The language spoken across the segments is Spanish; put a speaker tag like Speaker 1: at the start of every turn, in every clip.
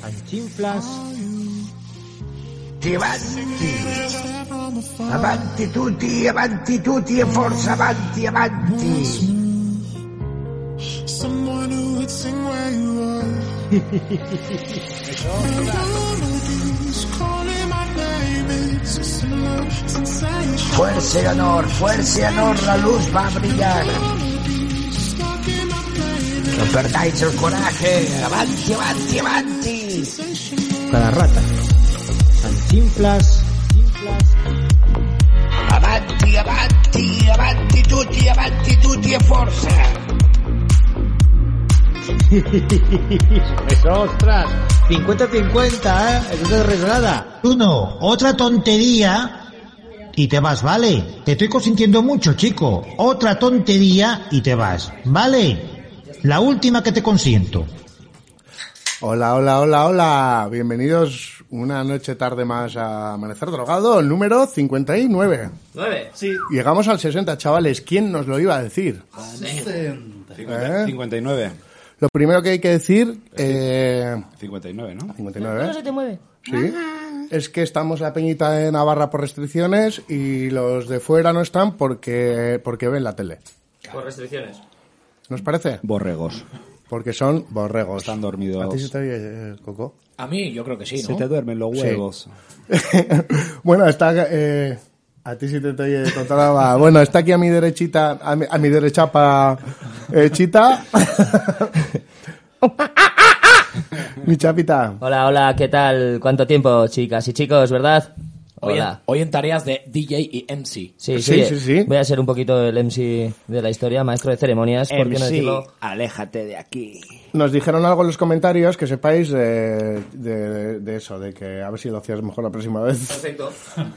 Speaker 1: Cantinflas.
Speaker 2: Avanti, avanti tutti, avanti tutti e forza avanti, avanti. Fuerza y honor, fuerza y honor, la luz va a brillar. No perdáis el coraje, avanti, avanti, avanti.
Speaker 1: Cada rata. Cantinflas.
Speaker 2: Avanti, avanti, avanti tutti, avanti tutti e forza.
Speaker 1: Eso, ostras. 50-50, ¿eh? Eso es resolada.
Speaker 3: Uno, otra tontería y te vas, ¿vale? Te estoy consintiendo mucho, chico. Otra tontería y te vas, ¿vale? La última que te consiento.
Speaker 4: Hola, hola, hola, hola. Bienvenidos una noche tarde más a Amanecer Drogado, el número 59.
Speaker 5: Nueve. Sí.
Speaker 4: Llegamos al 60, chavales. ¿Quién nos lo iba a decir?
Speaker 6: Este,
Speaker 4: ¿Eh?
Speaker 6: 59.
Speaker 4: Lo primero que hay que decir, eh,
Speaker 6: 59, ¿no?
Speaker 4: 59,
Speaker 7: No
Speaker 4: ¿eh?
Speaker 7: se te mueve.
Speaker 4: Sí. Es que estamos la peñita de Navarra por restricciones y los de fuera no están porque, porque ven la tele.
Speaker 5: Por restricciones.
Speaker 4: ¿Nos parece?
Speaker 6: Borregos.
Speaker 4: Porque son borregos.
Speaker 6: Están
Speaker 4: ¿A ti
Speaker 6: dormidos.
Speaker 4: se te oye, eh, Coco?
Speaker 8: A mí, yo creo que sí,
Speaker 6: Se te
Speaker 8: ¿no?
Speaker 6: duermen los huevos.
Speaker 4: bueno, está... eh, a ti sí te estoy eh, contando. Bueno, está aquí a mi derechita, a mi, a mi derecha pa, eh, chita. mi chapita.
Speaker 5: Hola, hola, ¿qué tal? ¿Cuánto tiempo, chicas y chicos, verdad?
Speaker 8: Hoy en,
Speaker 5: Hola.
Speaker 8: hoy en tareas de DJ y MC.
Speaker 5: Sí,
Speaker 4: Sí,
Speaker 5: sí,
Speaker 4: sí, sí.
Speaker 5: Voy a ser un poquito el MC de la historia, maestro de ceremonias, ¿por qué no decirlo?
Speaker 6: aléjate de aquí.
Speaker 4: Nos dijeron algo en los comentarios que sepáis de, de- de eso, de que a ver si lo hacías mejor la próxima vez.
Speaker 5: Perfecto.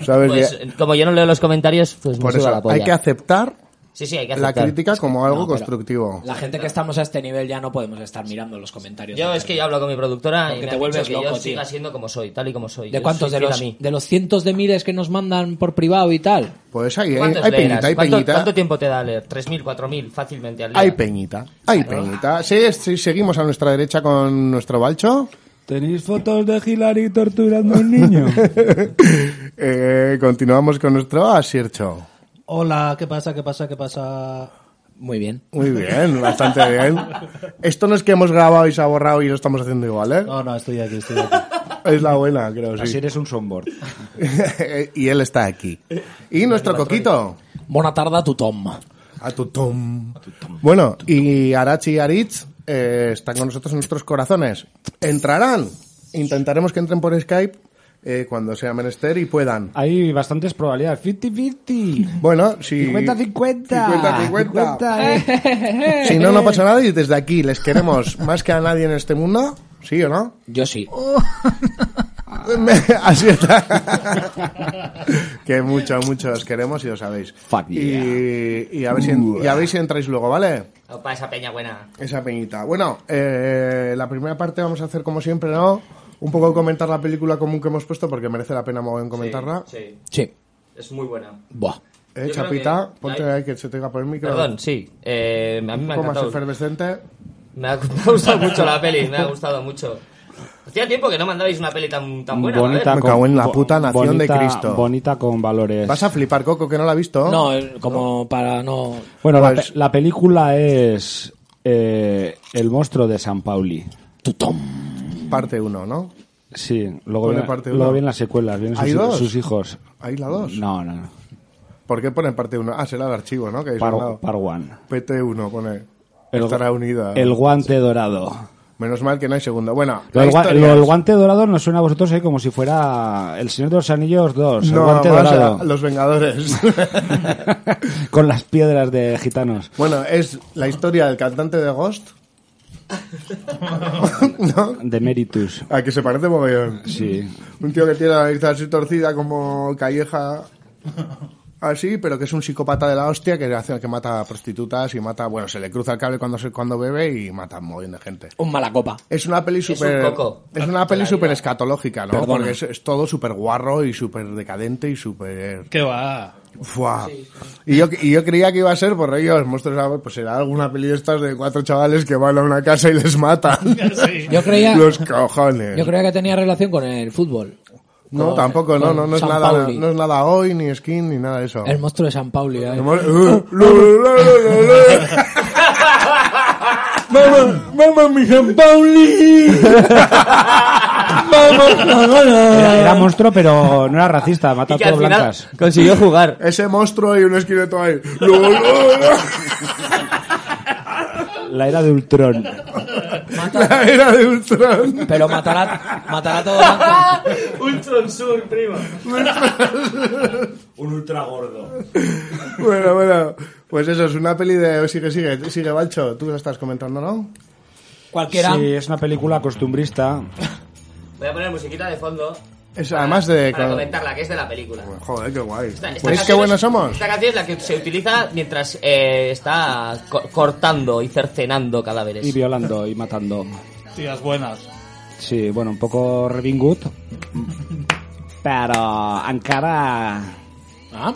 Speaker 4: ¿Sabes?
Speaker 5: Pues,
Speaker 4: Ya-
Speaker 5: eh, como yo no leo los comentarios, pues me
Speaker 4: Por
Speaker 5: suda
Speaker 4: eso,
Speaker 5: la polla.
Speaker 4: hay que aceptar
Speaker 5: Sí, sí, hay que
Speaker 4: la
Speaker 5: aceptar.
Speaker 4: crítica como algo
Speaker 8: No, pero-
Speaker 4: constructivo.
Speaker 8: La gente que estamos a este nivel ya no podemos estar mirando los comentarios.
Speaker 5: Yo
Speaker 8: de
Speaker 5: es que
Speaker 8: tarde.
Speaker 5: yo hablo con mi productora
Speaker 8: Porque
Speaker 5: y me
Speaker 8: te
Speaker 5: ha dicho
Speaker 8: vuelves
Speaker 5: que
Speaker 8: loco,
Speaker 5: yo
Speaker 8: tío.
Speaker 5: siga siendo como soy, tal y como soy.
Speaker 8: ¿De
Speaker 5: Yo
Speaker 8: cuántos?
Speaker 5: soy
Speaker 8: De
Speaker 5: fiel
Speaker 8: los,
Speaker 5: a mí.
Speaker 8: de los cientos de miles que nos mandan por privado y tal.
Speaker 4: Pues ahí, ¿eh?
Speaker 5: ¿Cuántos
Speaker 4: hay
Speaker 5: leerás?
Speaker 4: peñita, hay
Speaker 5: ¿Cuánto,
Speaker 4: peñita.
Speaker 5: cuánto tiempo te da leer? ¿3.000, 4.000 fácilmente al día?
Speaker 4: Hay peñita, hay peñita. Sí, es- sí, seguimos a nuestra derecha con nuestro balcho,
Speaker 6: ¿Tenéis fotos de Hilary torturando a un niño?
Speaker 4: Eh, continuamos con nuestro asiercho.
Speaker 9: Hola, ¿qué pasa? ¿Qué pasa? ¿Qué pasa?
Speaker 8: Muy bien.
Speaker 4: Muy bien, bastante bien. Esto no es que hemos grabado y se ha borrado y lo estamos haciendo igual, ¿eh?
Speaker 9: No, no, estoy aquí, estoy aquí.
Speaker 4: Es la buena, creo,
Speaker 6: Así
Speaker 4: sí.
Speaker 6: eres un sonboard.
Speaker 4: y él está aquí. Y nuestro coquito.
Speaker 8: Buena tarde a tu Tom.
Speaker 4: A tu tom. Bueno, y Arachi y Aritz eh, están con nosotros en nuestros corazones. Entrarán. Intentaremos que entren por Skype eh, cuando sea menester y puedan.
Speaker 6: Hay bastantes probabilidades. 50-50.
Speaker 4: Bueno, si...
Speaker 6: 50-50.
Speaker 4: 50-50. Ah, Si no, no pasa nada y desde aquí les queremos más que a nadie en este mundo. ¿Sí o no?
Speaker 8: Yo sí.
Speaker 4: Así está. que mucho, mucho os queremos y lo sabéis.
Speaker 6: Fuck
Speaker 4: y, y a ver si, y a ver si entráis luego, ¿vale?
Speaker 5: Opa, esa peña buena.
Speaker 4: Esa peñita. Bueno, eh, la primera parte vamos a hacer como siempre, ¿no? Un poco comentar la película común que hemos puesto porque merece la pena en comentarla.
Speaker 5: Sí,
Speaker 8: Sí.
Speaker 5: es muy buena.
Speaker 8: Buah.
Speaker 4: Eh,
Speaker 5: Yo creo
Speaker 4: Chapita,
Speaker 5: que-
Speaker 4: ponte
Speaker 5: Ay.
Speaker 4: ahí que se tenga por el micro.
Speaker 5: Perdón, sí. Eh, a mí me ha
Speaker 4: Un poco más
Speaker 5: encantado.
Speaker 4: efervescente.
Speaker 5: Me ha, me ha gustado mucho la peli, me ha gustado mucho. Hacía tiempo que no mandabais una peli tan, tan buena.
Speaker 4: Me
Speaker 5: ¿vale?
Speaker 4: cago
Speaker 6: con-
Speaker 4: en la
Speaker 6: bo-
Speaker 4: puta nación de Cristo.
Speaker 6: Bonita con valores.
Speaker 4: Vas a flipar, Coco, que no la ha visto.
Speaker 8: No, eh, como para no...
Speaker 6: Bueno, la,
Speaker 4: Pues-
Speaker 6: pe- la película es eh, El monstruo de San Pauli.
Speaker 8: Tu Tom.
Speaker 4: Parte 1, ¿no?
Speaker 6: Sí, luego,
Speaker 4: Pone
Speaker 6: viene,
Speaker 4: parte
Speaker 6: luego
Speaker 4: uno.
Speaker 6: vienen las secuelas, vienen
Speaker 4: ¿Hay
Speaker 6: sus,
Speaker 4: dos?
Speaker 6: sus hijos.
Speaker 4: Ahí la 2.
Speaker 6: No, no, no.
Speaker 4: ¿Por qué pone parte 1? Ah, será el archivo, ¿no? Ah, Que habéis
Speaker 6: Par,
Speaker 4: mandado.
Speaker 6: par one.
Speaker 4: PT1 pone. Estará unida.
Speaker 6: El guante dorado.
Speaker 4: Menos mal que no hay segundo. Bueno,
Speaker 6: Lo
Speaker 4: la
Speaker 6: del gua-
Speaker 4: historia
Speaker 6: lo del
Speaker 4: es-
Speaker 6: guante dorado nos suena a vosotros ahí como si fuera El Señor de los Anillos 2. el
Speaker 4: No,
Speaker 6: guante
Speaker 4: vamos a-
Speaker 6: dorado.
Speaker 4: los Vengadores.
Speaker 6: Con las piedras de gitanos.
Speaker 4: bueno, es la historia del cantante de Ghost. ¿No?
Speaker 6: De Meritus.
Speaker 4: A que se parece mogollón.
Speaker 6: Sí.
Speaker 4: Un tío que tiene la nariz así torcida como calleja. así, pero que es un psicópata de la hostia que hace que mata a prostitutas y mata, bueno, se le cruza el cable cuando se, cuando bebe y mata a un montón de gente.
Speaker 8: Un mala copa.
Speaker 4: Es una peli
Speaker 5: un
Speaker 4: súper
Speaker 5: coco.
Speaker 4: es una peli súper escatológica, ¿no?
Speaker 8: Perdona.
Speaker 4: Porque es, es todo súper guarro y súper decadente y súper
Speaker 9: ¿Qué va?
Speaker 4: Fuá. Y, yo, y yo creía que iba a ser, por ello, los monstruos, ah, pues será alguna peli de estas de cuatro chavales que van a una casa y les matan.
Speaker 9: Sí.
Speaker 8: Yo creía,
Speaker 4: Los cojones.
Speaker 8: yo creía que tenía relación con el fútbol.
Speaker 4: no,
Speaker 8: Con-
Speaker 4: tampoco, no,
Speaker 8: con
Speaker 4: no, no es
Speaker 8: San
Speaker 4: nada,
Speaker 8: Pauli.
Speaker 4: no es nada hoy, ni skin, ni nada de eso.
Speaker 8: El monstruo de San Pauli. ¿eh?
Speaker 4: Hemos- Uh, lo, lo, lo, lo, lo. Mamá, mamá, mi San Pauli.
Speaker 6: Era, era monstruo, pero no era racista, mata
Speaker 5: Y
Speaker 6: a
Speaker 5: que al
Speaker 6: todo
Speaker 5: final
Speaker 6: blancas.
Speaker 5: consiguió jugar.
Speaker 4: Ese monstruo y un esqueleto ahí. Lo, lo, lo.
Speaker 6: La era de Ultron.
Speaker 4: La era de Ultron.
Speaker 8: Pero matará, matará todo blanco.
Speaker 5: un tronsur, primo.
Speaker 6: Un ultra gordo.
Speaker 4: Bueno, bueno. Pues eso, es una peli de... Sigue, sigue, sigue, Balcho. Tú la estás comentando, ¿no? Mm,
Speaker 8: Cualquiera.
Speaker 6: Sí, es una película costumbrista.
Speaker 5: Voy a poner musiquita de fondo.
Speaker 4: Es además de...
Speaker 5: Para
Speaker 4: con-
Speaker 5: comentarla, que es de la película.
Speaker 4: Joder, qué guay.
Speaker 5: Esta- esta
Speaker 4: ¿Veis qué
Speaker 5: canción
Speaker 4: buenos
Speaker 5: es-
Speaker 4: somos?
Speaker 5: Esta canción es la que se utiliza mientras eh, está co- cortando y cercenando cadáveres.
Speaker 6: Y violando y matando.
Speaker 9: Tías buenas.
Speaker 6: Sí, bueno, un poco revingut. Però encara
Speaker 8: Ah,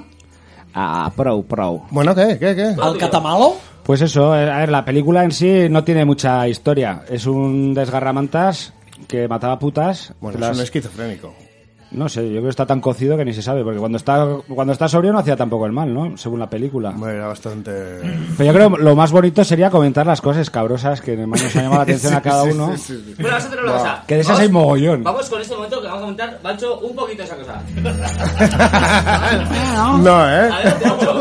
Speaker 6: a Ah, prou, prou.
Speaker 4: Bueno, ¿qué? ¿Qué? ¿Qué?
Speaker 8: ¿Al catamalo?
Speaker 6: Pues eso, eh, a ver, la película en sí no tiene mucha historia. Es un desgarramantas que mataba putas.
Speaker 4: Bueno,
Speaker 6: Las-
Speaker 4: es un esquizofrénico.
Speaker 6: No sé, yo creo que está tan cocido que ni se sabe, porque cuando está, cuando está sobrio no hacía tampoco el mal, ¿no? Según la película.
Speaker 4: Bueno, Era bastante...
Speaker 6: Pero yo creo que lo más bonito sería comentar las cosas escabrosas que más nos ha llamado la atención a cada uno.
Speaker 5: Bueno, nosotros lo vamos a...
Speaker 6: Que de esas hay
Speaker 5: vamos-
Speaker 6: mogollón.
Speaker 5: Vamos con este momento que vamos a comentar, Bancho, un poquito esa cosa.
Speaker 4: No, ¿eh?
Speaker 5: Adelante, Bancho.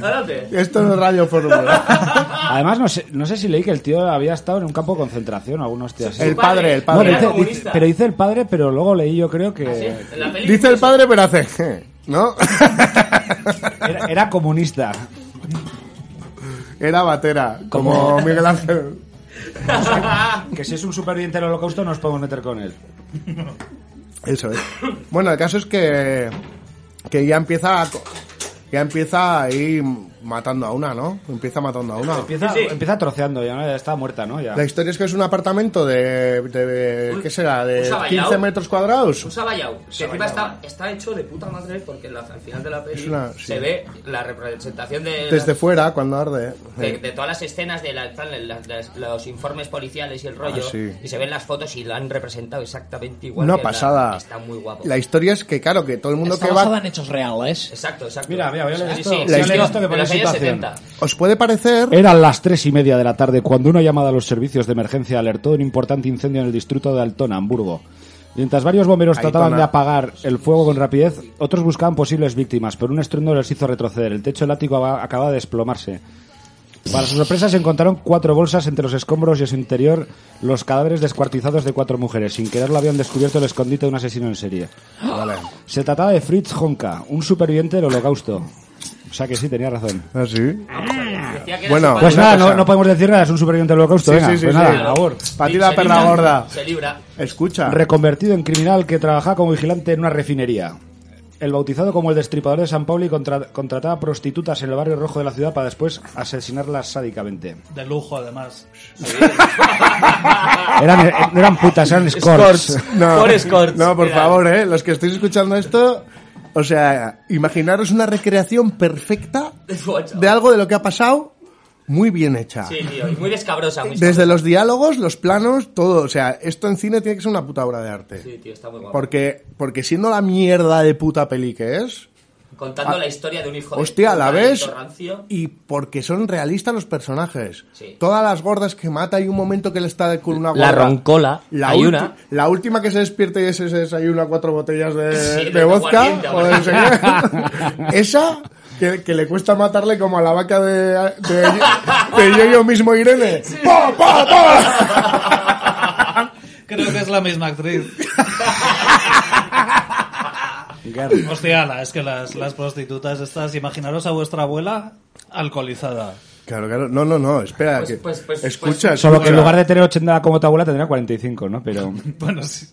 Speaker 5: Adelante.
Speaker 4: Esto no es radio por
Speaker 6: Además, no sé, no sé si leí que el tío había estado en un campo de concentración o algunos tíos
Speaker 4: El padre, el
Speaker 5: No,
Speaker 4: padre.
Speaker 5: era
Speaker 6: dice-
Speaker 5: comunista.
Speaker 6: dice- pero dice el padre, pero luego leí yo creo que...
Speaker 5: Ah, sí, en la peli-
Speaker 4: Dice el padre, pero hace... je, ¿No?
Speaker 6: Era, era comunista.
Speaker 4: Era batera, como Miguel Ángel.
Speaker 6: Que si es un superviviente del holocausto nos podemos meter con él.
Speaker 4: Eso es. Bueno, el caso es que, que ya empieza a, co- ya empieza a ir matando a una, ¿no? Empieza matando a una.
Speaker 6: Empieza,
Speaker 5: Sí, sí.
Speaker 6: empieza troceando, ya, ¿no? ya está muerta, ¿no? Ya.
Speaker 4: La historia es que es un apartamento de, de ¿qué será?
Speaker 5: un
Speaker 4: De
Speaker 5: sabayao.
Speaker 4: 15 metros cuadrados.
Speaker 5: Un sabayau, que encima está, está hecho de puta madre porque en la- al final de la peli
Speaker 4: Es una- sí.
Speaker 5: se ve la representación de,
Speaker 4: Desde fuera, cuando arde. Eh,
Speaker 5: de, de todas las escenas de, la- tal, las- las- los informes policiales y el rollo.
Speaker 4: Ah, sí.
Speaker 5: Y se ven las fotos y lo han representado exactamente igual.
Speaker 4: Una
Speaker 5: que la-
Speaker 4: pasada.
Speaker 5: está muy guapo.
Speaker 4: La historia es que, claro, que todo el mundo
Speaker 8: Está
Speaker 4: que
Speaker 8: basada
Speaker 4: va...
Speaker 8: en hechos reales.
Speaker 5: Exacto, exacto.
Speaker 6: Mira, mira, voy a leer
Speaker 5: Sí,
Speaker 6: esto.
Speaker 5: sí,
Speaker 6: Voy a
Speaker 5: sí,
Speaker 6: leer
Speaker 5: sí,
Speaker 6: esto
Speaker 5: de
Speaker 6: que
Speaker 5: los
Speaker 6: pone
Speaker 5: años
Speaker 6: situación.
Speaker 5: 70.
Speaker 4: Os puede parecer...
Speaker 6: Eran las tres y media de la tarde cuando una llamada a los servicios de emergencia alertó de un importante incendio en el distrito de Altona, Hamburgo. Mientras varios bomberos
Speaker 4: Aitona.
Speaker 6: trataban de apagar el fuego con rapidez, otros buscaban posibles víctimas, pero un estruendo les hizo retroceder. El techo del ático aba- acababa de desplomarse. Para su sorpresa se encontraron cuatro bolsas entre los escombros y en su interior los cadáveres descuartizados de cuatro mujeres. Sin quererlo habían descubierto el escondite de un asesino en serie.
Speaker 4: Vale.
Speaker 6: Se trataba de Fritz Honka, un superviviente del holocausto. O sea que sí, tenía razón.
Speaker 4: ¿Ah, sí?
Speaker 5: Decía que era
Speaker 4: Bueno,
Speaker 5: su padre.
Speaker 6: Pues
Speaker 4: Una
Speaker 6: nada, no,
Speaker 4: cosa.
Speaker 6: no podemos decir nada, es un superviviente del holocausto.
Speaker 4: Sí,
Speaker 6: venga,
Speaker 4: sí, sí,
Speaker 6: pues
Speaker 4: sí.
Speaker 6: nada,
Speaker 4: Claro.
Speaker 6: a favor.
Speaker 4: Pa' ti
Speaker 5: Se
Speaker 4: la
Speaker 5: libra,
Speaker 4: perla gorda.
Speaker 5: Se libra.
Speaker 4: Escucha.
Speaker 6: Reconvertido en criminal que trabajaba como vigilante en una refinería. El bautizado como el destripador de San Pauli contra- contrataba prostitutas en el barrio rojo de la ciudad para después asesinarlas sádicamente.
Speaker 9: De lujo, además.
Speaker 6: Eran, eh, no eran putas, eran
Speaker 4: Scorch.
Speaker 6: escorts.
Speaker 4: No,
Speaker 5: Por Scorch.
Speaker 4: No, por
Speaker 5: Mira.
Speaker 4: favor, eh. Los que estáis escuchando esto, o sea, imaginaros una recreación perfecta de algo de lo que ha pasado, muy bien hecha.
Speaker 5: Sí, tío, y muy descabrosa. Muy
Speaker 4: Desde los diálogos, los planos, todo. O sea, esto en cine tiene que ser una puta obra de arte.
Speaker 5: Sí, tío, está muy guapo.
Speaker 4: Porque, porque siendo la mierda de puta peli que es,
Speaker 5: Contando
Speaker 4: Ah.
Speaker 5: la historia de un hijo
Speaker 4: hostia,
Speaker 5: de
Speaker 4: la
Speaker 5: puta,
Speaker 4: ves
Speaker 5: de rancio.
Speaker 4: y porque son realistas los personajes.
Speaker 5: Sí.
Speaker 4: Todas las gordas que mata hay un momento que le está con una gorda.
Speaker 5: La roncola,
Speaker 4: La,
Speaker 5: hay
Speaker 4: ulti-
Speaker 5: una.
Speaker 4: la última que se despierta y se se desayuna cuatro botellas de,
Speaker 5: Sí,
Speaker 4: de
Speaker 5: de
Speaker 4: vodka.
Speaker 5: aguardiente,
Speaker 4: o de no sé qué. Esa que, que le cuesta matarle como a la vaca de, de, de yo, yo mismo Irene. ¡Pa, pa, pa!
Speaker 9: Creo que es la misma actriz. Hostia, la- es que las, las prostitutas estas, imaginaros a vuestra abuela alcoholizada.
Speaker 4: Claro, claro. No, no, no, espera.
Speaker 5: Pues-
Speaker 4: que-
Speaker 5: pues- pues-
Speaker 4: escucha,
Speaker 5: pues-
Speaker 6: Solo que en
Speaker 4: escucha.
Speaker 6: lugar de tener 80 como tu abuela tendrá 45, ¿no? Pero
Speaker 9: Bueno, sí.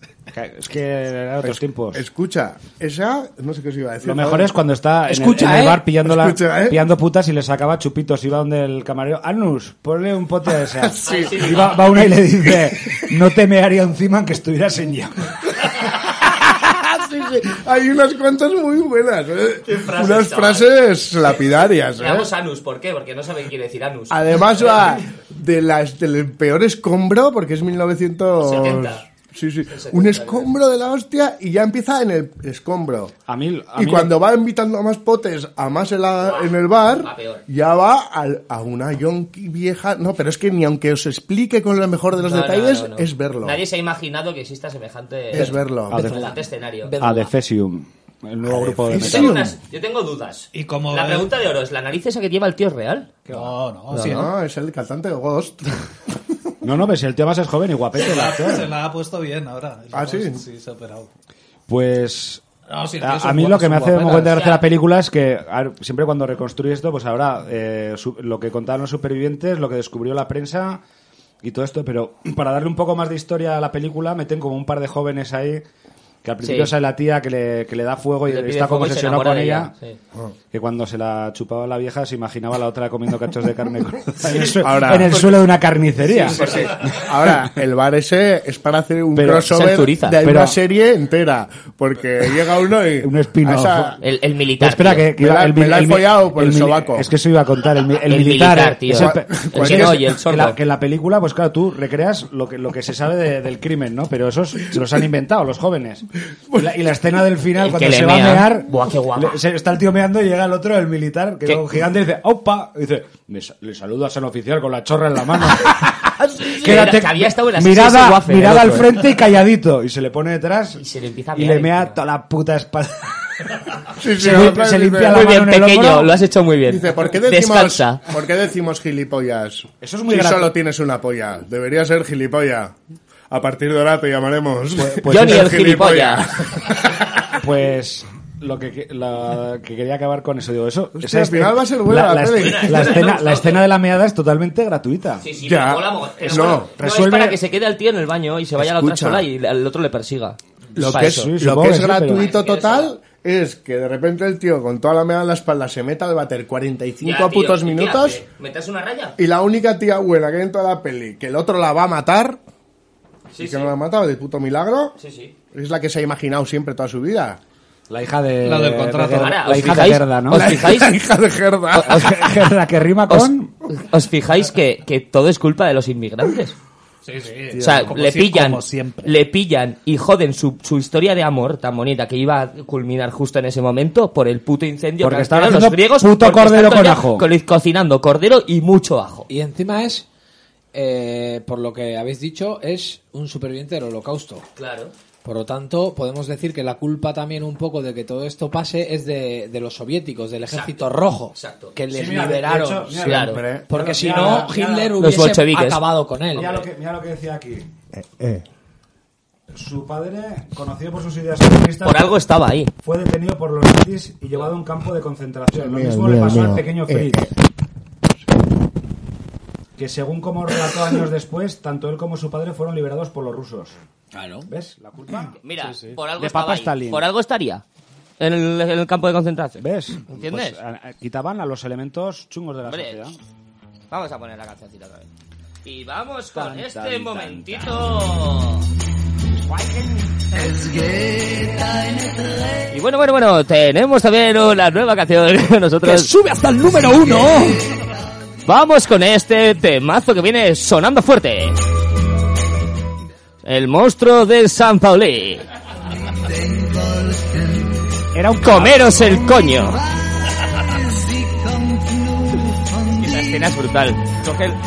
Speaker 6: es que eran otros tiempos.
Speaker 4: Escucha, esa, no sé qué os iba a decir.
Speaker 6: Lo mejor es cuando está en el-
Speaker 8: Escucha,
Speaker 6: en el,
Speaker 8: ¿eh?
Speaker 6: bar pillándola,
Speaker 4: Escucha, ¿eh?
Speaker 6: pillando putas y le sacaba chupitos. Iba donde el camarero, Anus, ponle un pote de esa.
Speaker 4: Sí.
Speaker 6: Y va, va una y le dice, no te me haría encima aunque estuvieras en llamas.
Speaker 4: Ah, Sí, sí, Hay unas cuantas muy buenas, ¿eh?
Speaker 5: frases,
Speaker 4: Unas
Speaker 5: chaval.
Speaker 4: frases lapidarias, ¿eh?
Speaker 5: Veamos Anus, ¿por qué? Porque no saben qué quiere decir Anus.
Speaker 4: Además va de las, del peor escombro, porque es 1900...
Speaker 5: 70.
Speaker 4: Sí, sí.
Speaker 5: 70,
Speaker 4: Un escombro de la hostia y ya empieza en el escombro.
Speaker 6: A mí, a
Speaker 4: Y
Speaker 6: mí-
Speaker 4: cuando va invitando a más potes, a más en, la- en el bar,
Speaker 5: va peor.
Speaker 4: ya va al- a una yonki vieja. No, pero es que ni aunque os explique con lo mejor de los
Speaker 5: No, no,
Speaker 4: detalles,
Speaker 5: no, no.
Speaker 4: es verlo.
Speaker 5: Nadie se ha imaginado que exista semejante,
Speaker 4: Es verlo.
Speaker 6: A ver.
Speaker 5: semejante escenario.
Speaker 6: A Defesium, el nuevo grupo
Speaker 5: Yo
Speaker 6: de metal.
Speaker 5: tengo, unas- yo tengo dudas.
Speaker 9: Y como-
Speaker 5: la pregunta de oro es, ¿la nariz esa que lleva el tío es real?
Speaker 9: No, no,
Speaker 4: No,
Speaker 9: sí, ¿no?
Speaker 4: no, es el cantante de Ghost.
Speaker 6: No, no, pero si el tío más es joven y guapete el actor.
Speaker 9: Se la ha puesto bien ahora.
Speaker 4: Ah, ¿sí?
Speaker 9: Sí, se ha operado.
Speaker 6: Pues
Speaker 9: No, sí,
Speaker 6: a,
Speaker 9: son
Speaker 6: a mí
Speaker 9: guap-
Speaker 6: lo que me
Speaker 9: son
Speaker 6: hace un
Speaker 9: guaperas.
Speaker 6: montón de gracia
Speaker 5: O sea-
Speaker 6: la película es que a ver, siempre cuando reconstruye esto, pues habrá eh, su- lo que contaron los supervivientes, lo que descubrió la prensa y todo esto, pero para darle un poco más de historia a la película, meten como un par de jóvenes ahí que al principio
Speaker 5: Sí.
Speaker 6: sale la tía que le, que le da fuego y
Speaker 5: Le pide
Speaker 6: está
Speaker 5: fuego
Speaker 6: como
Speaker 5: y se
Speaker 6: obsesionado
Speaker 5: enamora
Speaker 6: con
Speaker 5: de
Speaker 6: ella.
Speaker 5: ella,
Speaker 4: Oh.
Speaker 6: Que cuando se la chupaba la vieja se imaginaba a la otra comiendo cachos de carne cruda en el, su-
Speaker 4: Ahora-
Speaker 6: en el suelo de una carnicería.
Speaker 4: Ahora, el bar ese es para hacer un
Speaker 6: Pero
Speaker 5: se
Speaker 4: crossover
Speaker 5: alturiza.
Speaker 4: de
Speaker 6: Pero-
Speaker 4: una serie entera. Porque llega uno y...
Speaker 6: Un spin-off.
Speaker 4: a esa-
Speaker 5: El, el militar.
Speaker 6: Pero espera,
Speaker 5: tío.
Speaker 6: que, que
Speaker 4: Me
Speaker 6: iba-
Speaker 4: la-
Speaker 6: el,
Speaker 4: me la he
Speaker 6: el- el-
Speaker 4: follado por el
Speaker 6: mili-
Speaker 4: sobaco.
Speaker 6: Es que eso iba a contar, el, mi- el
Speaker 5: El
Speaker 6: militar.
Speaker 5: militar, tío.
Speaker 6: es pe-
Speaker 5: El
Speaker 6: que
Speaker 5: chino
Speaker 6: es-
Speaker 5: y el
Speaker 6: que
Speaker 5: sordo.
Speaker 6: la- que en la película, pues claro, tú recreas lo que, lo que se sabe de- del crimen, ¿no? Pero esos se los han inventado los jóvenes. Y la, y la escena del final,
Speaker 5: El
Speaker 6: cuando
Speaker 5: que
Speaker 6: se
Speaker 5: le
Speaker 6: va a
Speaker 5: mea.
Speaker 6: mear,
Speaker 5: Buah, qué guapa.
Speaker 6: le- se- está el tío meando y llega el otro, el militar, que
Speaker 5: ¿Qué?
Speaker 6: es un gigante, y dice, ¡opa! Y dice, le, sa- le saludo a San Oficial con la chorra en la mano.
Speaker 5: Que era- que había estado en la SS
Speaker 6: mirada,
Speaker 5: Waffen, el
Speaker 6: mirada al
Speaker 5: otro, eh.
Speaker 6: frente y calladito. Y se le pone detrás
Speaker 5: Y se le empieza a
Speaker 6: y
Speaker 5: mear
Speaker 6: le
Speaker 5: el
Speaker 6: mea
Speaker 5: tío.
Speaker 6: toda la puta espalda.
Speaker 4: Sí, sí,
Speaker 6: Se
Speaker 4: la
Speaker 6: lim-
Speaker 4: otra
Speaker 6: se
Speaker 4: dice-
Speaker 6: limpia la
Speaker 5: Muy
Speaker 6: mano
Speaker 5: bien,
Speaker 6: en el
Speaker 5: pequeño,
Speaker 6: hombro.
Speaker 5: lo has hecho muy bien.
Speaker 4: Dice, ¿por qué decimos,
Speaker 5: Descansa.
Speaker 4: ¿por qué decimos gilipollas?
Speaker 6: Eso es muy
Speaker 4: si
Speaker 6: gracioso.
Speaker 4: solo tienes una polla. Debería ser gilipollas. A partir de ahora te llamaremos.
Speaker 6: pues
Speaker 5: Johnny
Speaker 4: es
Speaker 5: el gilipollas.
Speaker 6: Pues lo que, que- la, que quería acabar con eso, digo, eso.
Speaker 4: Hostia,
Speaker 6: esa
Speaker 4: al
Speaker 6: es-
Speaker 4: final va a ser buena la
Speaker 6: es-
Speaker 4: peli.
Speaker 6: la escena, la escena de la meada es totalmente gratuita.
Speaker 5: Sí, sí, pero
Speaker 4: Ya.
Speaker 5: mola mogollón. Pero
Speaker 4: No,
Speaker 5: bueno, no,
Speaker 6: resuelve-
Speaker 5: es para que se quede el tío en el baño y se vaya a la otra
Speaker 4: Escucha.
Speaker 5: sola y al otro le persiga.
Speaker 4: Lo
Speaker 5: Para
Speaker 4: que es,
Speaker 5: eso.
Speaker 6: Sí,
Speaker 4: lo
Speaker 6: supongo
Speaker 4: que
Speaker 6: que
Speaker 4: es
Speaker 6: sí, pero-
Speaker 4: gratuito total es que de repente el tío con toda la meada en la espalda se meta al bater 45
Speaker 5: Ya, tío,
Speaker 4: putos
Speaker 5: ¿y qué
Speaker 4: minutos
Speaker 5: hace? ¿Metes una raya?
Speaker 4: y la única tía buena que hay en toda la peli que el otro la va a matar
Speaker 5: Sí,
Speaker 4: y
Speaker 5: sí.
Speaker 4: que no la ha matado de puto milagro
Speaker 5: Sí, sí.
Speaker 4: es la que se ha imaginado siempre toda su vida.
Speaker 6: La hija de.
Speaker 9: La del contrato.
Speaker 6: de Gerda-
Speaker 5: Ahora,
Speaker 6: la
Speaker 5: ¿os
Speaker 6: hija de
Speaker 5: fijáis?
Speaker 6: Gerda, ¿no?
Speaker 5: ¿Os fijáis?
Speaker 4: La hija de Gerda.
Speaker 6: Gerda que rima
Speaker 5: ¿Os,
Speaker 6: con.
Speaker 5: os fijáis que, que todo es culpa de los inmigrantes?
Speaker 9: Sí, sí.
Speaker 5: O sea,
Speaker 9: Como
Speaker 5: le
Speaker 9: si-
Speaker 5: pillan,
Speaker 9: Como siempre.
Speaker 5: le pillan y joden su, su historia de amor tan bonita que iba a culminar justo en ese momento por el puto incendio que
Speaker 6: Porque
Speaker 5: han
Speaker 6: estaban
Speaker 5: creado
Speaker 6: haciendo
Speaker 5: los griegos
Speaker 6: puto
Speaker 5: porque
Speaker 6: cordero
Speaker 5: están todo el
Speaker 6: con
Speaker 5: día
Speaker 6: ajo.
Speaker 5: co- cocinando cordero y mucho ajo.
Speaker 8: Y encima es, eh, por lo que habéis dicho, es un superviviente del holocausto.
Speaker 5: Claro.
Speaker 8: Por lo tanto, podemos decir que la culpa también un poco de que todo esto pase es de, de los soviéticos, del ejército rojo,
Speaker 5: exacto.
Speaker 8: que les
Speaker 6: Sí, mira, de
Speaker 8: liberaron.
Speaker 6: hecho, mira, eh,
Speaker 5: Claro.
Speaker 4: Hombre.
Speaker 8: Porque si
Speaker 6: mira,
Speaker 8: no,
Speaker 6: mira,
Speaker 8: Hitler
Speaker 5: los
Speaker 8: hubiese
Speaker 5: bolcheviques. Eh,
Speaker 8: acabado con él.
Speaker 6: Mira lo, que, mira lo que decía aquí. Su padre, conocido por sus ideas
Speaker 5: Por
Speaker 6: comunistas,
Speaker 5: algo estaba ahí.
Speaker 6: fue detenido por los nazis y llevado a un campo de concentración. Lo
Speaker 2: Mira,
Speaker 6: mismo le
Speaker 2: mira,
Speaker 6: pasó al
Speaker 2: mira.
Speaker 6: pequeño
Speaker 2: Eh,
Speaker 6: Fritz.
Speaker 5: eh.
Speaker 6: Que según como relató años después, tanto él como su padre fueron liberados por los rusos.
Speaker 8: Claro.
Speaker 6: ¿Ves? La culpa.
Speaker 5: Mira,
Speaker 6: Sí, sí.
Speaker 5: por algo
Speaker 6: de
Speaker 5: estaba
Speaker 6: Papa
Speaker 5: ahí.
Speaker 6: Stalin.
Speaker 5: Por algo estaría en el, en el campo de concentración.
Speaker 6: ¿Ves?
Speaker 5: ¿Entiendes?
Speaker 6: Pues, a- a- quitaban a los elementos chungos de la
Speaker 5: Hombre.
Speaker 6: sociedad.
Speaker 5: Vamos a poner la cancioncita otra vez. Y vamos con
Speaker 6: Tan,
Speaker 5: este
Speaker 6: tan, tan,
Speaker 5: momentito. Y bueno, bueno, bueno, tenemos también una nueva canción con nosotros.
Speaker 8: sube hasta el número uno!
Speaker 5: Vamos con este temazo que viene sonando fuerte. El monstruo de San Paulí.
Speaker 6: Era un
Speaker 5: Comeros el coño. Esa escena es brutal. Coge el-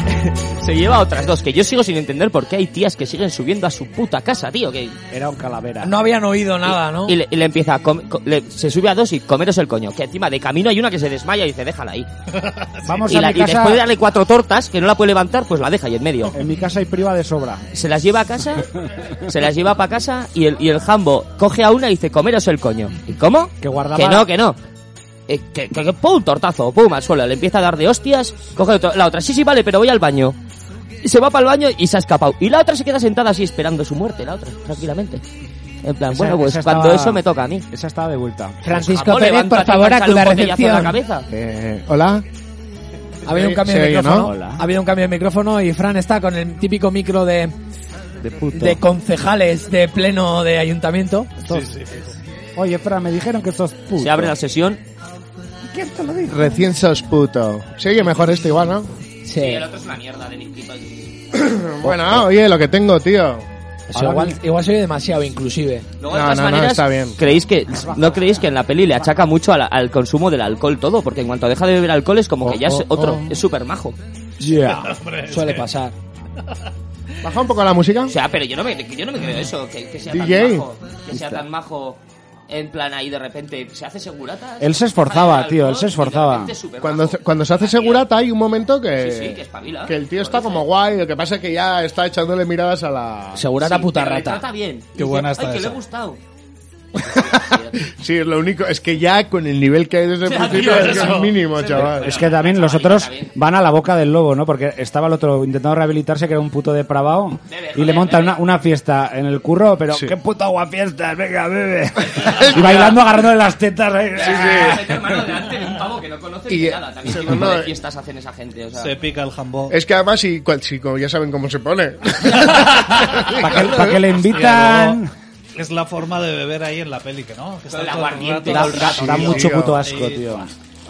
Speaker 5: Se lleva a otras dos, que yo sigo sin entender por qué hay tías que siguen subiendo a su puta casa, tío. Que...
Speaker 6: Era un calavera.
Speaker 8: No habían oído nada, ¿no?
Speaker 5: Y le, y le empieza a com- co- le- se sube a dos y comeros el coño. Que encima de camino hay una que se desmaya y dice, déjala ahí.
Speaker 6: Vamos
Speaker 5: Y,
Speaker 6: a
Speaker 5: la-
Speaker 6: mi
Speaker 5: y después de
Speaker 6: casa.
Speaker 5: darle cuatro tortas, que no la puede levantar, pues la deja ahí en medio.
Speaker 6: En mi casa hay priva de sobra.
Speaker 5: Se las lleva a casa, se las lleva para casa y el, y el jambo coge a una y dice, comeros el coño. ¿Y cómo?
Speaker 6: Que guardaba-
Speaker 5: Que no, que no. eh, que, que, que- ¡pum! Tortazo, pum, al suelo. Le empieza a dar de hostias, coge otro- la otra. Sí, sí, vale, pero voy al baño. Se va para el baño y se ha escapado. Y la otra se queda sentada así esperando su muerte, la otra, tranquilamente. En plan,
Speaker 6: Esa-
Speaker 5: bueno, pues
Speaker 6: esa
Speaker 5: cuando
Speaker 6: estaba-
Speaker 5: eso me toca a mí.
Speaker 6: Esa estaba de vuelta.
Speaker 5: Jamón,
Speaker 10: Francisco Pérez, por
Speaker 5: levántate y
Speaker 10: favor,
Speaker 5: échale un
Speaker 10: acuda a
Speaker 5: botellazo a la
Speaker 10: recepción.
Speaker 5: cabeza.
Speaker 4: Eh, Hola.
Speaker 8: Ha habido un cambio
Speaker 4: Se
Speaker 8: de
Speaker 4: oye,
Speaker 8: micrófono.
Speaker 4: ¿no?
Speaker 6: Hola.
Speaker 8: Ha habido un cambio de micrófono y Fran está con el típico micro de,
Speaker 4: De puto.
Speaker 8: de concejales de pleno de ayuntamiento.
Speaker 6: Oye, Fran, me dijeron que sos puto.
Speaker 5: Se abre la sesión.
Speaker 4: Recién sos puto. Se oye mejor esto igual, ¿no?
Speaker 8: Sí.
Speaker 5: otro es una mierda de
Speaker 6: Oh,
Speaker 4: Bueno, oye, lo que tengo, tío.
Speaker 8: Eso igual, igual soy demasiado inclusive.
Speaker 5: Luego, de
Speaker 4: No,
Speaker 5: todas
Speaker 4: no, no,
Speaker 5: maneras,
Speaker 4: está bien.
Speaker 5: ¿creéis que, ¿no creéis que en la peli le achaca mucho a la- al consumo del alcohol todo? Porque en cuanto deja de beber alcohol es
Speaker 4: Oh,
Speaker 5: como que ya es otro, es súper majo.
Speaker 8: Suele pasar.
Speaker 4: Baja un poco la música.
Speaker 5: O sea, pero yo no me, yo no me creo eso, que, que sea
Speaker 4: DJ.
Speaker 5: tan majo. Que sea tan majo en plan ahí de repente se hace segurata.
Speaker 6: Él se esforzaba, tío, él se esforzaba.
Speaker 4: Cuando se, cuando se hace segurata hay un momento que,
Speaker 5: Sí, sí, que espabila.
Speaker 4: que el tío está como guay, lo que pasa es que ya está echándole miradas a la...
Speaker 8: Segurata puta rata.
Speaker 5: Trata bien.
Speaker 9: Qué buena está
Speaker 5: Ay, que le
Speaker 9: esa.
Speaker 5: he gustado.
Speaker 4: Sí, es lo único, es que ya con el nivel que hay desde el
Speaker 5: Ya,
Speaker 4: principio
Speaker 5: tío,
Speaker 4: es que es
Speaker 5: eso.
Speaker 4: mínimo, chaval.
Speaker 6: Es que también los otros van a la boca del lobo, ¿no? Porque estaba el otro intentando rehabilitarse, que era un puto depravado,
Speaker 5: Bebe,
Speaker 6: y le
Speaker 5: joder,
Speaker 6: montan
Speaker 5: bebe.
Speaker 6: una, una fiesta en el curro, pero
Speaker 4: Sí.
Speaker 6: ¡qué puto aguafiestas! ¡Venga, bebe! y bailando, agarrándole las tetas. ahí.
Speaker 5: Ah, vete, hermano, delante de un pavo que no conoce
Speaker 4: Y,
Speaker 5: ni
Speaker 4: eh,
Speaker 5: nada. También
Speaker 4: se
Speaker 5: qué tipo
Speaker 4: mandó,
Speaker 5: de
Speaker 4: eh.
Speaker 5: fiestas hacen esa gente, o sea.
Speaker 9: Se pica el jambón.
Speaker 4: Es que además, si, cual- si como ya saben cómo se pone.
Speaker 6: ¿Para qué, pa' qué le invitan?
Speaker 9: Es la forma de beber ahí en la peli, que no. Que está
Speaker 5: El
Speaker 9: todo el
Speaker 5: aguardiente,
Speaker 9: rato-
Speaker 5: todo el
Speaker 6: Da,
Speaker 5: rato.
Speaker 6: da
Speaker 4: Sí,
Speaker 6: mucho
Speaker 4: tío.
Speaker 6: puto asco,
Speaker 9: Sí.
Speaker 6: tío.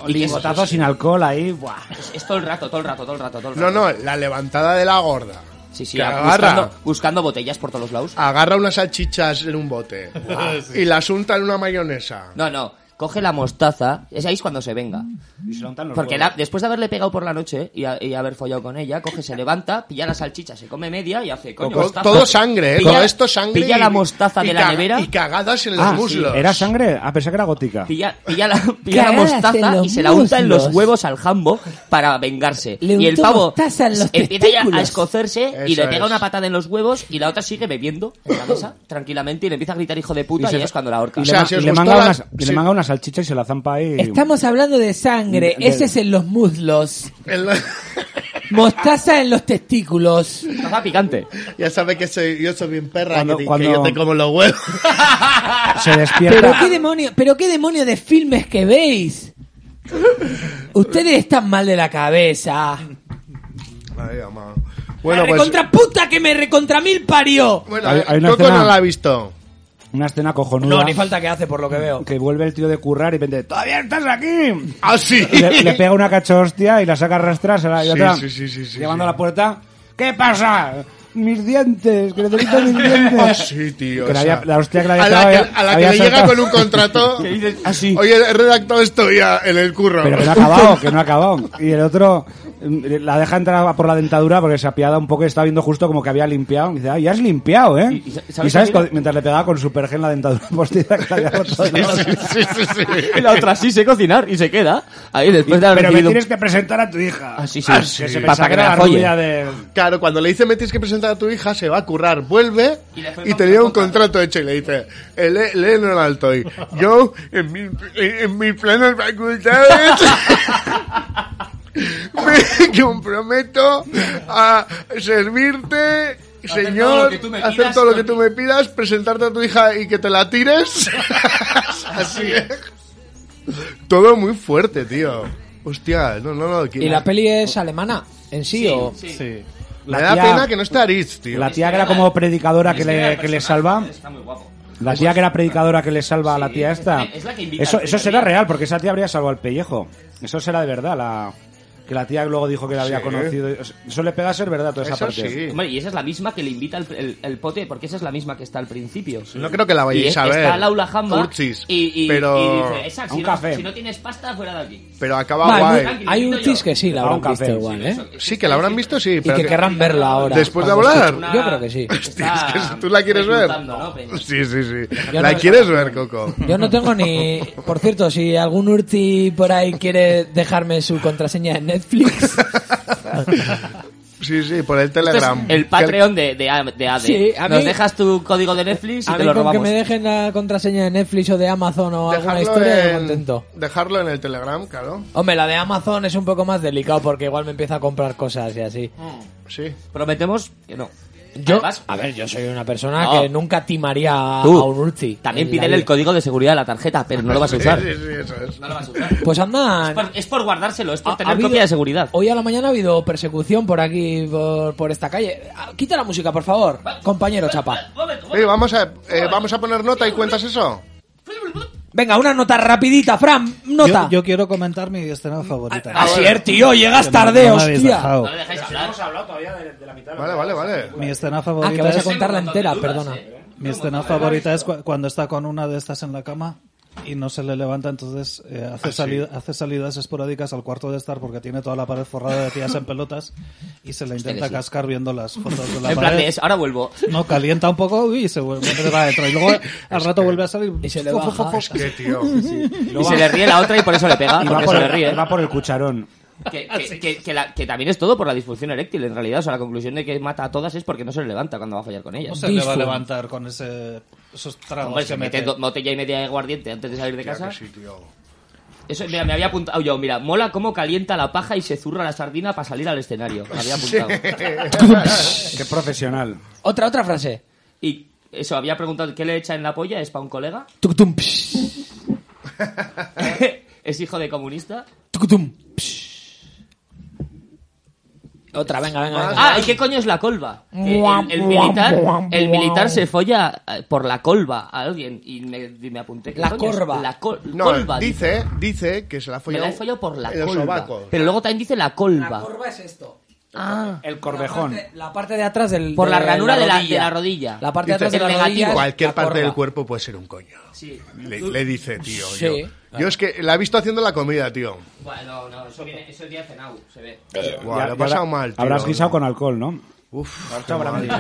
Speaker 5: Y
Speaker 6: Y
Speaker 5: que es-
Speaker 6: botazos sin alcohol ahí, ¡buah!
Speaker 5: es, es todo el rato, todo el rato, todo el rato, todo el
Speaker 4: No,
Speaker 5: rato.
Speaker 4: no, la levantada de la gorda.
Speaker 5: Sí, sí,
Speaker 4: Que
Speaker 5: a-
Speaker 4: agarra.
Speaker 5: buscando, buscando botellas por todos los lados.
Speaker 4: Agarra unas salchichas en un bote
Speaker 9: Sí.
Speaker 4: y las unta en una mayonesa.
Speaker 5: No, no. Coge la mostaza, es ahí es cuando se venga. Porque la- después de haberle pegado por la noche ¿eh? y, a- y haber follado con ella, coge, se levanta, pilla la salchicha, se come media y hace coño.
Speaker 4: Todo-
Speaker 5: mostaza.
Speaker 4: todo sangre, ¿eh?
Speaker 5: Pilla-
Speaker 4: todo esto sangre.
Speaker 5: Pilla
Speaker 4: y-
Speaker 5: la mostaza
Speaker 4: y
Speaker 5: de la
Speaker 4: caga-
Speaker 5: nevera.
Speaker 4: Y cagadas en los
Speaker 6: Ah,
Speaker 4: muslos.
Speaker 6: ¿Era sangre? Ah, pensé que era gótica.
Speaker 5: Pilla, pilla la, pilla la
Speaker 10: Cagadas en
Speaker 5: mostaza
Speaker 10: los
Speaker 5: y se la unta en los
Speaker 10: muslos.
Speaker 5: huevos al jambo para vengarse.
Speaker 10: Le
Speaker 5: y el
Speaker 10: untó
Speaker 5: pavo
Speaker 10: mostaza en los
Speaker 5: empieza ya a
Speaker 10: testículos.
Speaker 5: escocerse y
Speaker 4: Eso
Speaker 5: le pega
Speaker 4: es.
Speaker 5: una patada en los huevos y la otra sigue bebiendo en la mesa tranquilamente y le empieza a gritar hijo de puta y, es cuando la ahorca.
Speaker 4: O
Speaker 6: Y,
Speaker 4: sea,
Speaker 6: le, ma-
Speaker 4: si os
Speaker 6: y le
Speaker 4: gustó
Speaker 6: manga
Speaker 4: la-
Speaker 6: unas- y le
Speaker 4: si-
Speaker 6: manga una salchicha y se la zampa ahí.
Speaker 10: Estamos hablando de sangre,
Speaker 6: De-
Speaker 10: eso es en los muslos.
Speaker 4: El-
Speaker 10: Mostaza en los testículos.
Speaker 5: Mostaza picante.
Speaker 4: ya sabe que soy, yo soy bien perra,
Speaker 6: Cuando-
Speaker 4: que, te-
Speaker 6: cuando-
Speaker 4: que yo te como los huevos.
Speaker 6: Se
Speaker 10: Pero
Speaker 6: despierta.
Speaker 10: qué demonio, pero qué demonio de filmes que veis. Ustedes están mal de la cabeza.
Speaker 4: Ay, mamá.
Speaker 10: Bueno,
Speaker 4: Bueno, pues...
Speaker 10: recontra puta que me recontra mil parió.
Speaker 4: Bueno,
Speaker 6: Hay- hay una
Speaker 4: Coco
Speaker 6: escena-
Speaker 4: no la ha visto.
Speaker 6: Una escena cojonuda.
Speaker 8: No, ni falta que hace por lo que veo.
Speaker 6: Que vuelve el tío de currar y vende. ¡Todavía estás aquí!
Speaker 4: Ah, sí.
Speaker 6: Le, le pega una cacho hostia y la saca arrastrada. Se la y
Speaker 4: Sí,
Speaker 6: otra,
Speaker 4: sí, sí, sí, sí,
Speaker 6: Llevando
Speaker 4: sí.
Speaker 6: a la puerta. ¿Qué pasa? Mis dientes, que necesito mis dientes.
Speaker 4: Ah, sí, tío.
Speaker 6: Que la
Speaker 4: o sea,
Speaker 6: había- la hostia que la había
Speaker 4: a la que,
Speaker 6: pegado había-
Speaker 4: a la que
Speaker 6: había
Speaker 4: le llega
Speaker 6: saltado.
Speaker 4: con un contrato.
Speaker 6: así.
Speaker 4: Oye, he redactado esto ya en el curro.
Speaker 6: "Ah, Pero que no ha acabado, que no ha acabado. Y el otro mm, la deja entrar por la dentadura porque se apiada un poco y está viendo justo como que había limpiado. Y dice, ah, ya has limpiado, ¿eh?
Speaker 5: Y-
Speaker 6: Y,
Speaker 5: y sa-
Speaker 6: sabes,
Speaker 5: ¿sabes qué
Speaker 6: co-
Speaker 5: mira?
Speaker 6: mientras le pegaba con supergen la dentadura postida que la había roto.
Speaker 4: Sí, sí, sí, sí, sí.
Speaker 5: Y la otra sí sé cocinar y se queda ahí después de haber
Speaker 6: Pero me
Speaker 5: Pues recibido un-
Speaker 6: tienes que presentar a tu hija.
Speaker 5: Ah, sí, sí.
Speaker 6: Ah, Que se
Speaker 5: Para-
Speaker 6: pensaba
Speaker 5: para
Speaker 6: que
Speaker 5: que
Speaker 6: era
Speaker 5: la
Speaker 6: la
Speaker 5: folle.
Speaker 6: rubia de...
Speaker 4: Claro, cuando le dice me tienes que presentar a tu hija, se va a currar, vuelve
Speaker 5: Y le firma
Speaker 4: y te
Speaker 5: un
Speaker 4: llega un
Speaker 5: contrato.
Speaker 4: contrato hecho y le dice, "Eh, le- lee en el alto y yo en, mi, en mis plenas facultades me comprometo a servirte,
Speaker 5: todo
Speaker 4: señor,
Speaker 5: lo que tú me
Speaker 4: hacer
Speaker 5: pidas
Speaker 4: todo lo que
Speaker 5: con-
Speaker 4: tú me pidas, presentarte a tu hija y que te la tires. Así es. Todo muy fuerte, tío. Hostia, no, no, no. que-
Speaker 8: ¿Y la peli es alemana en sí, o...?
Speaker 9: Sí.
Speaker 4: me
Speaker 6: la
Speaker 4: da
Speaker 6: tía-
Speaker 4: pena que no esté Aritz, tío.
Speaker 6: La tía que era como predicadora que le, que le salva.
Speaker 5: Está muy guapo.
Speaker 6: La tía que era predicadora que le salva a la
Speaker 5: Pues Sí,
Speaker 6: tía
Speaker 5: es
Speaker 6: esta.
Speaker 5: la- es la que invita
Speaker 6: eso
Speaker 5: al
Speaker 6: eso
Speaker 5: primer
Speaker 6: será
Speaker 5: día.
Speaker 6: real, porque esa tía habría salvado el pellejo. Eso será de verdad, la que la tía luego dijo que la había
Speaker 4: Sí.
Speaker 6: conocido. Eso le pega a ser verdad toda esa
Speaker 4: Eso
Speaker 6: parte.
Speaker 4: sí.
Speaker 5: Hombre, y esa es la misma que le invita el, el- el pote, porque esa es la misma que está al principio.
Speaker 4: No creo que la
Speaker 5: Y
Speaker 4: vayáis
Speaker 5: es-
Speaker 4: a ver.
Speaker 5: Está Laura Jamba
Speaker 4: Curtis,
Speaker 5: y, y-
Speaker 4: pero,
Speaker 5: y dice, esa,
Speaker 6: A
Speaker 5: si,
Speaker 6: un
Speaker 5: no,
Speaker 6: café.
Speaker 5: si no tienes pasta, fuera de aquí.
Speaker 4: pero acaba
Speaker 8: Va, hay-
Speaker 4: guay.
Speaker 8: hay un tis que sí, la
Speaker 6: Va, un
Speaker 8: habrán visto
Speaker 6: café,
Speaker 8: igual, ¿eh?
Speaker 4: Sí, que la habrán visto, sí.
Speaker 8: Y
Speaker 4: Pero
Speaker 8: que querrán verla ahora.
Speaker 4: Después de
Speaker 8: cuando
Speaker 4: hablar.
Speaker 8: escuchen. Yo creo que sí.
Speaker 4: Hostia, es
Speaker 5: Ah.
Speaker 4: que si tú la quieres ver.
Speaker 5: reclutando, ¿no, Peña?
Speaker 4: Sí, sí, sí.
Speaker 8: Yo
Speaker 4: La
Speaker 8: no-
Speaker 4: quieres ver, Coco.
Speaker 8: Yo no tengo ni... Por cierto, si algún Urti por ahí quiere dejarme su contraseña en Netflix...
Speaker 4: Sí, sí, por el
Speaker 5: Esto es
Speaker 4: Telegram.
Speaker 5: el Patreon de, de, A- de AD.
Speaker 8: Sí, a
Speaker 5: Nos
Speaker 8: mí-
Speaker 5: dejas tu código de Netflix y
Speaker 8: A
Speaker 5: te
Speaker 8: mí
Speaker 5: lo
Speaker 8: con que
Speaker 5: robamos.
Speaker 8: me dejen la contraseña de Netflix o de Amazon o alguna historia, yo contento.
Speaker 4: dejarlo en el Telegram, claro.
Speaker 8: Hombre, la de Amazon es un poco más delicado porque igual me empieza a comprar cosas y así.
Speaker 4: Mm, Sí.
Speaker 5: Prometemos que no.
Speaker 8: Yo,
Speaker 5: Además,
Speaker 8: a ver, yo soy una persona
Speaker 5: No.
Speaker 8: que nunca timaría a,
Speaker 5: Tú.
Speaker 8: a Urruti.
Speaker 5: También
Speaker 8: En la
Speaker 5: pídele el
Speaker 8: vida.
Speaker 5: código de seguridad de la tarjeta, pero no lo vas a usar.
Speaker 4: Sí, sí, sí, eso es.
Speaker 5: No lo vas a usar.
Speaker 8: Pues anda.
Speaker 5: Es por, es por guardárselo, es por
Speaker 8: ha- ha
Speaker 5: tener
Speaker 8: habido-
Speaker 5: copia de seguridad.
Speaker 8: Hoy a la mañana ha habido persecución por aquí, por, por esta calle. Ah, Quita la música, por favor, compañero Chapa.
Speaker 4: Oye, vamos a, eh, vamos a poner nota y cuentas eso.
Speaker 8: Venga, una nota rapidita, Fran, nota.
Speaker 9: Yo, yo quiero comentar mi escena favorita.
Speaker 8: Asier, tío, llegas
Speaker 9: Que no-
Speaker 8: tarde,
Speaker 9: no me habéis
Speaker 8: hostia.
Speaker 9: dejado.
Speaker 5: No le dejáis hablar.
Speaker 4: Vale, vale, vale.
Speaker 9: Mi escena
Speaker 8: Ah, que
Speaker 9: favorita
Speaker 8: vas a
Speaker 9: es,
Speaker 8: contarla
Speaker 5: Tengo un
Speaker 8: entera,
Speaker 5: montón de dudas,
Speaker 8: perdona.
Speaker 5: ¿eh?
Speaker 9: mi escena favorita es cu- cuando está con una de estas en la cama y no se le levanta, entonces eh,
Speaker 8: Ah,
Speaker 9: hace, salida- hace salidas esporádicas al cuarto de estar porque tiene toda la pared forrada de tías en pelotas y se le intenta
Speaker 5: que sí.
Speaker 9: cascar viendo las fotos de la
Speaker 5: En plan,
Speaker 9: pared.
Speaker 5: de es, ahora vuelvo.
Speaker 9: No, calienta un poco uy, y se vuelve va adentro. Y luego al rato vuelve a salir.
Speaker 8: Y se le
Speaker 9: Fu, fu,
Speaker 8: baja.
Speaker 9: fu, fu.
Speaker 4: Es que, tío.
Speaker 5: Y se le ríe la otra y por eso le pega,
Speaker 6: Y va
Speaker 5: porque
Speaker 6: por
Speaker 5: se
Speaker 6: el-
Speaker 5: le ríe.
Speaker 6: y va por el cucharón.
Speaker 5: Que, que, que- que la- que también es todo por la disfunción eréctil, en realidad. O sea, la conclusión de que mata a todas es porque no se le levanta cuando va a fallar con
Speaker 9: No
Speaker 5: ellas.
Speaker 9: se le va
Speaker 8: Disfo.
Speaker 9: a levantar con ese, esos tragos
Speaker 5: Hombre, se
Speaker 9: que
Speaker 5: mete
Speaker 9: mete.
Speaker 5: do- botella y media de aguardiente antes de salir de
Speaker 4: Claro
Speaker 5: casa.
Speaker 4: que sí, tío.
Speaker 5: Eso, mira, me había apuntado yo. Mira, mola cómo calienta la paja y se zurra la sardina para salir al escenario. Me había apuntado.
Speaker 6: Qué profesional.
Speaker 8: Otra, otra frase.
Speaker 5: Y eso, había preguntado qué le echa en la polla, es para un colega.
Speaker 8: Tucutum, psh,
Speaker 5: es hijo de comunista.
Speaker 8: tucutum, psh. Otra, venga, venga, venga.
Speaker 5: Ah, ¿y qué coño es la colva? Que El, el militar, el militar se folla eh, por la colva a alguien y me, y me apunté. ¿qué
Speaker 8: La
Speaker 5: coño es?
Speaker 8: corva.
Speaker 5: La col-
Speaker 4: No,
Speaker 5: colva.
Speaker 4: dice, dice que se la ha
Speaker 5: Me
Speaker 4: follado.
Speaker 5: la he follado por la
Speaker 4: en los
Speaker 5: colva.
Speaker 4: sobacos.
Speaker 5: Pero luego también dice la colva.
Speaker 8: es esto.
Speaker 5: Ah,
Speaker 6: El corvejón.
Speaker 8: La parte, la parte de atrás del.
Speaker 5: Por la ranura de la- de la rodilla.
Speaker 8: La parte de
Speaker 4: Dice,
Speaker 8: atrás de la
Speaker 5: el
Speaker 8: rodilla.
Speaker 5: negativo.
Speaker 8: es
Speaker 4: Cualquier
Speaker 8: la
Speaker 4: parte del
Speaker 8: corva.
Speaker 4: cuerpo puede ser un coño.
Speaker 5: sí.
Speaker 4: Le, le dice, tío.
Speaker 8: Sí,
Speaker 4: yo. Yo es que la he visto haciendo la comida, tío.
Speaker 5: Bueno, no, eso, viene, eso ya cenado, se ve.
Speaker 4: Eh, Buah,
Speaker 6: Eh, Ya-
Speaker 4: lo
Speaker 6: ya
Speaker 4: he pasado
Speaker 6: habrá-
Speaker 4: mal, tío.
Speaker 6: Habrás guisado con alcohol, ¿no?
Speaker 4: Uf, qué mal, tío.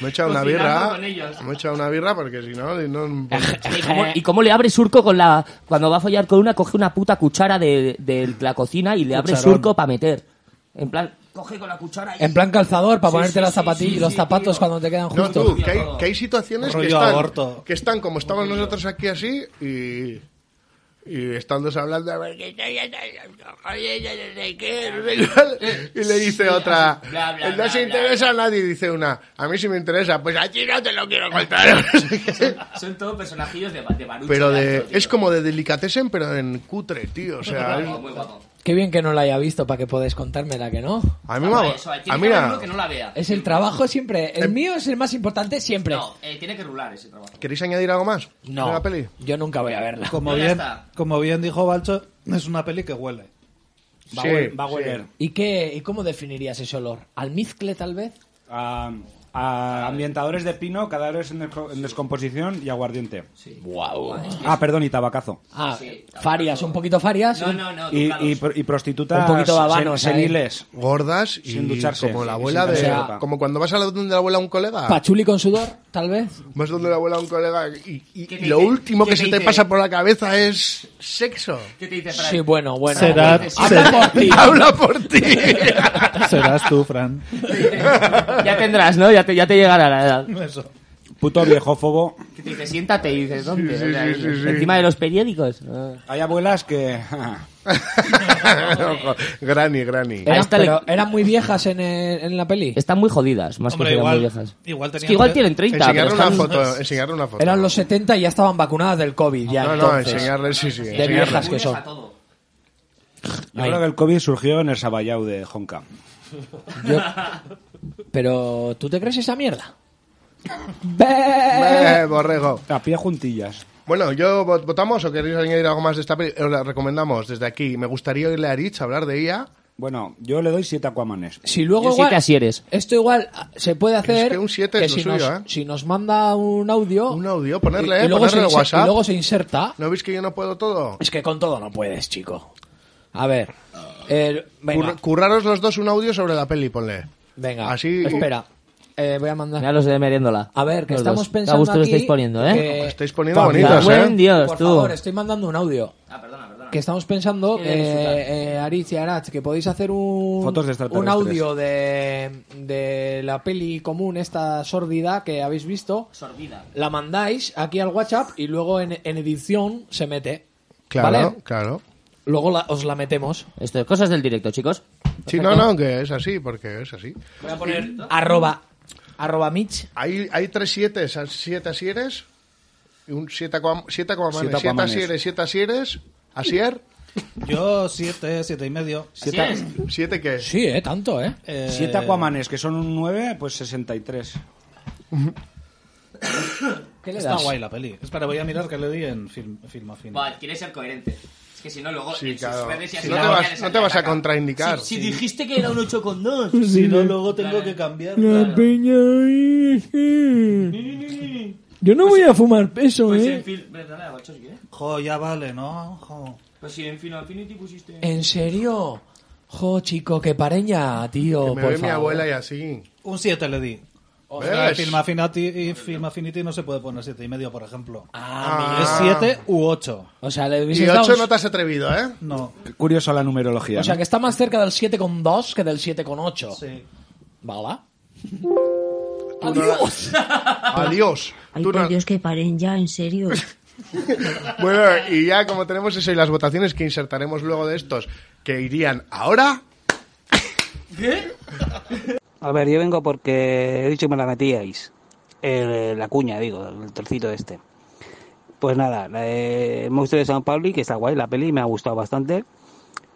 Speaker 4: Me he echado una
Speaker 5: Cocinando
Speaker 4: birra.
Speaker 5: con ellos.
Speaker 4: Me he echado una birra porque si no. no- pues,
Speaker 5: ¿Y cómo, y cómo le abre surco con la. Cuando va a follar con una, coge una puta cuchara de, de la cocina y le abre
Speaker 9: Cucharón.
Speaker 5: surco para meter. En plan, coge con la cuchara y.
Speaker 8: En plan calzador, para ponerte
Speaker 5: sí,
Speaker 8: las
Speaker 5: sí,
Speaker 8: zapatillas,
Speaker 5: sí,
Speaker 8: los
Speaker 5: sí, tío.
Speaker 8: zapatos cuando te quedan
Speaker 4: No,
Speaker 8: justos.
Speaker 4: tú, que hay, que hay situaciones que
Speaker 9: Rollo
Speaker 4: están,
Speaker 9: aborto.
Speaker 4: que están como estamos nosotros aquí así y, y estándose hablando y le dice otra
Speaker 5: bla, bla,
Speaker 4: no
Speaker 5: bla,
Speaker 4: se
Speaker 5: bla,
Speaker 4: interesa a nadie dice una a mí sí me interesa pues a ti no te lo quiero contar
Speaker 5: Son todos personajillos de, de Baruch.
Speaker 4: pero
Speaker 5: de
Speaker 4: de
Speaker 5: alto, tío.
Speaker 4: es como de delicatessen pero en cutre tío o sea es-
Speaker 5: Guapo, muy guapo.
Speaker 8: Qué bien que no la haya visto para que podáis contármela que no.
Speaker 4: a mí me
Speaker 5: Hombre,
Speaker 4: ha-
Speaker 5: eso, eh,
Speaker 4: a
Speaker 5: tiene
Speaker 4: mí
Speaker 5: que
Speaker 4: me
Speaker 5: haber uno
Speaker 4: ha- Em-
Speaker 5: que no la vea.
Speaker 8: Es el trabajo siempre. El mío es el más importante siempre.
Speaker 5: No, eh, tiene que rular ese trabajo.
Speaker 4: queréis añadir algo más
Speaker 8: No,
Speaker 4: de la peli
Speaker 8: yo nunca voy a verla.
Speaker 9: Como
Speaker 5: Ya
Speaker 9: bien,
Speaker 5: está.
Speaker 9: como bien dijo Balcho, es una peli que huele.
Speaker 6: Va,
Speaker 4: Sí,
Speaker 6: a huel- va a hueler.
Speaker 8: ¿Y qué y cómo definirías ese olor? ¿Almizcle tal vez?
Speaker 6: A, a ambientadores de pino, cadáveres en, desco- en descomposición y aguardiente.
Speaker 5: eh.
Speaker 6: Ah, perdón, y tabacazo.
Speaker 8: Ah,
Speaker 5: Sí, claro.
Speaker 8: farias, un poquito farias.
Speaker 5: No, no, no.
Speaker 6: Y,
Speaker 5: tocados.
Speaker 6: y pro- y prostitutas
Speaker 8: Un poquito babanos
Speaker 6: sen-
Speaker 8: ahí.
Speaker 6: seniles.
Speaker 4: gordas y
Speaker 6: Sin ducharse,
Speaker 4: como la
Speaker 6: sí,
Speaker 4: abuela
Speaker 6: sin
Speaker 4: de
Speaker 8: darse la boca.
Speaker 4: como cuando vas a la donde la abuela a un colega
Speaker 8: Pachuli con sudor, tal vez.
Speaker 4: Vas donde la abuela a un colega y, y-
Speaker 5: ¿Qué
Speaker 4: y
Speaker 5: te
Speaker 4: lo
Speaker 5: dice?
Speaker 4: último
Speaker 5: ¿Qué
Speaker 4: que
Speaker 5: te
Speaker 4: se te
Speaker 5: dice?
Speaker 4: pasa por la cabeza es sexo.
Speaker 5: ¿Qué te dice Fran?
Speaker 8: Sí, bueno, bueno.
Speaker 9: Será-
Speaker 8: Habla por ti.
Speaker 4: Habla por ti.
Speaker 9: Serás tú, Fran.
Speaker 5: Ya tendrás, ¿no? Ya te, ya te llegará la edad.
Speaker 9: Eso.
Speaker 6: Puto viejófobo.
Speaker 5: Que te dice, siéntate y dices, ¿dónde?
Speaker 4: sí,
Speaker 5: O sea,
Speaker 4: sí, sí, sí.
Speaker 5: Encima de los periódicos. Ah.
Speaker 6: Hay abuelas que...
Speaker 4: Ojo, granny, granny.
Speaker 5: A
Speaker 8: Eran,
Speaker 5: esta le-
Speaker 8: pero eran muy viejas en, el- en la peli.
Speaker 5: Están muy jodidas, más
Speaker 9: Hombre,
Speaker 5: que eran muy
Speaker 9: igual-
Speaker 5: viejas.
Speaker 9: igual
Speaker 5: es que
Speaker 9: tenían
Speaker 5: igual
Speaker 9: que-
Speaker 5: tienen 30, pero
Speaker 4: Enseñarle una
Speaker 5: están-
Speaker 4: foto, enseñarle una foto.
Speaker 8: Eran los 70 y ya estaban vacunadas del COVID. Ya,
Speaker 4: No, no,
Speaker 8: entonces.
Speaker 4: enseñarle, sí, sí.
Speaker 8: de
Speaker 4: enseñarle.
Speaker 8: viejas que son.
Speaker 6: Yo creo que el COVID surgió en el Sabayau de Honka.
Speaker 8: Pero, ¿tú te crees esa mierda?
Speaker 4: Eh, borrego.
Speaker 6: A pie juntillas.
Speaker 4: Bueno, ¿yo vot- votamos o queréis añadir algo más de esta peli? Os la recomendamos desde aquí. Me gustaría oírle a Rich hablar de ella.
Speaker 6: Bueno, yo le doy siete acuamanes.
Speaker 8: Si luego
Speaker 5: Yo sí
Speaker 8: igual,
Speaker 5: que así eres.
Speaker 8: esto igual ah, se puede hacer
Speaker 4: que un siete es lo
Speaker 8: si,
Speaker 4: suyo,
Speaker 8: nos,
Speaker 4: ¿eh?
Speaker 8: si nos manda un audio
Speaker 4: Un audio, ponerle, eh,
Speaker 8: luego se
Speaker 4: ponerle el
Speaker 8: inser-
Speaker 4: WhatsApp.
Speaker 8: y luego se inserta
Speaker 4: ¿No veis que yo no puedo todo?
Speaker 8: es que con todo no puedes chico a ver eh, venga
Speaker 4: Curr- curraros los dos un audio sobre la peli, ponle.
Speaker 8: venga
Speaker 4: así-
Speaker 8: espera Eh, voy a mandar
Speaker 5: Ya los de meriéndola.
Speaker 8: a ver que
Speaker 5: Los
Speaker 8: estamos
Speaker 5: dos. Qué
Speaker 8: pensando
Speaker 5: A gusto
Speaker 8: aquí
Speaker 5: lo estáis poniendo, ¿eh?
Speaker 8: que-
Speaker 4: Estáis poniendo
Speaker 5: Por
Speaker 4: bonitos,
Speaker 5: buen
Speaker 4: ¿eh?
Speaker 5: Dios,
Speaker 8: por
Speaker 5: tú.
Speaker 8: favor estoy mandando un audio
Speaker 5: Ah, perdona, perdona.
Speaker 8: que estamos pensando, eh, eh, Aritz y Arach, que podéis hacer un,
Speaker 6: Fotos
Speaker 8: un
Speaker 6: de extraterrestres.
Speaker 8: audio de, de la peli común, esta sordida que habéis visto.
Speaker 5: Sorbida.
Speaker 8: La mandáis aquí al WhatsApp y luego en, en edición se mete.
Speaker 11: Claro,
Speaker 8: ¿Vale?
Speaker 11: claro.
Speaker 8: Luego la- os la metemos.
Speaker 5: Esto es cosas del directo, chicos.
Speaker 11: Sí, no, no, que es así, porque es así.
Speaker 8: Voy a poner arroba, arroba Mitch.
Speaker 11: Hay, hay tres siete, son siete asieres, y un siete acuam- siete acuamanes,
Speaker 6: Siete
Speaker 11: siete
Speaker 6: acuamanes.
Speaker 11: asieres, siete asieres, asier,
Speaker 9: Yo siete, siete y medio.
Speaker 5: Así es.
Speaker 11: siete qué es.
Speaker 8: Sí, eh, tanto, eh.
Speaker 9: Eh,
Speaker 6: Siete Aquamanes, que son un 9, pues 63.
Speaker 8: ¿Qué le
Speaker 9: Está
Speaker 8: das?
Speaker 9: guay la peli. Espera, voy a mirar que le di en film, film Affinity.
Speaker 5: Va, quiere ser coherente. Es que si no, luego.
Speaker 11: Sí,
Speaker 5: en sus
Speaker 11: claro.
Speaker 5: redes y
Speaker 11: Si
Speaker 5: así
Speaker 11: no te
Speaker 5: luego
Speaker 11: vas-
Speaker 5: ya les
Speaker 11: no te vas a
Speaker 5: atacan.
Speaker 11: contraindicar.
Speaker 5: Si, si dijiste que era un 8,2.
Speaker 9: Si no, luego tengo
Speaker 5: Claro.
Speaker 9: que cambiar.
Speaker 5: Claro.
Speaker 12: Yo no voy a fumar peso,
Speaker 5: Pues
Speaker 12: eh.
Speaker 5: en fin. Dale a Guacho si quieres.
Speaker 9: Jo, ya vale, ¿no? Jo.
Speaker 5: Pues ¿eh? si en fin, Affinity pusiste.
Speaker 8: ¿En serio? Jo, chico, que pareña, tío.
Speaker 11: Que me
Speaker 8: Oh, por
Speaker 11: ve mi
Speaker 8: favor.
Speaker 11: abuela y así.
Speaker 9: Un 7 le di. Y
Speaker 11: ¿Ves?
Speaker 9: Film Affinity, y Film Affinity no se puede poner siete y medio, por ejemplo.
Speaker 8: Ah,
Speaker 9: Es 7 u 8.
Speaker 8: mi- O sea, le
Speaker 11: Y
Speaker 8: hubieses dado
Speaker 11: ocho
Speaker 8: un-
Speaker 11: no te has atrevido, ¿eh?
Speaker 9: No.
Speaker 6: Qué Curioso la numerología.
Speaker 8: O sea,
Speaker 6: ¿no?
Speaker 8: que está más cerca del 7,2 que del 7,8.
Speaker 9: Sí.
Speaker 8: ¿Vale?
Speaker 11: Tú no- Adiós.
Speaker 13: Ay,
Speaker 11: Tú
Speaker 13: por
Speaker 11: no-
Speaker 13: Dios, que paren ya, en serio.
Speaker 11: Bueno, y ya como tenemos eso y las votaciones que insertaremos luego de estos, que irían ahora,
Speaker 14: A ver, yo vengo porque he dicho que me la metíais. El- la cuña, digo, el trocito este. Pues nada, la de el monstruo de San Pablo, que está guay, la peli me ha gustado bastante.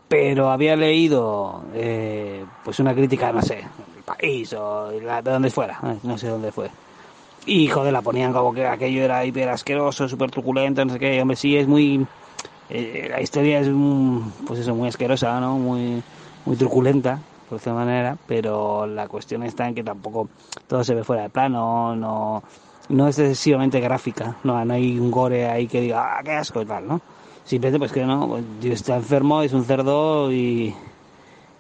Speaker 14: Pero había leído eh, pues una crítica, no sé, el país o la- de dónde fuera, eh, no sé dónde fue. Y joder, la ponían como que aquello era hiper asqueroso, súper truculento, no sé qué. Hombre, sí, es muy. eh, la historia es un- pues eso, muy asquerosa, ¿no? Muy, muy truculenta, por cierta manera. Pero la cuestión está en que tampoco todo se ve fuera de plano, no, no es excesivamente gráfica, no, no hay un gore ahí que diga, ah, qué asco y tal, ¿no? Simplemente, pues que no, pues, tío, está enfermo, es un cerdo y.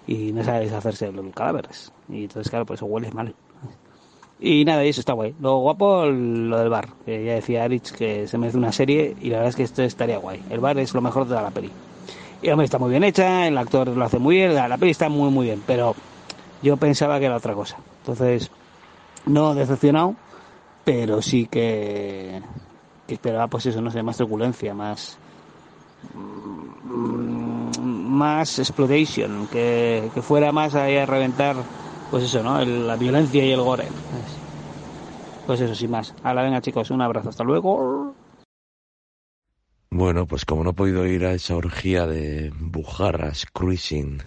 Speaker 14: Y no sabe deshacerse de los cadáveres. Y entonces, claro, por eso huele mal. Y nada, y eso está guay. Lo guapo, lo del bar. Que ya decía Arich que se merece una serie y la verdad es que esto estaría guay. El bar es lo mejor de toda la peli. Y hombre, está muy bien hecha, el actor lo hace muy bien, la, la peli está muy, muy bien, pero yo pensaba que era otra cosa. Entonces, no decepcionado, pero sí que, que esperaba, pues eso, no sé, más truculencia, más. mm, más exploitation, que, que fuera más ahí a reventar, pues eso, ¿no? El- la violencia y el gore. Pues eso, sin más. Hala, venga chicos, un abrazo, hasta luego.
Speaker 15: Bueno, pues como no he podido ir a esa orgía de bujarras, cruising,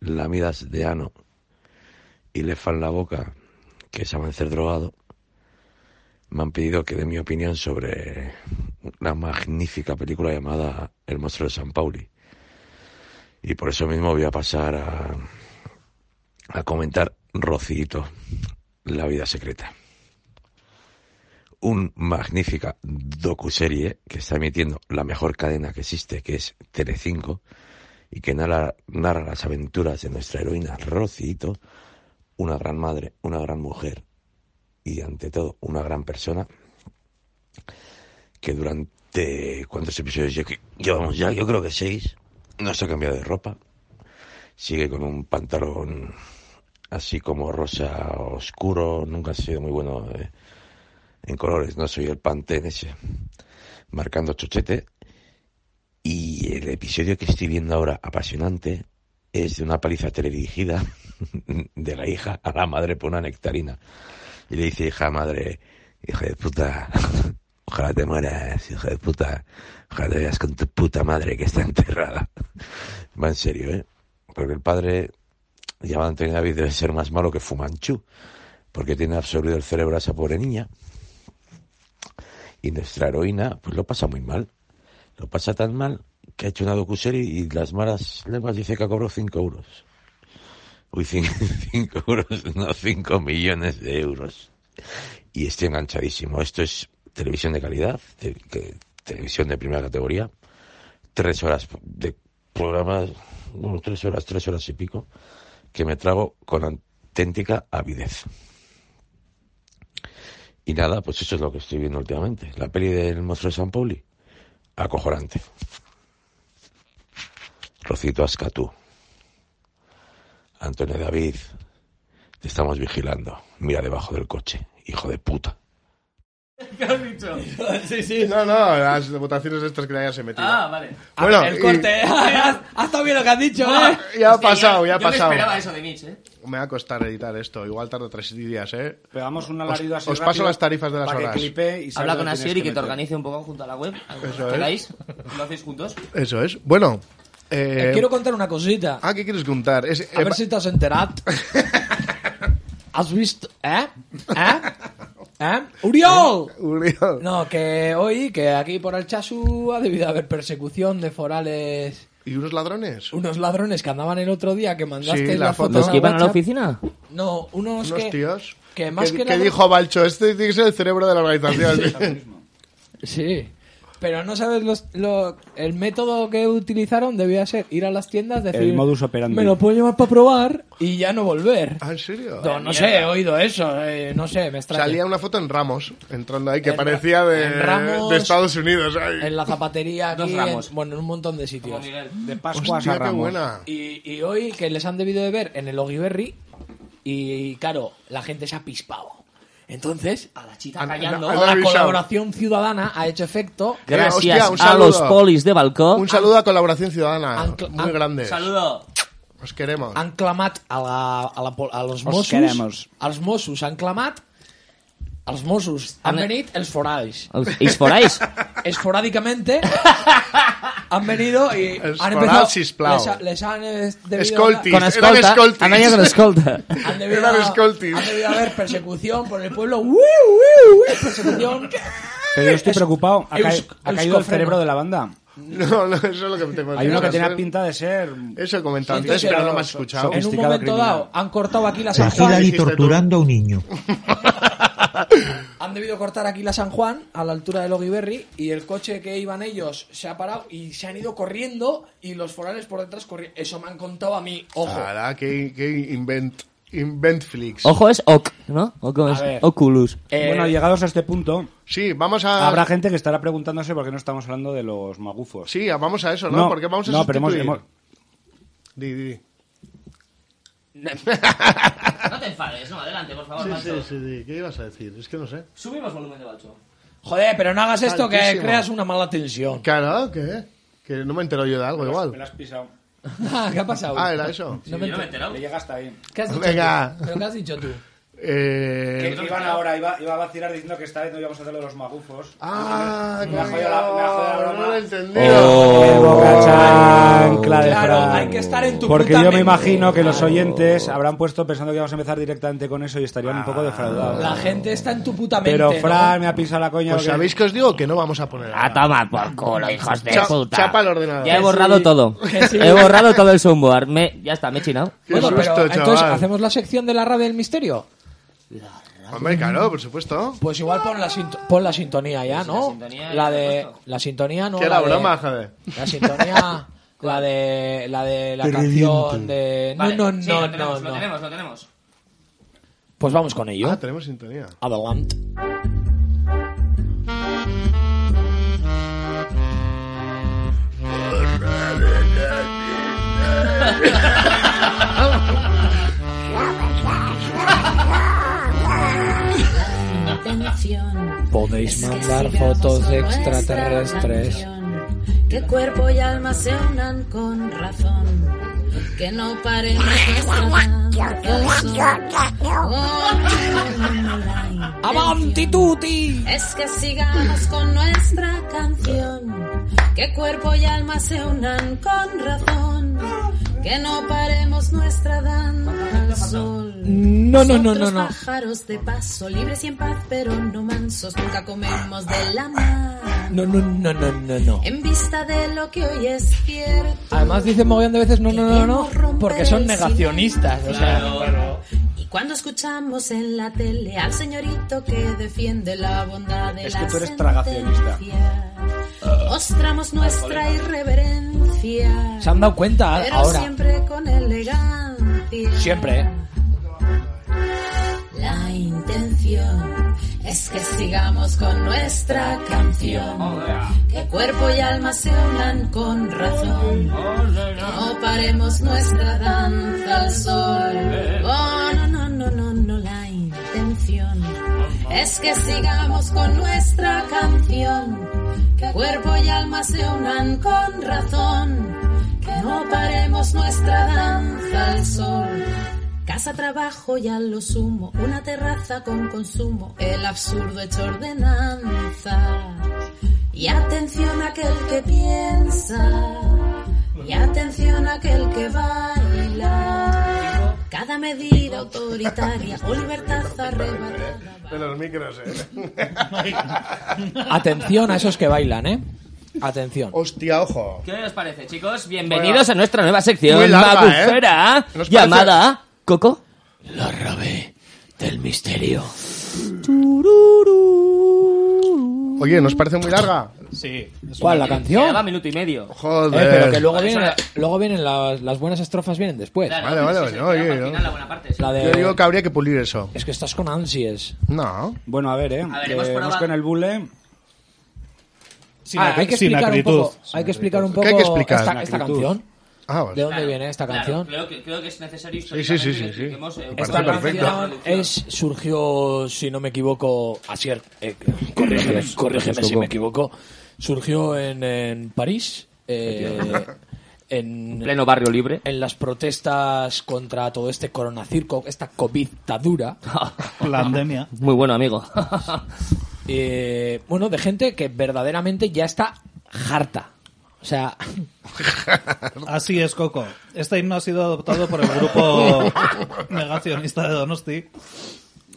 Speaker 15: lamidas de ano y lefan la boca, que es amanecer drogado, me han pedido que dé mi opinión sobre la magnífica película llamada El monstruo de San Pauli. Y por eso mismo voy a pasar a, a comentar Rocito, La vida secreta un magnífica docuserie que está emitiendo la mejor cadena que existe, que es Telecinco, y que narra, narra las aventuras de nuestra heroína Rocito, una gran madre, una gran mujer y ante todo una gran persona que durante cuántos episodios lle- llevamos ya, yo creo que seis, no se ha cambiado de ropa, sigue con un pantalón así como rosa oscuro, nunca ha sido muy bueno. eh, en colores, no soy el pantén ese, marcando chochete. Y el episodio que estoy viendo ahora, apasionante, es de una paliza teledirigida de la hija a la madre por una nectarina. Y le dice, hija, madre, hija de puta, ojalá te mueras, hija de puta, ojalá te veas con tu puta madre que está enterrada. Va en serio, ¿eh? Porque el padre, llamado Antonio David, debe ser más malo que Fumanchu, porque tiene absorbido el cerebro a esa pobre niña y nuestra heroína pues lo pasa muy mal. Lo pasa tan mal que ha hecho una docuserie y las malas lenguas dice que ha cobrado 5 euros. Uy, 5 euros, no 5 millones de euros. Y estoy enganchadísimo. Esto es televisión de calidad, te- que- televisión de primera categoría. Tres horas de programas, bueno, tres horas, tres horas y pico, que me trago con auténtica avidez. Y nada, pues eso es lo que estoy viendo últimamente. La peli del monstruo de San Pauli. Acojonante. Rocito Ascatú. Antonio David, te estamos vigilando. Mira debajo del coche, hijo de puta.
Speaker 4: ¿Qué has dicho? Sí, sí. No, no, las votaciones estas que le hayas metido.
Speaker 8: Ah, vale. A
Speaker 4: Bueno,
Speaker 8: ver, el
Speaker 4: y- Ah,
Speaker 8: corte. has, has estado bien lo que has dicho, ¿eh?
Speaker 4: Ya ha pasado, ya ha pasado.
Speaker 8: de Mitch, ¿eh?
Speaker 4: Me va a costar editar esto. Igual tarda tres días, ¿eh?
Speaker 6: Pegamos un
Speaker 4: Os-
Speaker 6: alarido así
Speaker 4: Os
Speaker 6: rápido
Speaker 4: paso las tarifas de las
Speaker 6: para que
Speaker 4: horas.
Speaker 6: clipe y
Speaker 5: Habla con
Speaker 6: Asier
Speaker 5: Asier y que te organice un poco junto a la web.
Speaker 4: Eso es.
Speaker 5: ¿Queráis? ¿Lo hacéis juntos?
Speaker 4: Eso es. Bueno. eh,
Speaker 8: Os quiero contar una cosita.
Speaker 4: Ah, ¿qué quieres contar? Es, eh,
Speaker 8: A ver
Speaker 4: va-
Speaker 8: si t'has enterat. Has vist... Eh? Eh? Eh? Oriol!
Speaker 4: Uriol.
Speaker 8: No, que hoy, que aquí por el Chasu ha debido haber persecución de forales...
Speaker 4: ¿Y unos ladrones?
Speaker 8: Unos ladrones que andaban el otro día, que mandaste
Speaker 4: Sí, la
Speaker 8: las
Speaker 4: foto.
Speaker 8: fotos
Speaker 4: ¿Los que iban a la
Speaker 8: WhatsApp.
Speaker 5: ¿Oficina?
Speaker 8: No, unos,
Speaker 4: Unos
Speaker 8: que...
Speaker 4: tíos.
Speaker 8: Que más que,
Speaker 4: ¿Qué,
Speaker 8: nada-
Speaker 4: dijo Balcho? Este tiene que ser el cerebro de la organización.
Speaker 8: Sí. Pero no sabes los, lo- el método que utilizaron debía ser ir a las tiendas, decir...
Speaker 6: El modus operandi.
Speaker 8: Me lo puedo llevar para probar y ya no volver.
Speaker 4: Ah, ¿En serio?
Speaker 8: No, no sé, he oído eso, eh, no sé, me extraña.
Speaker 4: Salía una foto en Ramos, entrando ahí, que
Speaker 8: En Ra-
Speaker 4: parecía de,
Speaker 8: en Ramos,
Speaker 4: de Estados Unidos. ay.
Speaker 8: En la zapatería aquí,
Speaker 4: Dos Ramos.
Speaker 8: en- bueno, en un montón de sitios.
Speaker 6: De Pascua
Speaker 4: Hostia,
Speaker 6: a
Speaker 4: qué
Speaker 6: Ramos.
Speaker 4: buena.
Speaker 8: Y, y hoy, que les han debido de ver en el Ogiberri, y claro, la gente se ha pispado. Entonces, a la chita
Speaker 5: Han-
Speaker 8: callando,
Speaker 5: han
Speaker 8: la
Speaker 5: avisado.
Speaker 8: colaboración ciudadana ha hecho efecto.
Speaker 5: Gracias
Speaker 4: Eh, hostia, un
Speaker 5: a
Speaker 4: saludo.
Speaker 5: los polis de balcón.
Speaker 4: Un saludo a Colaboración Ciudadana.
Speaker 8: Ancla-
Speaker 4: muy
Speaker 8: an-
Speaker 4: grandes.
Speaker 5: Saludo.
Speaker 4: Os queremos.
Speaker 8: han clamat a, la, a, la, pol- a los
Speaker 4: Os
Speaker 8: Mossos.
Speaker 4: queremos.
Speaker 8: Els Mossos han clamat els Mossos han
Speaker 5: Han-
Speaker 8: venit els foralls.
Speaker 5: Els- els foralls.
Speaker 8: Esporádicamente han venido y
Speaker 4: Els
Speaker 8: han
Speaker 4: foralls,
Speaker 8: empezado...
Speaker 4: sisplau.
Speaker 8: Les, ha- les han eh, debido...
Speaker 4: Escoltis,
Speaker 5: Con
Speaker 4: eran
Speaker 5: escolta.
Speaker 4: escoltis.
Speaker 5: Han venido con escolta.
Speaker 8: Han debido,
Speaker 4: Eran escoltis.
Speaker 8: han debido haber persecución por el pueblo. ¡Uy, uy, uy! Persecución.
Speaker 6: Pero yo estoy preocupado. ¿Ha,
Speaker 8: Eus-
Speaker 6: ca- ha
Speaker 8: Euskofreno.
Speaker 6: caído el cerebro de la banda?
Speaker 4: No, no, eso es lo que me tengo
Speaker 6: Hay uno que
Speaker 4: hacer.
Speaker 6: tenía pinta de ser...
Speaker 4: Eso he comentado
Speaker 8: Entonces,
Speaker 4: antes, pero no me has
Speaker 8: so-
Speaker 4: escuchado.
Speaker 8: En un momento dado han cortado aquí la San
Speaker 3: La
Speaker 8: Juan.
Speaker 3: Hillary torturando a un niño.
Speaker 8: Han debido cortar aquí la San Juan a la altura de Logiberri y el coche que iban ellos se ha parado y se han ido corriendo y los forales por detrás corriendo. Eso me han contado a mí, ojo.
Speaker 4: Ahora, que, que invent, inventflix.
Speaker 5: Ojo, es Oc, ¿no? ¿O cómo es?
Speaker 6: A ver.
Speaker 5: Oculus.
Speaker 8: Eh,
Speaker 6: Bueno, llegados a este punto...
Speaker 4: Sí, vamos a...
Speaker 6: Habrá gente que estará preguntándose por qué no estamos hablando de los magufos.
Speaker 4: Sí, vamos a eso, ¿no? Porque vamos a
Speaker 6: No, pero hemos-
Speaker 4: sustituir.
Speaker 6: hemos-
Speaker 4: Di, di, di.
Speaker 5: No te enfades, no, adelante, por favor,
Speaker 4: ¿Qué ibas a decir? Es que no sé.
Speaker 5: Subimos volumen de Balcho.
Speaker 8: Joder, pero no hagas esto que
Speaker 4: Altísimo.
Speaker 8: creas una mala tensión.
Speaker 4: Claro, ¿qué? Que no me entero yo de algo
Speaker 6: Me
Speaker 4: Pues igual.
Speaker 6: lo has pisado.
Speaker 8: Ah, ¿Qué ha pasado?
Speaker 4: Ah, era eso.
Speaker 8: No me enter-
Speaker 6: Le llega hasta ahí.
Speaker 8: ¿Qué has dicho
Speaker 4: Venga.
Speaker 8: tú? ¿Pero qué has dicho tú?
Speaker 6: Que
Speaker 4: Eh,
Speaker 6: Iván ahora iba, iba a vacilar diciendo que esta vez no íbamos a hacer lo de los magufos.
Speaker 4: Ah,
Speaker 6: me ha jodido la, me ha jodido la broma. Oh.
Speaker 4: no lo he entendido.
Speaker 6: El boca chancla de
Speaker 8: Claro,
Speaker 6: Fran.
Speaker 8: hay que estar en tu
Speaker 6: Porque
Speaker 8: puta
Speaker 6: yo me
Speaker 8: mente.
Speaker 6: imagino que los oyentes habrán puesto pensando que íbamos a empezar directamente con eso y estarían un poco
Speaker 8: Ah, La
Speaker 6: defraudados.
Speaker 8: gente está en tu puta mente.
Speaker 6: Pero
Speaker 8: ¿no?
Speaker 6: Fran me ha pisado la coña.
Speaker 4: Pues
Speaker 6: porque-
Speaker 4: sabéis que os digo que no vamos a poner.
Speaker 5: A tomar por culo, hijos de
Speaker 4: Cha-
Speaker 5: puta.
Speaker 4: Chapa el ordenador.
Speaker 5: Ya he borrado
Speaker 8: sí,
Speaker 5: todo.
Speaker 8: que sí.
Speaker 5: He borrado todo el soundboard. Me, ya está, me he chinado.
Speaker 4: Qué
Speaker 8: Bueno, pero,
Speaker 4: susto,
Speaker 8: entonces,
Speaker 4: chaval.
Speaker 8: ¿hacemos la sección de la radio del misterio?
Speaker 4: Hombre, claro, por supuesto.
Speaker 8: Pues igual pon la, sinto- pon la sintonía ya,
Speaker 5: Sí,
Speaker 8: ¿no?
Speaker 5: Pues la sintonía ya
Speaker 8: La
Speaker 5: la he
Speaker 8: de... La sintonía no...
Speaker 4: que era
Speaker 8: la de-
Speaker 4: broma, joder.
Speaker 8: La sintonía... La de la, de la canción de... No,
Speaker 5: Vale,
Speaker 8: no,
Speaker 5: sí,
Speaker 8: no,
Speaker 5: lo tenemos,
Speaker 8: no,
Speaker 5: Lo
Speaker 8: no.
Speaker 5: tenemos, lo tenemos.
Speaker 8: Pues vamos con ello.
Speaker 4: Ah, tenemos sintonía.
Speaker 8: Adelante. Podéis mandar fotos de extraterrestres.
Speaker 12: Que cuerpo y alma se unan con razón. Que no paremos nuestra danza. Oh,
Speaker 8: ¡Avanti tutti!
Speaker 12: Es que sigamos con nuestra canción. Que cuerpo y alma se unan con razón. Que no paremos nuestra danza al sol.
Speaker 8: No, no, no, no,
Speaker 12: Nosotros
Speaker 8: no.
Speaker 12: pájaros de paso, libres y en paz, pero no mansos. Nunca comemos de la mar.
Speaker 8: No, no, no, no, no, no.
Speaker 12: En vista de lo que hoy es cierto.
Speaker 8: Además dicen mogollón de veces no, no, no, no, porque son negacionistas. O sea,
Speaker 12: Y cuando escuchamos en la tele al señorito que defiende la bondad de
Speaker 6: Es
Speaker 12: la
Speaker 6: que tú eres
Speaker 12: sentencia,
Speaker 6: tragacionista.
Speaker 12: mostramos nuestra irreverencia,
Speaker 8: se han dado cuenta
Speaker 12: pero
Speaker 8: Ah, ahora. ¿eh?
Speaker 12: siempre con
Speaker 5: ¿eh?
Speaker 12: elegancia.
Speaker 8: Siempre.
Speaker 12: La intención es que sigamos con nuestra canción. Que cuerpo y alma se unan con razón. Que no paremos nuestra danza al sol. Oh, no, no, no, no, no, la intención es que sigamos con nuestra canción. Que cuerpo y alma se unan con razón. Que no paremos nuestra danza al sol. Casa, trabajo y a lo sumo, una terraza con consumo, el absurdo hecho ordenanza. Y atención a aquel que piensa, y atención a aquel que baila. Cada medida autoritaria o libertad arrebatada.
Speaker 4: De los micros, eh.
Speaker 8: Atención a esos que bailan, ¿eh? Atención.
Speaker 4: Hostia, ojo.
Speaker 5: ¿Qué os parece, chicos? Bienvenidos a nuestra nueva sección
Speaker 8: Muy larga,
Speaker 5: babufera
Speaker 8: ¿eh? Nos parece-
Speaker 5: llamada Coco.
Speaker 16: La rave del misterio.
Speaker 4: Oye, ¿nos parece muy larga?
Speaker 9: Sí.
Speaker 8: ¿Cuál, la canción?
Speaker 5: Lleva minuto y medio.
Speaker 4: Joder.
Speaker 8: Eh, pero que luego
Speaker 5: Por eso
Speaker 8: vienen,
Speaker 5: la-
Speaker 8: luego vienen las, las buenas estrofas vienen después.
Speaker 5: Claro,
Speaker 4: Vale, vale, vale. No, oye, yo-
Speaker 8: La de-
Speaker 4: Yo digo que habría que pulir eso.
Speaker 8: Es que estás con ansias.
Speaker 4: No.
Speaker 6: Bueno, a ver, ¿eh?
Speaker 5: A ver,
Speaker 6: que
Speaker 5: hemos probado-
Speaker 6: vamos con el bule.
Speaker 9: Sin
Speaker 8: Ah, hay que
Speaker 9: sin
Speaker 8: explicar un
Speaker 9: acritud.
Speaker 8: poco, hay que explicar un
Speaker 4: ¿Qué
Speaker 8: poco
Speaker 4: hay que explicar?
Speaker 8: esta,
Speaker 4: Sin
Speaker 8: esta
Speaker 4: acritud.
Speaker 8: canción.
Speaker 4: Ah, vale.
Speaker 8: ¿De dónde
Speaker 5: Claro,
Speaker 8: viene esta
Speaker 5: claro,
Speaker 8: canción?
Speaker 5: Creo que, creo que es necesario
Speaker 4: Sí, sí, sí, sí, sí.
Speaker 5: históricamente que expliquemos, eh,
Speaker 4: Parece
Speaker 8: Esta
Speaker 5: cuál es la
Speaker 8: canción
Speaker 5: producción.
Speaker 8: es, surgió, si no me equivoco, Asier, eh, corrígeme, corrígeme si
Speaker 6: Coco.
Speaker 8: me equivoco, surgió en, en París, eh, en
Speaker 5: Pleno barrio libre.
Speaker 8: en las protestas contra todo este coronacirco, esta covidadura,
Speaker 9: Pandemia.
Speaker 5: Muy bueno, amigo.
Speaker 8: eh, bueno, de gente que verdaderamente ya está harta. O sea,
Speaker 9: Así es, Coco. Este himno ha sido adoptado por el grupo negacionista de Donosti,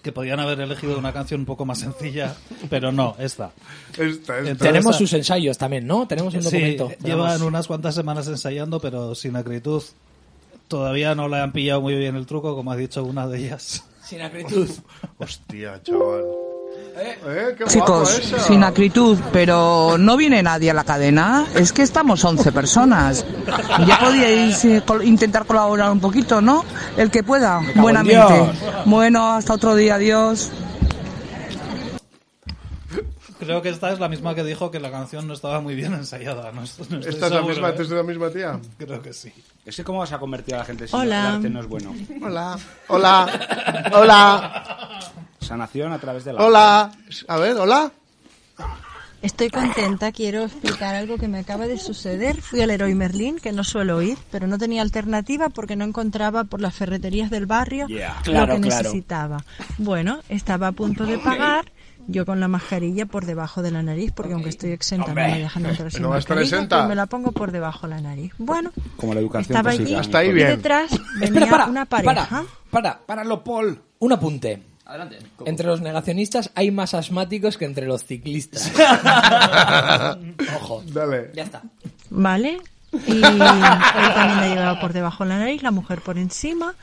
Speaker 9: que podían haber elegido una canción un poco más sencilla, pero no, esta.
Speaker 4: Esta, esta.
Speaker 9: Entonces,
Speaker 8: tenemos
Speaker 9: a-
Speaker 8: sus ensayos también, ¿no? Tenemos un
Speaker 9: Sí,
Speaker 8: documento.
Speaker 9: llevan
Speaker 8: Tenemos-
Speaker 9: unas cuantas semanas ensayando, pero sin acritud. Todavía no le han pillado muy bien el truco, como ha dicho una de ellas.
Speaker 8: Sin acritud.
Speaker 4: Hostia, chaval. Eh, qué guapo
Speaker 2: Chicos,
Speaker 4: eso.
Speaker 2: sin acritud, pero no viene nadie a la cadena. Es que estamos 11 personas. Ya podíais eh, col- intentar colaborar un poquito, ¿no? El que pueda,
Speaker 8: en
Speaker 2: buenamente.
Speaker 8: Dios.
Speaker 2: Bueno, hasta otro día, adiós.
Speaker 9: Creo que esta es la misma que dijo que la canción no estaba muy bien ensayada. No, est- no estoy
Speaker 4: ¿Esta es la
Speaker 9: seguro,
Speaker 4: misma,
Speaker 9: ¿eh?
Speaker 4: esta es la misma tía?
Speaker 9: Creo que sí.
Speaker 6: Es que cómo vas a convertir a la gente si no-
Speaker 9: Hola.
Speaker 6: el arte no es bueno.
Speaker 4: Hola. Hola. Hola.
Speaker 6: Sanación a través de la...
Speaker 4: Hola. A ver, hola.
Speaker 17: Estoy contenta, quiero explicar algo que me acaba de suceder. Fui al Heroi Merlín, que no suelo ir, pero no tenía alternativa porque no encontraba por las ferreterías del barrio
Speaker 18: Yeah.
Speaker 17: lo
Speaker 18: Claro,
Speaker 17: que
Speaker 18: claro.
Speaker 17: necesitaba. Bueno, estaba a punto de pagar, yo con la mascarilla por debajo de la nariz, porque aunque estoy exenta no me
Speaker 18: Hombre.
Speaker 17: dejan entrar sin
Speaker 4: No va a estar
Speaker 17: mascarilla,
Speaker 4: exenta.
Speaker 17: pues me la pongo por debajo de la nariz. Bueno,
Speaker 6: Como la educación
Speaker 17: estaba allí
Speaker 6: básica.
Speaker 4: Hasta ahí
Speaker 17: y
Speaker 4: bien.
Speaker 17: detrás venía
Speaker 8: Espera, para,
Speaker 17: una pareja.
Speaker 8: para, para, páralo, Paul. Un apunte.
Speaker 5: Adelante.
Speaker 8: Entre los negacionistas hay más asmáticos que entre los ciclistas. Ojo.
Speaker 4: Dale.
Speaker 8: Ya está.
Speaker 17: ¿Vale? Y él también la llevaba por debajo de la nariz, la mujer por encima.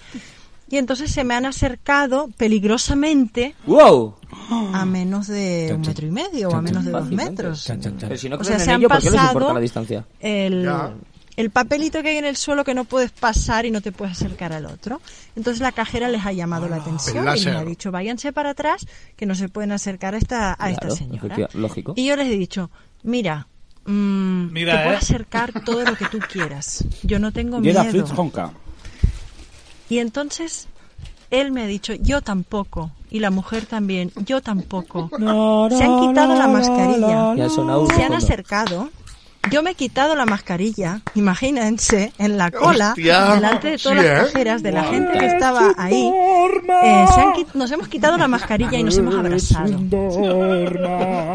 Speaker 17: Y entonces se me han acercado peligrosamente
Speaker 5: ¡Wow!
Speaker 17: a menos de un metro y medio o a menos de dos metros.
Speaker 5: ¿eh? Pero si no
Speaker 17: O
Speaker 5: creen
Speaker 17: sea, se
Speaker 5: en
Speaker 17: han
Speaker 5: ello, ¿por qué les importa
Speaker 17: pasado
Speaker 5: la distancia?
Speaker 17: El,
Speaker 5: Ya.
Speaker 17: el papelito que hay en el suelo que no puedes pasar y no te puedes acercar al otro. Entonces la cajera les ha llamado la atención y les
Speaker 5: Ah, láser.
Speaker 17: ha dicho, váyanse para atrás, que no se pueden acercar a esta, a esta
Speaker 5: Claro,
Speaker 17: señora.
Speaker 5: efectiva- lógico.
Speaker 17: Y
Speaker 8: Eh,
Speaker 17: yo les he dicho, mira, mm,
Speaker 9: Mira,
Speaker 17: te puedo
Speaker 9: ¿eh?
Speaker 17: acercar todo lo que tú quieras. Yo no tengo
Speaker 6: Yeda
Speaker 17: miedo.
Speaker 6: Fritz Honka.
Speaker 17: Y entonces él me ha dicho, yo tampoco. Y la mujer también, yo tampoco. se han quitado la mascarilla.
Speaker 5: Ya ha sonado un
Speaker 17: se han
Speaker 5: fondo.
Speaker 17: acercado. Yo me he quitado la mascarilla, imagínense, en la cola,
Speaker 5: Hostia.
Speaker 17: delante de todas
Speaker 5: Sí,
Speaker 17: las
Speaker 5: ¿eh?
Speaker 17: cajeras, de la
Speaker 5: Guau.
Speaker 17: gente que estestaba ahí. Eh, se han qui- nos hemos quitado la mascarilla y nos hemos abrazado.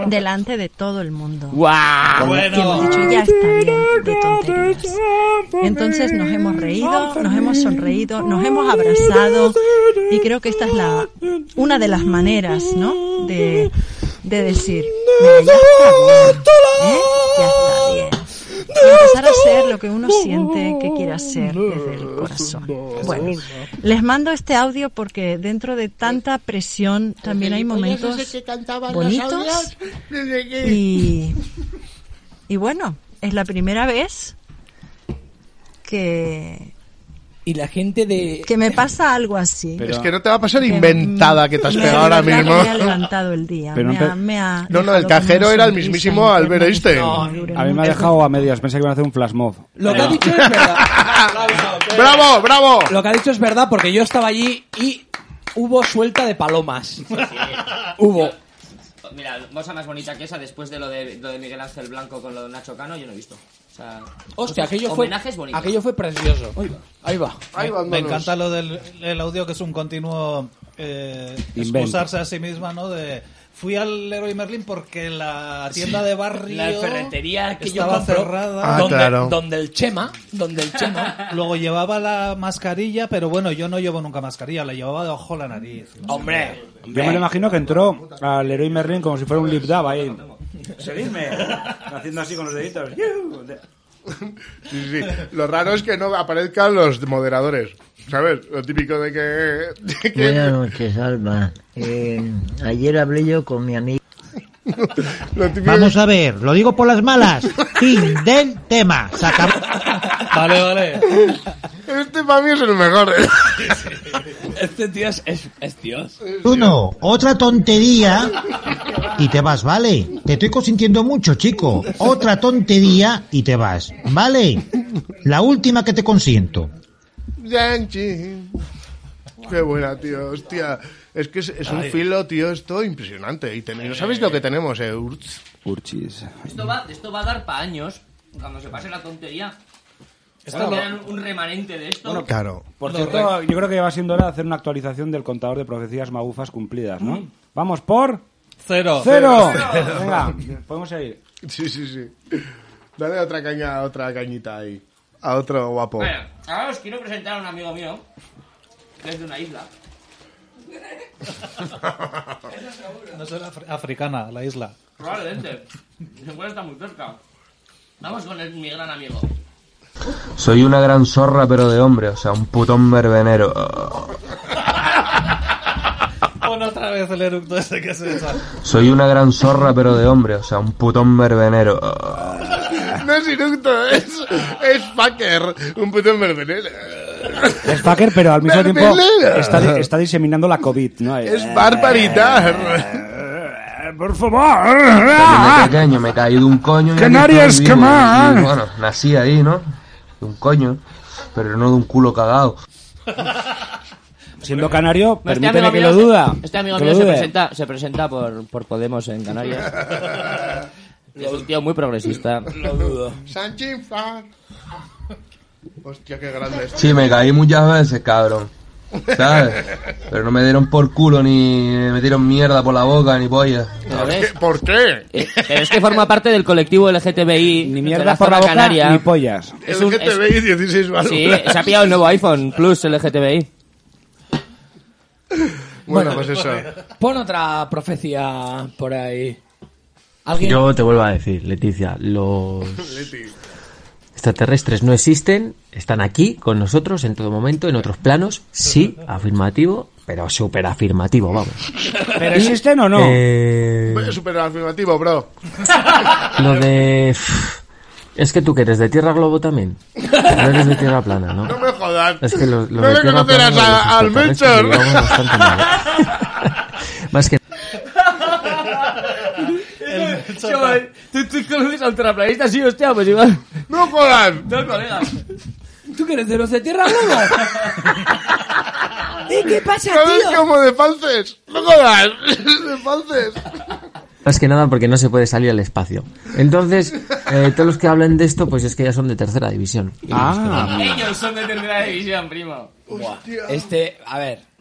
Speaker 17: Delante de todo el mundo.
Speaker 2: Ah,
Speaker 5: ¡Guau!
Speaker 17: Que hemos dicho, ya está bien de tonterías. Entonces nos hemos reído, nos hemos sonreído, nos hemos abrazado y creo que esta es la una de las maneras, ¿no? De, de decir, "Mira, ya está bien, ¿eh? ya está bien. Y empezar a hacer lo que uno siente que quiere hacer desde el corazón. Bueno, les mando este audio porque dentro de tanta presión también hay momentos bonitos y, y bueno, es la primera vez que,
Speaker 8: Y la gente de...
Speaker 17: Que me pasa algo así.
Speaker 4: Es que no te va a pasar
Speaker 17: Que,
Speaker 4: inventada que te has
Speaker 17: mm,
Speaker 4: pegado
Speaker 17: de
Speaker 4: ahora
Speaker 17: verdad que
Speaker 4: mismo.
Speaker 17: Me ha levantado el día.
Speaker 6: Pero
Speaker 17: me
Speaker 6: empe-
Speaker 17: ha- me ha
Speaker 4: No, no, el
Speaker 17: dejado
Speaker 4: cajero
Speaker 17: con una
Speaker 4: era el
Speaker 17: sonrisa
Speaker 4: mismísimo Albert Einstein.
Speaker 6: A mí me ha dejado a medias, pensé que iban a hacer un flash mob.
Speaker 14: Lo que ha dicho es verdad.
Speaker 4: ¡Bravo, bravo!
Speaker 8: Lo que ha dicho es verdad porque yo estaba allí y hubo suelta de palomas. hubo.
Speaker 5: Mira, cosa más bonita que esa después de lo de, lo de Miguel Ángel Blanco con lo de Nacho Cano, yo no he visto. O sea,
Speaker 8: Hostia,
Speaker 5: cosas-
Speaker 8: aquello fue,
Speaker 5: homenajes bonitos.
Speaker 8: aquello fue precioso. Ahí va.
Speaker 9: Me, me encanta lo del el audio que es un continuo eh,
Speaker 6: Invento.
Speaker 9: excusarse a sí misma, ¿no? De fui al Leroy Merlin porque la tienda
Speaker 14: Sí.
Speaker 9: de barrio
Speaker 14: La ferretería que yo
Speaker 9: estaba
Speaker 14: compro,
Speaker 9: cerrada.
Speaker 14: Ah, donde- claro. donde
Speaker 9: el Chema, donde el Chema. Luego llevaba la mascarilla, pero bueno, yo no llevo nunca mascarilla, la llevaba debajo de la nariz.
Speaker 14: Hombre,
Speaker 6: Yo me lo imagino que entró al Leroy Merlin como si fuera un lip dab ahí.
Speaker 4: Seguidme.
Speaker 6: Haciendo así con los deditos.
Speaker 4: Sí, sí. Lo raro es que no aparezcan los moderadores. ¿Sabes? Lo típico de que. de que-
Speaker 10: Buenas noches, Alba. Eh, ayer hablé yo con mi amigo.
Speaker 3: Vamos a ver, lo digo por las malas. Fin del tema. Se acabó.
Speaker 9: Vale, vale.
Speaker 4: Este para mí es el mejor.
Speaker 14: Este tío es, es, es Dios.
Speaker 3: Uno, otra tontería y te vas, ¿vale? Te estoy consintiendo mucho, chico. Otra tontería y te vas, ¿vale? La última que te consiento.
Speaker 4: Yanchi. Qué buena, tío. Hostia. Es que es, es un
Speaker 6: Ay.
Speaker 4: filo, tío, esto impresionante. Y ten- no sabéis lo que tenemos, eh. Urts.
Speaker 6: Urchis.
Speaker 5: Esto va, esto va a dar para años, cuando se pase la tontería.
Speaker 6: Esto
Speaker 5: Bueno,
Speaker 6: lo-
Speaker 5: quedan un remanente de esto.
Speaker 4: claro.
Speaker 6: Por
Speaker 5: Lo
Speaker 6: cierto, yo creo que ya va siendo hora de hacer una actualización del contador de profecías magufas cumplidas, ¿no? Vamos por...
Speaker 9: Cero.
Speaker 6: Cero.
Speaker 4: Cero.
Speaker 6: Cero. Venga, podemos seguir.
Speaker 4: Sí, sí, sí. Dale otra caña, otra cañita ahí. A otro guapo.
Speaker 5: Bueno, ahora os quiero presentar a un amigo mío, que es de una isla.
Speaker 9: No soy afri- africana, la isla.
Speaker 5: Probablemente. Se puede estar muy cerca. Vamos con el- mi gran amigo.
Speaker 2: Soy una gran zorra, pero de hombre, o sea, un putón verbenero.
Speaker 9: Pon otra vez el eructo ese que se usa.
Speaker 2: Soy una gran zorra, pero de hombre, o sea, un putón verbenero.
Speaker 4: No es inucto, es, es fucker. Un puto merdenero.
Speaker 6: Es fucker, pero al mismo tiempo
Speaker 4: Mermelera.
Speaker 6: está, di- está diseminando la COVID, ¿no?
Speaker 4: Es barbaridad.
Speaker 6: Eh, Por favor.
Speaker 4: Ah,
Speaker 2: Desde pequeño me caí de un coño. y aquí
Speaker 6: Canarias,
Speaker 2: estoy vivo,
Speaker 6: come on.
Speaker 2: y Bueno, nací ahí, ¿no? De un coño, pero no de un culo cagado.
Speaker 6: Siendo canario,
Speaker 5: Este
Speaker 6: permíteme
Speaker 5: amigo
Speaker 6: que
Speaker 5: mío
Speaker 6: lo
Speaker 5: se-
Speaker 6: duda.
Speaker 5: Este amigo
Speaker 6: que
Speaker 5: mío
Speaker 6: lo
Speaker 5: se
Speaker 6: dude.
Speaker 5: presenta, se presenta por, por Podemos en Canarias. es un tío muy progresista.
Speaker 4: Lo dudo. Sanchinfar. Hostia, qué grande es.
Speaker 2: Sí, me caí muchas veces, cabrón. ¿Sabes? Pero no me dieron por culo, ni me metieron mierda por la boca, ni polla.
Speaker 5: ¿Lo ves?
Speaker 4: ¿Por qué?
Speaker 5: Eh, Pero es que forma parte del colectivo LGTBI. Ni
Speaker 6: mierda
Speaker 5: de la
Speaker 6: por la
Speaker 5: zona
Speaker 6: boca,
Speaker 5: canaria.
Speaker 6: ni pollas.
Speaker 4: LGTBI 16 válvulas.
Speaker 5: Sí, se ha pillado el nuevo iPhone Plus LGTBI.
Speaker 4: Bueno, pues eso.
Speaker 8: Pon otra profecía por ahí. ¿Alguien?
Speaker 19: Yo te vuelvo a decir, Leticia, los
Speaker 4: Leti.
Speaker 19: Pues, extraterrestres no existen, están aquí con nosotros en todo momento, en otros planos, sí, afirmativo, pero súper afirmativo, vamos.
Speaker 6: ¿Pero existen o no?
Speaker 19: Eh,
Speaker 4: Super afirmativo, bro.
Speaker 19: lo de... Es que tú que eres de tierra globo también. No eres de tierra plana, ¿no?
Speaker 4: No me jodas.
Speaker 19: Es que lo, lo
Speaker 4: no
Speaker 19: de
Speaker 4: le
Speaker 19: tierra
Speaker 4: conocerás
Speaker 19: plana,
Speaker 4: a- al
Speaker 19: los extraterrestres
Speaker 4: Melchor.
Speaker 19: lo llevamos bastante mal. Más que...
Speaker 5: Chaval, ¿tú, tú conoces al terraplanista, sí,
Speaker 6: este
Speaker 5: hostia, pues igual.
Speaker 4: ¡No jodas!
Speaker 5: No, colegas.
Speaker 8: ¿Tú que eres de los de Tierra Globo? ¿Y qué pasa,
Speaker 4: ¿Sabes cómo de falses? ¡No jodas! ¡De falses!
Speaker 19: Más que nada porque no se puede salir al espacio. Entonces, eh, todos los que hablan de esto, pues es que ya son de tercera división. Y
Speaker 5: Ellos son de tercera división, primo.
Speaker 8: Este, a ver.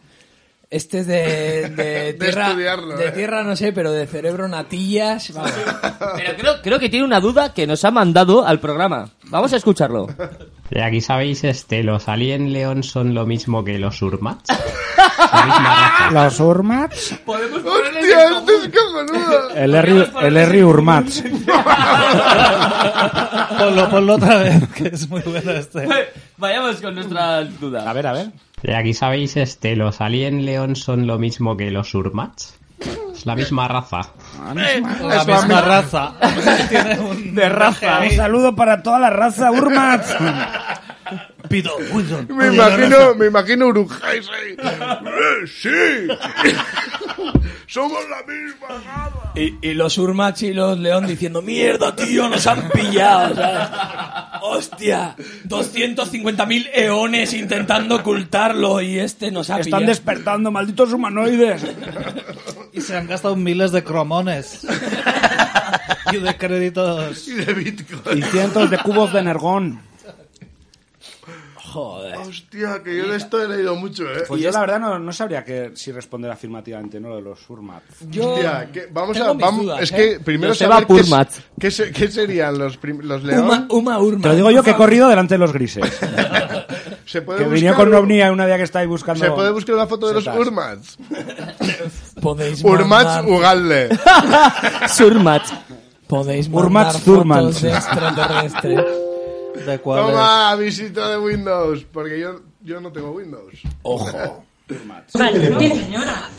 Speaker 8: Este es de, de
Speaker 5: De
Speaker 8: tierra.
Speaker 5: estudiarlo,
Speaker 8: de
Speaker 5: eh.
Speaker 8: tierra no sé, pero de cerebro natillas. vamos.
Speaker 5: Pero creo, creo que tiene una duda que nos ha mandado al programa. Vamos a escucharlo.
Speaker 20: De aquí sabéis, este, los Alien León son lo mismo que los Urmats. La misma raza.
Speaker 6: Los Urmats.
Speaker 5: Podemos
Speaker 4: ¡Hostia, este es cojonudo!
Speaker 6: El R, el R Urmats.
Speaker 9: Ponlo, ponlo otra vez, que es muy bueno este.
Speaker 5: Vayamos con nuestra duda.
Speaker 6: A ver, a ver.
Speaker 20: De aquí sabéis, este, los Alien León son lo mismo que los Urmats. Es la misma raza.
Speaker 8: Eh,
Speaker 9: La
Speaker 20: Es
Speaker 9: misma
Speaker 20: la-
Speaker 9: raza. Tiene un
Speaker 6: Un saludo para toda la raza Urmats.
Speaker 9: pido, Wilson.
Speaker 4: Me
Speaker 9: odio la
Speaker 4: imagino,
Speaker 9: raza.
Speaker 4: me imagino Urujais ahí. ¡Eh, sí! ¡Somos la misma!
Speaker 8: Y, y los Urmachi y los León diciendo, mierda, tío, nos han pillado, ¿sabes? Hostia, 250.000 eones intentando ocultarlo y este nos ha
Speaker 6: Están
Speaker 8: pillado.
Speaker 6: despertando, malditos humanoides.
Speaker 9: Y se han gastado miles de cromones. y de créditos.
Speaker 4: Y de Bitcoin.
Speaker 6: Y cientos de cubos de energón.
Speaker 8: Joder.
Speaker 4: Hostia, que yo de esto he leído mucho, ¿eh?
Speaker 6: Pues yo la verdad no, no sabría que, si responder afirmativamente, ¿no? Lo de los Urmat.
Speaker 4: Yo Hostia, que- vamos a. vamos-
Speaker 8: ¿eh?
Speaker 6: eh.
Speaker 4: es que primero
Speaker 6: se va
Speaker 4: saber qué, se- qué, se- qué serían los, prim- los león.
Speaker 6: Uma-
Speaker 8: Uma Urmat.
Speaker 6: Te lo digo yo que he corrido delante de los grises.
Speaker 4: Se puede
Speaker 6: que
Speaker 4: buscar
Speaker 6: venía con
Speaker 4: un-
Speaker 6: una ovnia una día que estáis buscando.
Speaker 4: Se puede buscar una foto de los
Speaker 6: setas.
Speaker 4: Urmats.
Speaker 8: Podéis
Speaker 4: Urmats
Speaker 8: mandar-
Speaker 4: Ugalde.
Speaker 5: Surmats.
Speaker 8: Podéis
Speaker 4: Urmats
Speaker 8: mandar
Speaker 4: Zurmans.
Speaker 8: fotos de extraterrestre.
Speaker 9: ¿De
Speaker 4: Toma, visita de Windows. Porque yo, yo no tengo Windows.
Speaker 8: Ojo.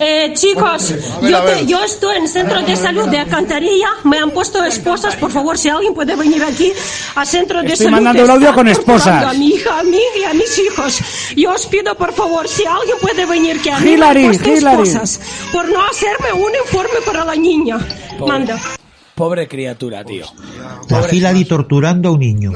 Speaker 14: Eh, chicos,
Speaker 4: A ver, a
Speaker 14: yo, te-
Speaker 4: ver.
Speaker 14: yo estoy en centro de salud de Alcantarilla, me han puesto esposas, por favor, si alguien puede venir aquí al centro de
Speaker 6: Estoy
Speaker 14: salud.
Speaker 6: mandando un
Speaker 14: están
Speaker 6: audio con
Speaker 14: torturando
Speaker 6: esposas.
Speaker 14: A mi hija, a mí y a mis hijos. Yo os pido, por favor, si alguien puede venir, que a mí me han
Speaker 6: Hillary,
Speaker 14: puesto
Speaker 6: Hillary.
Speaker 14: esposas, por no hacerme un informe para la niña.
Speaker 8: Pobre.
Speaker 14: Manda.
Speaker 8: Pobre criatura, tío.
Speaker 3: La Hillary torturando a un niño.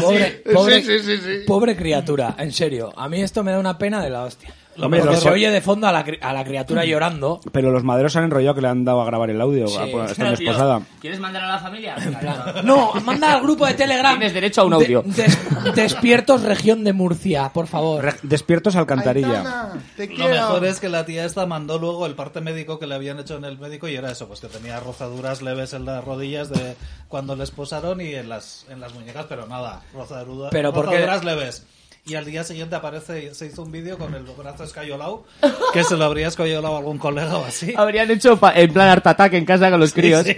Speaker 8: Pobre, pobre,
Speaker 4: Ah, sí,
Speaker 8: pobre criatura, en serio. A mí esto me da una pena de la hostia. Lo
Speaker 6: Hombre,
Speaker 8: que
Speaker 6: lo
Speaker 8: se
Speaker 6: sé.
Speaker 8: oye de fondo a la, cri- a la criatura llorando.
Speaker 6: Pero los maderos han enrollado que le han dado a grabar el audio.
Speaker 8: Sí.
Speaker 6: a- a-
Speaker 8: Pero,
Speaker 6: Estando
Speaker 8: tío,
Speaker 6: esposada.
Speaker 5: ¿Quieres mandar a la familia?
Speaker 8: No, manda al grupo de Telegram.
Speaker 5: Tienes derecho a un audio.
Speaker 8: De- des- despiertos región de Murcia, por favor.
Speaker 6: Despiertos alcantarilla.
Speaker 9: Lo mejor es que la tía esta mandó luego el parte médico que le habían hecho en el médico y era eso, pues que tenía rozaduras leves en las rodillas de cuando les posaron y en las, en las muñecas, pero nada, rozaduras,
Speaker 8: Pero porque-
Speaker 9: rozaduras leves. Y al día siguiente aparece, se hizo un vídeo con el brazo escayolado, que se lo habría escayolado a algún colega o así.
Speaker 5: Habrían hecho pa- en plan Art Attack en casa con los críos.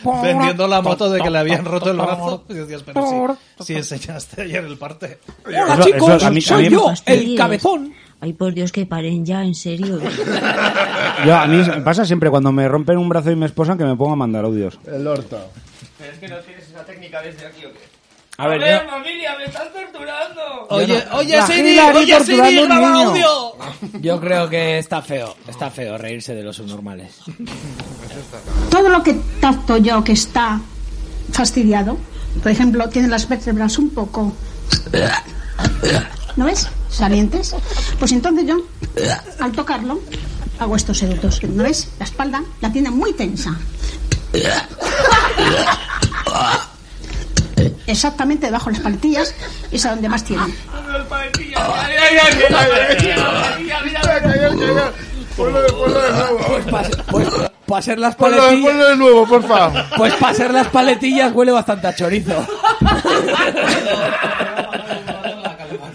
Speaker 9: Sí. Vendiendo la moto de que le habían roto el brazo. Y decías, pero sí, sí enseñaste ayer el parte.
Speaker 8: Hola, Eso- chicos, eso a mí- soy a mí- yo, el cabezón.
Speaker 17: Ay, por Dios, que paren ya, en serio.
Speaker 6: Yo, a mí me pasa siempre cuando me rompen un brazo y me esposan que me pongo a mandar audios.
Speaker 4: El orto.
Speaker 5: Pero es que no tienes esa técnica desde aquí o qué.
Speaker 6: A ver, Joder,
Speaker 5: familia, me estás torturando.
Speaker 8: Oye, oye,
Speaker 5: La
Speaker 8: Siri,
Speaker 5: Hillary
Speaker 8: oye, Siri,
Speaker 5: torturando a un
Speaker 8: graba
Speaker 5: niño.
Speaker 8: audio. Yo creo que está feo, está feo reírse de los subnormales.
Speaker 21: todo lo que tacto yo que está fastidiado, por ejemplo, tiene las vértebras un poco, ¿no ves? Salientes. Pues entonces yo, al tocarlo, hago estos seductos. ¿No ves? La espalda la tiene muy tensa. Exactamente debajo de las paletillas es a donde más tiene.
Speaker 8: Para ser las
Speaker 4: Ponlo-
Speaker 8: paletillas.
Speaker 4: ponlo de nuevo, por favor.
Speaker 8: Pues para ser las paletillas huele bastante a chorizo.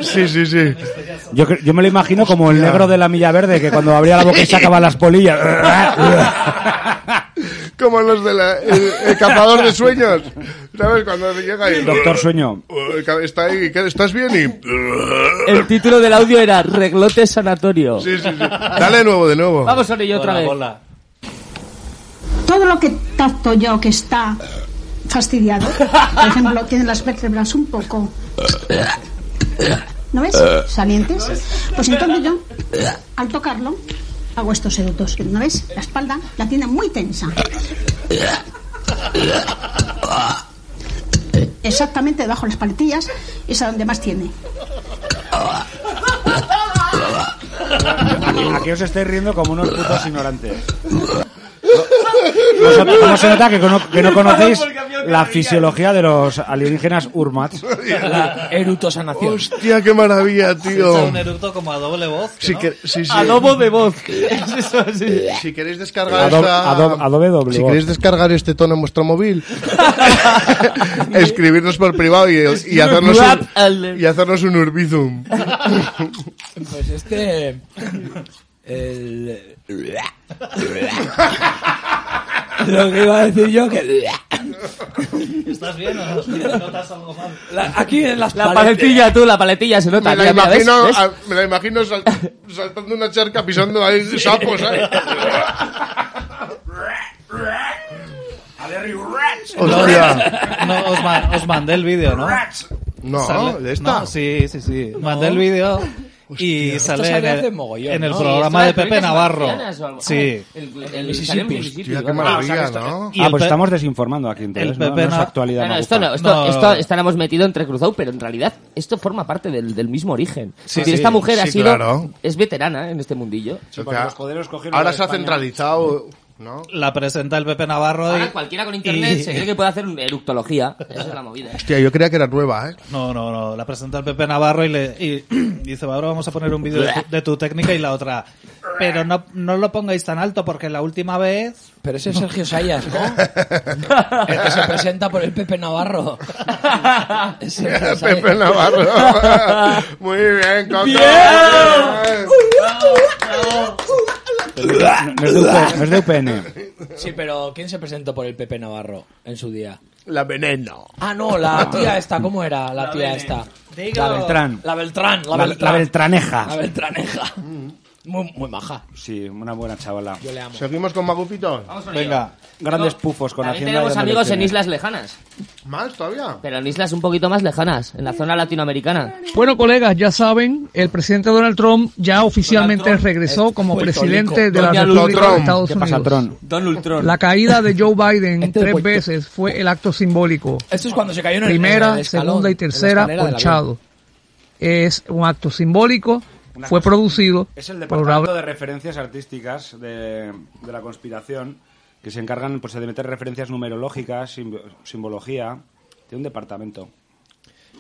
Speaker 4: Sí, sí, sí.
Speaker 6: Yo, cre- yo me lo imagino como el negro de la milla verde que cuando abría la boca y sacaba las polillas.
Speaker 4: Como los de la, el, el cazador de sueños. ¿Sabes? Cuando llega ahí.
Speaker 6: Doctor Sueño.
Speaker 4: Está ahí. ¿qué- ¿Estás bien? Y.
Speaker 5: El título del audio era Reglote Sanatorio.
Speaker 4: Sí, sí, sí. Dale de nuevo, de nuevo.
Speaker 5: Vamos a ello otra
Speaker 4: Hola,
Speaker 5: vez.
Speaker 4: hola.
Speaker 21: todo lo que tacto yo que está fastidiado, por ejemplo, tiene las vértebras un poco, ¿no ves? Salientes. Pues entonces yo, al tocarlo, hago estos seductos. ¿No ves? La espalda la tiene muy tensa. Exactamente debajo de las paletillas es a donde más tiene.
Speaker 6: Aquí os estáis riendo como unos putos ignorantes. Vosotros- ¿Cómo se nota que, cono- que no conocéis la fisiología de los alienígenas Urmats?
Speaker 8: La erutosanación.
Speaker 4: Hostia, qué maravilla, tío.
Speaker 9: Un eructo como a doble voz.
Speaker 4: Si que- sí, sí.
Speaker 5: Adobo de voz.
Speaker 4: Si queréis descargar
Speaker 6: Adobe-
Speaker 4: esta-
Speaker 6: Adobe- Adobe doble
Speaker 4: Si
Speaker 6: voz.
Speaker 4: queréis descargar este tono en vuestro móvil, escribirnos por privado y, y hacernos un, y hacernos un urbizum.
Speaker 8: Pues este. El. Lo que iba a decir yo que.
Speaker 9: ¿Estás bien o no? ¿Notas algo mal?
Speaker 8: La- aquí en las
Speaker 5: La paletilla, tú, la paletilla se nota.
Speaker 4: Me la
Speaker 5: Mira, mira, ¿ves?
Speaker 4: imagino,
Speaker 5: ¿Ves?
Speaker 4: a- me la imagino sal- saltando una charca pisando ahí sapos, ¿eh?
Speaker 9: No, os, ma- os mandé el vídeo, ¿no?
Speaker 11: No,
Speaker 9: Sale-
Speaker 11: ¿de esta?
Speaker 9: No, sí, sí, sí. Mandé el vídeo y
Speaker 8: Esto
Speaker 9: sale en
Speaker 8: sale hace
Speaker 9: el,
Speaker 8: mogollón,
Speaker 9: en el
Speaker 8: ¿no?
Speaker 9: programa
Speaker 8: Sí,
Speaker 9: de
Speaker 8: esto de
Speaker 9: Pepe
Speaker 8: Crónicas
Speaker 9: Navarro.
Speaker 8: Marcianas o algo.
Speaker 9: Sí.
Speaker 8: Ah, el- el- el- sale en Mississippi,
Speaker 11: Hostia, qué maravilla, ¿no?
Speaker 9: Y
Speaker 6: ah,
Speaker 9: el
Speaker 6: pues
Speaker 9: pe-
Speaker 6: estamos desinformando aquí entonces,
Speaker 9: el
Speaker 6: ¿no? No
Speaker 9: Pepe
Speaker 6: es
Speaker 9: Na-
Speaker 6: actualidad
Speaker 5: Claro,
Speaker 6: magufa.
Speaker 5: esto, no, esto,
Speaker 9: No.
Speaker 5: esto estábamos metido entre cruzado, pero en realidad esto forma parte del, del mismo origen.
Speaker 11: Sí,
Speaker 5: Es decir,
Speaker 11: sí,
Speaker 5: esta mujer ha
Speaker 11: sí,
Speaker 5: sido
Speaker 11: claro.
Speaker 5: es veterana en este mundillo.
Speaker 11: O sea, ahora se ha centralizado, ¿no?
Speaker 9: La presenta el Pepe Navarro y...
Speaker 5: Ahora
Speaker 8: Ah,
Speaker 5: cualquiera con internet
Speaker 9: y-
Speaker 5: se cree que puede hacer eructología. Esa es la movida. ¿eh?
Speaker 11: Hostia, yo creía que era nueva, ¿eh?
Speaker 9: No, no, no. La presenta el Pepe Navarro y le y dice, ahora vamos a poner un vídeo de, tu- de tu técnica y la otra. Pero no, no lo pongáis tan alto porque la última vez...
Speaker 8: Pero ese es Sergio Sayas, ¿no? El que se presenta por el Pepe Navarro. Es Sergio Sayas.
Speaker 11: Pepe Navarro. Muy bien, Coco.
Speaker 8: Bien.
Speaker 6: No es de UPN, no es de UPN.
Speaker 8: Sí, pero ¿quién se presentó por el Pepe Navarro en su día?
Speaker 11: La veneno.
Speaker 8: Ah, no, la tía esta, ¿cómo era la, tía esta?
Speaker 9: Digo-
Speaker 6: La Beltrán.
Speaker 8: La Beltrán, la,
Speaker 6: La-
Speaker 8: Beltrán.
Speaker 6: la Beltraneja.
Speaker 8: La Beltraneja. Muy, muy maja.
Speaker 6: Sí, una buena chavala.
Speaker 8: Yo le amo.
Speaker 11: Seguimos con Magupitos.
Speaker 5: con
Speaker 6: Venga, grandes pufos con
Speaker 5: También
Speaker 6: Hacienda.
Speaker 5: tenemos
Speaker 6: dando
Speaker 5: amigos en
Speaker 6: lecciones.
Speaker 5: islas lejanas.
Speaker 11: ¿Más todavía?
Speaker 5: Pero en islas un poquito más lejanas, en la zona latinoamericana.
Speaker 1: Bueno, colegas, ya saben, el presidente Donald Trump ya oficialmente regresó como
Speaker 5: Puerto
Speaker 1: presidente
Speaker 5: Rico.
Speaker 1: de la
Speaker 5: Doña
Speaker 1: República
Speaker 5: Lutron.
Speaker 1: de Estados
Speaker 5: ¿Qué pasa,
Speaker 1: Unidos.
Speaker 5: Tron? Donald Trump.
Speaker 1: La caída de Joe Biden
Speaker 8: Este es
Speaker 1: tres
Speaker 8: Puerto-
Speaker 1: veces fue el acto simbólico.
Speaker 8: Esto es cuando se cayó en el-
Speaker 1: Primera,
Speaker 8: en el escalón,
Speaker 1: segunda y
Speaker 8: en la
Speaker 1: tercera
Speaker 8: escalera del
Speaker 1: ponchado. Es un acto simbólico,
Speaker 6: Una
Speaker 1: fue
Speaker 6: cosa-
Speaker 1: producido
Speaker 6: Es el
Speaker 1: por una
Speaker 6: departamento de referencias artísticas de, de la conspiración que se encargan pues, de meter referencias numerológicas, simb- simbología. Tiene un departamento.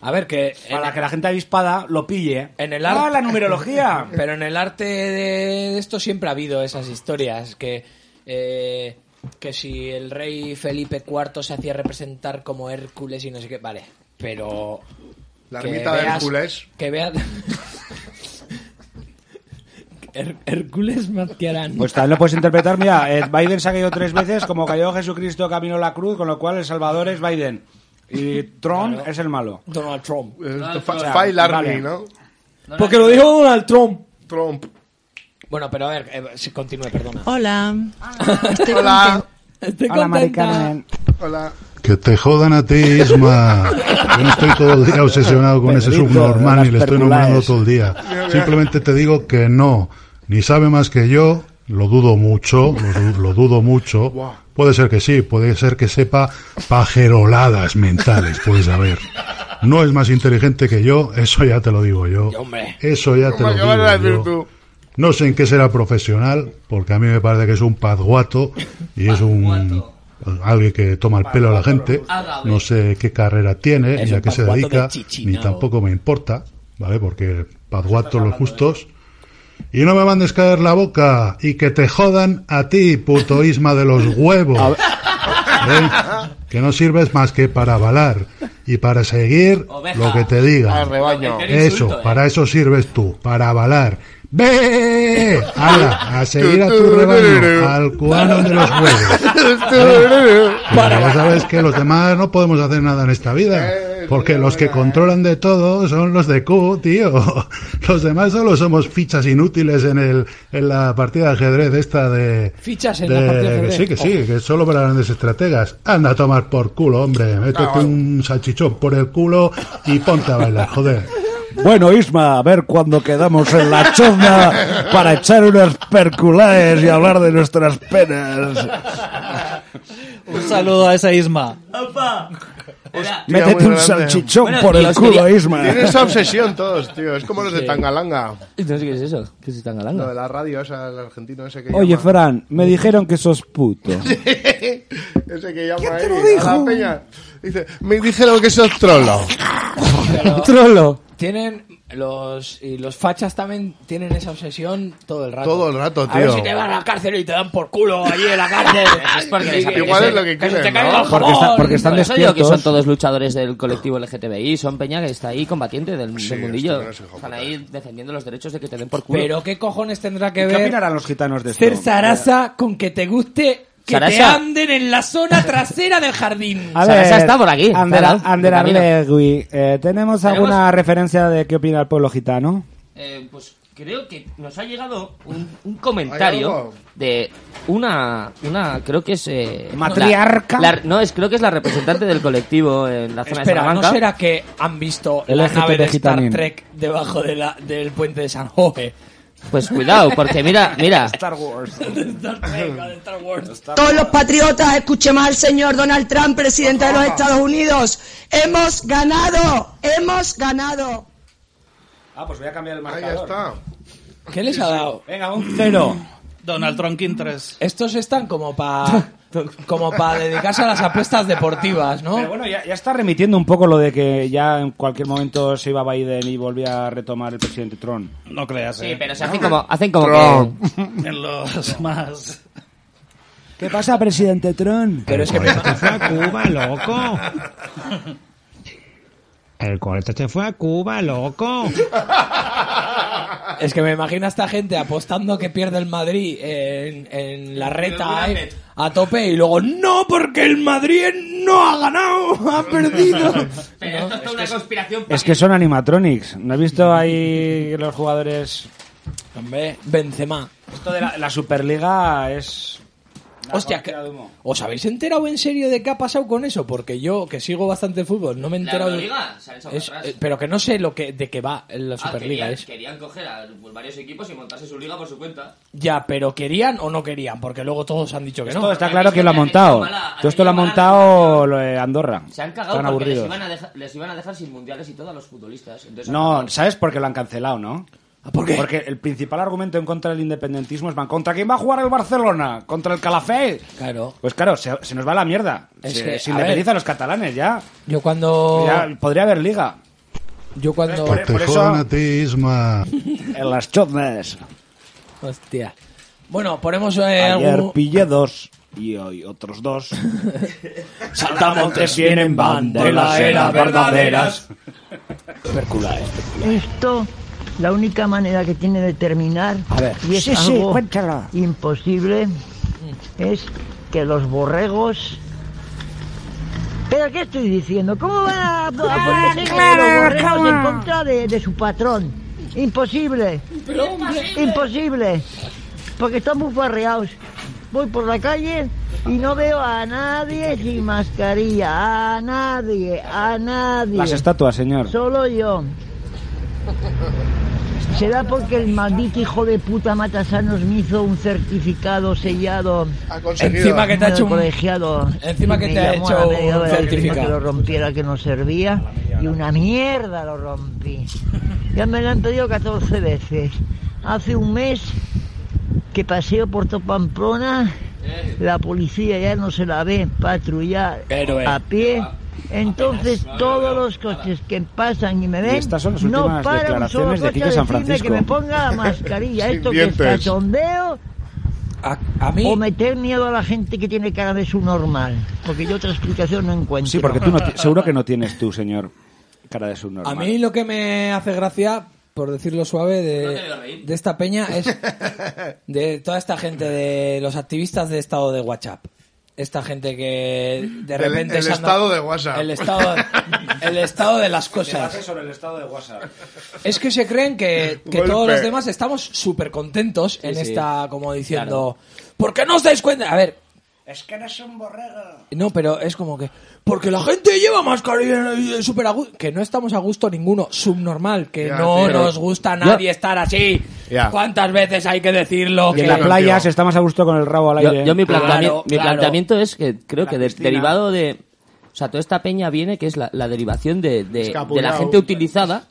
Speaker 8: A ver, que...
Speaker 6: Para que la gente avispada lo pille.
Speaker 8: En el
Speaker 6: ¡Ah,
Speaker 8: arte...
Speaker 6: la numerología!
Speaker 8: Pero en el arte de esto siempre ha habido esas historias que... eh, que si el rey Felipe IV se hacía representar como Hércules y no sé qué... Vale, pero...
Speaker 11: La
Speaker 8: que
Speaker 11: ermita de
Speaker 8: veas-
Speaker 11: Hércules.
Speaker 8: Que veas... Her- Hércules Martiarán.
Speaker 6: Pues también lo puedes interpretar, mira, eh, Biden se ha caído tres veces, como cayó Jesucristo camino a la cruz, con lo cual el Salvador es Biden. Y Trump es el malo.
Speaker 8: Donald Trump.
Speaker 6: O sea,
Speaker 11: Eh, File Army,
Speaker 6: vale.
Speaker 11: ¿no?
Speaker 8: Porque lo dijo Donald Trump.
Speaker 11: Trump.
Speaker 8: Bueno, pero a ver, eh, si continúe, perdona.
Speaker 17: Hola. Estoy
Speaker 11: Hola.
Speaker 17: Estoy
Speaker 6: Hola, Mari
Speaker 17: contenta.
Speaker 6: Carmen.
Speaker 11: Hola.
Speaker 22: Que te jodan a ti, Isma. Yo no estoy todo el día obsesionado con ese
Speaker 6: Pedrito,
Speaker 22: subnormal
Speaker 6: las
Speaker 22: y le estoy nombrando
Speaker 6: perculaes.
Speaker 22: todo el día. Simplemente te digo que no. Ni sabe más que yo. Lo dudo mucho. Lo, du- lo dudo mucho. Puede ser que sí. Puede ser que sepa pajeroladas mentales. Puedes saber. No es más inteligente que yo. Eso ya te lo digo yo. Eso ya te lo
Speaker 11: ¿Cómo que vas a
Speaker 22: digo
Speaker 11: decir
Speaker 22: yo.
Speaker 11: tú?
Speaker 22: No sé en qué será profesional, porque a mí me parece que es un pazguato y es un alguien que toma el pelo a la gente. No sé qué carrera tiene
Speaker 19: Es
Speaker 22: ni a
Speaker 19: un
Speaker 22: qué se
Speaker 19: pazguato de
Speaker 22: dedica, ni
Speaker 19: Chichinabo.
Speaker 22: tampoco me importa, ¿vale? Porque pazguatos los justos. Y no me mandes caer la boca y que te jodan a ti, puto Isma de los huevos. ¿eh?
Speaker 4: Ah,
Speaker 22: Que no sirves más que para avalar y para seguir
Speaker 11: Oveja.
Speaker 22: lo que te digan.
Speaker 11: Al rebaño.
Speaker 4: eh.
Speaker 22: Eso,
Speaker 5: eh.
Speaker 22: para eso sirves tú, para avalar. ¡Ve! ¡Hala! A seguir a tu
Speaker 11: Tu, tu,
Speaker 22: rebaño,
Speaker 11: tu,
Speaker 22: al cubano de los huevos. Pero ya sabes que los demás no podemos hacer nada en esta vida. Porque los que controlan de todo son los de Q, tío. Los demás solo somos fichas inútiles en, el, en la partida de ajedrez esta de...
Speaker 8: Fichas en
Speaker 22: de-
Speaker 8: la partida de ajedrez.
Speaker 22: Eh, que sí, que sí, que solo para grandes estrategas. Anda a tomar por culo, hombre. Métete un salchichón por el culo y ponte a bailar, joder.
Speaker 6: Bueno, Isma, a ver cuando quedamos en la chozna para echar unas perculaes y hablar de nuestras penas.
Speaker 9: Un saludo a esa Isma.
Speaker 6: Métete un salchichón por el culo, Isma.
Speaker 11: Tienen esa obsesión todos, tío. Es como los de
Speaker 5: Sí.
Speaker 11: Tangalanga.
Speaker 5: No sé qué es eso. ¿Qué es Tangalanga?
Speaker 11: Lo de la radio, esa, el argentino ese que
Speaker 6: Oye,
Speaker 11: llama.
Speaker 6: Fran, me dijeron que sos puto.
Speaker 11: ese que llama ahí, a la peña. Dice, me dijeron que sos trolo.
Speaker 6: Trolo.
Speaker 8: Tienen los y los fachas también tienen esa obsesión todo el rato.
Speaker 11: Todo el rato,
Speaker 8: A ver
Speaker 11: tío.
Speaker 8: si te van a la cárcel y te dan por culo allí en la cárcel.
Speaker 5: Es porque les
Speaker 8: Y-
Speaker 5: apetece.
Speaker 11: Igual es lo que
Speaker 8: Que se
Speaker 11: quieren,
Speaker 8: te caiga
Speaker 11: ¿no?
Speaker 8: el Porque está- jabón. porque están
Speaker 5: Por eso digo que
Speaker 8: despiertos.
Speaker 5: son todos luchadores del colectivo LGTBI, son peña que está ahí combatiente del, del mundillo. Están ahí defendiendo los derechos de que te den por culo.
Speaker 8: Pero qué cojones tendrá que
Speaker 5: ¿Y qué
Speaker 8: ver
Speaker 5: opinarán
Speaker 6: los gitanos de esto?
Speaker 8: ser Sarasa con que te guste que te
Speaker 5: Sarasa.
Speaker 8: anden en la zona trasera del jardín.
Speaker 6: A ver, Ander, Ander Arlegui, eh, ¿tenemos alguna referencia de qué opina el pueblo gitano?
Speaker 5: Eh, pues creo que nos ha llegado un, un
Speaker 6: ¿Hay
Speaker 5: comentario
Speaker 6: algo?
Speaker 5: de una, una creo que es... eh,
Speaker 8: Matriarca.
Speaker 5: la- la- no, es, creo que es la representante del colectivo en la zona de
Speaker 8: Espera, ¿no
Speaker 5: Salamanca.
Speaker 8: será que han visto
Speaker 5: El
Speaker 8: la
Speaker 5: LGTB
Speaker 8: nave de Star
Speaker 5: gitanín.
Speaker 8: Trek debajo de la, del puente de San Jorge?
Speaker 5: Pues cuidado, porque mira, mira.
Speaker 8: Star Wars. Star Trek, de Star Wars.
Speaker 14: Todos los patriotas, escuchen más al señor Donald Trump, presidente de los Estados Unidos. Hemos ganado, hemos ganado.
Speaker 6: Ah, pues voy a cambiar el marcador.
Speaker 8: ¿Qué les ha dado?
Speaker 6: Venga,
Speaker 8: un
Speaker 6: cero.
Speaker 8: Donald Tronkin 3. Estos están como para como para dedicarse a las apuestas deportivas, ¿no?
Speaker 6: Pero bueno, ya, ya está remitiendo un poco lo de que ya en cualquier momento se iba Biden y volvía a retomar el presidente Tron.
Speaker 9: No creas.
Speaker 5: Sí,
Speaker 9: eh.
Speaker 5: pero se hacen como- hacen como
Speaker 6: Trump.
Speaker 9: En los más.
Speaker 6: ¿Qué pasa, presidente Tron?
Speaker 9: Pero es que-
Speaker 15: fue a Cuba, loco. El cohete se fue a Cuba, loco.
Speaker 8: Es que me imagino a esta gente apostando que pierde el Madrid en, en la reta ahí, a tope y luego no porque el Madrid no ha ganado, ha perdido.
Speaker 5: Pero esto es toda una conspiración.
Speaker 6: Es que son animatronics. ¿No has visto ahí los jugadores?
Speaker 8: Hombre, Benzema.
Speaker 6: Esto de la, la Superliga es...
Speaker 8: Hostia, que- ¿os habéis enterado en serio de qué ha pasado con eso? Porque yo, que sigo bastante el fútbol, no me he
Speaker 5: La
Speaker 8: enterado. de-
Speaker 5: Euroliga, se ha hecho para
Speaker 8: Es-
Speaker 5: atrás.
Speaker 8: eh, pero que no sé lo que de qué va en la
Speaker 5: Ah,
Speaker 8: Superliga.
Speaker 5: querían,
Speaker 8: es.
Speaker 5: querían coger a pues, varios equipos y montarse su liga por su cuenta.
Speaker 8: Ya, pero ¿querían o no querían? Porque luego todos han dicho que no.
Speaker 6: Esto está claro que lo ha montado. Todo esto lo ha montado lo de Andorra.
Speaker 5: Se han cagado
Speaker 6: Están
Speaker 5: porque les
Speaker 6: aburridos.
Speaker 5: iban, a dejar, les iban a dejar sin mundiales y todo a los futbolistas. Entonces,
Speaker 6: No, ¿sabes por qué lo han cancelado, no?
Speaker 8: Ah,
Speaker 6: Porque el principal argumento en contra del independentismo es, "Man, ¿contra quién va a jugar el Barcelona? ¿Contra el Calafell?
Speaker 8: Claro.
Speaker 6: Pues claro, se, se nos va la mierda.
Speaker 8: Es
Speaker 6: se,
Speaker 8: que,
Speaker 6: se
Speaker 8: a Oh.
Speaker 6: independizan los catalanes ya.
Speaker 8: Yo cuando...
Speaker 6: Ya, podría haber liga.
Speaker 8: Yo cuando...
Speaker 6: Por, por eso...
Speaker 8: Tejón a
Speaker 6: En las chotnes.
Speaker 8: Hostia. Bueno, ponemos eh,
Speaker 6: Ayer
Speaker 8: algún-
Speaker 6: pillé dos y hoy otros dos.
Speaker 8: Saltamontes
Speaker 6: vienen
Speaker 8: banderas, eras verdaderas.
Speaker 6: Perculae.
Speaker 10: Esto, la única manera que tiene de terminar,
Speaker 6: A ver.
Speaker 10: y es
Speaker 6: Sí, sí,
Speaker 10: algo
Speaker 6: cuéntala.
Speaker 10: imposible, es que los borregos... ¿Pero qué estoy diciendo? ¿Cómo van a, a ponerse
Speaker 23: claro,
Speaker 10: los borregos
Speaker 23: ¿cómo?
Speaker 10: en contra de, de su patrón? Imposible. Imposible. Porque están muy farreados. Voy por la calle y no veo a nadie sin mascarilla. A nadie, a nadie.
Speaker 6: Las estatuas, señor.
Speaker 10: Solo yo. ¿Será porque el maldito hijo de puta Matasanos me hizo un certificado sellado?
Speaker 8: Encima que te ha hecho un-
Speaker 10: colegiado.
Speaker 8: Encima
Speaker 10: y
Speaker 8: que
Speaker 10: me
Speaker 8: te ha
Speaker 10: llamó a la
Speaker 8: hecho
Speaker 10: media
Speaker 8: un
Speaker 10: hora diciendo
Speaker 8: certificado.
Speaker 10: Que lo rompiera, que no servía. Y una mierda lo rompí. Ya me lo han pedido 14 veces. Hace un mes que paseo por Topamplona, la policía ya no se la ve patrullar
Speaker 8: Héroe.
Speaker 10: a pie. Entonces todos los coches que pasan y me ven
Speaker 6: Y estas son las
Speaker 10: no
Speaker 6: últimas
Speaker 10: para un solo
Speaker 6: declaraciones de
Speaker 10: coche
Speaker 6: Quique
Speaker 10: a
Speaker 6: San
Speaker 10: decirme que
Speaker 6: Francisco.
Speaker 10: me ponga la mascarilla.
Speaker 6: Sin
Speaker 10: Esto que es
Speaker 6: dientes.
Speaker 10: cachondeo
Speaker 8: a, mí...
Speaker 10: o meter miedo a la gente que tiene cara de su normal. Porque yo otra explicación no encuentro.
Speaker 6: Sí, porque tú no ti- seguro que no tienes tú, señor, cara de subnormal.
Speaker 8: A mí lo que me hace gracia, por decirlo suave, de, de esta peña es de toda esta gente, de los activistas de estado de WhatsApp. Esta gente que de
Speaker 19: El-
Speaker 8: repente...
Speaker 19: el
Speaker 8: se anda-
Speaker 19: estado de WhatsApp.
Speaker 8: El estado, el estado de las cosas.
Speaker 6: sobre el estado de WhatsApp.
Speaker 8: Es que se creen que, que
Speaker 6: Golpe.
Speaker 8: todos los demás estamos súper contentos en
Speaker 6: sí.
Speaker 8: esta, como diciendo, ¿por qué no os dais cuenta? A ver,
Speaker 6: Es que eres un borrego.
Speaker 8: no, pero es como que, porque la gente lleva mascarilla y es súper a gusto. Que no estamos a gusto ninguno, subnormal, que
Speaker 6: Ya,
Speaker 8: no
Speaker 6: tío.
Speaker 8: nos gusta a nadie estar así.
Speaker 6: Ya.
Speaker 8: ¿Cuántas veces hay que decirlo?
Speaker 6: Y en la playa se está más a gusto con el rabo al
Speaker 5: Yo,
Speaker 6: aire.
Speaker 5: yo mi, planteami-
Speaker 8: Claro,
Speaker 5: mi
Speaker 8: claro.
Speaker 5: planteamiento es que creo que de-
Speaker 6: piscina.
Speaker 5: derivado de... O sea, toda esta peña viene que es la, la derivación de, de- de la
Speaker 6: Escapulao.
Speaker 5: gente utilizada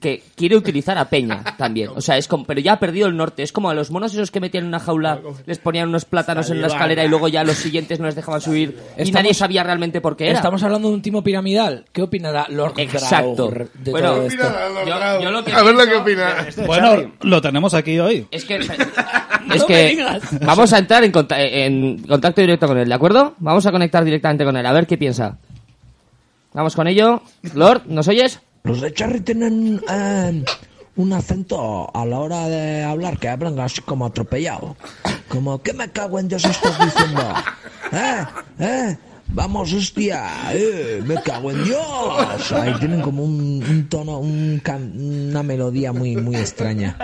Speaker 5: que quiere utilizar a peña también. O sea, es como... Pero ya ha perdido el norte. Es como a los monos esos que metían en una jaula, les ponían unos plátanos en una
Speaker 8: Talibán.
Speaker 5: escalera y luego ya a los siguientes no les dejaban subir y
Speaker 8: Estamos-
Speaker 5: nadie sabía realmente por qué era.
Speaker 8: Estamos hablando de un timo piramidal. ¿Qué opinará Lord
Speaker 5: Exacto.
Speaker 8: Draugr de
Speaker 5: Bueno,
Speaker 8: todo esto?
Speaker 5: Yo, yo lo que
Speaker 19: A ver lo
Speaker 5: pienso-
Speaker 19: que opina.
Speaker 9: Bueno, lo tenemos aquí hoy.
Speaker 5: Es que...
Speaker 9: No
Speaker 5: Es
Speaker 9: me
Speaker 5: que
Speaker 9: digas.
Speaker 5: vamos a entrar en, conta- en contacto directo con él, ¿de acuerdo? Vamos a conectar directamente con él, a ver qué piensa. Vamos con ello. Lord, ¿nos oyes?
Speaker 23: Los de Charry tienen eh, un acento a la hora de hablar que hablan así como atropellado. Como, ¿qué me cago en Dios estás diciendo? ¿Eh? ¿Eh? Vamos, hostia, eh, me cago en Dios. Ahí tienen como un, un tono, un can- una melodía muy, muy extraña.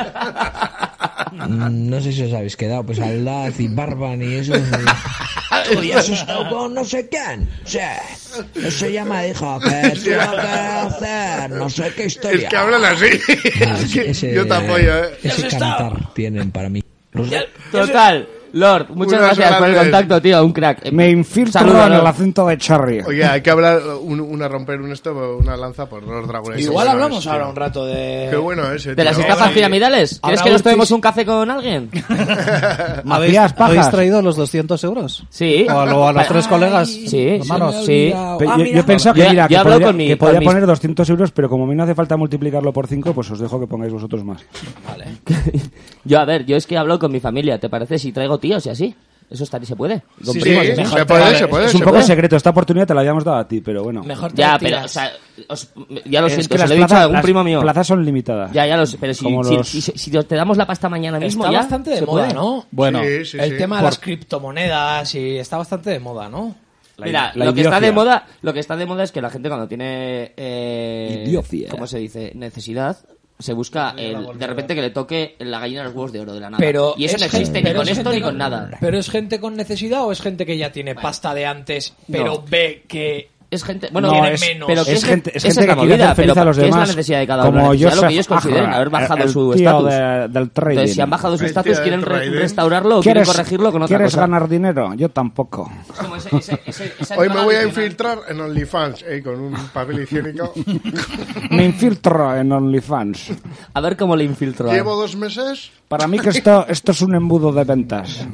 Speaker 23: Mm, No sé si os habéis quedado, pues Aldaz y Barban y eso. y- Oye, has estado con no sé quién. Sí. Eso ya me dijo que tuvo que hacer no sé qué historia. Ah,
Speaker 4: Es que hablan así.
Speaker 23: Ese-
Speaker 4: Yo te apoyo, ¿eh?
Speaker 23: Ese cantar tienen para mí.
Speaker 5: Total. Lord, muchas
Speaker 4: Unas
Speaker 5: gracias por el
Speaker 4: grandes.
Speaker 5: contacto, tío. Un crack.
Speaker 6: Me infiltro
Speaker 5: Saluda,
Speaker 6: en
Speaker 5: Lord.
Speaker 6: el acento de Charry.
Speaker 4: Oye, hay que hablar, un- una romper un esto, una lanza por los dragones.
Speaker 8: Igual
Speaker 4: Qué bueno
Speaker 8: hablamos
Speaker 4: es, tío.
Speaker 8: ahora un rato de...
Speaker 4: Eh, Qué bueno ese.
Speaker 5: ¿De las
Speaker 4: tío.
Speaker 5: estafas
Speaker 4: Sí.
Speaker 5: piramidales? ¿Quieres
Speaker 4: Ahora
Speaker 5: que nos
Speaker 4: Urtis-
Speaker 5: tomemos un café con alguien?
Speaker 9: ¿Habéis,
Speaker 5: Macías Pajas.
Speaker 9: habéis traído los 200 euros?
Speaker 5: Sí.
Speaker 9: ¿O a, lo- a los
Speaker 5: Para-
Speaker 9: tres colegas?
Speaker 5: Sí,
Speaker 9: hermanos?
Speaker 5: sí.
Speaker 6: Pe- yo, yo pensaba que,
Speaker 5: Yo-
Speaker 6: mira,
Speaker 5: yo
Speaker 6: que
Speaker 5: hablo
Speaker 6: podría,
Speaker 5: con mi-
Speaker 6: que
Speaker 5: con
Speaker 6: podría
Speaker 5: mis-
Speaker 6: poner 200 euros, pero como a mí no hace falta multiplicarlo por 5, pues os dejo que pongáis vosotros más.
Speaker 5: Yo, a ver, yo es que hablo con mi familia, ¿te parece? Si traigo tíos y así. Eso está, se puede. Y con
Speaker 4: Sí,
Speaker 5: primos,
Speaker 4: sí,
Speaker 5: es mejor.
Speaker 4: se puede, se puede,
Speaker 6: es
Speaker 4: se
Speaker 6: un poco
Speaker 4: puede.
Speaker 6: secreto, esta oportunidad te la habíamos dado a ti, pero bueno.
Speaker 5: Mejor Ya, te pero, tiras. o sea, os- ya lo
Speaker 6: Es
Speaker 5: siento,
Speaker 6: que
Speaker 5: se
Speaker 6: las
Speaker 5: lo he dicho
Speaker 6: plazas-
Speaker 5: a un
Speaker 6: las
Speaker 5: primo mío.
Speaker 6: plazas son limitadas.
Speaker 5: Ya, ya lo sé, pero si,
Speaker 6: Como
Speaker 5: si-
Speaker 6: los-
Speaker 5: si- si te damos la pasta mañana mismo
Speaker 8: Está
Speaker 5: ya,
Speaker 8: bastante de
Speaker 5: se
Speaker 8: moda,
Speaker 5: puede.
Speaker 8: ¿no?
Speaker 6: Bueno, Sí, sí,
Speaker 8: el
Speaker 6: sí.
Speaker 8: tema de
Speaker 6: Por-
Speaker 8: las criptomonedas y está bastante de moda, ¿no?
Speaker 5: Mira, lo que está de moda, lo que está de moda es que la gente cuando tiene eh,
Speaker 8: Idiofia.
Speaker 5: ¿cómo se dice? necesidad se busca el- de repente que le toque la gallina de los huevos de oro de la nada.
Speaker 8: Pero
Speaker 5: y eso
Speaker 8: es
Speaker 5: no existe
Speaker 8: gente-
Speaker 5: ni
Speaker 8: pero
Speaker 5: con
Speaker 8: es
Speaker 5: esto
Speaker 8: gente
Speaker 5: ni con nada.
Speaker 8: ¿Pero es gente con necesidad o es gente que ya tiene pasta de antes, pero
Speaker 5: No.
Speaker 8: ve que
Speaker 5: es gente, bueno,
Speaker 8: tiene
Speaker 5: es-
Speaker 8: menos?
Speaker 5: pero que
Speaker 6: es
Speaker 5: es-
Speaker 6: gente, es
Speaker 5: esa
Speaker 6: gente
Speaker 5: es la
Speaker 6: que quiere
Speaker 5: movida,
Speaker 6: hacer feliz
Speaker 5: pero
Speaker 6: a los
Speaker 5: ¿qué es la
Speaker 6: demás.
Speaker 5: necesidad de cada uno?
Speaker 6: como
Speaker 5: La necesidad es lo que
Speaker 6: Joseph
Speaker 5: ellos consideren,
Speaker 6: Ahra,
Speaker 5: haber bajado
Speaker 6: el- el
Speaker 5: su
Speaker 6: tío
Speaker 5: estatus.
Speaker 6: de- del trading.
Speaker 5: Entonces, si han bajado su
Speaker 6: El
Speaker 5: estatus,
Speaker 6: tío
Speaker 5: quieren
Speaker 6: del
Speaker 5: re-
Speaker 6: trading.
Speaker 5: restaurarlo o quieren
Speaker 6: ¿Quieres-
Speaker 5: corregirlo con otra
Speaker 6: ¿Quieres
Speaker 5: cosa.
Speaker 6: ganar dinero? Yo tampoco.
Speaker 4: Hoy me voy a infiltrar en OnlyFans, eh, con un papel higiénico.
Speaker 6: Me infiltro en OnlyFans.
Speaker 5: A ver cómo le infiltro. eh.
Speaker 4: Llevo dos meses.
Speaker 6: Para mí que esto, esto es un embudo de ventas.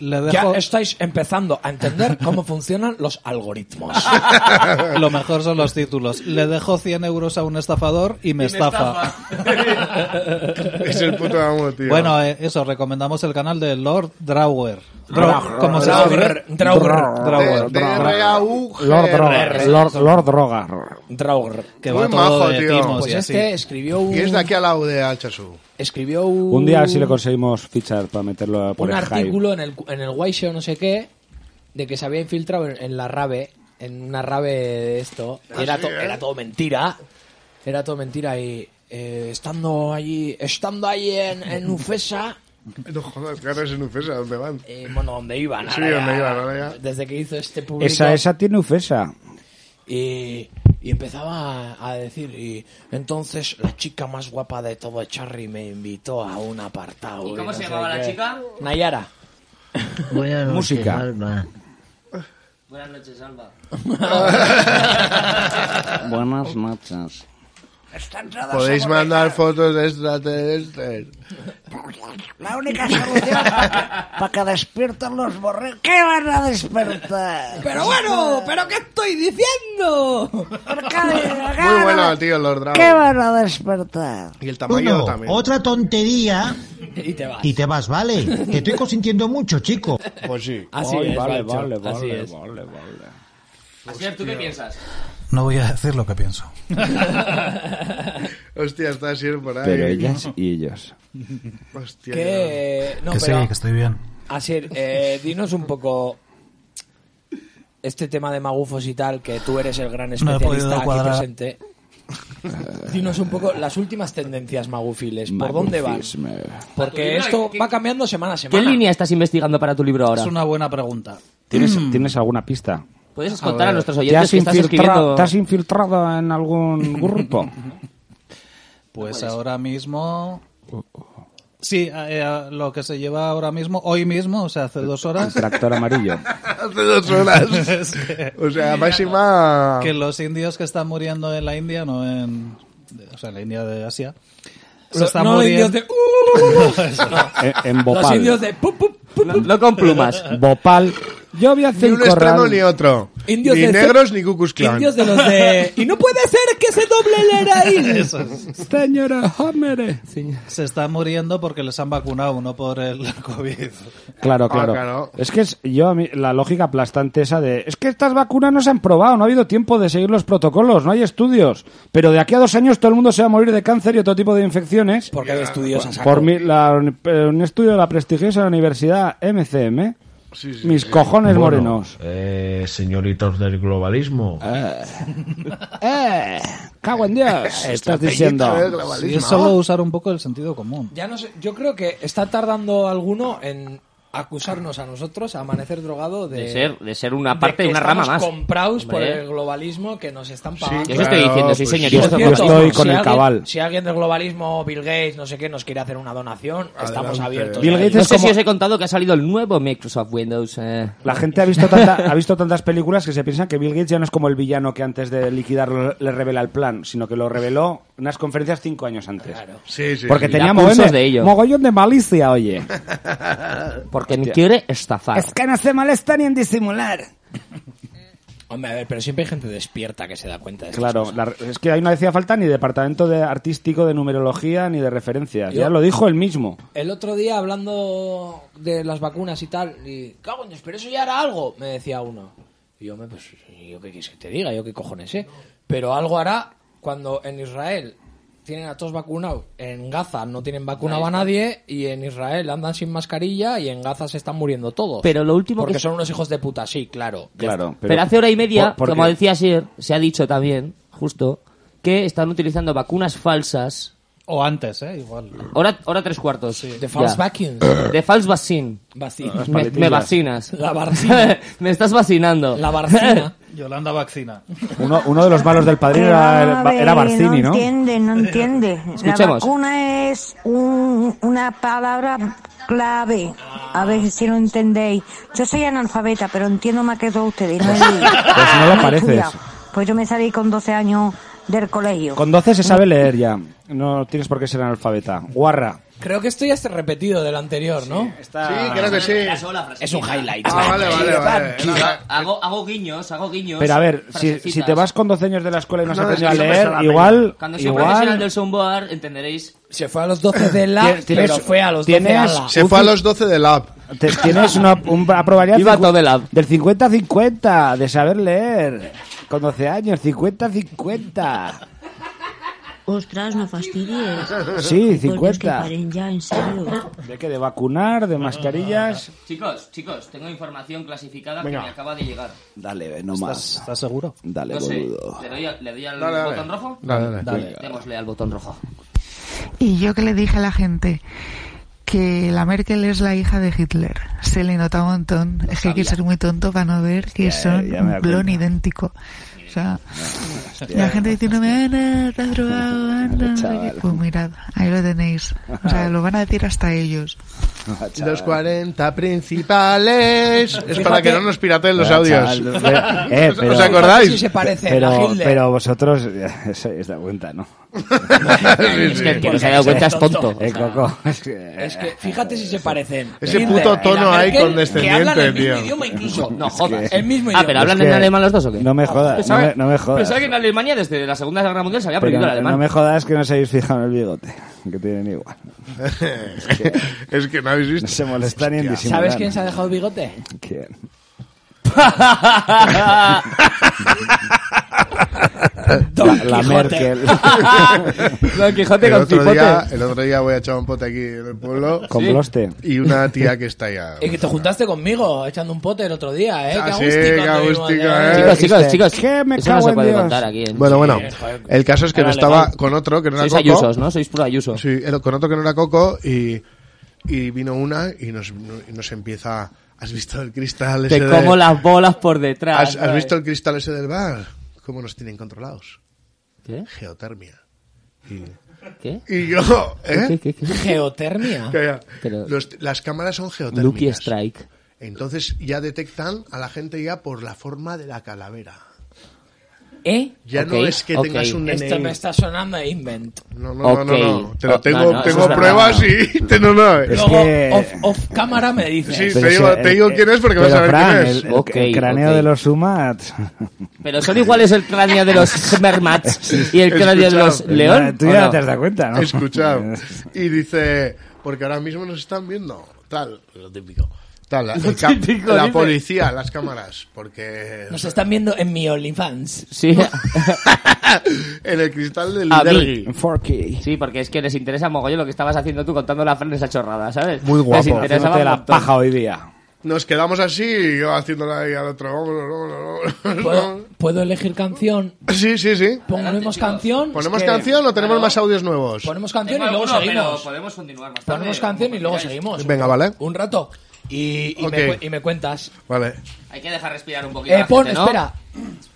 Speaker 8: Ya estáis empezando a entender cómo funcionan los algoritmos.
Speaker 9: Lo mejor son los títulos. Le dejo 100 euros a un estafador y me, estafa.
Speaker 4: es el puto amo, tío.
Speaker 9: Bueno, eh, eso, recomendamos el canal de Lord Drawer. Draw-
Speaker 4: Drawer.
Speaker 9: ¿Cómo se escribe?
Speaker 8: Drawer.
Speaker 9: Drawer. Drawer. Drawer.
Speaker 4: D- D-R-A-U-G-E-R.
Speaker 6: Lord Drogar. Lord, Lord Drogar.
Speaker 8: Drawer.
Speaker 9: Que
Speaker 4: Muy
Speaker 9: va todo
Speaker 4: majo,
Speaker 9: de
Speaker 4: tío.
Speaker 9: timos y
Speaker 8: Pues
Speaker 9: así.
Speaker 8: este escribió un...
Speaker 4: Y es de aquí al lado de Alchasu.
Speaker 8: Escribió un...
Speaker 6: Un día si le conseguimos fichar para meterlo por
Speaker 8: un
Speaker 6: el hype.
Speaker 8: artículo en el, en el White Show no sé qué de que se había infiltrado en, en la rave en una rave de esto y
Speaker 4: Ah,
Speaker 8: era,
Speaker 4: sí,
Speaker 8: to-
Speaker 4: ¿eh?
Speaker 8: era todo mentira era todo mentira y eh, estando allí estando allí en, en Ufesa
Speaker 4: No jodas, caras en Ufesa, ¿dónde van?
Speaker 8: eh, bueno donde iban
Speaker 4: Sí,
Speaker 8: ahora
Speaker 4: donde
Speaker 8: ya,
Speaker 4: iban, ahora ya.
Speaker 8: desde que hizo este público
Speaker 6: Esa, esa tiene ufesa.
Speaker 8: y, y empezaba a, a decir y entonces la chica más guapa de todo Charry me invitó a un apartado
Speaker 5: ¿Y cómo
Speaker 8: no
Speaker 5: se
Speaker 8: sé
Speaker 5: llamaba la
Speaker 8: qué.
Speaker 5: chica?
Speaker 8: Nayara
Speaker 10: Buenas noches,
Speaker 8: Música.
Speaker 10: Alba.
Speaker 5: Buenas noches, Alba.
Speaker 6: Buenas noches.
Speaker 4: Podéis mandar fotos de este. extraterrestres.
Speaker 10: La única solución para que, pa' que despierten los borregos. ¿Qué van a despertar?
Speaker 8: Pero bueno, ¿pero qué estoy diciendo?
Speaker 4: Muy bueno, tío, Lord Dragon.
Speaker 10: ¿Qué van a despertar?
Speaker 4: Y el tamaño
Speaker 3: Bruno,
Speaker 4: también.
Speaker 3: otra tontería
Speaker 8: y te vas.
Speaker 3: y te vas, ¿vale? Te estoy consintiendo mucho, chico.
Speaker 4: Pues sí.
Speaker 8: Así
Speaker 6: Ay,
Speaker 8: es,
Speaker 6: vale,
Speaker 8: Balcho,
Speaker 6: vale, vale,
Speaker 8: así es.
Speaker 6: vale, vale.
Speaker 5: Asier, ¿tú qué piensas?
Speaker 9: No voy a decir lo que pienso.
Speaker 4: Hostia, está así por ahí.
Speaker 6: Pero ellas y ellos.
Speaker 4: Hostia.
Speaker 8: Que, no,
Speaker 9: que
Speaker 8: pero,
Speaker 6: Mm.
Speaker 9: sí, que estoy bien.
Speaker 8: Asier, eh, dinos un poco este tema de magufos y tal, que tú eres el gran
Speaker 9: No he podido
Speaker 8: especialista aquí
Speaker 9: cuadrar.
Speaker 8: presente. Dinos un poco las últimas tendencias magufiles, ¿por dónde van?
Speaker 6: Magufisme.
Speaker 8: Porque esto va cambiando semana a
Speaker 5: ¿Qué
Speaker 8: semana.
Speaker 5: línea estás investigando para tu libro ahora?
Speaker 9: Es una buena pregunta.
Speaker 6: ¿Tienes,
Speaker 8: Mm.
Speaker 6: ¿Tienes alguna pista?
Speaker 5: ¿Puedes
Speaker 9: A
Speaker 5: contar a,
Speaker 9: ver.
Speaker 5: nuestros
Speaker 6: ¿Te
Speaker 5: oyentes
Speaker 6: has,
Speaker 5: que estás
Speaker 6: infiltra-
Speaker 5: escribiendo?
Speaker 6: te has infiltrado en algún grupo?
Speaker 9: Pues ahora mismo... Sí, eh, eh, lo que se lleva ahora mismo, hoy mismo, o sea, hace dos horas,
Speaker 6: Tractor amarillo.
Speaker 4: Hace dos horas. o sea, máxima.
Speaker 9: que los indios que están muriendo en la India, no en... O sea, en la India de Asia. Se
Speaker 8: Lo-
Speaker 9: están
Speaker 8: no, los indios
Speaker 9: muriendo...
Speaker 8: de... uh,
Speaker 6: En, en
Speaker 8: los indios
Speaker 6: Bhopal.
Speaker 8: de... pu, pu, pu, pu.
Speaker 5: No con plumas.
Speaker 6: Bhopal. Yo vi
Speaker 4: Ni
Speaker 6: hace un
Speaker 4: un extremo
Speaker 6: corral.
Speaker 4: ni otro.
Speaker 8: Indios
Speaker 4: ni
Speaker 8: de-
Speaker 4: negros ni Cucus Clan.
Speaker 8: Indios de los de... Y no puede ser que se doble el heroín.
Speaker 9: Eso es.
Speaker 6: Señora Hammer.
Speaker 9: Se están muriendo porque les han vacunado, no por el COVID.
Speaker 24: Ah,
Speaker 6: Claro, claro.
Speaker 4: claro.
Speaker 6: Es que es, yo a mí- la lógica aplastante esa de es que estas vacunas no se han probado, no ha habido tiempo de seguir los protocolos, no hay estudios. Pero de aquí a dos años todo el mundo se va a morir de cáncer y otro tipo de infecciones.
Speaker 8: Porque hay estudios a saco.
Speaker 6: Por mi- la- eh, un estudio de la prestigiosa universidad MCM Mis cojones
Speaker 24: Bueno,
Speaker 6: morenos.
Speaker 24: eh, señoritos del globalismo.
Speaker 6: ¡Eh! ¡Cago en Dios! Estás diciendo.
Speaker 9: Sí, es solo usar un poco el sentido común.
Speaker 8: Ya no sé, yo creo que está tardando alguno en acusarnos a nosotros, a Amanecer Drogado, de,
Speaker 5: De ser, de ser una parte de
Speaker 8: que
Speaker 5: una rama
Speaker 8: estamos
Speaker 5: más.
Speaker 8: comprados por
Speaker 5: Hombre.
Speaker 8: el globalismo que nos están pagando.
Speaker 5: Yo eso estoy diciendo, sí, señor. yo
Speaker 8: Por
Speaker 5: estoy-
Speaker 8: cierto,
Speaker 6: Pues estoy con
Speaker 8: si
Speaker 6: el
Speaker 8: alguien-
Speaker 6: cabal.
Speaker 8: Si alguien del globalismo, Bill Gates, no sé qué, nos quiere hacer una donación, estamos
Speaker 6: Adelante.
Speaker 8: abiertos.
Speaker 6: Bill
Speaker 8: a
Speaker 6: Gates
Speaker 8: ello.
Speaker 5: No sé si os he contado que ha salido el nuevo Microsoft Windows. eh.
Speaker 6: La gente ha visto, tanta- ha visto tantas películas que se piensa que Bill Gates ya no es como el villano que antes de liquidarlo le revela el plan, sino que lo reveló en unas conferencias cinco años antes.
Speaker 24: Sí, sí,
Speaker 6: Porque
Speaker 24: sí.
Speaker 6: tenía
Speaker 24: Da
Speaker 6: mogollón
Speaker 5: cursos
Speaker 6: de,
Speaker 5: de ello.
Speaker 6: mogollón de malicia, oye.
Speaker 5: Porque me
Speaker 6: Hostia.
Speaker 5: quiere estafar.
Speaker 6: Es que no se molesta ni en disimular.
Speaker 8: Hombre, a ver, pero siempre hay gente despierta que se da cuenta de esto.
Speaker 6: Claro, la- es que ahí no decía falta ni departamento de artístico, de numerología, ni de referencias.
Speaker 8: Yo-
Speaker 6: Ya lo dijo él mismo.
Speaker 8: El otro día hablando de las vacunas y tal, y cago en Dios, pero eso ya era algo, me decía uno. Y yo, "Hombre, pues, ¿yo qué quieres que te diga? ¿Yo qué cojones sé? Pero algo hará cuando en Israel tienen a todos vacunados, en Gaza no tienen vacunado a nadie, y en Israel andan sin mascarilla, y en Gaza se están muriendo todos.
Speaker 5: Pero lo último
Speaker 8: Porque
Speaker 5: que-
Speaker 8: son unos hijos de puta, sí, claro. ya
Speaker 6: Claro,
Speaker 8: está.
Speaker 5: Pero, hace hora y media,
Speaker 8: Por- porque-
Speaker 5: como decía ayer, se ha dicho también, justo, que están utilizando vacunas falsas.
Speaker 9: O antes, ¿eh? Igual.
Speaker 5: Ahora, ahora tres cuartos. De
Speaker 9: false vaccines.
Speaker 5: De false vaccine.
Speaker 9: Vaccine. Las
Speaker 5: Me, me
Speaker 9: paletillas.
Speaker 5: vacinas.
Speaker 9: La vacina.
Speaker 5: me estás vacinando.
Speaker 9: La vacina. Yolanda vacina.
Speaker 6: Uno, uno de los malos del padrino era,
Speaker 13: A ver,
Speaker 6: era Barcini,
Speaker 13: No
Speaker 6: ¿no?
Speaker 13: entiende, no entiende. La
Speaker 6: Escuchemos.
Speaker 13: vacuna es un- una palabra clave. A ver si lo entendéis. Yo soy analfabeta, pero entiendo más que todos ustedes. No he-
Speaker 6: Pues no lo
Speaker 13: he
Speaker 6: pareces.
Speaker 13: estudiado. Pues yo me salí con 12 años del colegio.
Speaker 6: Con 12 se sabe leer ya. No tienes por qué ser analfabeta. Guarra.
Speaker 8: Creo que esto ya está repetido del anterior, ¿no?
Speaker 5: Sí, creo que sí. La sola frasecita.
Speaker 8: Es un highlight.
Speaker 5: Ah, vale, vale,
Speaker 11: vale.
Speaker 5: Hago, hago guiños, hago guiños.
Speaker 6: Pero a ver, si, si te vas con 12 años de la escuela y no has
Speaker 5: No,
Speaker 6: aprendido a
Speaker 5: es que no merece
Speaker 6: leer,
Speaker 5: la pena.
Speaker 6: igual,
Speaker 5: Cuando sea profesional
Speaker 6: igual...
Speaker 5: del soundboard, entenderéis.
Speaker 8: Se fue a los 12 de la,
Speaker 6: Tienes-
Speaker 8: pero fue a los 12
Speaker 6: tienes-
Speaker 8: de la.
Speaker 6: Se fue a los
Speaker 8: 12 de la.
Speaker 6: te- tienes una, un- una probabilidad
Speaker 5: Iba
Speaker 6: cincu-
Speaker 5: todo de lab.
Speaker 6: del 50-50 de saber leer. Con 12 años, 50-50.
Speaker 13: Ostras, no fastidies.
Speaker 6: Sí,
Speaker 13: Porque es que
Speaker 6: 50.
Speaker 13: paren ya, en serio.
Speaker 6: ¿De qué? ¿De vacunar? ¿De mascarillas?
Speaker 5: Chicos, chicos, tengo información clasificada
Speaker 6: Venga.
Speaker 5: que me acaba de llegar.
Speaker 6: Dale, no
Speaker 9: ¿Estás, ¿Estás seguro?
Speaker 6: Dale,
Speaker 5: No sé, ¿le doy, a- le doy al
Speaker 9: Dale, dale.
Speaker 5: botón rojo?
Speaker 9: Dale, dale. Dale.
Speaker 5: Démosle al botón rojo.
Speaker 25: Y yo que le dije a la gente que la Merkel es la hija de Hitler. Se le nota un montón. es que hay que ser muy tonto para no ver que
Speaker 19: Hostia,
Speaker 25: son
Speaker 19: eh, ya me da
Speaker 25: un clon
Speaker 19: cuenta.
Speaker 25: idéntico. O sea,
Speaker 19: hostia.
Speaker 25: la gente diciéndome, "Ah, Ana, te has drogado, Ana. no sé qué". Pues mirad, ahí lo tenéis. O sea, lo van a decir hasta ellos.
Speaker 4: Los 40 principales. Es para
Speaker 25: Fíjate.
Speaker 4: que no nos piraten los
Speaker 6: Ah,
Speaker 4: audios.
Speaker 6: chaval, eh,
Speaker 4: ¿Os-
Speaker 6: pero-
Speaker 4: ¿Os acordáis?
Speaker 6: Pero, pero vosotros eh, os habéis dado cuenta, ¿no?
Speaker 5: Es que el que no se ha dado cuenta es tonto.
Speaker 6: Eh, Coco, es que-
Speaker 8: Es que fíjate si se parecen.
Speaker 5: Ese
Speaker 8: Hitler
Speaker 5: puto
Speaker 8: y la
Speaker 5: tono ahí
Speaker 8: Merkel,
Speaker 5: condescendiente,
Speaker 8: que hablan el mismo
Speaker 5: tío.
Speaker 8: idioma incluso. No
Speaker 5: que-
Speaker 8: jodas. El mismo idioma.
Speaker 5: Ah, pero hablan
Speaker 6: Es que-
Speaker 5: en alemán los dos o qué? Ah,
Speaker 6: No me jodas, no me, no me jodas.
Speaker 5: Pensaba que en Alemania desde la Segunda Guerra Mundial se había
Speaker 6: Pero
Speaker 5: prohibido el
Speaker 6: no,
Speaker 5: alemán.
Speaker 6: no me jodas que no os habéis fijado en el bigote, que tienen igual.
Speaker 4: es que no habéis visto.
Speaker 6: No se molestan ni en disimular.
Speaker 8: ¿Sabes quién se ha dejado el bigote?
Speaker 6: ¿Quién?
Speaker 4: Don
Speaker 6: la
Speaker 4: Quijote.
Speaker 6: Merkel.
Speaker 5: Don Quijote
Speaker 4: el
Speaker 5: con
Speaker 4: otro
Speaker 5: cipote.
Speaker 4: día, El otro día voy a echar un pote aquí en el pueblo.
Speaker 6: Con
Speaker 4: Sí.
Speaker 6: Bloste.
Speaker 4: Y una tía que está allá.
Speaker 5: Eh,
Speaker 8: Y que te juntaste conmigo echando un pote el otro día, ¿eh?
Speaker 4: Ah, sí,
Speaker 8: qué
Speaker 5: este
Speaker 4: qué
Speaker 8: agústico.
Speaker 4: agústico,
Speaker 8: tuvimos,
Speaker 4: eh.
Speaker 8: ¿eh?
Speaker 5: Chicos, chicos, chicos. Eso no se puede contar aquí. en-
Speaker 4: Bueno, bueno.
Speaker 5: Sí, eh, joder.
Speaker 4: El caso es que
Speaker 5: Era
Speaker 4: no estaba
Speaker 5: legal.
Speaker 4: con otro que no era
Speaker 5: Sois
Speaker 4: Coco.
Speaker 5: ayusos, ¿no? Sois puro ayuso.
Speaker 4: Sí, era con otro que no era Coco y, y vino una y nos, y nos empieza... ¿Has visto el cristal ese
Speaker 5: Te
Speaker 4: de-
Speaker 5: como las bolas por detrás.
Speaker 4: ¿Has, has
Speaker 5: ¿sabes?
Speaker 4: visto el cristal ese del bar? ¿Cómo nos tienen controlados?
Speaker 5: ¿Qué?
Speaker 4: Geotermia. Y,
Speaker 5: ¿Qué?
Speaker 4: Y yo, ¿eh?
Speaker 5: ¿Qué, qué, qué?
Speaker 8: Geotermia.
Speaker 4: Que ya.
Speaker 5: Pero-
Speaker 4: Los- las cámaras son geotérmicas.
Speaker 5: Lucky Strike.
Speaker 4: Entonces ya detectan a la gente ya por la forma de la calavera.
Speaker 8: ¿Eh?
Speaker 4: Ya no es que tengas un DNI.
Speaker 8: Esto me está sonando a invent.
Speaker 4: No, no, no, no, no. Te
Speaker 5: Oh,
Speaker 4: lo tengo, tengo pruebas y te no, no. eh.
Speaker 8: Luego, off, off cámara me dices.
Speaker 4: Sí,
Speaker 6: Pero
Speaker 4: te digo,
Speaker 6: si-
Speaker 4: te digo quién es porque vas
Speaker 6: pero
Speaker 4: a ver
Speaker 6: Fran,
Speaker 4: quién es.
Speaker 6: El, el- el cráneo de los Sumats.
Speaker 5: Pero son iguales el cráneo de los Smermats y el cráneo de los
Speaker 6: Escuchad.
Speaker 5: León.
Speaker 6: Tú
Speaker 5: ¿o
Speaker 6: ya
Speaker 5: no?
Speaker 6: te has dado cuenta, ¿no?
Speaker 4: Escuchad. Y dice, porque ahora mismo nos están viendo. Tal, lo típico. Tal, la,
Speaker 8: Lo
Speaker 4: el cap-
Speaker 8: típico,
Speaker 4: la
Speaker 8: dice.
Speaker 4: policía, las cámaras. Porque.
Speaker 8: Nos están viendo en mi OnlyFans.
Speaker 5: Sí.
Speaker 4: en el cristal del
Speaker 5: A
Speaker 4: Lidergi.
Speaker 5: mí. Sí, porque es que les interesa mogollón lo que estabas haciendo tú contando la Fran esa chorrada, ¿sabes?
Speaker 6: Muy
Speaker 5: Les
Speaker 6: guapo.
Speaker 5: interesaba
Speaker 6: Haciéndote
Speaker 5: un
Speaker 6: la
Speaker 5: montón.
Speaker 6: paja hoy día.
Speaker 4: Nos quedamos así y yo haciéndola ahí al otro. Vámonos, vámonos, vámonos.
Speaker 8: ¿Puedo, puedo elegir canción?
Speaker 4: Sí, sí, sí.
Speaker 8: ¿Ponemos canción?
Speaker 4: ¿Ponemos
Speaker 8: Es que-
Speaker 4: canción o tenemos más audios nuevos?
Speaker 8: Ponemos canción y
Speaker 5: Tengo
Speaker 8: luego
Speaker 5: alguno,
Speaker 8: seguimos.
Speaker 5: pero pues, podemos continuar más tarde.
Speaker 8: Ponemos canción y luego seguimos.
Speaker 4: Venga, vale.
Speaker 8: Un rato. Y, y
Speaker 4: Ok.
Speaker 8: me, cu- y me cuentas.
Speaker 4: Vale.
Speaker 5: Hay que dejar respirar un poquito. a
Speaker 8: Eh,
Speaker 5: la
Speaker 8: pon,
Speaker 5: gente, ¿no?
Speaker 8: espera.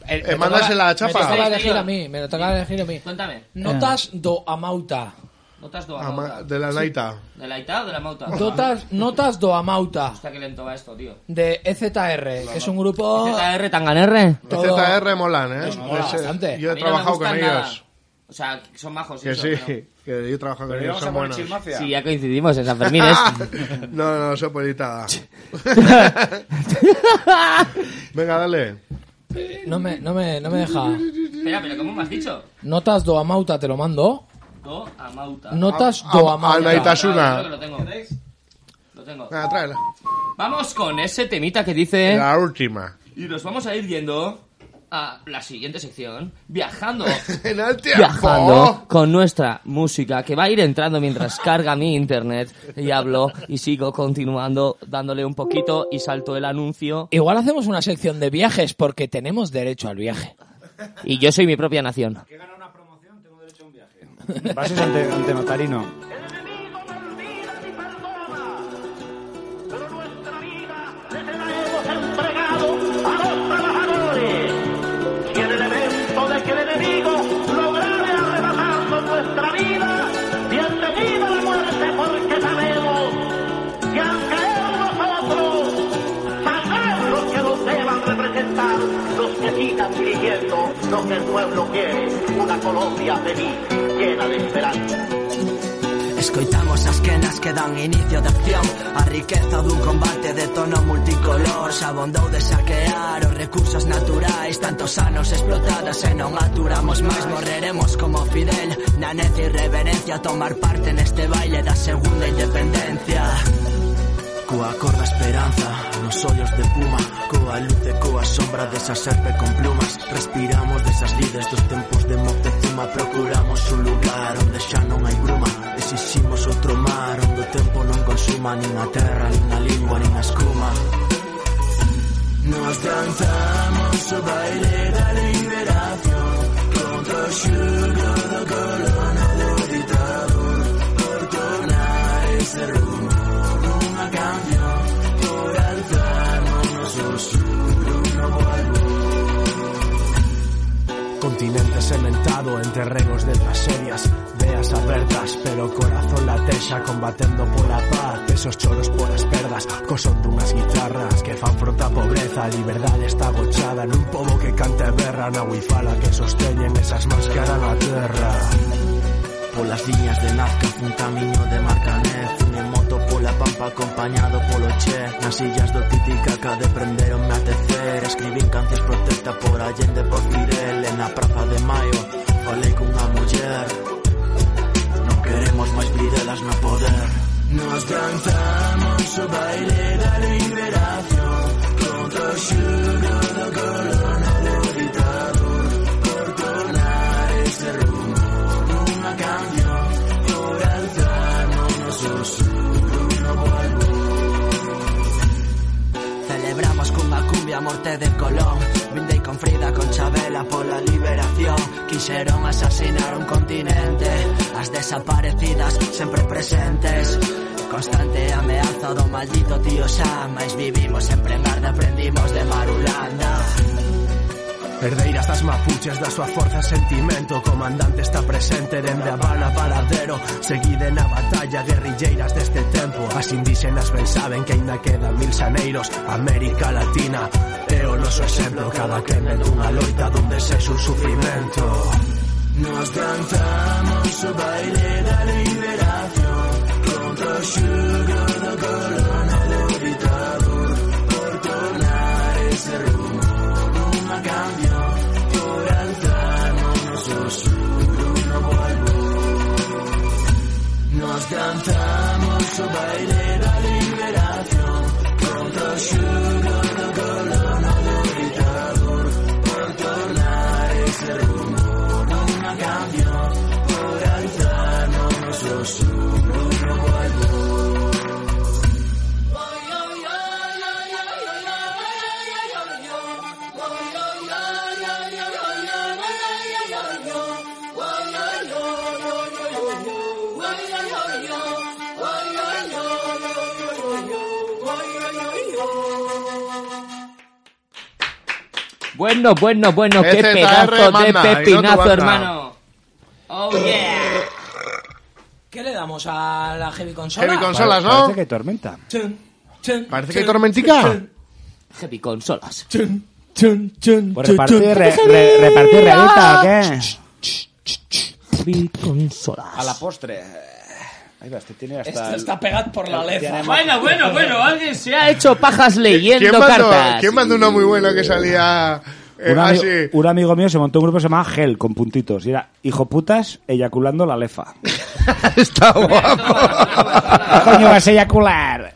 Speaker 8: Eh, me
Speaker 4: mándasela
Speaker 8: toca-
Speaker 4: a Chapa.
Speaker 8: Me
Speaker 4: Eh.
Speaker 8: tocaba
Speaker 5: Sí,
Speaker 8: elegir
Speaker 5: señor.
Speaker 8: a mí, me tocaba elegir a mí. Cuéntame. Notas do amauta.
Speaker 5: Eh, Notas do
Speaker 4: Ama-
Speaker 5: amauta.
Speaker 4: de la
Speaker 8: Sí.
Speaker 4: Naita.
Speaker 5: ¿De la Ita o de la Mauta?
Speaker 8: Notas, notas do amauta.
Speaker 5: Hostia, qué lento va esto, tío.
Speaker 8: De EZR, que es un grupo...
Speaker 5: EZR,
Speaker 4: E
Speaker 5: Tanganerre.
Speaker 8: Todo-
Speaker 4: ZR molan, ¿eh?
Speaker 8: Pues mola
Speaker 4: Ese-
Speaker 8: bastante.
Speaker 4: Yo
Speaker 5: A
Speaker 4: he
Speaker 5: mí no me
Speaker 4: trabajado con
Speaker 5: gustan
Speaker 4: ellos.
Speaker 5: nada. O sea, son majos.
Speaker 4: Que
Speaker 5: eso,
Speaker 4: sí,
Speaker 5: pero-
Speaker 4: que yo he trabajado con
Speaker 5: Pero íbamos
Speaker 4: ellos, son
Speaker 5: a poner
Speaker 4: buenos.
Speaker 5: Chismafia.
Speaker 26: Sí, ya coincidimos en San Fermín. ¿eh?
Speaker 4: no, no, soy politada. Venga, dale.
Speaker 8: No me, no me, no me deja.
Speaker 5: Espera, pero ¿cómo me has dicho?
Speaker 8: Notas do amauta te lo mando.
Speaker 5: Do amauta.
Speaker 8: Notas
Speaker 5: Am-
Speaker 8: do
Speaker 5: am-
Speaker 8: amauta.
Speaker 5: Anaítasuna. Creo que lo tengo. Lo tengo.
Speaker 4: Venga, tráela.
Speaker 5: Vamos con ese temita que dice...
Speaker 4: La última.
Speaker 5: Y nos vamos a ir yendo a la siguiente sección. Viajando.
Speaker 4: en el
Speaker 26: Viajando con nuestra música que va a ir entrando mientras carga mi internet y hablo y sigo continuando dándole un poquito y salto el anuncio.
Speaker 8: Igual hacemos una sección de viajes porque tenemos derecho al viaje.
Speaker 26: Y yo soy mi propia nación.
Speaker 6: Pases ante, ante notarino.
Speaker 2: de que el enemigo lograre arrebatarnos nuestra vida, bienvenida la muerte, porque sabemos que al caer nosotros, sabrán los que nos deban representar, los que sigan dirigiendo lo que el pueblo quiere, una Colombia feliz, llena de esperanza.
Speaker 19: Escoitamos as quenas que dan inicio de acción A riqueza dun combate de tono multicolor Sabondou de saquear os recursos naturais Tantos anos explotadas e non aturamos máis Morreremos como Fidel Na nece irreverencia a Tomar parte neste baile da segunda independencia Coa cor da esperanza Nos ollos de puma Coa luz e coa sombra desa serpe con plumas Respiramos desas lides dos tempos de Moctezuma Procuramos un lugar onde xa non hai bruma Exiximos outro mar onde o tempo non consuma Nin a terra, nin a lingua, nin a escuma Nos danzamos o baile da liberación Contra o xugo do colono do ditador Por tornar ese rumbo nunha canción Por alzarnos o xugo no albor Continente sementado en terrenos de tragedias, veas abertas, pero o corazón latexa combatendo pola paz, esos choros polas perdas, co son dunhas guitarras que fan fronte á pobreza, a liberdade está agochada nun pobo que canta e berra na huifala que sosteñen esas mans que aran a terra. Polas liñas de Nazca, un camiño de Marcanez Fun en moto pola pampa acompañado polo Che Nas illas do Titicaca deprenderonme a tecer Escribín cancións protesta por Allende, por Fidel E na praza de Maio falei cunha muller Non queremos máis bridelas no poder Nos danzamos o baile da liberación Contra o xugo do colono do ditador Por tornar ese rumbo una canción por alzarnos nosotros uno Celebramos cunha cumbia a morte de Colón Vindei con Frida con Chabela pola liberación Quixeron asasinar un continente As desaparecidas sempre presentes Constante ameaza do maldito tío Sam Mais vivimos sempre en merda, aprendimos de Marulanda Herdeiras das mapuches da súa forza e sentimento O Comandante está presente dende Habana Paradero Seguide na batalla guerrilleiras deste tempo As indígenas ben saben que aínda quedan mil saneiros América Latina é o noso exemplo Cada que ven dunha loita dun desexo un sufrimento Nos danzamos o baile da liberación Contra o xugo do colono do ditador Por tornar ese rumbo nunha canción Por alzarnos o xugo no albor Nos danzamos o baile da liberación Contra o xugo do colono do ditador Por tornar ese rumbo nunha canción Por alzarnos o xugo no albor
Speaker 5: Bueno, bueno, bueno, qué
Speaker 4: Este
Speaker 27: EZR
Speaker 5: pedazo de
Speaker 27: manda, y no tu
Speaker 5: pepinazo,
Speaker 27: banda.
Speaker 5: hermano. Oh, yeah.
Speaker 8: ¿Qué le damos a la heavy consola?
Speaker 4: Heavy consolas, ¿no?
Speaker 6: Parece que hay tormenta.
Speaker 4: Parece que hay tormentica.
Speaker 5: Heavy consolas.
Speaker 6: Pues repartir, re- re- repartir regaleta, ¿o qué?
Speaker 5: Heavy consolas.
Speaker 6: A la postre. Ahí va, este tiene hasta...
Speaker 8: Esto está pegado por la lefa.
Speaker 27: Bueno, bueno, bueno, alguien se
Speaker 5: ha hecho pajas
Speaker 4: ¿Quién
Speaker 5: leyendo
Speaker 4: mandó,
Speaker 5: cartas.
Speaker 4: ¿Quién mandó una muy buena que salía eh,
Speaker 6: Un, ami-
Speaker 4: así?
Speaker 6: un amigo mío se montó un grupo que se llamaba Gel, con puntitos. Y era, hijo putas, eyaculando la lefa.
Speaker 4: Está guapo.
Speaker 6: Coño, vas a eyacular.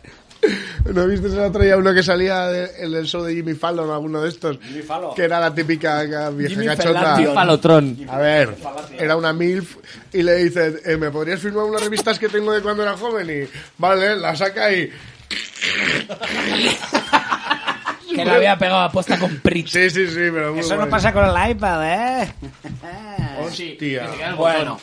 Speaker 4: ¿No viste el otro día uno que salía de- en el show de Jimmy Fallon, alguno de estos? Que era la típica ca- vieja
Speaker 5: Jimmy
Speaker 4: cachota.
Speaker 5: Fallation. Fallotrón.
Speaker 4: A ver, era una MILF y le dice, eh, ¿me podrías firmar unas revistas que tengo de cuando era joven? Y, vale, la saca y...
Speaker 8: Que la había pegado apuesta con Pritz.
Speaker 4: Sí, sí, sí, pero muy
Speaker 6: Eso no
Speaker 4: bueno.
Speaker 6: pasa con el iPad, ¿eh?
Speaker 4: Hostia.
Speaker 8: Bueno,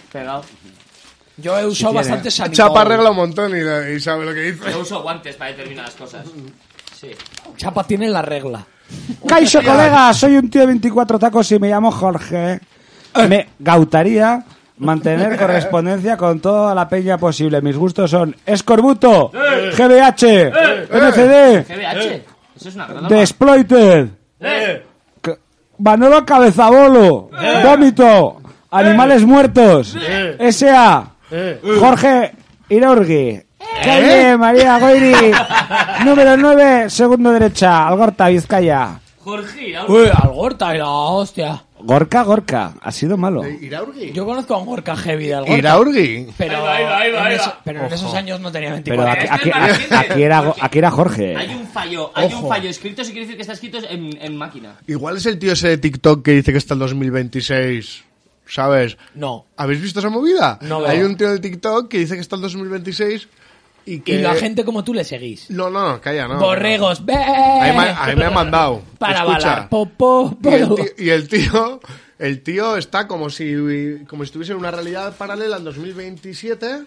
Speaker 8: yo he usado bastante sanitón.
Speaker 4: Chapa arregla un montón y, la- y sabe lo que dice.
Speaker 27: Yo uso guantes para determinadas cosas. Sí.
Speaker 8: Chapa tiene la regla.
Speaker 6: Caixo, colega, soy un tío de 24 tacos y me llamo Jorge. Me gautaría mantener correspondencia con toda la peña posible. Mis gustos son escorbuto,
Speaker 27: Eh.
Speaker 6: GBH,
Speaker 27: Eh.
Speaker 6: MCD,
Speaker 27: GBH. Eso es una gran
Speaker 6: The Exploited,
Speaker 27: ¡Eh!
Speaker 6: C- Manolo Cabezabolo, Vómito, Animales Muertos,
Speaker 27: Eh.
Speaker 6: S.A.,
Speaker 27: Eh.
Speaker 6: Jorge Irorgui, Calle María Goiri, número 9, segundo derecha, Algorta, Vizcaya.
Speaker 8: Jorge, Uy, al Gorta y la hostia.
Speaker 6: Gorka, Gorka, ha sido malo.
Speaker 8: Yo conozco a un Gorka heavy de Algorta.
Speaker 4: Iraurgi.
Speaker 8: Pero,
Speaker 27: Ahí va, ahí va, ahí va,
Speaker 8: en
Speaker 27: ahí
Speaker 8: ese-
Speaker 27: va.
Speaker 8: pero en esos años no tenía
Speaker 6: Pero
Speaker 8: 24
Speaker 6: aquí, aquí- aquí era, Go- aquí era
Speaker 27: Hay
Speaker 6: Jorge.
Speaker 27: un fallo, hay
Speaker 4: Ojo.
Speaker 27: un fallo escrito, se quiere decir que está escrito en, en máquina.
Speaker 4: Igual es el tío ese de TikTok que dice que está el 2026, ¿sabes?
Speaker 8: No.
Speaker 4: ¿Habéis visto esa movida?
Speaker 8: No veo.
Speaker 4: Hay un tío de TikTok que dice que está el 2026 y que...
Speaker 8: Y la gente como tú le seguís.
Speaker 4: No, no, calla, no.
Speaker 8: Borregos, ve.
Speaker 4: A mí, me- a mí me ha mandado.
Speaker 8: Para
Speaker 4: Escucha.
Speaker 8: balar. Po, po,
Speaker 4: Y el,
Speaker 8: po.
Speaker 4: tío, y el tío, el tío está como si, como si estuviese en una realidad paralela en 2027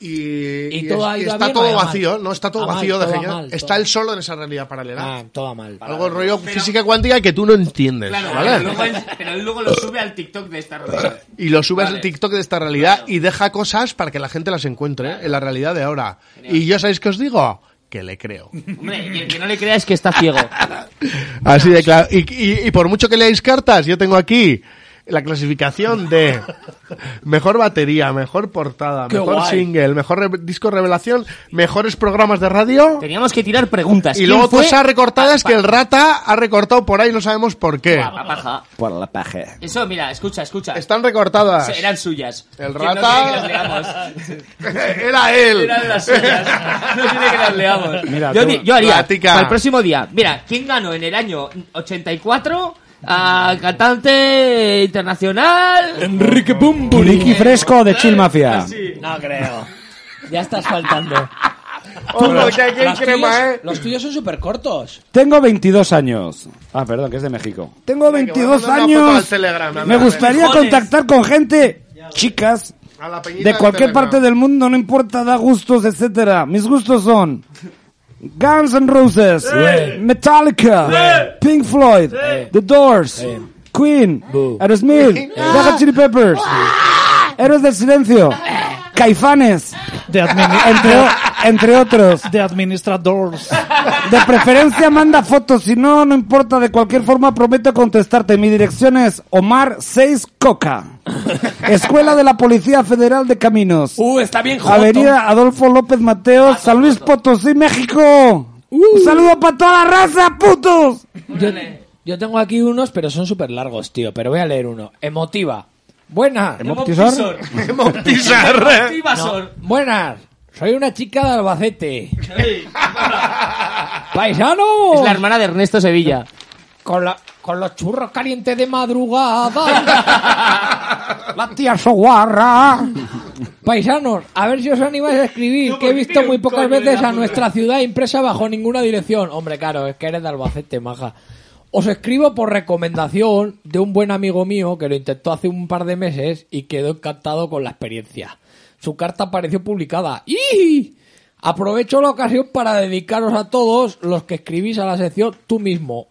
Speaker 4: y, y
Speaker 8: todo
Speaker 4: es-
Speaker 8: ha
Speaker 4: y
Speaker 8: ido a
Speaker 4: está
Speaker 8: bien o ha
Speaker 4: todo
Speaker 8: ido a mal?
Speaker 4: vacío, no está todo
Speaker 8: A mal,
Speaker 4: vacío de
Speaker 8: todo a
Speaker 4: genial.
Speaker 8: mal, todo
Speaker 4: Está él solo en esa realidad paralela.
Speaker 8: Ah, todo mal.
Speaker 4: Algo rollo física cuántica que tú no entiendes,
Speaker 27: Claro,
Speaker 4: ¿vale?
Speaker 27: pero, luego él, pero él luego lo sube al TikTok de esta rueda.
Speaker 4: Y lo subes
Speaker 27: Vale.
Speaker 4: al TikTok de esta realidad y deja cosas para que la gente las encuentre en la realidad de ahora. Y yo, ¿sabéis qué os digo? Que le creo.
Speaker 27: Hombre, y el que no le creas que está ciego.
Speaker 4: Así de claro. Y, y- y por mucho que leáis cartas, yo tengo aquí la clasificación de mejor batería, mejor portada,
Speaker 27: Qué
Speaker 4: mejor
Speaker 27: guay.
Speaker 4: single, mejor re- disco revelación, mejores programas de radio.
Speaker 27: Teníamos que tirar preguntas.
Speaker 4: Y
Speaker 27: ¿Quién
Speaker 4: luego
Speaker 27: fue?
Speaker 4: cosas recortadas que el rata ha recortado por ahí, no sabemos por qué.
Speaker 27: La paja.
Speaker 6: Por la paja.
Speaker 27: Eso, mira, escucha, escucha.
Speaker 4: Están recortadas.
Speaker 27: Se- Eran suyas.
Speaker 4: El
Speaker 27: Que no quiere
Speaker 4: rata-
Speaker 27: que las leamos.
Speaker 4: Era él.
Speaker 27: Eran las suyas. No tiene que las leamos.
Speaker 4: Mira,
Speaker 27: yo,
Speaker 4: tú-
Speaker 27: di- yo haría,
Speaker 4: Platica.
Speaker 27: para el próximo día, mira, ¿quién ganó en el año 84 a cantante internacional?
Speaker 8: Enrique Pum.
Speaker 6: Ricky Fresco de Chill Mafia.
Speaker 8: No creo. Ya estás faltando.
Speaker 4: Ojo, que aquí hay
Speaker 8: los,
Speaker 4: crema,
Speaker 8: tuyos,
Speaker 4: ¿eh?
Speaker 8: los tuyos son súper cortos.
Speaker 6: Tengo 22 años. Ah, perdón, que es de México. Tengo 22
Speaker 4: mandar una foto al
Speaker 6: años.
Speaker 4: Telegram, a
Speaker 6: Me
Speaker 4: ver.
Speaker 6: gustaría
Speaker 4: Frijoles.
Speaker 6: contactar con gente, chicas,
Speaker 4: A la peñita
Speaker 6: de
Speaker 4: del
Speaker 6: cualquier
Speaker 4: Telegram.
Speaker 6: parte del mundo, no importa, da gustos, etcétera. Mis gustos son Guns N' Roses,
Speaker 18: Eh.
Speaker 6: Metallica,
Speaker 18: Eh.
Speaker 6: Pink Floyd, The Doors, Queen, Aerosmith, Red Hot Chili Peppers,
Speaker 4: Ah.
Speaker 6: Héroes del Silencio, Caifanes, entre, o- entre otros.
Speaker 9: De administradores.
Speaker 6: De preferencia manda fotos, si no, no importa. De cualquier forma prometo contestarte. Mi dirección es Omar 6 Coca. Escuela de la Policía Federal de Caminos.
Speaker 8: Uh, está bien joto.
Speaker 6: Avenida Adolfo López Mateos, San Luis Potosí, México. Un saludo para toda la raza, putos.
Speaker 8: Yo, yo tengo aquí unos, pero son súper largos, tío. Pero voy a leer uno. Emotiva. Buena.
Speaker 6: ¿Emotisor?
Speaker 4: Emotisor.
Speaker 8: No. Buenas. Soy una chica de Albacete. ¡Paisano!
Speaker 27: Es la hermana de Ernesto Sevilla.
Speaker 8: Con, la- con los churros calientes de madrugada. la tía Soguarra. Paisanos, a ver si os animáis a escribir, que he visto muy pocas veces a nuestra ciudad impresa bajo ninguna dirección. Hombre, claro, es que eres de Albacete, maja. Os escribo por recomendación de un buen amigo mío que lo intentó hace un par de meses y quedó encantado con la experiencia. Su carta apareció publicada. ¡Y! Aprovecho la ocasión para dedicaros a todos los que escribís a la sección tú mismo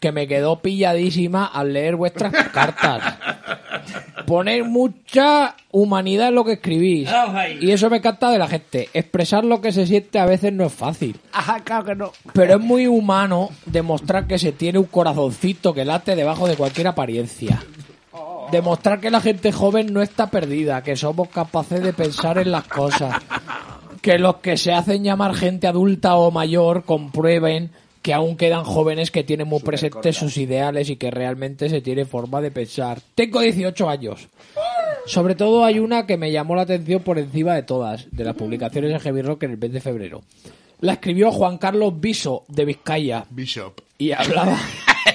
Speaker 8: que me quedó pilladísima al leer vuestras cartas. Poner mucha humanidad en lo que escribís. Y eso me encanta de la gente. Expresar lo que se siente a veces no es fácil.
Speaker 10: Ajá, claro que no.
Speaker 8: Pero es muy humano demostrar que se tiene un corazoncito que late debajo de cualquier apariencia. Demostrar que la gente joven no está perdida, que somos capaces de pensar en las cosas. Que los que se hacen llamar gente adulta o mayor comprueben que aún quedan jóvenes que tienen muy presentes sus ideales y que realmente se tiene forma de pensar. Tengo 18 años. Sobre todo hay una que me llamó la atención por encima de todas, de las publicaciones de Heavy Rock en el mes de febrero. La escribió Juan Carlos Biso, de Vizcaya.
Speaker 4: Bishop.
Speaker 8: Y hablaba...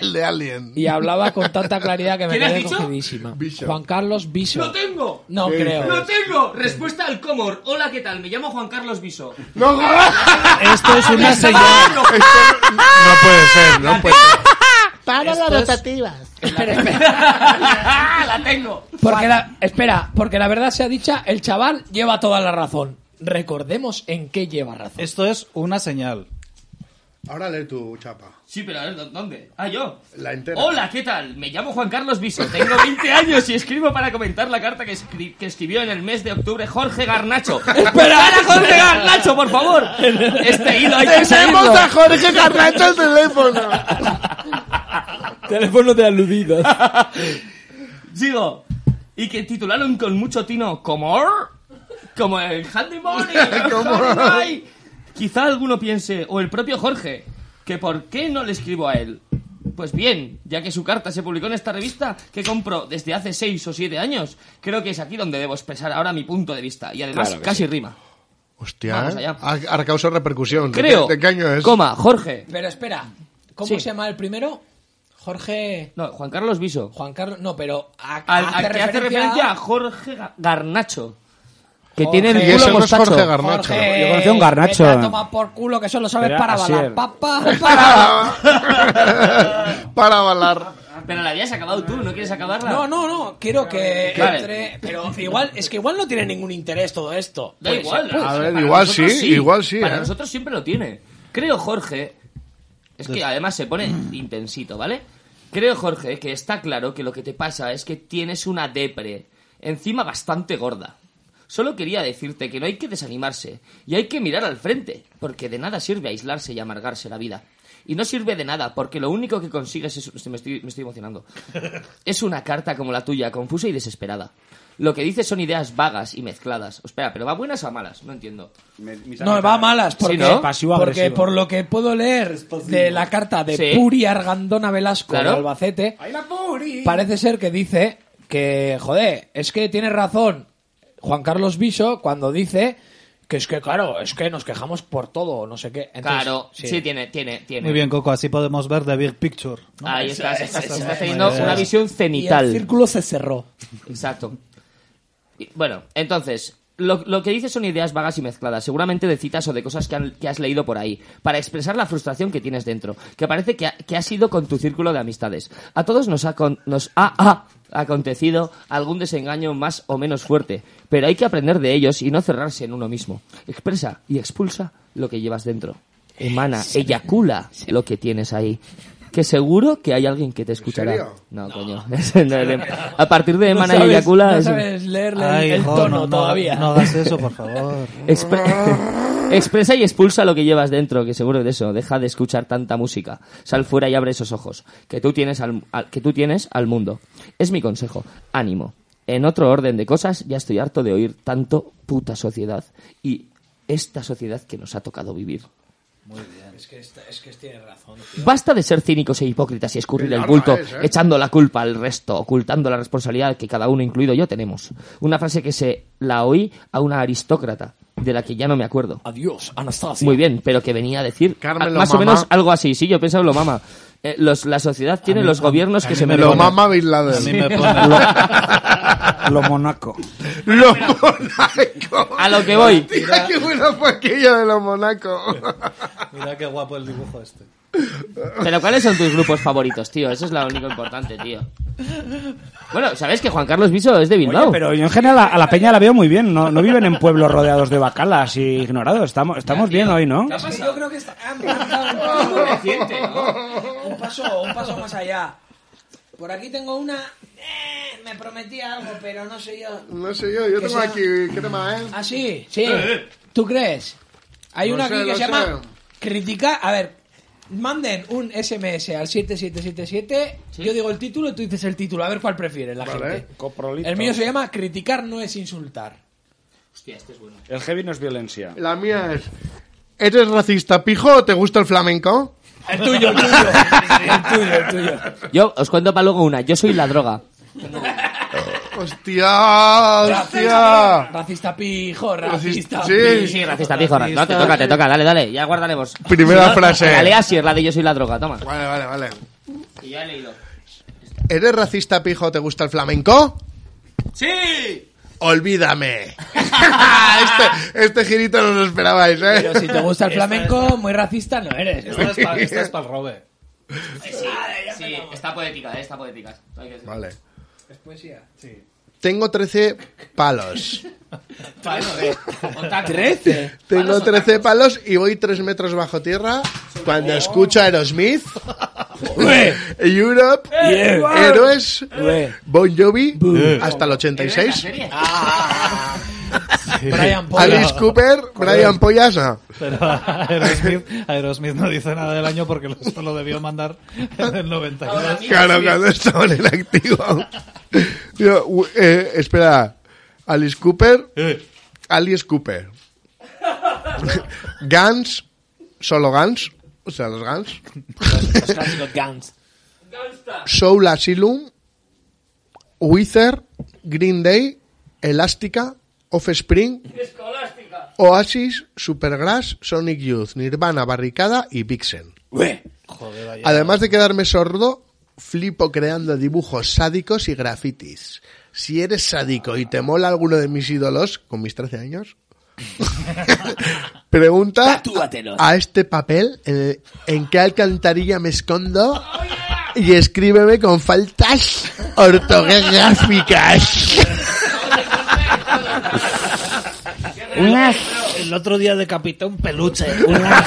Speaker 4: El de Alien.
Speaker 8: Y hablaba con tanta claridad que me
Speaker 5: ¿Quién has
Speaker 8: quedé
Speaker 5: dicho?
Speaker 8: cogidísima. Juan Carlos Biso.
Speaker 5: ¡Lo tengo!
Speaker 8: No creo.
Speaker 5: ¡Lo tengo! Respuesta al Comor. Hola, ¿qué tal? Me llamo Juan Carlos Viso.
Speaker 4: ¡No,
Speaker 5: Esto es una señal.
Speaker 4: No puede ser, no puede ser.
Speaker 2: Para
Speaker 5: Esto
Speaker 2: las
Speaker 5: es-
Speaker 2: rotativas.
Speaker 5: ¡La tengo!
Speaker 8: Porque la, espera, porque la verdad sea dicha, el chaval lleva toda la razón. Recordemos en qué lleva razón.
Speaker 9: Esto es una señal.
Speaker 4: Ahora lee tu chapa.
Speaker 5: Sí, pero a ver, ¿dó- ¿dónde? Ah, yo.
Speaker 4: La entera.
Speaker 5: Hola, ¿qué tal? Me llamo Juan Carlos Viso, tengo 20 años y escribo para comentar la carta que, escri- que escribió en el mes de octubre Jorge Garnacho. ¡Espera, Jorge Garnacho, por favor! Este hilo hay que seguirlo.
Speaker 4: Tenemos a Jorge Carracho el teléfono.
Speaker 8: Teléfono de aludidos.
Speaker 5: Sigo. Y que titularon con mucho tino Comor, como el Handy Money. el Handy Money. Quizá alguno piense, o el propio Jorge, que por qué no le escribo a él. Pues bien, ya que su carta se publicó en esta revista que compro desde hace 6 o 7 años, creo que es aquí donde debo expresar ahora mi punto de vista. Y además,
Speaker 4: Claro que
Speaker 5: casi
Speaker 4: sí.
Speaker 5: rima.
Speaker 4: Hostia,
Speaker 5: Vamos
Speaker 4: ¿eh?
Speaker 5: allá.
Speaker 4: ha, ha causado repercusión. ¿De
Speaker 5: Creo,
Speaker 4: qué- ¿De qué año es?
Speaker 5: coma, Jorge.
Speaker 8: Pero espera, ¿cómo
Speaker 5: Sí.
Speaker 8: se llama el primero? Jorge.
Speaker 5: No, Juan Carlos Viso.
Speaker 8: Juan Carlos. No, pero. A,
Speaker 5: Al,
Speaker 8: hace
Speaker 5: al que hace
Speaker 8: referencia-
Speaker 5: referencia a Jorge Ga- Garnacho. Que
Speaker 8: Jorge.
Speaker 5: tiene el
Speaker 8: Y
Speaker 5: culo
Speaker 8: eso no es
Speaker 5: mostacho.
Speaker 4: Jorge Garnacho.
Speaker 8: Jorge,
Speaker 6: Yo conocí a un garnacho.
Speaker 8: vete a tomar por culo que solo sabes
Speaker 6: Era
Speaker 8: para balar.
Speaker 6: Asier.
Speaker 8: Papá, para.
Speaker 4: Para balar.
Speaker 5: Pero la habías acabado tú, ¿no quieres acabarla?
Speaker 8: No, no, no. Quiero que
Speaker 5: Vale.
Speaker 8: entre. Pero igual, es que igual no tiene ningún interés todo esto.
Speaker 5: Da
Speaker 8: Puede
Speaker 5: igual.
Speaker 8: ser, puede
Speaker 5: a
Speaker 8: ser.
Speaker 5: ver,
Speaker 4: Para igual sí,
Speaker 5: nosotros
Speaker 4: igual sí,
Speaker 5: Para
Speaker 4: ¿eh?
Speaker 5: nosotros siempre lo tiene. Creo, Jorge. Es que además se pone intensito, ¿vale? Creo, Jorge, que está claro que lo que te pasa es que tienes una depre. Encima bastante gorda. Solo quería decirte que no hay que desanimarse y hay que mirar al frente, porque de nada sirve aislarse y amargarse la vida. Y no sirve de nada, porque lo único que consigues es... se Me estoy, me estoy emocionando. Es una carta como la tuya, confusa y desesperada. Lo que dices son ideas vagas y mezcladas. Espera, ¿pero va buenas o a malas? No entiendo.
Speaker 8: No, va a malas,
Speaker 5: Sí,
Speaker 8: porque,
Speaker 5: ¿no?
Speaker 8: porque
Speaker 5: Pasivo-agresivo.
Speaker 8: por lo que puedo leer de la carta de
Speaker 5: Sí.
Speaker 8: Puri Argandona Velasco
Speaker 5: Claro.
Speaker 8: de Albacete, parece ser que dice que, joder, es que tiene razón Juan Carlos Biso cuando dice que es que, claro, es que nos quejamos por todo, no sé qué. Entonces,
Speaker 5: claro, sí. tiene, tiene, tiene.
Speaker 9: Muy bien, Coco, así podemos ver The Big Picture. ¿no?
Speaker 8: Ah,
Speaker 5: Ahí estás, estás,
Speaker 9: Esa es
Speaker 5: estás
Speaker 9: la
Speaker 5: teniendo
Speaker 9: idea.
Speaker 5: una visión
Speaker 8: Y el
Speaker 5: cenital.
Speaker 8: círculo se cerró.
Speaker 5: Exacto. Y, Bueno, entonces, lo, lo que dices son ideas vagas y mezcladas, seguramente de citas o de cosas que, han- que has leído por ahí, para expresar la frustración que tienes dentro, que parece que ha, que ha sido con tu círculo de amistades. A todos nos ha, con- nos ha- ha acontecido algún desengaño más o menos fuerte, pero hay que aprender de ellos y no cerrarse en uno mismo. Expresa y expulsa lo que llevas dentro. Emana, eyacula lo que tienes ahí. Que seguro que hay alguien que te escuchará.
Speaker 4: serio?
Speaker 5: No, coño. No, no. A partir de Emana y
Speaker 8: sabes-
Speaker 5: eyacula.
Speaker 8: no
Speaker 5: es-
Speaker 8: sabes leerle el-
Speaker 9: Ay,
Speaker 8: el
Speaker 9: jo,
Speaker 8: tono
Speaker 9: no, no,
Speaker 8: todavía.
Speaker 9: No hagas eso, por favor.
Speaker 5: Expre- Expresa y expulsa lo que llevas dentro, que seguro de eso. Deja de escuchar tanta música. Sal fuera y abre esos ojos que tú tienes al, al- que tú tienes al mundo. Es mi consejo. Ánimo. En otro orden de cosas, ya estoy harto de oír tanto puta sociedad y esta sociedad que nos ha tocado vivir.
Speaker 8: Es que, es que tiene razón.
Speaker 5: Basta de ser cínicos e hipócritas y escurrir
Speaker 8: Qué
Speaker 5: el
Speaker 8: larga
Speaker 5: bulto,
Speaker 8: es, ¿eh?
Speaker 5: echando la culpa al resto, ocultando la responsabilidad que cada uno, incluido yo, tenemos. Una frase que se la oí a una aristócrata, de la que ya no me acuerdo.
Speaker 8: Adiós, Anastasia.
Speaker 5: Muy bien, pero que venía a decir
Speaker 8: Carmen
Speaker 5: a-
Speaker 8: lo
Speaker 5: más o
Speaker 8: mama.
Speaker 5: menos algo así. Sí, yo pensaba lo mama. Eh, los, la sociedad tiene los gobiernos que se
Speaker 4: me
Speaker 5: me
Speaker 4: lo mama Bin Laden.
Speaker 6: Lo monaco.
Speaker 4: Lo monaco.
Speaker 5: A lo que voy.
Speaker 4: Tía, qué buena fue aquella de los monacos.
Speaker 9: Mira qué guapo el dibujo este.
Speaker 5: Pero ¿cuáles son tus grupos favoritos, tío? Eso es lo único importante, tío. Bueno, ¿sabes que Juan Carlos Viso es de Bilbao?
Speaker 6: Pero yo en general a, a la peña la veo muy bien. No, no viven en pueblos rodeados de bacalas y ignorados. Estamos, estamos bien hoy, ¿no?
Speaker 8: Yo creo que está. un paso, un paso más allá. Por aquí tengo una. eh, me prometía algo, pero no sé yo.
Speaker 4: No sé yo, yo
Speaker 8: Que
Speaker 4: tengo
Speaker 8: sea-
Speaker 4: aquí. ¿Qué tema es?
Speaker 8: Ah, sí, sí.
Speaker 4: Eh.
Speaker 8: ¿Tú crees? Hay
Speaker 4: No
Speaker 8: una
Speaker 4: sé,
Speaker 8: aquí que
Speaker 4: no
Speaker 8: se
Speaker 4: sé.
Speaker 8: llama criticar. A ver, manden un SMS al 7777. Yo digo el título y tú dices el título. A ver cuál prefieres la
Speaker 6: Vale.
Speaker 8: gente. El mío se llama Criticar no es insultar.
Speaker 27: Hostia, este es bueno.
Speaker 6: El heavy no es violencia.
Speaker 4: La mía es. ¿Eres racista, pijo, o te gusta el flamenco?
Speaker 8: El tuyo, el tuyo. El tuyo, el tuyo.
Speaker 5: Yo os cuento para luego una. Yo soy la droga.
Speaker 4: ¡Hostia! ¡Hostia!
Speaker 8: Racista pijo, racista
Speaker 4: Sí.
Speaker 8: pijo.
Speaker 5: Sí, sí, racista, pijo. No, te toca, te toca. Dale, dale. Ya guardaremos.
Speaker 4: Primera frase.
Speaker 5: Dale, así es la de yo soy la droga. Toma.
Speaker 4: Vale, vale, vale.
Speaker 27: Y ya he leído.
Speaker 4: ¿Eres racista, pijo, o te gusta el flamenco?
Speaker 27: ¡Sí!
Speaker 4: Olvídame. este, este girito no lo esperabais, ¿eh?
Speaker 8: Pero si te gusta el flamenco, muy racista no eres.
Speaker 4: Esta es pa- esta es
Speaker 9: para el Robe.
Speaker 27: Sí, sí, está poética, eh, está poética. Hay que decirlo.
Speaker 4: Vale.
Speaker 8: ¿Es poesía? Sí.
Speaker 4: Tengo 13 palos.
Speaker 27: Palos, eh. O tacos.
Speaker 4: Tengo 13 palos y voy 3 metros bajo tierra cuando
Speaker 18: Oh.
Speaker 4: escucho a Aerosmith, Europe,
Speaker 18: Eh, wow.
Speaker 4: Héroes,
Speaker 18: Eh.
Speaker 4: Bon Jovi,
Speaker 18: Eh.
Speaker 4: hasta el 86,
Speaker 9: Brian Pollard.
Speaker 4: Alice Cooper, Brian Pollas, no.
Speaker 9: Pero Aerosmith, Aerosmith no dice nada del año porque lo- esto lo debió mandar en el 92.
Speaker 4: Claro, cuando estaban en activo. Yo, u- eh, espera, Alice Cooper, Alice Cooper, Guns, solo Guns, o sea, los Guns,
Speaker 8: Los clásicos Guns.
Speaker 4: Soul Asylum, Wither, Green Day, Elástica, Offspring, Oasis, Supergrass, Sonic Youth, Nirvana, Barricada y Vixen.
Speaker 9: Joder, vaya.
Speaker 4: Además de quedarme sordo, flipo creando dibujos sádicos y grafitis. Si eres sádico y te mola alguno de mis ídolos, con mis 13 años, pregunta
Speaker 18: Tatúatelo.
Speaker 4: a este papel en, en qué alcantarilla me escondo y escríbeme con faltas ortográficas.
Speaker 9: El otro día decapité un peluche. Una-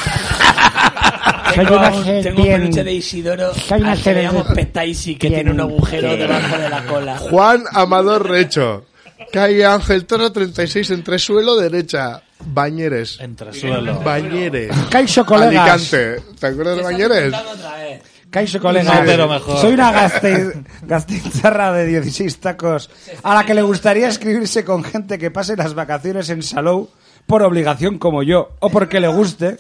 Speaker 8: Tengo,
Speaker 9: una
Speaker 8: un, tengo un
Speaker 9: bien-
Speaker 8: peluche de Isidoro
Speaker 9: Soy una
Speaker 8: al que
Speaker 9: ser
Speaker 8: le llamo Petaisi, que tiene un agujero debajo de la cola.
Speaker 4: Juan Amador Recho. Calle Ángel Toro 36 entre suelo derecha. Bañeres.
Speaker 9: Entresuelo.
Speaker 4: Bañeres.
Speaker 6: Calcio, colegas.
Speaker 4: Alicante. ¿Te acuerdas de Bañeres?
Speaker 6: Caixo, colega.
Speaker 4: No, pero mejor.
Speaker 6: Soy una gasteiz, gasteizarra de 16 tacos a la que le gustaría escribirse con gente que pase las vacaciones en Salou por obligación como yo o porque le guste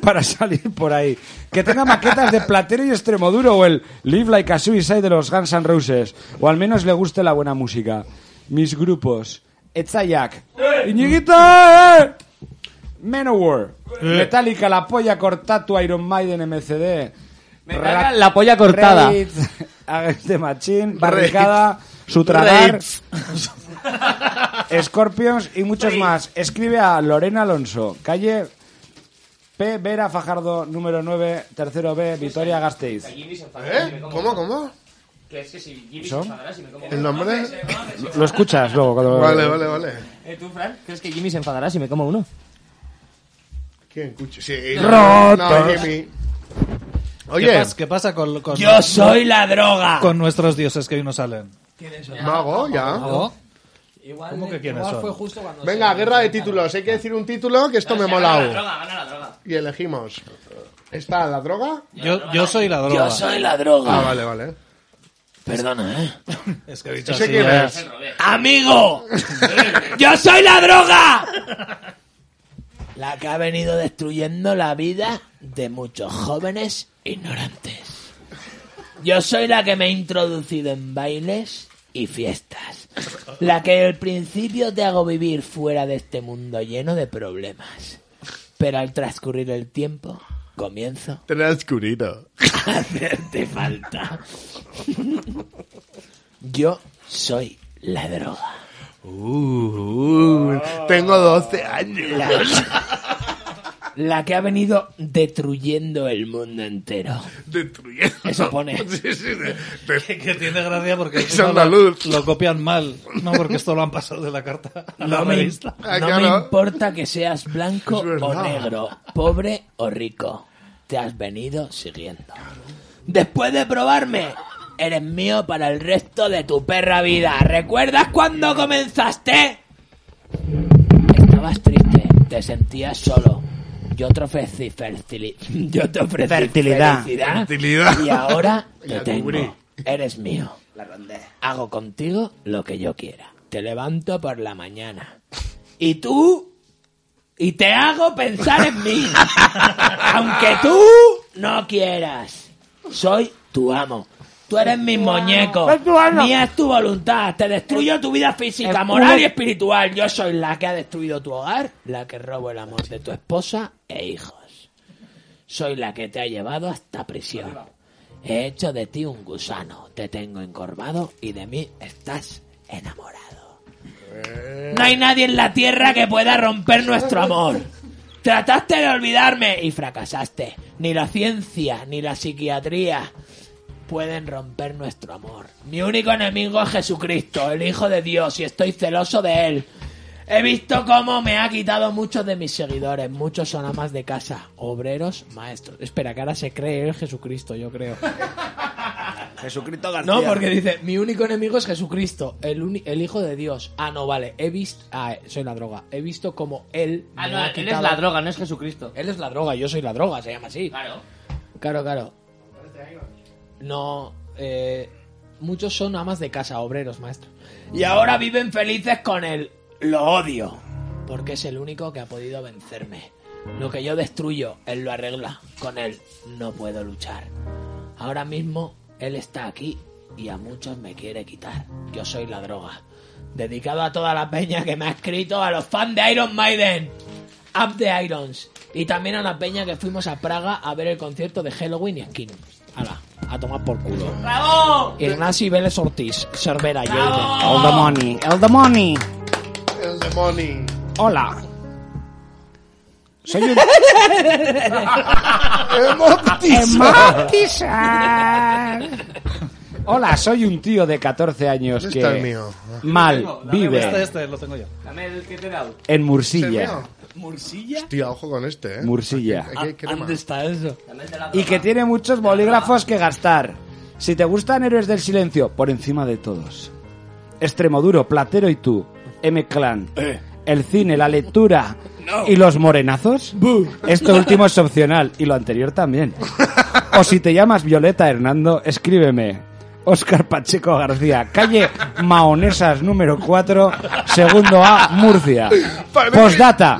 Speaker 6: para salir por ahí. Que tenga maquetas de platero y extremo duro o el Live Like a Suicide de los Guns N' Roses o al menos le guste la buena música. Mis grupos. Etzayak. Iñiguito. ¡eh! Manowar. Metallica, la polla cortatua, Iron Maiden, MCD.
Speaker 5: Metallica,
Speaker 6: Ra-
Speaker 5: la polla cortada.
Speaker 6: Raids, Against the Machine, Barricada, Sutradar, Scorpions y muchos más. Escribe a Lorena Alonso, calle P. Vera Fajardo, número 9, tercero B, Vitoria Gasteiz.
Speaker 4: ¿Eh? ¿Cómo, cómo?
Speaker 27: Que es que si Jimmy se
Speaker 6: ¿Son?
Speaker 27: enfadará si me como...
Speaker 4: ¿El nombre?
Speaker 6: Lo escuchas luego. cuando-
Speaker 4: Vale, vale, vale.
Speaker 27: Eh, ¿Tú, Fran?
Speaker 5: ¿Crees que Jimmy se enfadará si me como uno?
Speaker 4: ¿Quién cucho? Sí.
Speaker 5: Rotos.
Speaker 4: No, Jimmy. Oye.
Speaker 9: ¿Qué, pas- qué pasa con, con-
Speaker 4: Yo soy la droga.
Speaker 9: Con nuestros dioses que hoy no salen.
Speaker 4: Mago, ya.
Speaker 9: Mago.
Speaker 8: Igual,
Speaker 9: ¿Cómo que quiénes
Speaker 8: igual
Speaker 9: son?
Speaker 8: fue justo cuando
Speaker 4: Venga,
Speaker 8: se-
Speaker 4: guerra de títulos. Hay que decir un título que esto me mola. Y elegimos. ¿Está la droga?
Speaker 9: Yo, yo soy la droga.
Speaker 4: Yo soy la droga. Ah, vale, vale.
Speaker 9: Perdona, ¿eh? Es que he dicho
Speaker 4: ¿Ese
Speaker 9: así,
Speaker 4: quién
Speaker 9: ¿eh?
Speaker 4: es?
Speaker 8: ¡Amigo! ¡Yo soy la droga! La que ha venido destruyendo la vida de muchos jóvenes ignorantes. Yo soy la que me he introducido en bailes y fiestas. La que al principio te hago vivir fuera de este mundo lleno de problemas. Pero al transcurrir el tiempo, comienzo
Speaker 4: Transcurrido.
Speaker 8: a hacerte falta. Yo soy la droga.
Speaker 4: Uh, uh, tengo 12 años.
Speaker 8: La que ha venido destruyendo el mundo entero.
Speaker 4: Destruyendo.
Speaker 8: Eso pone.
Speaker 9: Que, que tiene gracia porque
Speaker 4: Es
Speaker 9: encima lo-
Speaker 4: andaluz.
Speaker 9: Lo, copian mal. No, porque esto lo han pasado de la carta a la
Speaker 8: No me,
Speaker 9: revista.
Speaker 4: Ah,
Speaker 8: no me importa que seas blanco o negro, pobre o rico. Te has venido siguiendo. Después de probarme, eres mío para el resto de tu perra vida. ¿Recuerdas cuando comenzaste? Estabas triste, te sentías solo. Yo te ofrecí fertili- Yo te ofrecí
Speaker 2: Fertilidad.
Speaker 8: felicidad.
Speaker 2: Fertilidad.
Speaker 8: Y ahora te
Speaker 2: La
Speaker 8: tengo.
Speaker 2: cubrí.
Speaker 8: Eres mío. Hago contigo lo que yo quiera. Te levanto por la mañana. Y tú. Y te hago pensar en mí. Aunque tú no quieras. Soy tu amo. Tú eres mi muñeco. Mía es tu voluntad. Te destruyo tu vida física,
Speaker 2: El
Speaker 8: moral
Speaker 2: culo-
Speaker 8: y espiritual. Yo soy la que ha destruido tu hogar, la que robo el amor de tu esposa e hijos. Soy la que te ha llevado hasta prisión. He hecho de ti un gusano. Te tengo encorvado y de mí estás enamorado. No hay nadie en la tierra que pueda romper nuestro amor. Trataste de olvidarme y fracasaste. Ni la ciencia ni la psiquiatría pueden romper nuestro amor. Mi único enemigo es Jesucristo, el Hijo de Dios, y estoy celoso de él. He visto cómo me ha quitado muchos de mis seguidores. Muchos son amas de casa, obreros, maestros. Espera, que ahora se cree el Jesucristo, yo creo.
Speaker 28: Jesucristo García.
Speaker 8: No, porque dice, mi único enemigo es Jesucristo, el, uni- el Hijo de Dios. Ah, no, vale, he visto... Ah, eh, soy la droga. He visto como él...
Speaker 5: Ah,
Speaker 8: me
Speaker 5: no,
Speaker 8: ha
Speaker 5: él
Speaker 8: quitado-
Speaker 5: es la droga, no es Jesucristo.
Speaker 8: Él es la droga, yo soy la droga, se llama así.
Speaker 5: Claro.
Speaker 8: Claro, claro. No, eh, muchos son amas de casa, obreros, maestros. Y ahora viven felices con él. Lo odio. Porque es el único que ha podido vencerme. Lo que yo destruyo, él lo arregla. Con él no puedo luchar. Ahora mismo, él está aquí y a muchos me quiere quitar. Yo soy la droga. Dedicado a toda la peña que me ha escrito, a los fans de Iron Maiden. Up the Irons. Y también a la peña que fuimos a Praga a ver el concierto de Halloween y Skin. Hala, a tomar por culo.
Speaker 5: ¡Bravo!
Speaker 8: Ignasi Vélez Ortiz, Cervera, Jaden.
Speaker 28: Oh, El demoni, el demoni.
Speaker 4: El demonio.
Speaker 28: Hola.
Speaker 6: Soy un... Hola, soy un tío de 14 años
Speaker 4: ¿Dónde
Speaker 6: que
Speaker 4: Este está el mío?
Speaker 6: mal vive
Speaker 9: Este, este, lo tengo yo.
Speaker 5: Dame el que te he dado.
Speaker 6: en
Speaker 4: ¿Este
Speaker 6: Mursilla
Speaker 4: es mío? Hostia, ojo con este, eh.
Speaker 6: Mursilla.
Speaker 4: Aquí- aquí hay crema.
Speaker 8: Ah, está eso?
Speaker 6: y que tiene muchos bolígrafos que gastar. Si te gustan Héroes del Silencio, por encima de todos. Extremoduro, Platero y tú, M-Clan,
Speaker 4: Eh.
Speaker 6: el cine, la lectura y los morenazos. Esto último es opcional y lo anterior también. O si te llamas Violeta Hernando, escríbeme. Oscar Pacheco García, calle Maonesas número 4, segundo A, Murcia. Postdata.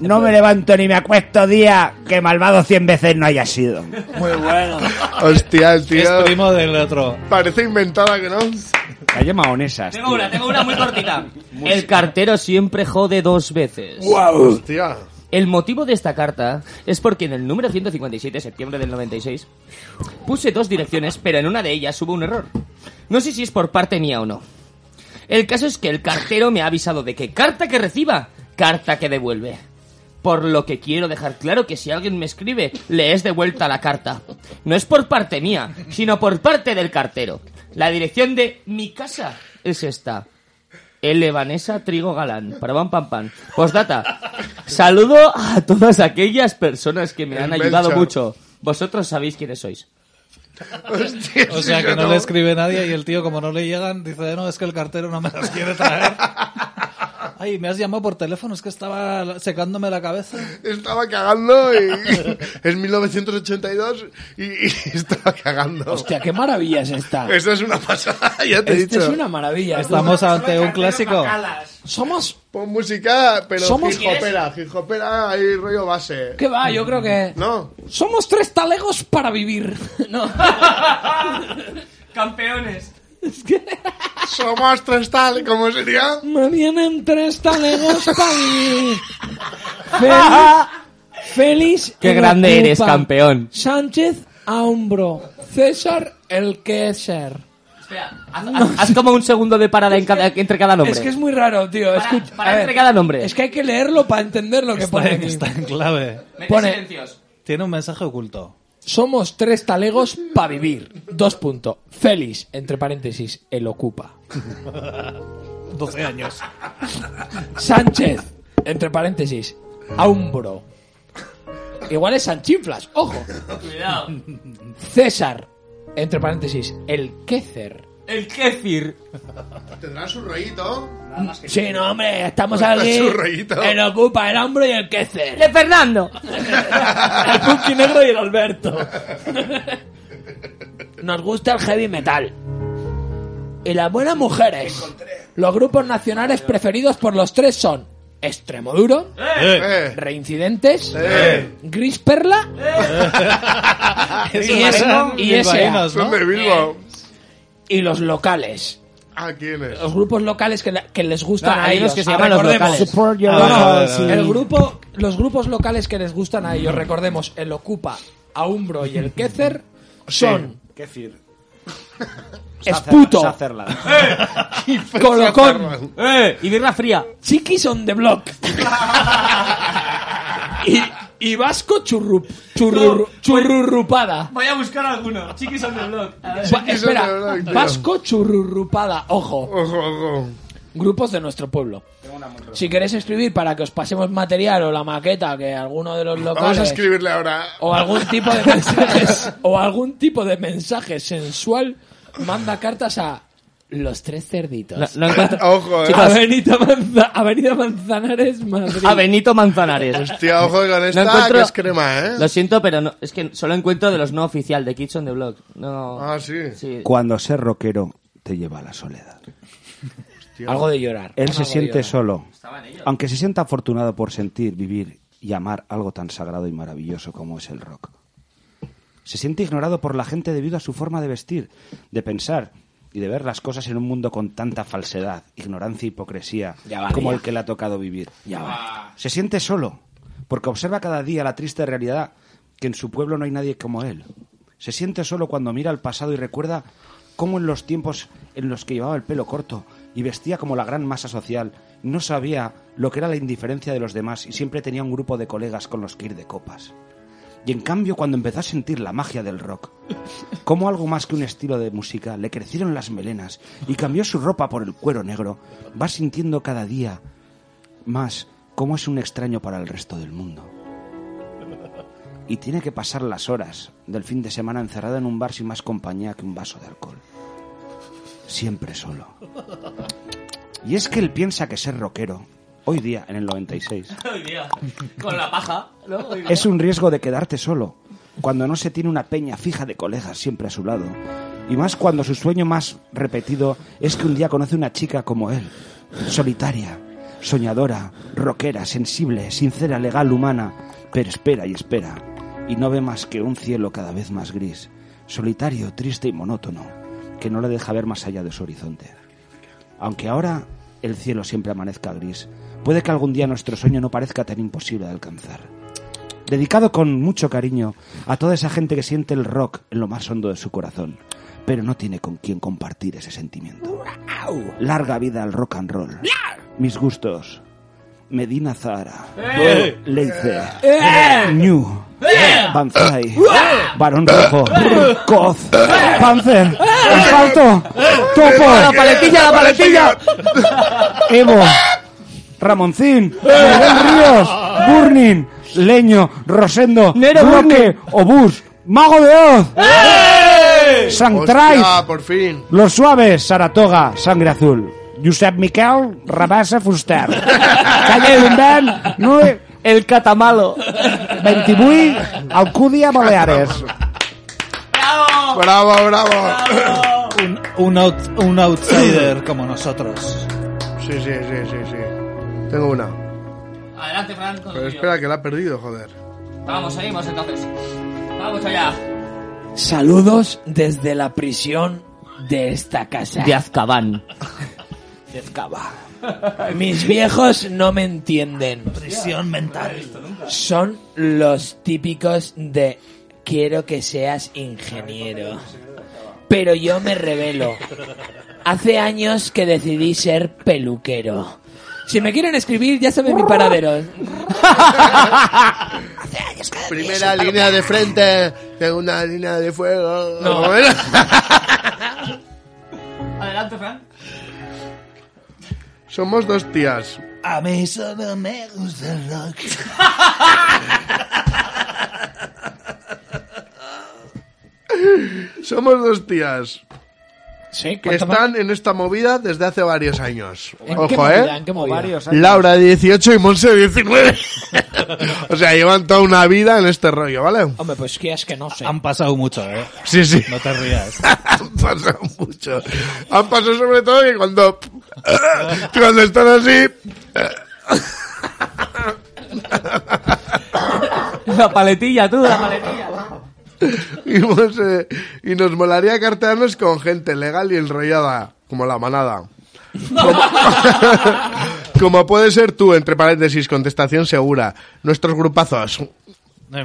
Speaker 6: No me levanto ni me acuesto día que malvado 100 veces no haya sido.
Speaker 4: Muy bueno. Hostia, el tío.
Speaker 6: Es
Speaker 9: primo del otro.
Speaker 4: Parece inventada que no.
Speaker 6: Calle Maonesas.
Speaker 5: Tengo una, tengo una muy cortita. El cartero siempre jode dos veces.
Speaker 4: Guau. Hostia.
Speaker 5: El motivo de esta carta es porque en el número 157, de septiembre del 96, puse dos direcciones, pero en una de ellas hubo un error. No sé si es por parte mía o no. El caso es que el cartero me ha avisado de que carta que reciba, carta que devuelve. Por lo que quiero dejar claro que si alguien me escribe, le es devuelta la carta. No es por parte mía, sino por parte del cartero. La dirección de mi casa es esta. L. Vanessa Trigo Galán. Para pam pam pam. Postdata. Saludo a todas aquellas personas que me
Speaker 9: El
Speaker 5: han ayudado
Speaker 9: Melchor.
Speaker 5: mucho. Vosotros sabéis quiénes sois.
Speaker 9: O sea
Speaker 5: sí,
Speaker 9: que
Speaker 5: yo
Speaker 9: no,
Speaker 5: no.
Speaker 9: le escribe nadie y el tío, como no le llegan, dice: No, es que el cartero no me las quiere traer. Ay, me has llamado por teléfono, es que estaba secándome la cabeza.
Speaker 4: Estaba cagando y. es 1982 y, y estaba cagando.
Speaker 8: Hostia, qué maravilla es esta.
Speaker 4: Esto es una pasada, ya te he
Speaker 8: Este
Speaker 4: dicho.
Speaker 8: es una maravilla.
Speaker 9: Estamos ante un clásico.
Speaker 8: Somos.
Speaker 4: Pon música, pero.
Speaker 8: Somos-
Speaker 4: Somos. Hijopera, hijopera y rollo base.
Speaker 8: ¿Qué va? Yo creo que.
Speaker 4: No.
Speaker 8: Somos tres talegos para vivir. No.
Speaker 5: Campeones.
Speaker 4: Somos tres tal, ¿cómo sería?
Speaker 8: Me vienen tres talegos para vivir. Feliz. Feliz.
Speaker 5: Qué
Speaker 8: en
Speaker 5: grande
Speaker 8: Ocupa.
Speaker 5: eres, campeón.
Speaker 8: Sánchez a hombro. César el que es ser.
Speaker 5: Haz, haz- haz como un segundo de parada en cada- entre cada nombre.
Speaker 8: Es que es muy raro, tío. Escucha,
Speaker 5: para
Speaker 8: a ver,
Speaker 5: entre cada nombre.
Speaker 8: Es que hay que leerlo para entender lo que pone. aquí.
Speaker 9: Está en clave.
Speaker 8: Pone-
Speaker 9: Tiene un mensaje oculto.
Speaker 8: Somos tres talegos para vivir. Dos puntos. Félix, entre paréntesis, el ocupa.
Speaker 9: 12 años.
Speaker 8: Sánchez, entre paréntesis, Aumbro. Igual es Sanchiflas, ojo.
Speaker 5: Cuidado.
Speaker 8: César, Entre paréntesis, el Kécer.
Speaker 27: El kéfir.
Speaker 4: Tendrán su rollito.
Speaker 8: Sí, no, hombre, estamos
Speaker 4: Está
Speaker 8: aquí.
Speaker 4: su rollito.
Speaker 8: El Ocupa, el Hombro y el Kécer.
Speaker 18: De Fernando.
Speaker 8: El Punky Negro y el Alberto. Nos gusta el heavy metal. Y las buenas mujeres. Los grupos nacionales preferidos por los tres son Extremoduro,
Speaker 18: Eh.
Speaker 8: Reincidentes,
Speaker 18: Eh.
Speaker 8: Gris Perla
Speaker 5: Eh.
Speaker 8: y, esa, y esa,
Speaker 4: Son de Bilbao.
Speaker 8: y los locales.
Speaker 4: ¿A quiénes?
Speaker 8: Los grupos locales que, la- que les gustan
Speaker 5: No,
Speaker 8: a
Speaker 5: hay
Speaker 8: ellos.
Speaker 5: unos que se llaman los
Speaker 8: Recordemos.
Speaker 5: locales. Ah, Support your
Speaker 8: No, no,
Speaker 5: locals y-
Speaker 8: el grupo, los grupos locales que les gustan a ellos, recordemos, el Ocupa, Aumbro y el Kezer son
Speaker 6: Kéfir.
Speaker 8: Esputo.
Speaker 6: Sazerland.
Speaker 8: Colocón.
Speaker 5: Eh, Y birra fría.
Speaker 8: Chiquis on the block. y, y Vasco churrup, churrur- churrurupada.
Speaker 12: Voy a buscar alguno. Chiquis on the block. A ver.
Speaker 8: Va- espera,
Speaker 12: tío.
Speaker 8: Vasco churrurupada, ojo. Grupos de nuestro pueblo. Si queréis escribir para que os pasemos material o la maqueta que alguno de los locales
Speaker 4: Vamos a escribirle ahora.
Speaker 8: o algún tipo de mensajes o algún tipo de mensaje sensual manda cartas a los tres cerditos.
Speaker 5: No- no encuentro-
Speaker 4: Ojo, eh.
Speaker 5: Chicos.
Speaker 8: Avenida, Manza- Avenida Manzanares, Madrid.
Speaker 5: A Benito Manzanares.
Speaker 4: Hostia, ojo con esta, que es crema, ¿eh?
Speaker 5: Lo siento, pero no- es que solo encuentro de los no oficial de Kitchen the Block. No.
Speaker 4: Ah, sí.
Speaker 6: Cuando ser rockero te lleva a la soledad.
Speaker 8: Algo de llorar.
Speaker 6: Él
Speaker 8: Algo
Speaker 6: se
Speaker 8: de
Speaker 6: siente
Speaker 8: llorar.
Speaker 6: solo. Aunque se sienta afortunado por sentir, vivir y amar algo tan sagrado y maravilloso como es el rock. Se siente ignorado por la gente debido a su forma de vestir, de pensar y de ver las cosas en un mundo con tanta falsedad, ignorancia e hipocresía
Speaker 8: Ya va,
Speaker 6: como
Speaker 8: ya.
Speaker 6: el que le ha tocado vivir.
Speaker 8: Ya va.
Speaker 6: Se siente solo, porque observa cada día la triste realidad que en su pueblo no hay nadie como él. Se siente solo cuando mira al pasado y recuerda cómo en los tiempos en los que llevaba el pelo corto y vestía como la gran masa social, no sabía lo que era la indiferencia de los demás y siempre tenía un grupo de colegas con los que ir de copas. Y en cambio, cuando empezó a sentir la magia del rock, como algo más que un estilo de música, le crecieron las melenas y cambió su ropa por el cuero negro, va sintiendo cada día más cómo es un extraño para el resto del mundo. Y tiene que pasar las horas del fin de semana encerrado en un bar sin más compañía que un vaso de alcohol. Siempre solo. Y es que él piensa que ser rockero, hoy día, en el 96,
Speaker 27: Hoy día. Con la paja, ¿no? Hoy día.
Speaker 6: es un riesgo de quedarte solo, cuando no se tiene una peña fija de colegas siempre a su lado. Y más cuando su sueño más repetido es que un día conoce una chica como él, solitaria, soñadora, rockera, sensible, sincera, legal, humana, pero espera y espera, y no ve más que un cielo cada vez más gris, solitario, triste y monótono, que no le deja ver más allá de su horizonte. Aunque ahora el cielo siempre amanezca gris, puede que algún día nuestro sueño no parezca tan imposible de alcanzar. Dedicado con mucho cariño a toda esa gente que siente el rock en lo más hondo de su corazón, pero no tiene con quién compartir ese sentimiento. Larga vida al rock and roll. Mis gustos. Medina Zahara.
Speaker 18: ¡Eh!
Speaker 6: Leice.
Speaker 18: ¡Eh!
Speaker 6: New. Banzai. Barón Rojo.
Speaker 18: Eh.
Speaker 6: Coz. Panzer. Asfalto. Topo.
Speaker 18: ¡La paletilla, la paletilla!
Speaker 6: Evo, Ramoncín, Miguel Ríos, Burning, Leño, Rosendo,
Speaker 18: Nero
Speaker 6: Bloque, Obús, Mago de Oz, Santrais,
Speaker 4: Hostia, por fin.
Speaker 6: Los Suaves, Saratoga, Sangre Azul, Josep Miquel, Rabasa Fuster, Calle Lumben, Nui, El Catamalo, 28, Alcudia, Baleares.
Speaker 4: Bravo, bravo.
Speaker 9: Un, un out- un outsider como nosotros.
Speaker 4: Sí, sí, sí, sí, sí. Tengo una.
Speaker 27: Adelante, Fran. con
Speaker 4: Pero
Speaker 27: el
Speaker 4: espera, que la he perdido, joder.
Speaker 27: tío. Vamos, seguimos entonces. Vamos allá.
Speaker 8: Saludos desde la prisión de esta casa.
Speaker 5: De Azkaban.
Speaker 8: De Azkaban. Mis viejos no me entienden.
Speaker 9: Prisión mental.
Speaker 8: Son los típicos de quiero que seas ingeniero. Pero yo me revelo. Hace años que decidí ser peluquero. Si me quieren escribir, ya saben mi paradero.
Speaker 4: Primera línea de
Speaker 8: Eh.
Speaker 4: frente, segunda línea de fuego.
Speaker 8: No.
Speaker 4: ¿Cómo era?
Speaker 27: Adelante, Fran.
Speaker 4: Somos dos tías.
Speaker 9: A mí solo me gusta el rock.
Speaker 4: Somos dos tías. que
Speaker 18: ¿cuánto
Speaker 4: están en esta movida desde hace varios años.
Speaker 18: ¿En
Speaker 4: Ojo,
Speaker 18: qué movida?
Speaker 4: ¿eh?
Speaker 18: ¿En qué movida? Varios años.
Speaker 4: Laura 18 y Monse 19. o sea, llevan toda una vida en este rollo, ¿vale?
Speaker 8: Hombre, pues que es que no sé.
Speaker 9: Han pasado mucho, ¿eh?
Speaker 4: Sí, sí.
Speaker 9: No te rías.
Speaker 4: Han pasado mucho. Han pasado sobre todo que cuando. cuando están así.
Speaker 5: La paletilla, tú, la paletilla.
Speaker 4: y, nos, eh, y nos molaría cartearnos con gente legal y enrollada, como la manada. Como, como puede ser tú, entre paréntesis, contestación segura. Nuestros grupazos.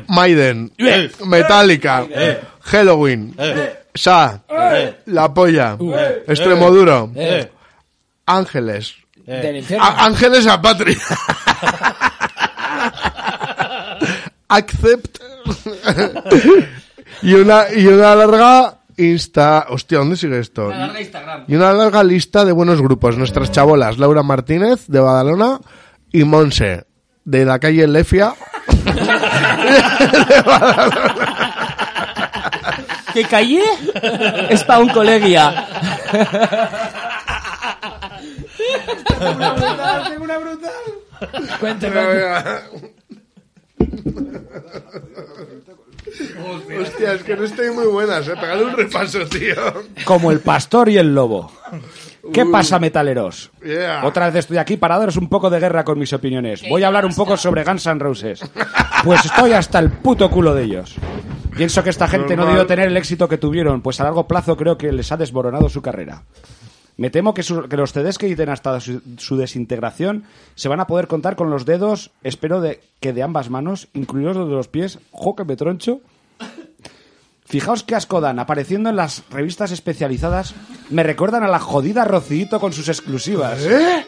Speaker 4: Maiden,
Speaker 18: Eh.
Speaker 4: Metallica,
Speaker 18: Eh.
Speaker 4: Halloween,
Speaker 18: Eh.
Speaker 4: Sa,
Speaker 18: Eh.
Speaker 4: La Polla,
Speaker 18: Eh.
Speaker 4: Extremoduro,
Speaker 18: Eh.
Speaker 4: Ángeles,
Speaker 18: Eh. Del infierno.
Speaker 4: Á- Ángeles a Patria. Accept. y, una, y una larga insta. Hostia, ¿dónde sigue esto?
Speaker 18: Una larga Instagram.
Speaker 4: Y una larga lista de buenos grupos. Nuestras chabolas, Laura Martínez, de Badalona, y Monse, de la calle Lefia. de Badalona.
Speaker 5: ¿Que callé? Es para un colegia.
Speaker 18: una brutal.
Speaker 8: Cuente,
Speaker 4: Hostia, es que no estoy muy buenas, eh. Pegadle un repaso, tío.
Speaker 6: Como el pastor y el lobo. ¿Qué
Speaker 4: Uy.
Speaker 6: pasa, metaleros?
Speaker 4: Yeah.
Speaker 6: Otra vez estoy aquí para daros un poco de guerra con mis opiniones. Voy a hablar un poco sobre Guns N' Roses. Pues estoy hasta el puto culo de ellos. Pienso que esta gente no
Speaker 4: Normal.
Speaker 6: debió tener el éxito que tuvieron, pues a largo plazo creo que les ha desboronado su carrera. Me temo que, su- que los CDs que editen hasta su, su desintegración se van a poder contar con los dedos, espero de, que de ambas manos, incluidos los de los pies. ¡Jo, que me troncho! Fijaos qué asco dan, apareciendo en las revistas especializadas, me recuerdan a la jodida Rocito con sus exclusivas.
Speaker 4: ¿Eh?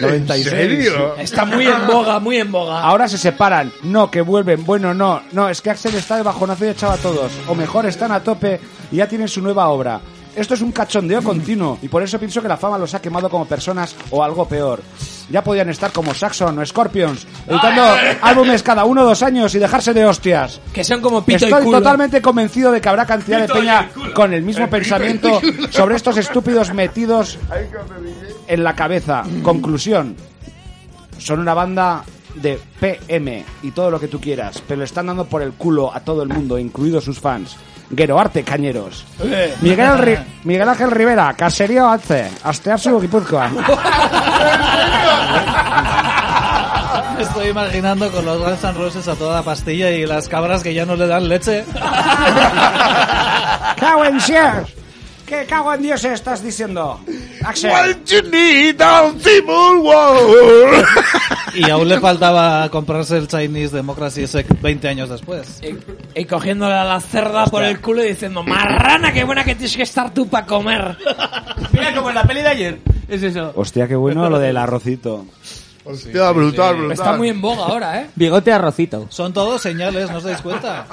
Speaker 6: 96.
Speaker 8: Está muy en boga, muy en boga.
Speaker 6: Ahora se separan. No, que vuelven. Bueno, no. No, es que Axel está de bajonazo y echaba a todos. O mejor, están a tope y ya tienen su nueva obra. Esto es un cachondeo continuo y por eso pienso que la fama los ha quemado como personas o algo peor. Ya podían estar como Saxon o Scorpions, editando álbumes cada uno o dos años y dejarse de hostias.
Speaker 8: Que sean como pito
Speaker 6: Estoy
Speaker 8: y culo.
Speaker 6: totalmente convencido de que habrá cantidad de peña con el mismo pensamiento sobre estos estúpidos metidos en la cabeza. Conclusión. Son una banda de PM y todo lo que tú quieras, pero le están dando por el culo a todo el mundo, incluidos sus fans. Gueroarte, cañeros. Miguel, Ri- Miguel Ángel Rivera, Caserío Alce, Astearsu Guipúzcoa.
Speaker 9: Me estoy imaginando con los Guns N' Roses a toda pastilla y las cabras que ya no le dan leche.
Speaker 6: ¡Cago en Dios! ¿Qué cago en Dios estás diciendo? Axel.
Speaker 4: What you need on the moon, wow.
Speaker 9: Y aún le faltaba comprarse el Chinese Democracy ese 20 años después.
Speaker 8: Pues, Y cogiéndole a la cerda por el culo y diciendo, marrana, qué buena que tienes que estar tú para comer. Mira como en la peli de ayer. Es eso.
Speaker 6: Hostia, qué bueno lo del arrocito.
Speaker 4: Hostia, brutal, brutal.
Speaker 8: Está muy en boga ahora, ¿eh?
Speaker 6: Bigote arrocito.
Speaker 9: Son todos señales, ¿no os dais cuenta?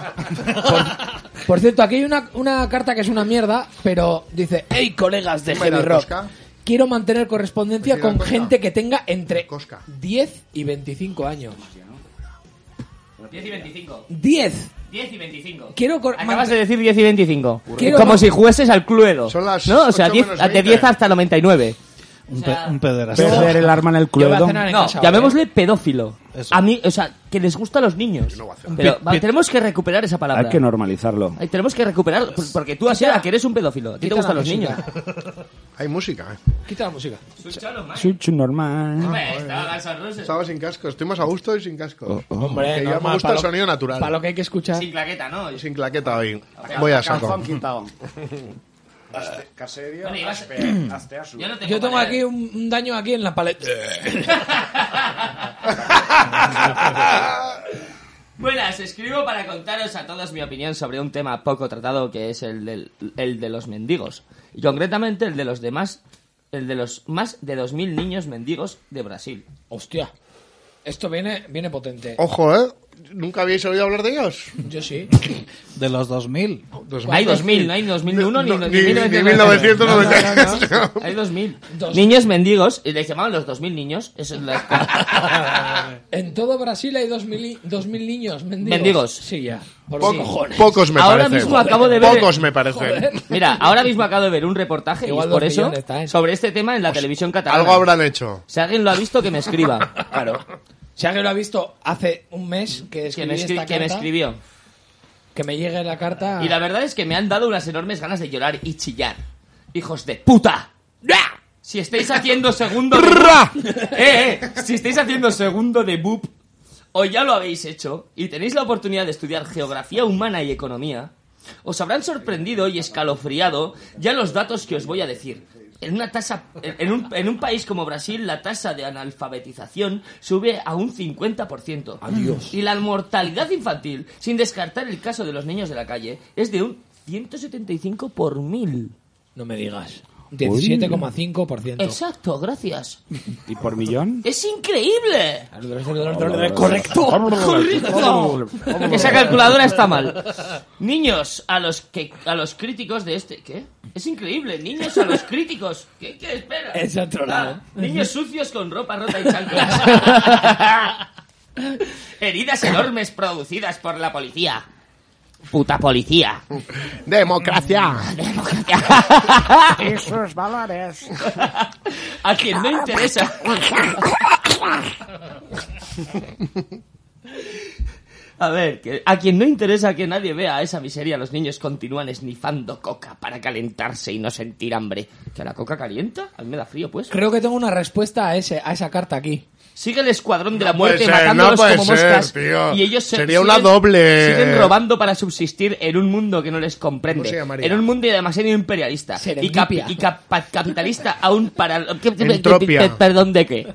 Speaker 8: Por cierto, aquí hay una, una carta que es una mierda, pero dice, hey colegas de
Speaker 4: Hombre, la
Speaker 8: Heavy Rock,
Speaker 4: Tosca.
Speaker 8: quiero mantener correspondencia
Speaker 4: Pues sí, la
Speaker 8: con
Speaker 4: Tosca.
Speaker 8: gente que tenga entre 10 y 25 años.
Speaker 27: 10 y 25.
Speaker 8: 10.
Speaker 27: 10 y 25.
Speaker 8: Quiero cor-
Speaker 5: Acabas
Speaker 8: mant-
Speaker 5: de decir 10 y 25.
Speaker 8: Quiero-
Speaker 5: Como si jueses al Cluedo. no, o sea,
Speaker 8: 8
Speaker 5: 10
Speaker 8: menos
Speaker 5: de
Speaker 8: 20.
Speaker 5: 10 hasta 99.
Speaker 9: Un, pe- un pederasta.
Speaker 6: Perder el arma en el
Speaker 5: Yo voy a
Speaker 6: cluedo.
Speaker 5: cenar en No, casa, llamémosle pedófilo. A mí, o sea, que les gusta a los niños. Pero
Speaker 6: Pi-
Speaker 5: va,
Speaker 6: pi-
Speaker 5: tenemos que recuperar esa palabra.
Speaker 6: Hay que normalizarlo.
Speaker 5: Ay, tenemos que recuperar, por- porque tú, Asiara, que eres un pedófilo. A ti te
Speaker 8: quita
Speaker 5: gustan
Speaker 8: la
Speaker 5: los niños.
Speaker 8: música.
Speaker 4: Hay música,
Speaker 8: Quita la música.
Speaker 6: Chuchu normal.
Speaker 4: Estaba Mm. sin casco, estoy más a gusto y sin casco.
Speaker 6: oh. Hombre,
Speaker 4: Que ya
Speaker 6: normal,
Speaker 4: me gusta
Speaker 6: pa'
Speaker 4: el
Speaker 6: lo-
Speaker 4: sonido natural. Pues
Speaker 6: pa'
Speaker 8: lo que hay que escuchar.
Speaker 27: Sin claqueta, ¿no?
Speaker 4: Sin claqueta hoy. Voy a saco.
Speaker 6: Calzón quitado. Caserio,
Speaker 27: Bueno, ibas-
Speaker 6: aspe- asteasu.
Speaker 27: Yo no
Speaker 8: Yo tengo aquí un, un daño aquí en la paleta.
Speaker 27: Buenas, escribo para contaros a todos mi opinión sobre un tema poco tratado que es el, del- el de los mendigos. Y concretamente el de los demás, el de los más de 2.000 niños mendigos de Brasil.
Speaker 8: Hostia. Esto viene, viene potente.
Speaker 4: Ojo, ¿eh? ¿Nunca habéis oído hablar de ellos?
Speaker 8: Yo sí.
Speaker 9: De los 2000.
Speaker 5: No hay 2000, no hay 2001
Speaker 4: No,
Speaker 5: ni,
Speaker 4: ni- ni 1998.
Speaker 5: No, no, no, no. Hay 2000. Niños mendigos, y les llamaban los 2000 niños. Eso es la...
Speaker 8: En todo Brasil hay 2000, niños mendigos.
Speaker 5: Mendigos.
Speaker 8: Sí, ya. Por
Speaker 5: Po-
Speaker 8: los cojones.
Speaker 4: Pocos me
Speaker 5: ahora
Speaker 4: parecen.
Speaker 5: mismo acabo de ver.
Speaker 4: Pocos me parecen.
Speaker 5: Mira, ahora mismo acabo de ver un reportaje, y
Speaker 4: Igual
Speaker 5: es por
Speaker 4: dos
Speaker 5: eso,
Speaker 4: millones,
Speaker 8: ¿eh?
Speaker 5: sobre este tema en la televisión catalana.
Speaker 4: Algo habrán hecho.
Speaker 5: Si alguien lo ha visto, que me escriba.
Speaker 8: Claro. Si alguien lo ha visto hace un mes que
Speaker 5: Que
Speaker 8: escribí
Speaker 5: me, escri-
Speaker 8: esta
Speaker 5: que me
Speaker 8: carta,
Speaker 5: escribió.
Speaker 8: que me llegue la carta.
Speaker 5: Y la verdad es que me han dado unas enormes ganas de llorar y chillar. Hijos de puta. ¡Ra! Si estáis haciendo segundo de Eh, eh, si estáis haciendo segundo de BUP o ya lo habéis hecho y tenéis la oportunidad de estudiar geografía humana y economía, os habrán sorprendido y escalofriado ya los datos que os voy a decir. En, una tasa, en, un, en un país como Brasil, la tasa de analfabetización sube a un 50%.
Speaker 8: Adiós.
Speaker 5: Y la mortalidad infantil, sin descartar el caso de los niños de la calle, es de un 175 por mil.
Speaker 8: No me digas. 17,5%.
Speaker 5: Exacto, gracias.
Speaker 6: ¿Y por millón?
Speaker 5: ¡Es increíble!
Speaker 8: Correcto.
Speaker 5: ¡Correcto! Oh. Esa calculadora está mal. Niños a los que a los críticos de este, ¿qué? Es increíble, niños a los críticos. ¿Qué, qué espera? Ah,
Speaker 8: Es otro lado.
Speaker 5: Niños sucios con ropa rota y chanclas. Heridas enormes producidas por la policía. Puta policía.
Speaker 4: Democracia.
Speaker 5: Democracia.
Speaker 2: sus valores.
Speaker 5: A quien no interesa. A ver, que a quien no interesa que nadie vea esa miseria, los niños continúan esnifando coca para calentarse y no sentir hambre. ¿Que la coca calienta? A mí me da frío, pues.
Speaker 8: Creo que tengo una respuesta a, ese, a esa carta aquí.
Speaker 5: Sigue el escuadrón de la
Speaker 8: No
Speaker 5: muerte
Speaker 8: puede ser,
Speaker 5: matándolos
Speaker 8: no puede
Speaker 5: como
Speaker 8: ser,
Speaker 5: moscas
Speaker 8: tío.
Speaker 5: y ellos se-
Speaker 8: Sería una doble.
Speaker 5: siguen robando para subsistir en un mundo que no les comprende,
Speaker 8: ¿Cómo se llamaría?
Speaker 5: en un mundo demasiado imperialista y, capi-
Speaker 8: Serendipia.
Speaker 5: y capa- capitalista aún para
Speaker 8: Entropia.
Speaker 5: perdón de qué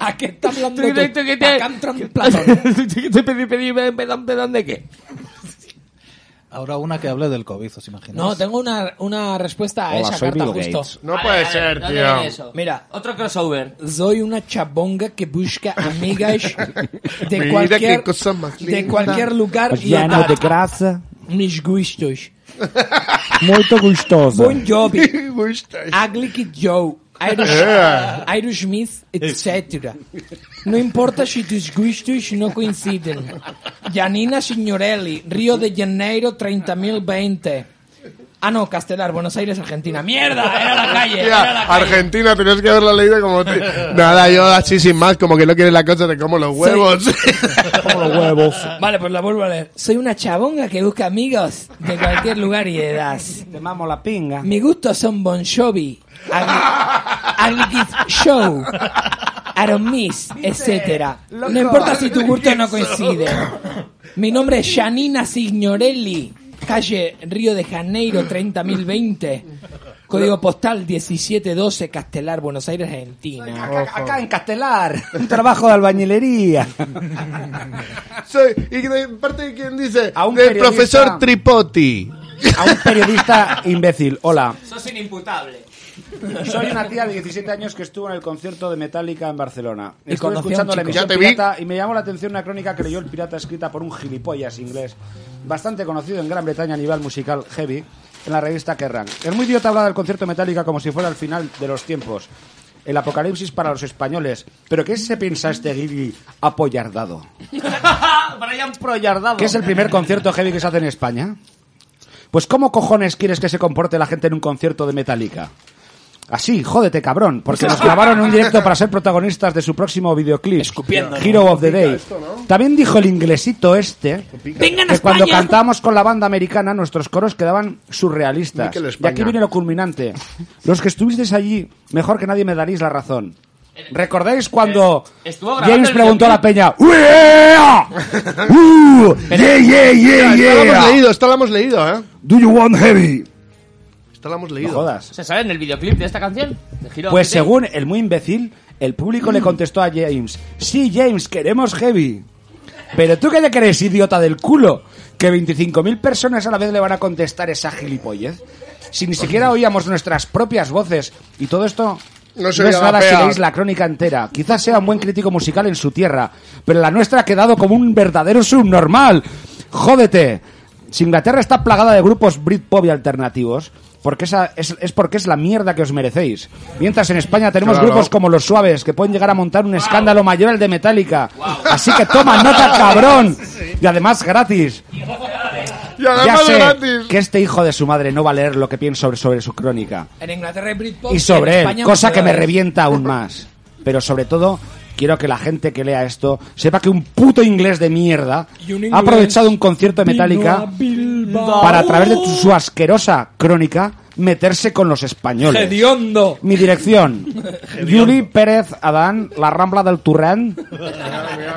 Speaker 8: ¿A qué estás hablando
Speaker 5: ¿Tú
Speaker 8: tú?
Speaker 5: crees que te-
Speaker 8: Acá entra un platón.
Speaker 5: te pedí, pedí, perdón, perdón de qué.
Speaker 9: Ahora una que hable del COVID, os imagináis.
Speaker 8: No, tengo una, una respuesta a
Speaker 9: Hola,
Speaker 8: esa
Speaker 9: soy
Speaker 8: carta
Speaker 9: Bill
Speaker 8: justo.
Speaker 9: Gates. No Vale, puede vale, ser, no tío. digan eso.
Speaker 8: Mira,
Speaker 5: otro crossover.
Speaker 8: Soy una chabonga que busca amigas de
Speaker 4: Mira
Speaker 8: cualquier
Speaker 4: qué cosa más
Speaker 8: de
Speaker 4: linda.
Speaker 8: cualquier lugar y
Speaker 6: Lleno
Speaker 8: edad.
Speaker 6: de grasa.
Speaker 8: mis gustos.
Speaker 6: Muy gustoso.
Speaker 8: Bon Jovi, Ugly Kid Joe, Irish,
Speaker 6: Eh.
Speaker 8: Smith, etc. No importa si tus gustos no coinciden. Janina Signorelli, Río de Janeiro 30.020. Ah, no, Castelar, Buenos Aires, Argentina. ¡Mierda! Era la calle, era la
Speaker 4: Tía,
Speaker 8: calle.
Speaker 4: Argentina, tenías que haberla leído como. te- Nada, yo así sin más, como que no quieres la cosa, te como los huevos. como los huevos.
Speaker 8: Vale, pues la vuelvo a leer. Soy una chabonga que busca amigos de cualquier lugar y edad. Te mamo la pinga. Mis gustos son Bon Jovi, Ugly Kid Show, Aaron Miss, etc. No importa si tu gusto no coincide. Mi nombre es Janina Signorelli, calle Río de Janeiro 30.020. Código postal 1712, Castelar, Buenos Aires, Argentina.
Speaker 2: acá
Speaker 8: en Castelar.
Speaker 6: Un trabajo de albañilería.
Speaker 4: Soy, y de parte de quien dice,
Speaker 6: A un
Speaker 4: del
Speaker 6: periodista-
Speaker 4: profesor Tripoti.
Speaker 6: A un periodista imbécil. Hola.
Speaker 5: Sos inimputable.
Speaker 6: Soy una tía de 17 años que estuvo en el concierto de Metallica en Barcelona.
Speaker 8: Y
Speaker 6: Estuve
Speaker 8: conoció a un
Speaker 6: escuchando la
Speaker 8: chico.
Speaker 6: emisión
Speaker 8: Ya te vi.
Speaker 6: pirata y me llamó la atención una crónica que leyó el pirata escrita por un gilipollas inglés, bastante conocido en Gran Bretaña a nivel musical heavy, en la revista Kerrang. El muy idiota hablaba del concierto de Metallica como si fuera el final de los tiempos. El apocalipsis para los españoles. ¿Pero qué se piensa este guiri apoyardado?
Speaker 5: Brian Proyardado.
Speaker 6: ¿Qué es el primer concierto heavy que se hace en España? Pues ¿cómo cojones quieres que se comporte la gente en un concierto de Metallica? Así, jódete cabrón, porque nos grabaron en un directo para ser protagonistas de su próximo videoclip,
Speaker 8: Escupiendo, ¿no?
Speaker 6: Hero of the Day.
Speaker 8: Pica esto, ¿no?
Speaker 6: También dijo el inglesito este
Speaker 8: ¡Vengan a
Speaker 6: que cuando
Speaker 8: España!
Speaker 6: cantábamos con la banda americana nuestros coros quedaban surrealistas.
Speaker 4: Miquel
Speaker 6: Y
Speaker 4: España.
Speaker 6: aquí viene lo culminante. Los que estuvisteis allí, mejor que nadie me daréis la razón.
Speaker 8: Eh.
Speaker 6: ¿Recordáis cuando
Speaker 5: Estuvo grabando
Speaker 6: James
Speaker 5: el
Speaker 6: preguntó a la peña? "¡Yeah! ¡Uh! ¡Yeah, yeah, yeah,
Speaker 4: Esta la hemos
Speaker 6: yeah!
Speaker 4: leído, esta la hemos leído, ¿eh?
Speaker 6: Do you want heavy?
Speaker 4: Esta la hemos leído.
Speaker 5: ¿Se sabe en el videoclip de esta canción? De Hero
Speaker 6: Pues
Speaker 5: of the Day.
Speaker 6: según el muy imbécil, el público
Speaker 5: Mm.
Speaker 6: le contestó a James, sí James, queremos heavy. Pero tú qué te crees, idiota del culo, que 25.000 personas a la vez le van a contestar esa gilipollez. Si ni siquiera oíamos nuestras propias voces y todo esto
Speaker 4: No se
Speaker 6: es
Speaker 4: oía la
Speaker 6: rara
Speaker 4: pea.
Speaker 6: si leéis la crónica entera. Quizás sea un buen crítico musical en su tierra, pero la nuestra ha quedado como un verdadero subnormal. Jódete. Si Inglaterra está plagada de grupos Britpop y alternativos, porque esa es, es porque es la mierda que os merecéis. Mientras en España tenemos
Speaker 4: Claro.
Speaker 6: grupos como Los Suaves, que pueden llegar a montar un escándalo mayor al de Metallica. Así que toma nota, cabrón. Y además gratis. Ya sé que este hijo de su madre no va a leer lo que pienso sobre, sobre su crónica.
Speaker 8: En Inglaterra hay Britpop.
Speaker 6: Y sobre
Speaker 8: en
Speaker 6: él,
Speaker 8: España
Speaker 6: cosa que me
Speaker 8: mucho.
Speaker 6: revienta aún más. Pero sobre todo, quiero que la gente que lea esto sepa que un puto inglés de mierda
Speaker 8: Y un
Speaker 6: ha
Speaker 8: inglés
Speaker 6: aprovechado un concierto de Metallica para a través de
Speaker 29: ¡Oh!
Speaker 6: tu- su asquerosa crónica meterse con los españoles.
Speaker 8: Hediondo.
Speaker 6: Mi dirección, Yuri Pérez Adán, La Rambla del Turrán,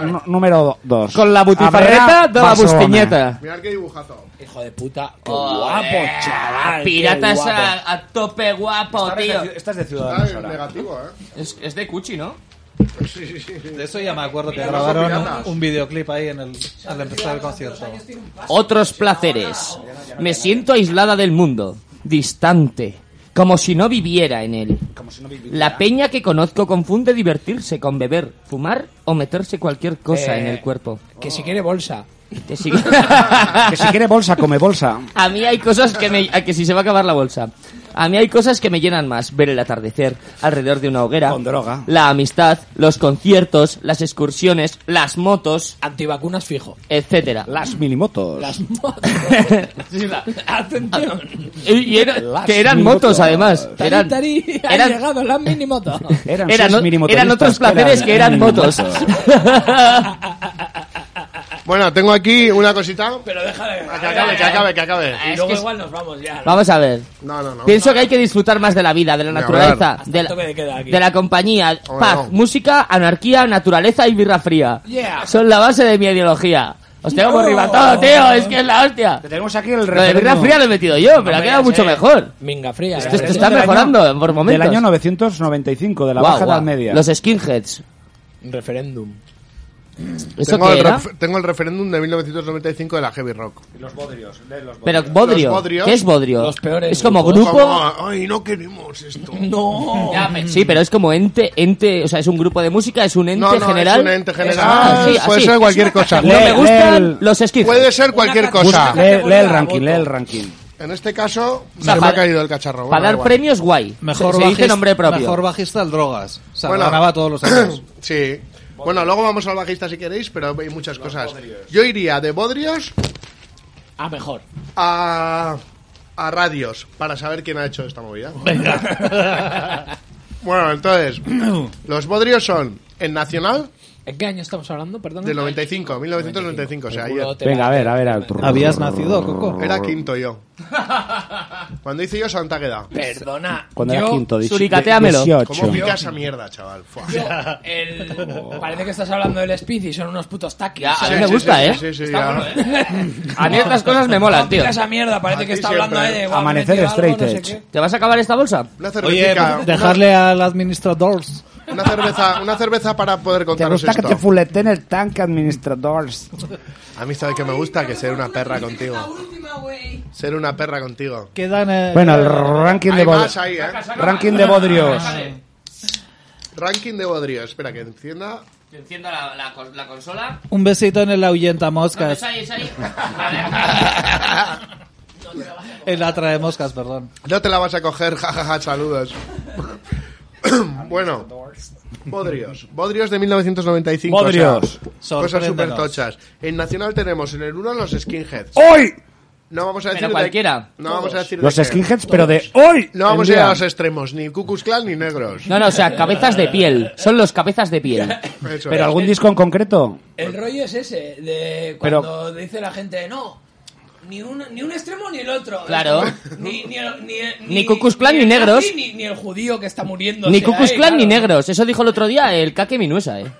Speaker 6: n- número 2.
Speaker 29: Con la butifarreta de la bustiñeta.
Speaker 4: Mirad qué dibujazo.
Speaker 8: Hijo de puta. Qué
Speaker 5: Joder, eh,
Speaker 8: guapo, chaval. qué
Speaker 5: Piratas
Speaker 8: guapo.
Speaker 5: a, a tope guapo,
Speaker 8: Estás de
Speaker 5: tío.
Speaker 8: ci- estás
Speaker 6: de
Speaker 8: Ciudadanos
Speaker 4: Está en
Speaker 8: ahora.
Speaker 4: negativo, ¿eh?
Speaker 5: Es, es de Cuchi, ¿no?
Speaker 4: Sí, sí, sí.
Speaker 9: De eso ya me acuerdo que
Speaker 4: Mira,
Speaker 9: grabaron
Speaker 4: los piratas.
Speaker 9: un videoclip ahí en el, al empezar el concierto.
Speaker 5: Otros placeres. Me siento aislada del mundo, distante, como si no viviera en él. La peña que conozco confunde divertirse con beber, fumar o meterse cualquier cosa
Speaker 8: Eh,
Speaker 5: en el cuerpo.
Speaker 8: Que si quiere bolsa.
Speaker 5: Que si-
Speaker 6: Que si quiere bolsa, come bolsa.
Speaker 5: A mí hay cosas que me... a que si se va a acabar la bolsa. A mí hay cosas que me llenan más. Ver el atardecer alrededor de una hoguera. Con droga. La amistad, los conciertos, las excursiones, las motos.
Speaker 8: Antivacunas fijo.
Speaker 5: Etcétera.
Speaker 6: Las minimotos.
Speaker 8: Las
Speaker 5: Y era- que eran motos, además. Eran,
Speaker 8: eran,
Speaker 5: eran-
Speaker 8: llegado las minimotos.
Speaker 6: Eran,
Speaker 5: eran o- eran otros placeres que eran, motos.
Speaker 4: Bueno, tengo aquí una cosita.
Speaker 8: Pero déjale.
Speaker 4: Que acabe, que acabe, que acabe.
Speaker 8: Y luego igual nos vamos ya.
Speaker 5: Vamos a ver.
Speaker 4: No, no, no.
Speaker 5: Pienso que hay que disfrutar más de la vida, de la
Speaker 4: Ni
Speaker 5: naturaleza,
Speaker 4: hablar.
Speaker 5: de la,
Speaker 8: Hasta el toque de queda aquí.
Speaker 5: de la compañía,
Speaker 4: Hombre,
Speaker 5: paz,
Speaker 4: no.
Speaker 5: música, anarquía, naturaleza y birra fría.
Speaker 8: Yeah. Oh.
Speaker 5: Son la base de mi ideología. Os tengo por
Speaker 8: No.
Speaker 5: arriba todo, tío, es que es la hostia.
Speaker 6: Tenemos aquí el
Speaker 5: Lo de birra
Speaker 6: referéndum
Speaker 5: fría lo he metido yo, pero ha
Speaker 8: Hombre,
Speaker 5: quedado
Speaker 8: ya
Speaker 5: mucho
Speaker 8: sé.
Speaker 5: mejor.
Speaker 8: Minga fría.
Speaker 5: Esto, esto
Speaker 8: eh.
Speaker 5: está
Speaker 6: Este del año-
Speaker 5: mejorando por momentos.
Speaker 6: Del año 995, de la
Speaker 5: Guau,
Speaker 6: Baja
Speaker 5: guau.
Speaker 6: Edad Media.
Speaker 5: Los skinheads.
Speaker 8: Referéndum.
Speaker 5: ¿Eso
Speaker 4: Tengo
Speaker 5: qué
Speaker 4: el,
Speaker 5: era?
Speaker 4: ref- tengo el referéndum de 1995 de la Heavy Rock.
Speaker 6: Los bodrios.
Speaker 5: Pero bodrio.
Speaker 4: Los bodrios.
Speaker 5: ¿Qué es bodrio?
Speaker 8: Los peores
Speaker 5: Es como
Speaker 8: grupos.
Speaker 5: grupo.
Speaker 4: Como, Ay, no queremos esto.
Speaker 8: No.
Speaker 5: Sí, pero es como ente, ente, o sea, es un grupo de música, es un ente
Speaker 4: No, no,
Speaker 5: general.
Speaker 4: es un ente general.
Speaker 5: Ah, sí,
Speaker 4: puede
Speaker 5: así.
Speaker 4: ser cualquier cosa.
Speaker 5: No me gustan
Speaker 6: Lee el-
Speaker 5: los esquizos.
Speaker 4: Puede ser cualquier cosa.
Speaker 6: Lee, lee el ranking, lee el ranking.
Speaker 4: En este caso,
Speaker 5: sea,
Speaker 4: se me
Speaker 5: para-
Speaker 4: ha caído el
Speaker 5: Para
Speaker 4: cacharro. Bueno, da
Speaker 5: dar
Speaker 4: igual.
Speaker 5: premios, guay.
Speaker 9: Mejor
Speaker 5: se se dice
Speaker 9: bajista-
Speaker 5: nombre propio.
Speaker 9: Mejor bajista el Drogas. O sea,
Speaker 4: Bueno.
Speaker 9: ganaba todos los años.
Speaker 4: Sí. Bueno, luego vamos al bajista si queréis, pero hay muchas cosas. Yo iría de Bodrios
Speaker 8: Ah, mejor.
Speaker 4: a, a radios para saber quién ha hecho esta movida.
Speaker 9: Venga.
Speaker 4: Bueno, entonces, los Bodrios son el Nacional
Speaker 8: ¿En qué año estamos hablando? Perdón.
Speaker 4: del 95, 1995, o sea, ayer.
Speaker 6: Venga, a ver, a ver. a ver.
Speaker 9: ¿Habías nacido, Coco?
Speaker 4: Era quinto yo. Cuando hice yo Santa Queda.
Speaker 8: Perdona.
Speaker 6: Cuando era
Speaker 8: yo-
Speaker 6: quinto, dieci-
Speaker 5: suricateamelo.
Speaker 4: ¿Cómo
Speaker 6: 18.
Speaker 4: pica esa mierda, chaval? Fua.
Speaker 8: yo, el- Parece que estás hablando del Speed y son unos putos taquis.
Speaker 5: Ya, a
Speaker 8: ¿sabes?
Speaker 5: mí me
Speaker 4: sí,
Speaker 5: gusta,
Speaker 4: sí,
Speaker 5: ¿eh?
Speaker 4: sí, sí,
Speaker 8: Está
Speaker 4: ya.
Speaker 8: bueno, ¿eh?
Speaker 5: A mí estas cosas me molan, tío.
Speaker 8: Pica esa mierda, parece que
Speaker 4: A ti
Speaker 8: está hablando
Speaker 4: siempre.
Speaker 8: ahí de... "Guau, me he
Speaker 6: Amanecer
Speaker 8: metido algo, no sé
Speaker 6: straight
Speaker 8: qué".
Speaker 5: ¿Te vas a acabar esta bolsa?
Speaker 4: Una
Speaker 9: Oye,
Speaker 4: cervecita.
Speaker 9: dejarle al administrador.
Speaker 4: una, una cerveza, una cerveza para poder
Speaker 6: ¿Te
Speaker 4: contaros
Speaker 6: gusta que te
Speaker 4: esto.
Speaker 6: fuleten el tanque, administradores?
Speaker 4: A mí sabes que me gusta que ser una perra contigo. Ser una perra contigo.
Speaker 9: Quedan. eh,
Speaker 6: Bueno, el ranking de
Speaker 4: Hay más
Speaker 6: bodrios.
Speaker 4: ahí, ¿eh?
Speaker 6: Ranking de bodrios.
Speaker 4: Ranking de bodrio. Espera, que encienda.
Speaker 5: Que encienda la, la cons- la consola.
Speaker 9: Un besito en el ahuyenta
Speaker 5: No,
Speaker 9: moscas.
Speaker 5: es ahí, es ahí.
Speaker 4: Ah,
Speaker 9: El atrae moscas, perdón.
Speaker 4: No te la vas a coger, jajaja, saludos. bueno, Bodrios. Bodrios de 1995.
Speaker 6: Bodrios.
Speaker 4: o sea, cosas súper
Speaker 9: Sorpréndenos.
Speaker 4: tochas. En Nacional tenemos en el 1 los skinheads.
Speaker 6: ¡Hoy!
Speaker 4: No vamos a decir
Speaker 5: Pero
Speaker 4: de-
Speaker 5: cualquiera.
Speaker 4: No vamos a decir de
Speaker 6: Los
Speaker 4: qué.
Speaker 6: skinheads, pero de hoy.
Speaker 4: No vamos a
Speaker 6: en
Speaker 4: ir a
Speaker 6: día.
Speaker 4: los extremos, ni Cucus Clan ni negros.
Speaker 5: No, no, o sea, cabezas de piel. Son los cabezas de piel.
Speaker 4: Eso
Speaker 6: Pero
Speaker 4: es.
Speaker 6: algún disco en concreto.
Speaker 8: El rollo es ese, de
Speaker 6: Pero-
Speaker 8: cuando dice la gente, no, ni un, ni un extremo ni el otro.
Speaker 5: Claro.
Speaker 8: Ni, ni, el- ni, el-
Speaker 5: Ni Ku Klux Klan
Speaker 8: el
Speaker 5: ni negros.
Speaker 8: nazi, Ni, ni el judío que está muriendo.
Speaker 5: Ni Cucus
Speaker 4: eh,
Speaker 5: Clan ni negros. Eso dijo el otro día el Kake Minusa, ¿eh?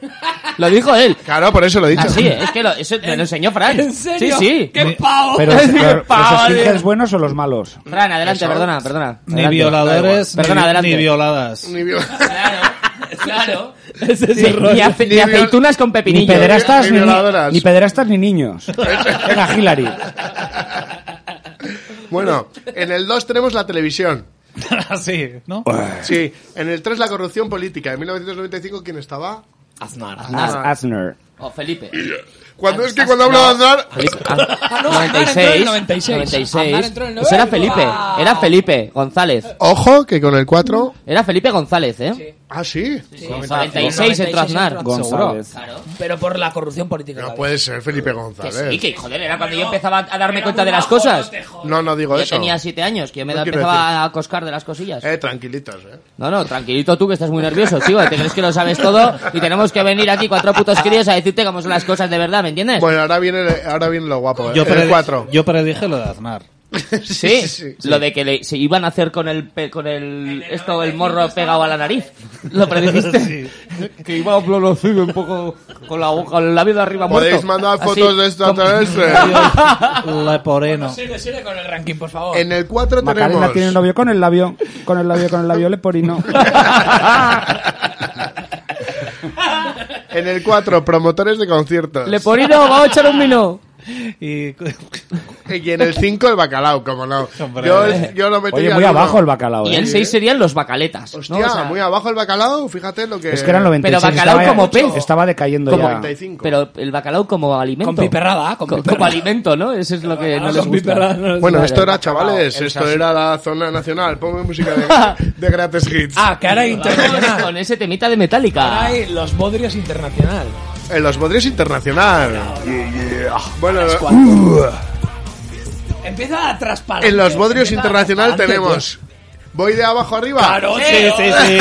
Speaker 5: Lo dijo él.
Speaker 4: Claro, por eso lo he dicho.
Speaker 5: Así, eh, es que lo, eso me lo enseñó Fran.
Speaker 8: ¿En serio?
Speaker 5: Sí, sí.
Speaker 8: ¡Qué pavo!
Speaker 6: Pero,
Speaker 5: Sí,
Speaker 6: pero, ¿Los
Speaker 5: pavo,
Speaker 6: skinheads
Speaker 5: tío.
Speaker 6: buenos o los malos?
Speaker 5: Fran, adelante,
Speaker 4: Eso.
Speaker 5: perdona, perdona.
Speaker 9: Ni
Speaker 5: Adelante.
Speaker 9: violadores,
Speaker 5: Perdona,
Speaker 9: ni,
Speaker 5: adelante.
Speaker 9: ni violadas.
Speaker 4: Ni vio-
Speaker 5: Claro, claro.
Speaker 8: Ese es
Speaker 5: Ni,
Speaker 8: el rollo.
Speaker 5: ni ace-
Speaker 4: Ni
Speaker 5: ni
Speaker 4: viol-
Speaker 5: aceitunas con
Speaker 6: Ni
Speaker 5: pepinillo.
Speaker 6: pederastas
Speaker 4: Ni
Speaker 6: ni, ni-
Speaker 4: violadoras.
Speaker 6: ni pederastas ni niños. Venga, Hillary.
Speaker 4: Bueno, en el 2 tenemos la televisión.
Speaker 9: Así, ¿no?
Speaker 4: Sí, en el 3 la corrupción política. En 1995, ¿quién estaba?
Speaker 5: Aznar.
Speaker 4: Aznar.
Speaker 6: Aznar.
Speaker 27: O Felipe.
Speaker 4: Cuando es que cuando hablo de Aznar...
Speaker 5: Ah, no, Aznar entró en el 96. 96.
Speaker 27: Aznar entró en el
Speaker 5: Pues era
Speaker 27: 96.
Speaker 5: Felipe,
Speaker 27: Wow.
Speaker 5: era Felipe González.
Speaker 4: Ojo, que con el 4...
Speaker 5: Era Felipe González, ¿eh?
Speaker 4: Ah, sí.
Speaker 5: sí. 96 entró Aznar.
Speaker 27: González.
Speaker 5: Claro.
Speaker 8: Pero por la corrupción política.
Speaker 4: No puede ser Felipe
Speaker 5: Que
Speaker 4: González.
Speaker 5: sí, que joder, era cuando yo empezaba a darme cuenta de las cosas.
Speaker 4: No, no digo
Speaker 5: Yo
Speaker 4: eso.
Speaker 5: tenía 7 años, que yo me
Speaker 4: No quiero
Speaker 5: empezaba
Speaker 4: decir-
Speaker 5: a coscar de las cosillas.
Speaker 4: Eh, tranquilitos, eh.
Speaker 5: No, no, tranquilito tú que estás muy nervioso, tío. Te crees que lo sabes todo y tenemos que venir aquí cuatro putos críos a decirte cómo son las cosas de verdad, ¿me entiendes?
Speaker 4: Bueno, ahora viene, ahora viene lo guapo. eh.
Speaker 9: Yo,
Speaker 4: el
Speaker 9: predi-
Speaker 4: 4.
Speaker 9: yo predije lo de Aznar.
Speaker 5: sí, lo de que le- se iban a hacer con el pe- con el esto el morro pegado a la nariz. ¿Lo predijiste? Que iba a hablar así un poco con la boca, con el labio de arriba muerto.
Speaker 4: Podéis mandar fotos
Speaker 5: Así.
Speaker 4: de extraterrestres.
Speaker 9: Leporeno.
Speaker 8: Sigue, sigue con el ranking, por favor.
Speaker 4: En el 4
Speaker 6: Macarena
Speaker 4: tenemos...
Speaker 6: tiene novio con el labio, con el labio, con el labio leporino.
Speaker 4: En el 4, promotores de conciertos.
Speaker 5: Leporino, vamos a echar un vino.
Speaker 9: Y...
Speaker 4: Y en el 5 el bacalao, como no.
Speaker 6: Hombre.
Speaker 4: Yo, yo lo metería
Speaker 6: Oye, muy
Speaker 4: en uno.
Speaker 6: abajo el bacalao.
Speaker 5: Y
Speaker 6: ¿eh?
Speaker 5: el 6 serían los bacaletas. ¿no?
Speaker 4: Hostia,
Speaker 5: O sea,
Speaker 4: muy abajo el bacalao, fíjate lo que...
Speaker 6: Es que eran 96.
Speaker 5: Pero bacalao
Speaker 6: estaba-
Speaker 5: como pez.
Speaker 6: Estaba decayendo
Speaker 5: como,
Speaker 6: ya.
Speaker 5: pero el bacalao como alimento.
Speaker 6: Con piperrada,
Speaker 5: Co- Como alimento, ¿no? Eso es lo que no les gusta.
Speaker 4: Bueno, esto era,
Speaker 5: El bacalao,
Speaker 4: chavales,
Speaker 5: el
Speaker 4: esto
Speaker 5: sassi.
Speaker 4: era la zona nacional. Ponme música de, de gratis hits.
Speaker 5: Ah, que ahora internacional. Con ese temita de Metallica.
Speaker 8: Ay, los bodrios internacional.
Speaker 4: En los bodrios internacional. Yeah, yeah. Bueno,
Speaker 8: Las
Speaker 4: lo-
Speaker 8: cuatro.
Speaker 4: Uh.
Speaker 8: Empieza a traspalante.
Speaker 4: en los bodrios
Speaker 8: empieza
Speaker 4: internacional
Speaker 8: traspalante,
Speaker 4: tenemos... ¿Voy de abajo arriba?
Speaker 8: Claro, sí, sí, sí.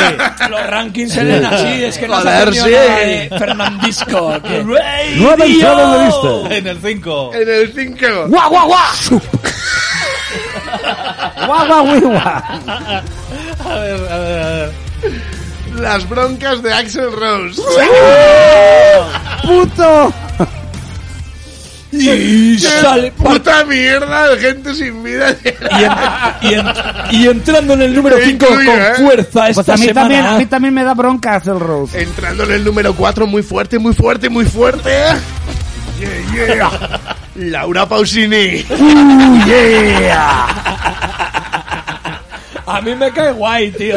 Speaker 8: Los rankings se leen así, es que no has
Speaker 4: Joder,
Speaker 8: aprendido
Speaker 4: sí.
Speaker 8: nada de Fernandisco. que-
Speaker 4: Nueva
Speaker 8: Radio.
Speaker 4: entrada en la lista.
Speaker 9: En el 5.
Speaker 4: En el 5.
Speaker 9: Guau, guau, guau.
Speaker 4: Guau, guau, guau, guau.
Speaker 9: A ver, a ver, a ver.
Speaker 4: Las broncas de Axel Rose.
Speaker 6: ¡Puto!
Speaker 4: Y
Speaker 18: sale-
Speaker 4: puta mierda de gente sin vida.
Speaker 8: Y, en- y entrando en el número 5 con
Speaker 4: Incluye, ¿eh?
Speaker 8: fuerza esta
Speaker 6: Pues a mí,
Speaker 8: semana.
Speaker 6: también, a mí también me da bronca hacer Rose.
Speaker 4: Entrando en el número 4, muy fuerte, muy fuerte, muy fuerte. Yeah, yeah. Laura Pausini. Uh, yeah.
Speaker 8: A mí me cae guay, tío.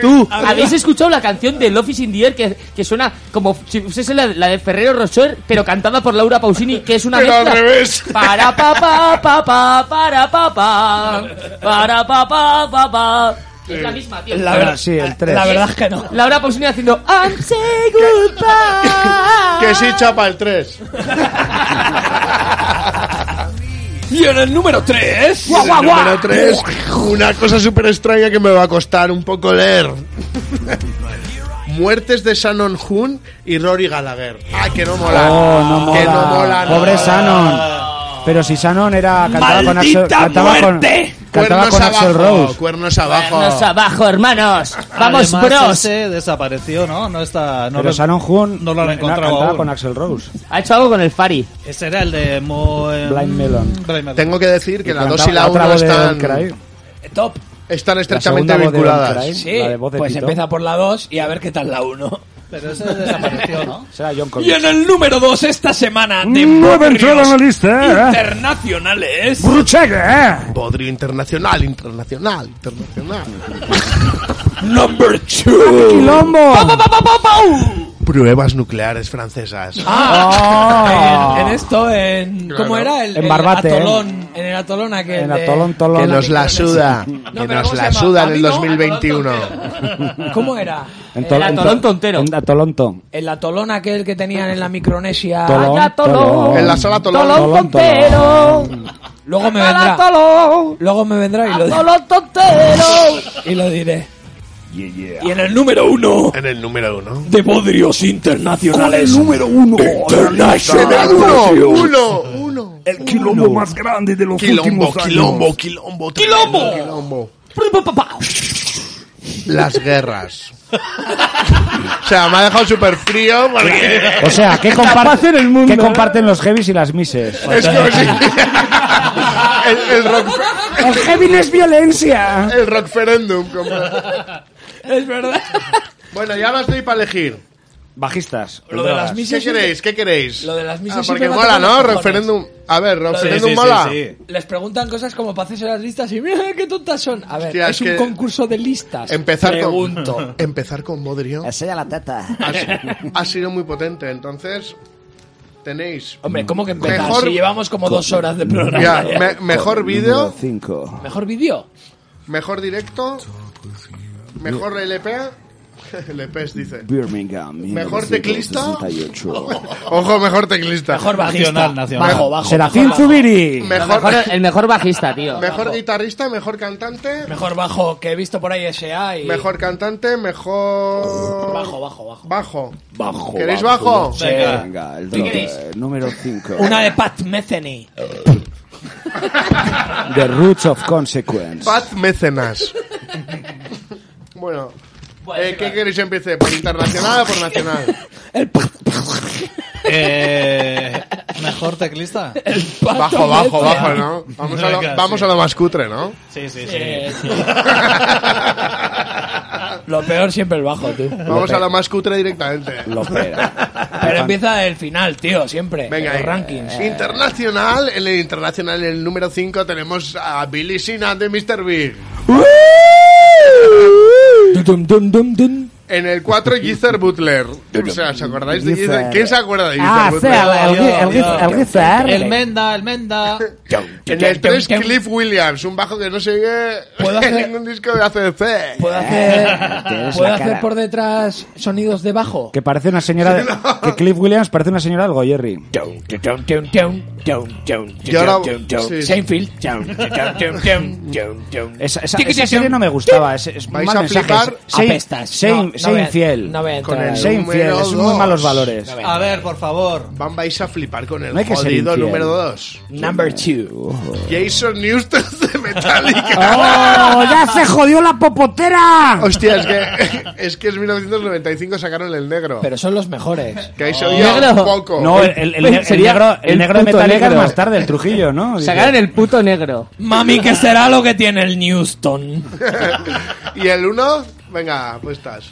Speaker 5: ¿Tú? ¿Habéis escuchado la canción de Love is in the Air que, que suena como si fuese la, la de Ferrero Rocher, pero cantada por Laura Pausini, que es una
Speaker 4: Pero al
Speaker 5: mezcla?
Speaker 4: revés.
Speaker 5: Para pa pa pa pa para pa pa para pa pa pa pa. Es la misma, tío.
Speaker 6: La verdad- Sí, el tres.
Speaker 8: La verdad es que no.
Speaker 5: Laura Pausini haciendo I'm say goodbye.
Speaker 4: Que sí, chapa el 3.
Speaker 8: Y en el número 3.
Speaker 4: Y en el número 3, una cosa súper extraña que me va a costar un poco leer. Muertes de Shannon Hoon y Rory Gallagher. Ah, que no mola.
Speaker 6: Oh, no mola.
Speaker 4: Que no mola. no
Speaker 6: Pobre
Speaker 4: mola.
Speaker 6: Shannon. Pero si Shannon era cantaba con
Speaker 4: ¡Maldita
Speaker 6: Axel, cantaba con,
Speaker 4: muerte!
Speaker 6: cantaba con
Speaker 4: Cuernos
Speaker 6: Axel
Speaker 4: abajo,
Speaker 6: Rose.
Speaker 4: Cuernos abajo. Ah,
Speaker 5: Cuernos abajo, hermanos. Vamos,
Speaker 9: Además,
Speaker 5: bros.
Speaker 9: ese desapareció, ¿no? No está. No
Speaker 6: pero
Speaker 9: lo-
Speaker 6: Shannon Hoon
Speaker 9: no lo han
Speaker 6: na-
Speaker 9: encontrado
Speaker 6: cantaba
Speaker 9: aún.
Speaker 6: con Axel Rose.
Speaker 5: Ha hecho algo con el Fari.
Speaker 9: Ese era el de Mo- em,
Speaker 6: Blind Melon.
Speaker 9: Blind Melon.
Speaker 4: Tengo que decir que la
Speaker 6: cantaba
Speaker 4: 2 y la
Speaker 6: otra
Speaker 4: 1
Speaker 6: voz de
Speaker 4: están,
Speaker 6: Don Cray.
Speaker 8: Eh, Top.
Speaker 4: están
Speaker 6: segunda
Speaker 4: estrechamente
Speaker 6: voz de Don
Speaker 4: vinculadas.
Speaker 6: Cray.
Speaker 8: Sí,
Speaker 6: La de voz de
Speaker 8: pues
Speaker 6: Tito.
Speaker 8: empieza por la 2 y a ver qué tal la 1.
Speaker 9: Pero ese desapareció, ¿no?
Speaker 6: Será John
Speaker 8: Y en
Speaker 6: Corbett.
Speaker 8: el número 2 esta semana de
Speaker 6: Nueva entrada
Speaker 8: Bodrios
Speaker 6: en la lista, ¿eh?
Speaker 8: internacionales.
Speaker 6: Bruchega, ¿eh?
Speaker 4: Bodrio internacional, internacional, internacional.
Speaker 8: Number 2.
Speaker 6: Quilombo.
Speaker 4: Pruebas nucleares francesas.
Speaker 8: Ah, en, en esto, en.
Speaker 4: Claro.
Speaker 8: ¿Cómo era? El,
Speaker 4: En
Speaker 8: el
Speaker 4: Barbate,
Speaker 8: atolón. En el atolón aquel.
Speaker 6: eh. En
Speaker 8: de-
Speaker 6: Atolón, Tolón.
Speaker 4: que nos la suda. que
Speaker 8: pero
Speaker 4: nos
Speaker 8: ¿cómo
Speaker 4: la
Speaker 8: se llama?
Speaker 4: suda en el
Speaker 8: Babino,
Speaker 4: 2021.
Speaker 8: ¿Cómo era?
Speaker 6: En
Speaker 8: El
Speaker 6: Tol- en
Speaker 8: atolón
Speaker 6: Tol-
Speaker 8: tontero.
Speaker 6: En Atolonto.
Speaker 8: El atolón aquel que tenían en la Micronesia.
Speaker 6: Tolón,
Speaker 8: Ay, atolón.
Speaker 6: tolón.
Speaker 4: En la sala
Speaker 6: Tolón,
Speaker 4: Tolón.
Speaker 6: tolón.
Speaker 8: Luego me vendrá.
Speaker 5: Atolón.
Speaker 8: Luego me vendrá y lo,
Speaker 5: Atolón tontero.
Speaker 8: y lo diré. Y en el número uno
Speaker 4: En el número uno.
Speaker 8: de Bodrios Internacionales. número uno.
Speaker 4: Uno, uno, uno.
Speaker 18: El quilombo más grande de los
Speaker 4: Quilombo,
Speaker 18: últimos años.
Speaker 4: quilombo, quilombo, tremendo
Speaker 18: Quilombo.
Speaker 4: quilombo. Las guerras. o sea, me ha dejado súper frío porque...
Speaker 6: O sea, ¿qué, compar-
Speaker 8: ¿eh?
Speaker 6: ¿qué comparten los heavies y las mises?
Speaker 4: ¿eh? Es como si...
Speaker 2: Ah,
Speaker 4: el, el rock...
Speaker 6: El heavy no es violencia.
Speaker 4: El rockferendum. como-
Speaker 8: Es verdad.
Speaker 4: Bueno, ya ahora estoy para elegir.
Speaker 6: Bajistas.
Speaker 4: Lo de las misas ¿Qué queréis? ¿Qué queréis?
Speaker 8: Lo de las misas
Speaker 4: Ah, porque
Speaker 8: siempre me
Speaker 4: mola,
Speaker 8: tocan
Speaker 4: ¿no?
Speaker 8: los cojones.
Speaker 4: Referéndum. A ver,
Speaker 8: Lo de-
Speaker 4: referéndum
Speaker 8: Sí, sí,
Speaker 4: mola.
Speaker 8: sí, sí. Les preguntan cosas como para hacerse las listas y mira qué tontas son. A ver,
Speaker 4: Hostia,
Speaker 8: es
Speaker 4: es
Speaker 8: un
Speaker 4: que-
Speaker 8: concurso de listas.
Speaker 4: Empezar
Speaker 8: Pregunto.
Speaker 4: con empezar con Modrio. la teta. Ha, ha sido muy potente, entonces tenéis
Speaker 8: Hombre, ¿cómo que empezar? Si llevamos como dos horas de programa.
Speaker 4: Ya, me- mejor vídeo,
Speaker 8: ¿Mejor vídeo?
Speaker 4: mejor directo, mejor LP. LPs dice.
Speaker 17: Birmingham.
Speaker 4: Mejor teclista.
Speaker 17: 1968.
Speaker 4: Ojo, mejor teclista.
Speaker 17: Mejor bajista. Nacional, nacional.
Speaker 4: Mejor-
Speaker 17: Bajo, bajo, Serafín mejor bajo. Zubiri.
Speaker 27: Mejor- el mejor bajista, tío.
Speaker 4: Mejor guitarrista, mejor cantante.
Speaker 8: Mejor bajo, que he visto por ahí S.A. y...
Speaker 4: Mejor cantante, mejor. Bajo,
Speaker 8: bajo, bajo.
Speaker 4: Bajo.
Speaker 17: Bajo.
Speaker 4: ¿Queréis bajo?
Speaker 17: Sí,
Speaker 4: Venga.
Speaker 17: Venga. el
Speaker 4: ¿Qué
Speaker 17: dro-
Speaker 4: queréis?
Speaker 17: eh, número 5.
Speaker 8: Una de Pat Metheny.
Speaker 6: The Roots of Consequence.
Speaker 4: Paz Mecenas. bueno. eh, ¿Qué queréis que empiece? ¿Por internacional o por nacional?
Speaker 9: Eh, mejor teclista.
Speaker 4: Bajo, bajo, bajo, ¿no? Vamos, a, lo,
Speaker 9: Venga,
Speaker 4: vamos
Speaker 9: sí.
Speaker 4: a lo más cutre, ¿no?
Speaker 9: Sí, sí, sí.
Speaker 4: Eh,
Speaker 8: Lo peor siempre el bajo, tú.
Speaker 4: Vamos a lo más cutre directamente.
Speaker 8: Lo Pero empieza el final, tío, siempre.
Speaker 4: Venga, eh,
Speaker 8: los
Speaker 4: ahí.
Speaker 8: rankings.
Speaker 4: Internacional, en el internacional, en el número 5 tenemos a Billy Sina de Mr. Big.
Speaker 8: Dum, dum, dum, dum.
Speaker 4: En el 4, Geezer Butler. O sea, ¿os acordáis de Geezer?
Speaker 9: Geezer.
Speaker 4: ¿Quién se acuerda de Geezer
Speaker 9: Ah,
Speaker 4: Butler?
Speaker 9: sea, el- el- el- el- el-
Speaker 1: Guizar.
Speaker 9: El Menda, el Menda.
Speaker 4: En el 3, Cliff Williams, un bajo que no se ve
Speaker 8: ¿Puedo
Speaker 4: en
Speaker 8: hacer-
Speaker 4: ningún disco de ACC.
Speaker 8: ¿Puedo hacer, ¿puedo hacer por detrás sonidos de bajo?
Speaker 6: Que parece una señora. de- que Cliff Williams parece una señora algo, Jerry.
Speaker 8: Yo ahora- sí. Seinfeld.
Speaker 6: Esa, esa, esa serie no me gustaba. Es, es
Speaker 8: Vais
Speaker 6: mal
Speaker 8: a
Speaker 6: mensaje.
Speaker 8: flipar.
Speaker 6: Sé-
Speaker 8: Apestas.
Speaker 6: sé-
Speaker 8: No, no
Speaker 6: sé
Speaker 8: voy a-
Speaker 6: infiel.
Speaker 8: no voy a entrar
Speaker 6: Con el
Speaker 8: ahí.
Speaker 6: sé infiel.
Speaker 4: número
Speaker 6: Es muy
Speaker 4: dos.
Speaker 6: malos valores.
Speaker 4: A ver, por favor. Van, vais a flipar con el
Speaker 6: No hay que ser
Speaker 4: jodido
Speaker 6: infiel.
Speaker 4: número 2.
Speaker 8: Number 2.
Speaker 4: Jason Newsted de Metallica.
Speaker 1: ¡Oh, ya se jodió la popotera!
Speaker 4: Hostia, es que, es que es 1995 sacaron el negro.
Speaker 8: Pero son los mejores.
Speaker 4: Que ahí se
Speaker 8: Oh.
Speaker 4: oía
Speaker 8: ¿Negro?
Speaker 4: un poco.
Speaker 6: No, el, el- el- el
Speaker 27: Sería
Speaker 6: negro, el
Speaker 27: el
Speaker 6: negro de
Speaker 27: puto
Speaker 6: Metallica es
Speaker 27: negro.
Speaker 6: más tarde, el Trujillo, ¿no? Dice-
Speaker 27: Sacaron el puto negro.
Speaker 8: Mami, ¿qué será lo que tiene el Newston?
Speaker 4: y el 1, venga, pues estás.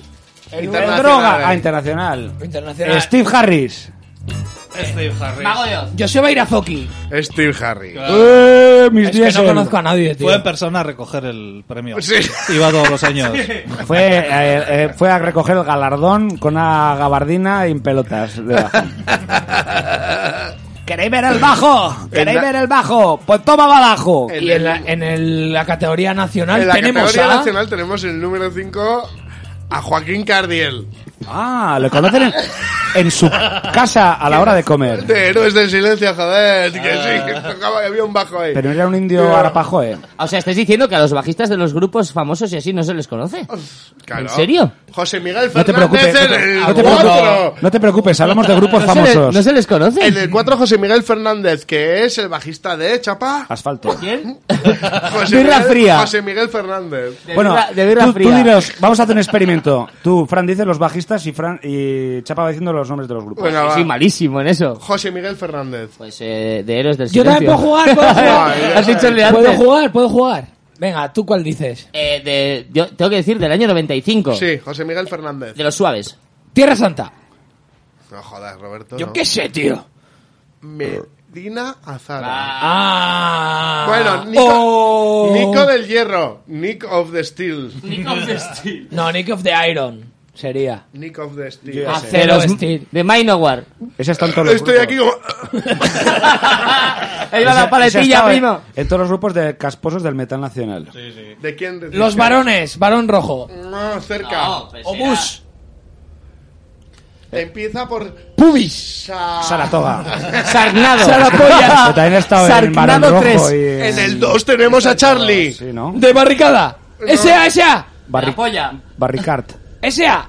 Speaker 6: El droga. Ah, internacional.
Speaker 8: Internacional.
Speaker 6: Steve Harris.
Speaker 9: Steve Harris.
Speaker 8: Joseba Irazoki.
Speaker 4: Steve Harris.
Speaker 6: Eh, mis
Speaker 9: Es que
Speaker 6: diésel.
Speaker 9: Fue en persona a recoger el premio.
Speaker 4: Sí.
Speaker 9: Iba todos los años.
Speaker 6: Fue, eh, eh, fue a recoger el galardón con una gabardina y en pelotas. debajo. ¿Queréis ver el bajo? ¿Queréis ver el bajo? Pues toma bajo.
Speaker 8: Y en la, en el- la categoría nacional
Speaker 4: En la
Speaker 8: tenemos
Speaker 4: categoría
Speaker 8: a...
Speaker 4: nacional tenemos el número 5 a Joaquín Cardiel.
Speaker 6: Ah, lo conocen en, en su casa a la hora de comer.
Speaker 4: De Héroes del Silencio, joder. Que sí, que tocaba, había un bajo ahí.
Speaker 6: Pero era un indio arapajo, eh.
Speaker 27: O sea, estáis diciendo que a los bajistas de los grupos famosos y así no se les conoce.
Speaker 4: Claro.
Speaker 27: ¿En serio?
Speaker 4: José Miguel
Speaker 6: No te
Speaker 4: Fernández
Speaker 6: preocupes, no
Speaker 4: en
Speaker 6: te,
Speaker 4: el
Speaker 6: no te preocupes,
Speaker 4: cuatro.
Speaker 6: no te preocupes, hablamos de grupos
Speaker 4: No se le-
Speaker 6: famosos. Eh,
Speaker 4: no se
Speaker 27: les conoce.
Speaker 4: En el 4, José Miguel Fernández, que es el bajista de Chapa.
Speaker 6: Asfalto.
Speaker 27: ¿Quién?
Speaker 4: José
Speaker 6: Birra
Speaker 4: Miguel,
Speaker 6: fría.
Speaker 4: José Miguel Fernández.
Speaker 6: Bueno, tú, tú diros, vamos a hacer un experimento. Tú, Fran, dices los bajistas y, Fran, y Chapa va diciendo los nombres de los grupos.
Speaker 4: Venga, va.
Speaker 27: Sí, malísimo en eso.
Speaker 4: José Miguel Fernández.
Speaker 27: Pues eh, de héroes del
Speaker 4: Yo también
Speaker 27: silencio.
Speaker 4: puedo jugar, puedo jugar.
Speaker 27: Ay, Has dicho el de
Speaker 8: ¿Puedo
Speaker 27: antes.
Speaker 8: jugar? ¿Puedo jugar? Venga, ¿tú cuál dices?
Speaker 27: Eh, de- yo tengo que decir del año 95.
Speaker 4: Sí, José Miguel Fernández.
Speaker 27: De los suaves.
Speaker 8: Tierra Santa.
Speaker 4: No jodas, Roberto.
Speaker 8: Yo
Speaker 4: no.
Speaker 8: qué sé, tío.
Speaker 4: Medina Azara.
Speaker 8: Ah.
Speaker 4: Bueno, Nico,
Speaker 8: Oh.
Speaker 4: Nico del Hierro. Nick of the Steel. Nick of the Steel.
Speaker 8: No, Nick of the Iron sería.
Speaker 4: Nick of the Steel.
Speaker 8: Yo ya sé. Acero
Speaker 27: de los-
Speaker 8: Steel.
Speaker 27: De Manowar.
Speaker 6: Ese es tanto los
Speaker 4: Estoy aquí como...
Speaker 27: Ahí va
Speaker 6: Ese-
Speaker 27: la
Speaker 6: ese ha
Speaker 27: paletilla,
Speaker 6: estado en-
Speaker 27: primo.
Speaker 6: En todos los grupos de casposos del metal nacional.
Speaker 4: ¿De quién? decís?
Speaker 8: Los varones, varón rojo.
Speaker 4: No, cerca.
Speaker 6: pues
Speaker 4: Eh.
Speaker 8: Obús.
Speaker 4: Empieza por...
Speaker 8: Pubis.
Speaker 6: Saratoga.
Speaker 4: Sarnado.
Speaker 6: Saratoga. Que también ha estado en Sarnado Barón Rojo tres. y en-
Speaker 4: En el 2 tenemos a Charlie.
Speaker 6: Pues Sí, ¿no?
Speaker 8: De barricada. S.A. S.A.
Speaker 6: Barri-
Speaker 27: La polla.
Speaker 6: Barricard.
Speaker 8: S.A.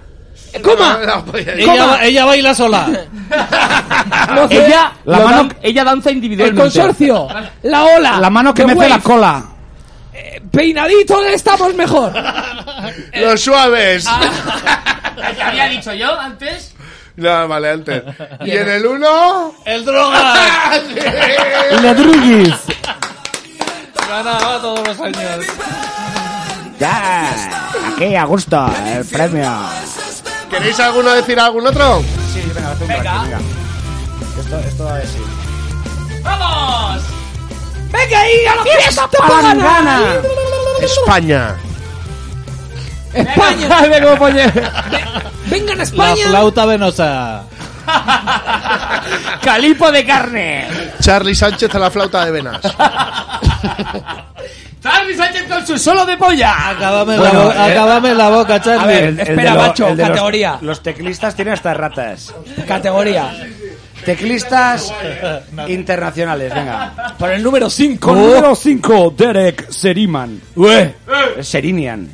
Speaker 8: ¡Coma!
Speaker 9: Ella, ella baila sola.
Speaker 8: No sé.
Speaker 27: Ella,
Speaker 8: La
Speaker 27: lo
Speaker 8: mano-
Speaker 27: dan- ella danza
Speaker 8: El
Speaker 27: individualmente.
Speaker 8: consorcio. La ola.
Speaker 6: La mano que
Speaker 8: The
Speaker 6: mece
Speaker 8: wave.
Speaker 6: la cola.
Speaker 8: Peinadito estamos mejor.
Speaker 4: Los suaves.
Speaker 27: ¿Qué había dicho yo antes?
Speaker 4: No, vale, antes. Y en el 1...
Speaker 9: ¡El droga!
Speaker 6: Ladrullis.
Speaker 9: Ganaba todos los años.
Speaker 6: Ya. Aquí a gusto el premio.
Speaker 4: ¿Queréis alguno decir algún otro?
Speaker 6: Sí, venga, haz un
Speaker 4: Venga.
Speaker 6: venga. Esto, esto va a decir.
Speaker 2: ¡Vamos!
Speaker 8: ¡Venga ahí, a la
Speaker 2: fiesta
Speaker 4: palangana! España.
Speaker 8: España.
Speaker 9: Ve cómo pone.
Speaker 8: ¡Vengan a
Speaker 9: La
Speaker 8: España!
Speaker 9: flauta venosa.
Speaker 4: Calipo de carne. Charlie Sánchez a la flauta de venas.
Speaker 5: Charlie Sánchez con su solo de polla.
Speaker 9: Acábame,
Speaker 6: Bueno,
Speaker 9: la, bo-
Speaker 6: eh,
Speaker 9: acábame la boca, Charlie.
Speaker 6: A ver, el- el de lo- el de los-
Speaker 9: categoría.
Speaker 6: Los, teclistas tienen hasta ratas.
Speaker 30: Categoría.
Speaker 6: Teclistas internacionales, venga. Oh.
Speaker 8: Por el número 5.
Speaker 6: Con número 5, Derek Seriman.
Speaker 8: Ué.
Speaker 6: Eh, Serinian.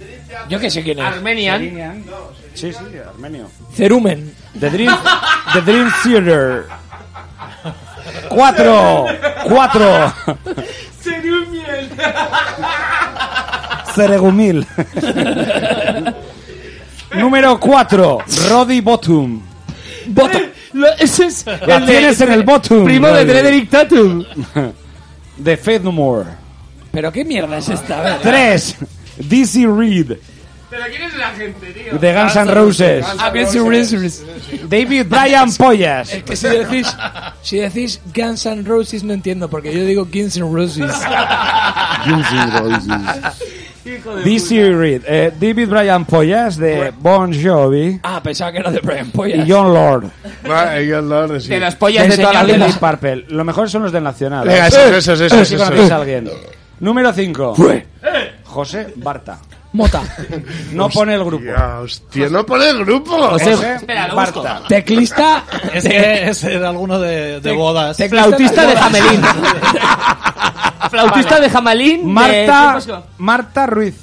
Speaker 8: Yo que sé quién es.
Speaker 5: Armenian.
Speaker 6: Sí, sí, armenio.
Speaker 8: Cerumen.
Speaker 6: The Dream, The Dream Theater. Cuatro. Cuatro.
Speaker 5: Cerumiel.
Speaker 6: Ceregumil. Número 4, Roddy Bottom.
Speaker 5: Ese es
Speaker 6: La
Speaker 5: el de-
Speaker 6: tienes en el Bottom.
Speaker 5: Primo de
Speaker 6: Roddy.
Speaker 5: Frederick Tatum.
Speaker 6: The Faith No More.
Speaker 8: ¿Pero qué mierda es esta? A ver.
Speaker 6: 3, DC Reed.
Speaker 5: ¿Pero quién es la gente, tío?
Speaker 6: The Guns N' Roses.
Speaker 8: Ah, Guns N' Roses.
Speaker 6: David Bryan Pollas.
Speaker 8: Es que si decís, si decís Guns N' Roses no entiendo, porque yo digo Guns N' Roses.
Speaker 6: DC Reed. eh, David Bryan Pollas de Bon Jovi.
Speaker 8: Ah, pensaba que era de Brian Pollas.
Speaker 6: Y John Lord.
Speaker 8: De las pollas de toda la
Speaker 6: Enseñadle
Speaker 8: vida.
Speaker 6: Deep Purple. Lo mejor son los del Nacional.
Speaker 4: Venga, esos,
Speaker 6: Eh,
Speaker 4: esos,
Speaker 6: eh,
Speaker 4: esos,
Speaker 6: Si
Speaker 4: esos.
Speaker 6: conocéis a alguien. Número 5. José Barta.
Speaker 8: Mota.
Speaker 6: No pone el grupo.
Speaker 4: Hostia, no pone el grupo.
Speaker 6: José,
Speaker 9: Espera, lo busco.
Speaker 6: Barta.
Speaker 8: Teclista.
Speaker 9: Es que es de alguno de, de bodas.
Speaker 6: Flautista de Jamelín.
Speaker 5: Flautista de Jamalín. de-
Speaker 6: Marta, Marta Ruiz.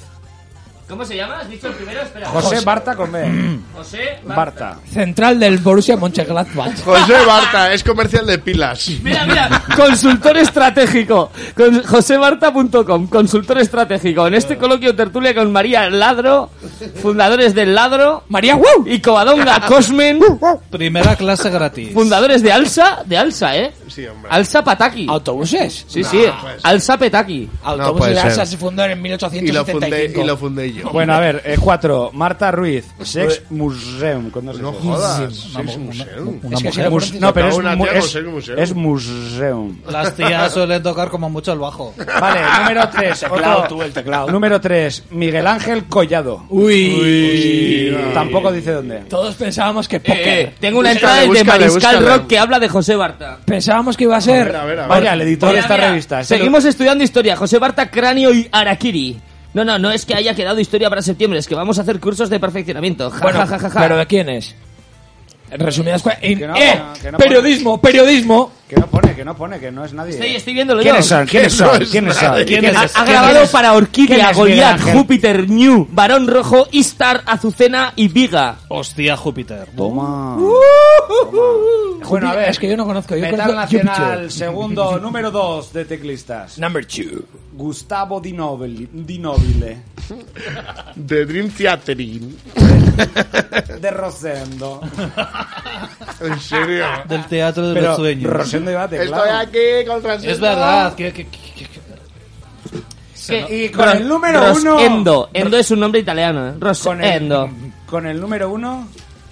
Speaker 5: ¿Cómo se llama? ¿Has dicho el primero? Espera.
Speaker 6: José Barta con B.
Speaker 5: José
Speaker 6: Barta.
Speaker 8: Central del Borussia Mönchengladbach.
Speaker 4: José Barta, es comercial de pilas.
Speaker 5: Mira, mira, consultor estratégico, con josebarta.com, consultor estratégico. En este coloquio tertulia con María Ladro, fundadores del Ladro,
Speaker 8: María Wow
Speaker 5: y Covadonga Cosmen,
Speaker 9: Primera clase gratis.
Speaker 5: fundadores de Alsa, de Alsa, ¿eh?
Speaker 4: Sí, hombre.
Speaker 5: Alsa Pataki.
Speaker 8: ¿Autobuses?
Speaker 5: Sí,
Speaker 4: No,
Speaker 5: sí,
Speaker 4: pues.
Speaker 5: Alsa Petaki.
Speaker 4: No pues, puede
Speaker 8: de
Speaker 4: ser.
Speaker 8: Alsa se fundó en
Speaker 4: Y lo, fundé,
Speaker 8: 1875.
Speaker 4: y lo fundé yo.
Speaker 6: Bueno, a ver, eh, cuatro. Marta Ruiz, Sex Museum. ¿cuándo se
Speaker 4: Pues, No
Speaker 6: dice?
Speaker 4: jodas, Sex Museum.
Speaker 6: Es que si
Speaker 9: mujer.
Speaker 6: lo pones- no, pero es,
Speaker 4: Una
Speaker 6: mu-
Speaker 4: tía con
Speaker 6: es,
Speaker 4: Sex Museum.
Speaker 6: es museum.
Speaker 9: Las tías suelen tocar como mucho el bajo.
Speaker 6: Vale, número 3.
Speaker 9: Teclado, tú, el teclado.
Speaker 6: Número 3. Miguel Ángel Collado.
Speaker 8: Uh. Uy.
Speaker 6: Tampoco dice dónde.
Speaker 8: Todos pensábamos que póker.
Speaker 5: Eh, tengo una entrada de Mariscal Rock que habla de José Barta.
Speaker 8: Pensábamos que iba a ser.
Speaker 6: Vaya, el editor de esta revista. Se lo-
Speaker 5: Seguimos estudiando historia. José Barta, Cráneo y Arakiri. No, no, no es que haya quedado historia para septiembre, es que vamos a hacer cursos de perfeccionamiento. Ja,
Speaker 8: Bueno,
Speaker 5: ja, ja, ja, ja.
Speaker 8: pero ¿de quién es? En resumidas cuentas. en-
Speaker 6: Que no,
Speaker 8: ¡Eh!
Speaker 6: que no
Speaker 8: periodismo, periodismo.
Speaker 6: Que no pone, que no pone, que no es nadie.
Speaker 5: Estoy, estoy viéndolo
Speaker 6: ¿Quiénes
Speaker 5: yo.
Speaker 6: son? ¿Quiénes
Speaker 5: Que
Speaker 6: son?
Speaker 5: no es
Speaker 6: ¿Quiénes son?
Speaker 5: nadie.
Speaker 6: ¿Quiénes
Speaker 5: Ha,
Speaker 6: es?
Speaker 5: ha
Speaker 6: ¿Quién
Speaker 5: grabado
Speaker 6: es?
Speaker 5: para
Speaker 6: ¿Quién
Speaker 5: Orquídea,
Speaker 6: es Miguel
Speaker 5: Goliath,
Speaker 6: Ángel?
Speaker 5: Júpiter, New, Barón Rojo, Istar, Azucena y Viga.
Speaker 9: Hostia, Júpiter.
Speaker 6: Toma.
Speaker 8: Uh-huh. Bueno, a ver, Ah. es que yo no conozco. Pues, Yo
Speaker 6: Metal
Speaker 8: conozco
Speaker 6: Nacional,
Speaker 8: Jupiter.
Speaker 6: segundo, número 2 de teclistas.
Speaker 8: Number 2.
Speaker 6: Gustavo Di Nobili- Di Nobile.
Speaker 4: The Dream Theaterin.
Speaker 6: De Rosendo.
Speaker 4: En serio.
Speaker 9: Del teatro de
Speaker 6: Pero
Speaker 9: los sueños.
Speaker 6: Rosendo iba a
Speaker 4: Estoy
Speaker 6: teclado.
Speaker 4: aquí con Francisco.
Speaker 9: Es verdad. que- que- que-
Speaker 6: Y con el número
Speaker 5: Rosendo.
Speaker 6: 1.
Speaker 5: Endo. Endo es un nombre italiano. ¿eh?
Speaker 6: Con el-
Speaker 5: Rosendo.
Speaker 6: Con el número 1.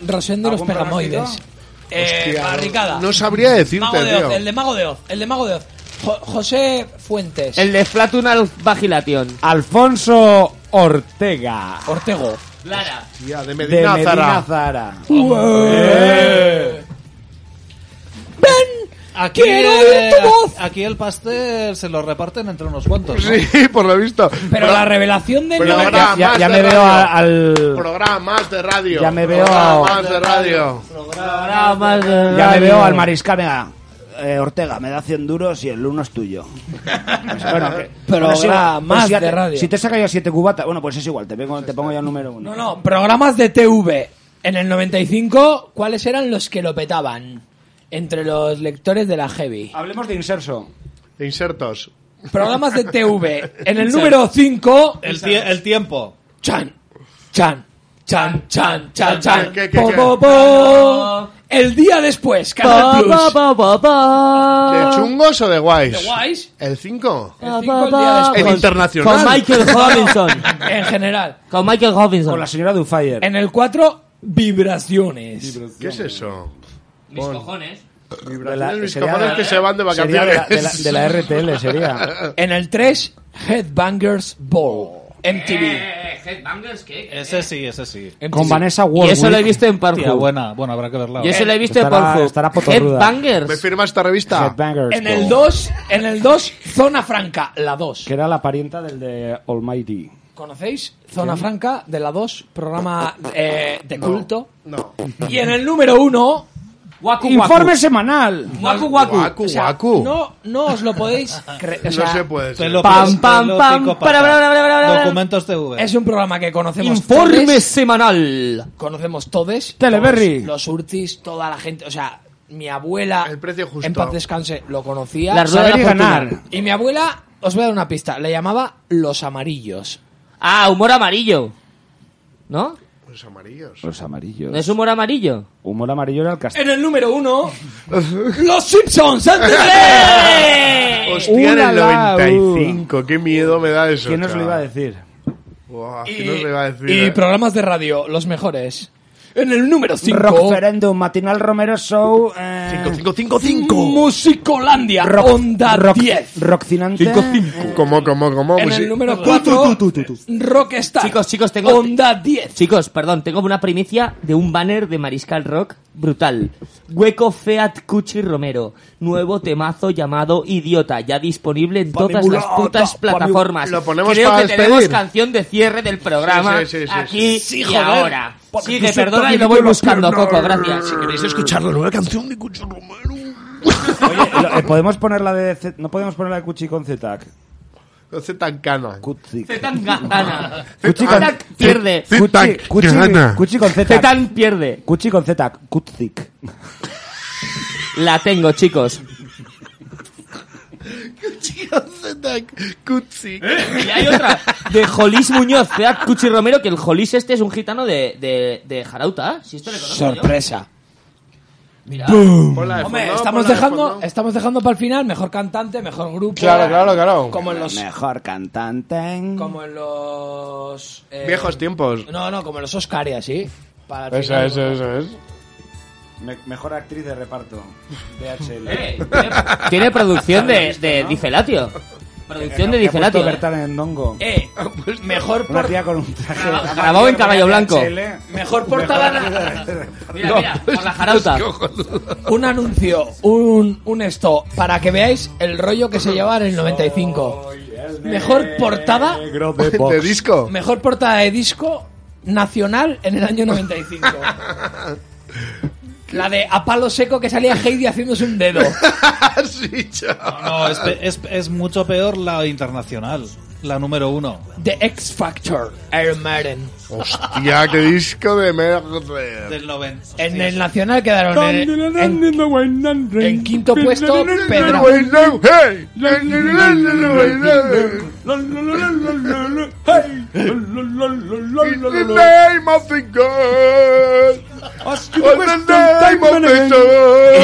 Speaker 8: Rosendo y los
Speaker 6: ¿Algún
Speaker 8: Pegamoides.
Speaker 6: pronóstico?
Speaker 8: Eh, barricada.
Speaker 4: No sabría
Speaker 8: Mago
Speaker 4: decirte,
Speaker 8: de Oz,
Speaker 4: tío.
Speaker 8: el de Mago de Oz. El de Mago de Oz. Jo- José Fuentes.
Speaker 5: El de Flatunal Vagilation.
Speaker 6: Alfonso Ortega.
Speaker 8: Ortego.
Speaker 5: Lara.
Speaker 4: Tía, de
Speaker 6: De
Speaker 4: Medina
Speaker 6: Medina
Speaker 4: Zara.
Speaker 6: Zara.
Speaker 9: Aquí,
Speaker 8: Quiero oír tu
Speaker 9: eh,
Speaker 8: voz.
Speaker 9: aquí el pastel se lo reparten entre unos cuantos. ¿no?
Speaker 4: Sí, por lo visto.
Speaker 8: Pero la revelación de
Speaker 4: Pero
Speaker 8: Nobel-
Speaker 4: ahora-
Speaker 6: Ya, ya- ya
Speaker 4: Más
Speaker 6: me
Speaker 4: de
Speaker 6: veo
Speaker 4: radio.
Speaker 6: a- al.
Speaker 4: Programas de radio.
Speaker 6: Ya me veo-
Speaker 4: Programas de radio.
Speaker 6: Ya me veo al mariscal. Venga, eh, Ortega, me da 100 duros y el uno es tuyo. bueno, que-
Speaker 8: Pero
Speaker 6: bueno, si-
Speaker 8: habrá
Speaker 6: pues
Speaker 8: más
Speaker 6: si ya
Speaker 8: de
Speaker 6: te-
Speaker 8: radio.
Speaker 6: Si te saca yo 7 cubatas, bueno, pues es igual, te, pongo- te pongo ya el número uno.
Speaker 8: No, no, programas de TV. En el 95, ¿cuáles eran los que lo petaban? Entre los lectores de la Heavy.
Speaker 6: Hablemos de inserso.
Speaker 4: De insertos.
Speaker 8: Programas de TV. En el número 5.
Speaker 9: El, tie- el tiempo.
Speaker 8: Chan. Chan. Chan, chan, chan, chan.
Speaker 4: ¿Qué, qué,
Speaker 8: Po,
Speaker 4: qué?
Speaker 8: po, po. El día después, Canal Plus.
Speaker 4: ¿De chungos o de guays?
Speaker 8: The Wise.
Speaker 4: ¿El 5?
Speaker 8: El cinco, el día después.
Speaker 4: El internacional.
Speaker 5: Con Michael Robinson.
Speaker 8: En general.
Speaker 5: Con Michael Robinson.
Speaker 6: Con la señora Dufire.
Speaker 8: En el 4, Vibraciones.
Speaker 4: ¿Qué es eso?
Speaker 5: Mis cojones.
Speaker 4: Vibraciones,
Speaker 8: De la-
Speaker 4: mis
Speaker 8: sería
Speaker 4: cojones
Speaker 8: de la-
Speaker 4: que se van de
Speaker 8: sería de
Speaker 4: vacaciones.
Speaker 8: la- de la- de la RTL
Speaker 6: sería.
Speaker 8: En el 3, Headbangers Ball. MTV.
Speaker 5: Eh, Headbangers, ¿qué?
Speaker 9: Ese sí, ese sí.
Speaker 6: Con Vanessa Wall.
Speaker 9: Tía, buena, bueno, habrá que verla. ahora.
Speaker 6: Ah,
Speaker 4: ¿Me firma esta revista?
Speaker 8: En el 2, en el 2, Zona Franca, la 2.
Speaker 6: Que era la parienta del de Almighty.
Speaker 8: ¿Conocéis? Zona Franca, de la 2, programa eh, de
Speaker 6: No,
Speaker 8: culto. Y en el número 1...
Speaker 6: Informe semanal.
Speaker 8: Waku Waku. O sea, No, no os lo podéis creer.
Speaker 4: No se puede ser.
Speaker 8: Pam, pam, pam. para, para, para, para, para, para.
Speaker 9: Documentos TV.
Speaker 8: Es un programa que conocemos
Speaker 2: Informe
Speaker 8: todes.
Speaker 2: semanal.
Speaker 8: Conocemos todos.
Speaker 2: Teleberry.
Speaker 8: Los Urtis, toda la gente. O sea, mi abuela. El precio justo. En paz descanse, lo conocía.
Speaker 2: La rueda de la Saber y fortuna. ganar.
Speaker 8: Y mi abuela, os voy a dar una pista, le llamaba Los Amarillos.
Speaker 5: Ah, humor amarillo. ¿No?
Speaker 4: Los amarillos.
Speaker 6: Los amarillos.
Speaker 5: ¿No es humor amarillo?
Speaker 6: Humor amarillo era el castillo.
Speaker 8: En el número uno, Los Simpsons.
Speaker 5: ¡Eh!
Speaker 6: Pues
Speaker 4: Hostia, en el
Speaker 6: Ulala,
Speaker 4: 95. Qué miedo me da eso.
Speaker 6: ¿Quién nos lo
Speaker 4: chaval.
Speaker 6: iba a decir?
Speaker 4: Buah,
Speaker 8: Y-
Speaker 4: ¿Quién nos lo iba a decir?
Speaker 8: Y
Speaker 4: eh?
Speaker 8: programas de radio, los mejores. En el número 5.
Speaker 6: Rockferendum, Matinal Romero Show. eh,
Speaker 8: 5555. Musicolandia, Onda 10.
Speaker 6: Rockcinante.
Speaker 4: ¿Cómo, cómo, cómo?
Speaker 8: En
Speaker 4: Pues sí.
Speaker 8: el número 4, Rockstar.
Speaker 5: Chicos, chicos, tengo.
Speaker 8: Onda 10.
Speaker 5: Chicos, perdón, tengo una primicia de un banner de Mariscal Rock brutal. Hueco Feat Cuchi Romero. Nuevo temazo llamado Idiota. Ya disponible en
Speaker 4: Pa' mi
Speaker 5: todas las
Speaker 4: mulata,
Speaker 5: putas
Speaker 4: pa' mi-
Speaker 5: plataformas.
Speaker 4: Lo ponemos
Speaker 5: Creo
Speaker 4: para
Speaker 5: que tenemos
Speaker 4: despedir.
Speaker 5: canción de cierre del programa.
Speaker 4: Sí, sí, sí, sí,
Speaker 5: aquí
Speaker 4: sí.
Speaker 5: y
Speaker 4: Sí, joder.
Speaker 5: ahora.
Speaker 4: Porque
Speaker 5: Sigue,
Speaker 4: tú
Speaker 5: perdona
Speaker 4: siempre
Speaker 5: y lo voy
Speaker 4: me dices
Speaker 5: buscando,
Speaker 4: las piernas.
Speaker 5: Coco, gracias.
Speaker 4: Si queréis ¿eh? escuchar la nueva canción de Cucho Romero.
Speaker 6: Oye, lo- eh, podemos poner la de. Z- No podemos poner la de Cuchi con Zetac.
Speaker 4: Zetancana.
Speaker 6: Cuchi.
Speaker 5: Zetangana.
Speaker 6: Cuchi con
Speaker 5: Zetac pierde.
Speaker 6: Cuchi-
Speaker 4: Zetac
Speaker 6: Cuchi-
Speaker 4: gana.
Speaker 6: Cuchi con Zetac.
Speaker 5: Zetan pierde.
Speaker 6: Cuchi con Zetac. Kutzik.
Speaker 5: La tengo, chicos.
Speaker 4: Cutsi.
Speaker 5: Y hay otra de Jolís Muñoz, Feat Cuchi Romero, que el Jolís este es un gitano de, de, de Jarauta. ¿eh? Si esto le conozco yo.
Speaker 8: Sorpresa.
Speaker 5: Mira.
Speaker 8: Boom.
Speaker 5: Ponla de fondo,
Speaker 8: Hombre,
Speaker 5: ponla
Speaker 8: estamos
Speaker 5: de
Speaker 8: dejando, estamos dejando para el final mejor cantante, mejor grupo.
Speaker 4: Claro, claro, claro.
Speaker 8: Como en los
Speaker 6: Mejor cantante.
Speaker 8: como en los eh,
Speaker 4: Viejos tiempos.
Speaker 8: No, no, como en los Oscar y así. Para el
Speaker 4: Eso,
Speaker 8: final,
Speaker 4: eso, eso es.
Speaker 6: Me- mejor actriz de reparto. DHL.
Speaker 5: Eh, Tiene producción de, de Difelatio. Producción de
Speaker 6: Que ha puesto
Speaker 5: Difelatio.
Speaker 6: Bertán en Dongo.
Speaker 8: Eh, mejor
Speaker 6: Una
Speaker 8: por
Speaker 6: tía con un traje.
Speaker 5: Grabado en caballo blanco.
Speaker 8: mejor portada.
Speaker 5: Mira, mira, por la jarauta.
Speaker 8: un anuncio, un, un esto, para que veáis el rollo que se llevaba en el 95. Mejor portada
Speaker 4: de box. ¿De disco?
Speaker 8: Mejor portada de disco nacional en el año 95. La de a palo seco que salía Heidi haciéndose un dedo.
Speaker 9: No, es, pe- es- es mucho peor la internacional. La número uno.
Speaker 8: The X Factor, Iron Maiden.
Speaker 4: Hostia, qué disco de merda.
Speaker 9: Del 90.
Speaker 8: En el nacional quedaron en, en- en quinto puesto Pedra.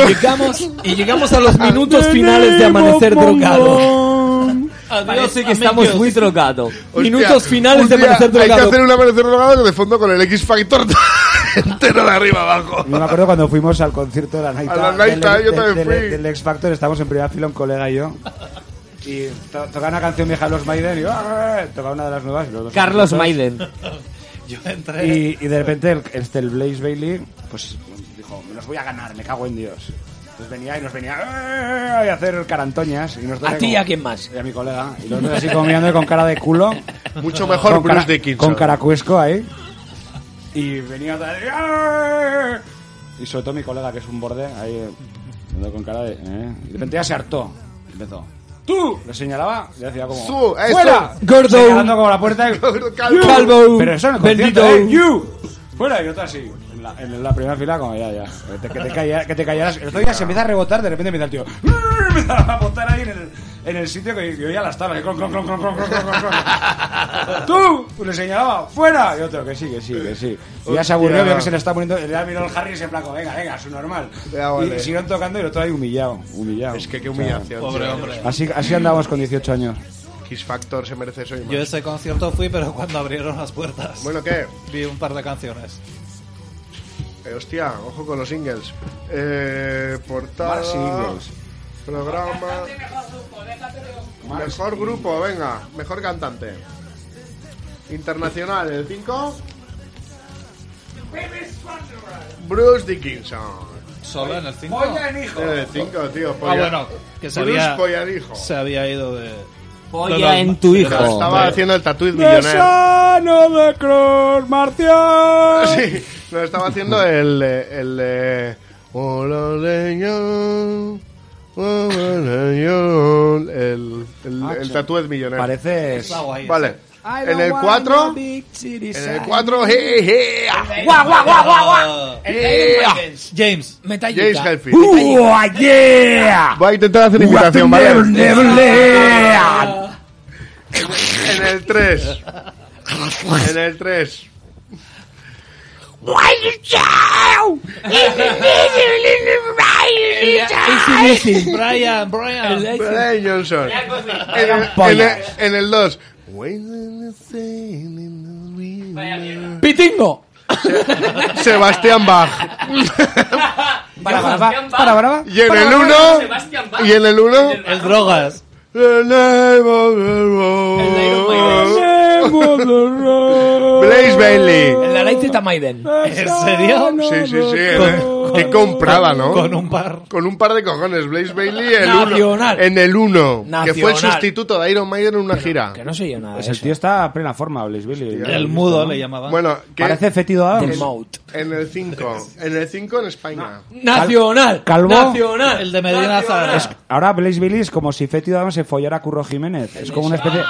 Speaker 8: Y llegamos, y llegamos a los minutos finales de Amanecer Drogado.
Speaker 5: Parece que estamos muy drogados.
Speaker 8: Minutos finales de Amanecer
Speaker 4: Hay que
Speaker 8: Drogado.
Speaker 4: hacer un amanecer drogado de fondo con el X Factor entero de arriba abajo.
Speaker 6: Yo me acuerdo cuando fuimos al concierto de la Naita.
Speaker 4: A la Naita,
Speaker 6: del,
Speaker 4: yo
Speaker 6: del-
Speaker 4: también
Speaker 6: del-
Speaker 4: fui.
Speaker 6: del X Factor, estábamos en primera fila, un colega y yo. Y to- tocaba una canción vieja de los Maiden y yo, "Ah", tocaba una de las nuevas. y los dos
Speaker 5: Carlos
Speaker 6: juntos.
Speaker 5: Maiden.
Speaker 9: Yo entré.
Speaker 6: Y, y de repente el, este, el Blaze Bailey pues dijo, me los voy a ganar, me cago en Dios. Entonces venía y nos venía "Ah", y a hacer carantoñas. Y nosotros
Speaker 8: ¿A ti y a quién más?
Speaker 6: Y a mi colega. Y los dos así como mirándole con cara de culo.
Speaker 4: Mucho mejor
Speaker 6: con
Speaker 4: Bruce
Speaker 6: cara-
Speaker 4: Dickinson.
Speaker 6: Con caracuesco ahí. Y venía otra vez, "Ah". Y sobre todo mi colega, que es un borde, ahí eh, mirando con cara de... "Eh". Y de repente ya se hartó. Y Empezó. ¡Tú! Le señalaba y le hacía como...
Speaker 4: Su, eso.
Speaker 6: ¡Fuera!
Speaker 8: Gordo.
Speaker 6: Señalando como la puerta. y-
Speaker 4: calvo.
Speaker 6: "You".
Speaker 8: Calvo.
Speaker 6: Pero eso en el concierto,
Speaker 8: Bendito.
Speaker 6: ¿eh? ¡You! Fuera y otra así. En la, en la primera fila, como ya, ya. Que te, que te calla- que te callaras. El otro día se empieza a rebotar, de repente empieza el tío. "Brrr", Empieza a botar ahí en el, en el sitio que yo ya las tablas. que clon, clon, clon, clon, clon, clon, clon, clon. ¡Tú! Pues Le señalaba, ¡fuera! Y otro, que sí, que sí, que sí. Y ya se aburrió,
Speaker 4: Hostia.
Speaker 6: vio que se le está poniendo. Le ha mirado al Harry y se placo, venga, venga, su normal.
Speaker 4: Ya, Ah, vale.
Speaker 6: Y siguieron tocando y el otro ahí humillado, humillado.
Speaker 4: Es que qué humillación.
Speaker 9: Pobre
Speaker 4: tío.
Speaker 9: hombre.
Speaker 6: Así, así andábamos con 18 años.
Speaker 4: X Factor se merece eso y más.
Speaker 9: Yo a ese concierto fui, pero cuando abrieron las puertas.
Speaker 4: Bueno, ¿qué?
Speaker 9: Vi un par de canciones.
Speaker 4: Eh, hostia, ojo con los singles. Eh, portada.
Speaker 17: Más singles.
Speaker 4: Programa. Mejor grupo, venga. Mejor cantante. Internacional, el 5. Bruce Dickinson.
Speaker 9: Solo en el 5.
Speaker 4: Polla en hijo. Eh, cinco, tío, polla.
Speaker 9: Ah, bueno, que se
Speaker 4: Bruce
Speaker 9: había,
Speaker 4: Polla en hijo.
Speaker 9: se había ido de.
Speaker 4: Polla
Speaker 9: de los-
Speaker 4: en tu
Speaker 9: de
Speaker 4: hijo.
Speaker 9: los-
Speaker 4: Estaba
Speaker 9: de-
Speaker 4: haciendo el tatuaje millonario.
Speaker 6: Ah, de Cruz Marcial.
Speaker 4: Sí, nos estaba haciendo el. eh, el eh, Hola, leñón, hola, leñón, el, el,
Speaker 6: Ah,
Speaker 4: el
Speaker 6: sí.
Speaker 4: tatuaje millonario.
Speaker 6: Pareces- Está guay,
Speaker 4: Vale.
Speaker 6: I
Speaker 4: En
Speaker 6: don't
Speaker 4: el
Speaker 6: want
Speaker 4: 4.
Speaker 6: no big
Speaker 9: Eh,
Speaker 6: city
Speaker 4: En el
Speaker 6: sign.
Speaker 4: 4. ¡Hey, hey! ah, ¡Guau, guau, guau, guau! guau.
Speaker 9: eh, James.
Speaker 4: James Hetfield.
Speaker 8: ah,
Speaker 1: ¡Uh, yeah!
Speaker 4: Voy a intentar hacer imitación, ¿vale?
Speaker 1: Never, never land.
Speaker 4: En el 3. En el 3.
Speaker 18: Why you chow? It's the middle in the right
Speaker 9: Brian, Brian.
Speaker 4: Brian Johnson. En el- En el- en el 2.
Speaker 8: ¡Pitingo!
Speaker 4: Sebastián Bach.
Speaker 8: Para, para, para, para, para.
Speaker 4: Y en el 1. Y en el 1.
Speaker 9: El Drogas.
Speaker 4: Blaze Bailey.
Speaker 8: El de Lighted Maiden.
Speaker 9: ¿En serio?
Speaker 4: Sí, sí, sí. eh. Qué comprada, ¿no? Con un par. Con un par de cojones. Blaze Bailey el uno.
Speaker 8: Nacional.
Speaker 4: en el 1. Que fue el
Speaker 8: Nacional.
Speaker 4: sustituto de Iron Maiden en una gira.
Speaker 8: Que no sé yo nada.
Speaker 6: Pues el tío está a plena forma, Blaze Bailey.
Speaker 4: El
Speaker 6: Ya lo he
Speaker 9: mudo
Speaker 6: visto, ¿no?
Speaker 9: le llamaban.
Speaker 4: Bueno, que-
Speaker 6: Parece Fetido Adams.
Speaker 4: En el 5. En el 5 en España.
Speaker 6: Nacional. Calvo. Nacional.
Speaker 9: El de Medina Zara.
Speaker 6: Ahora Blaze Bailey es como si Fetido Adams se follara a Curro Jiménez. Es como una especie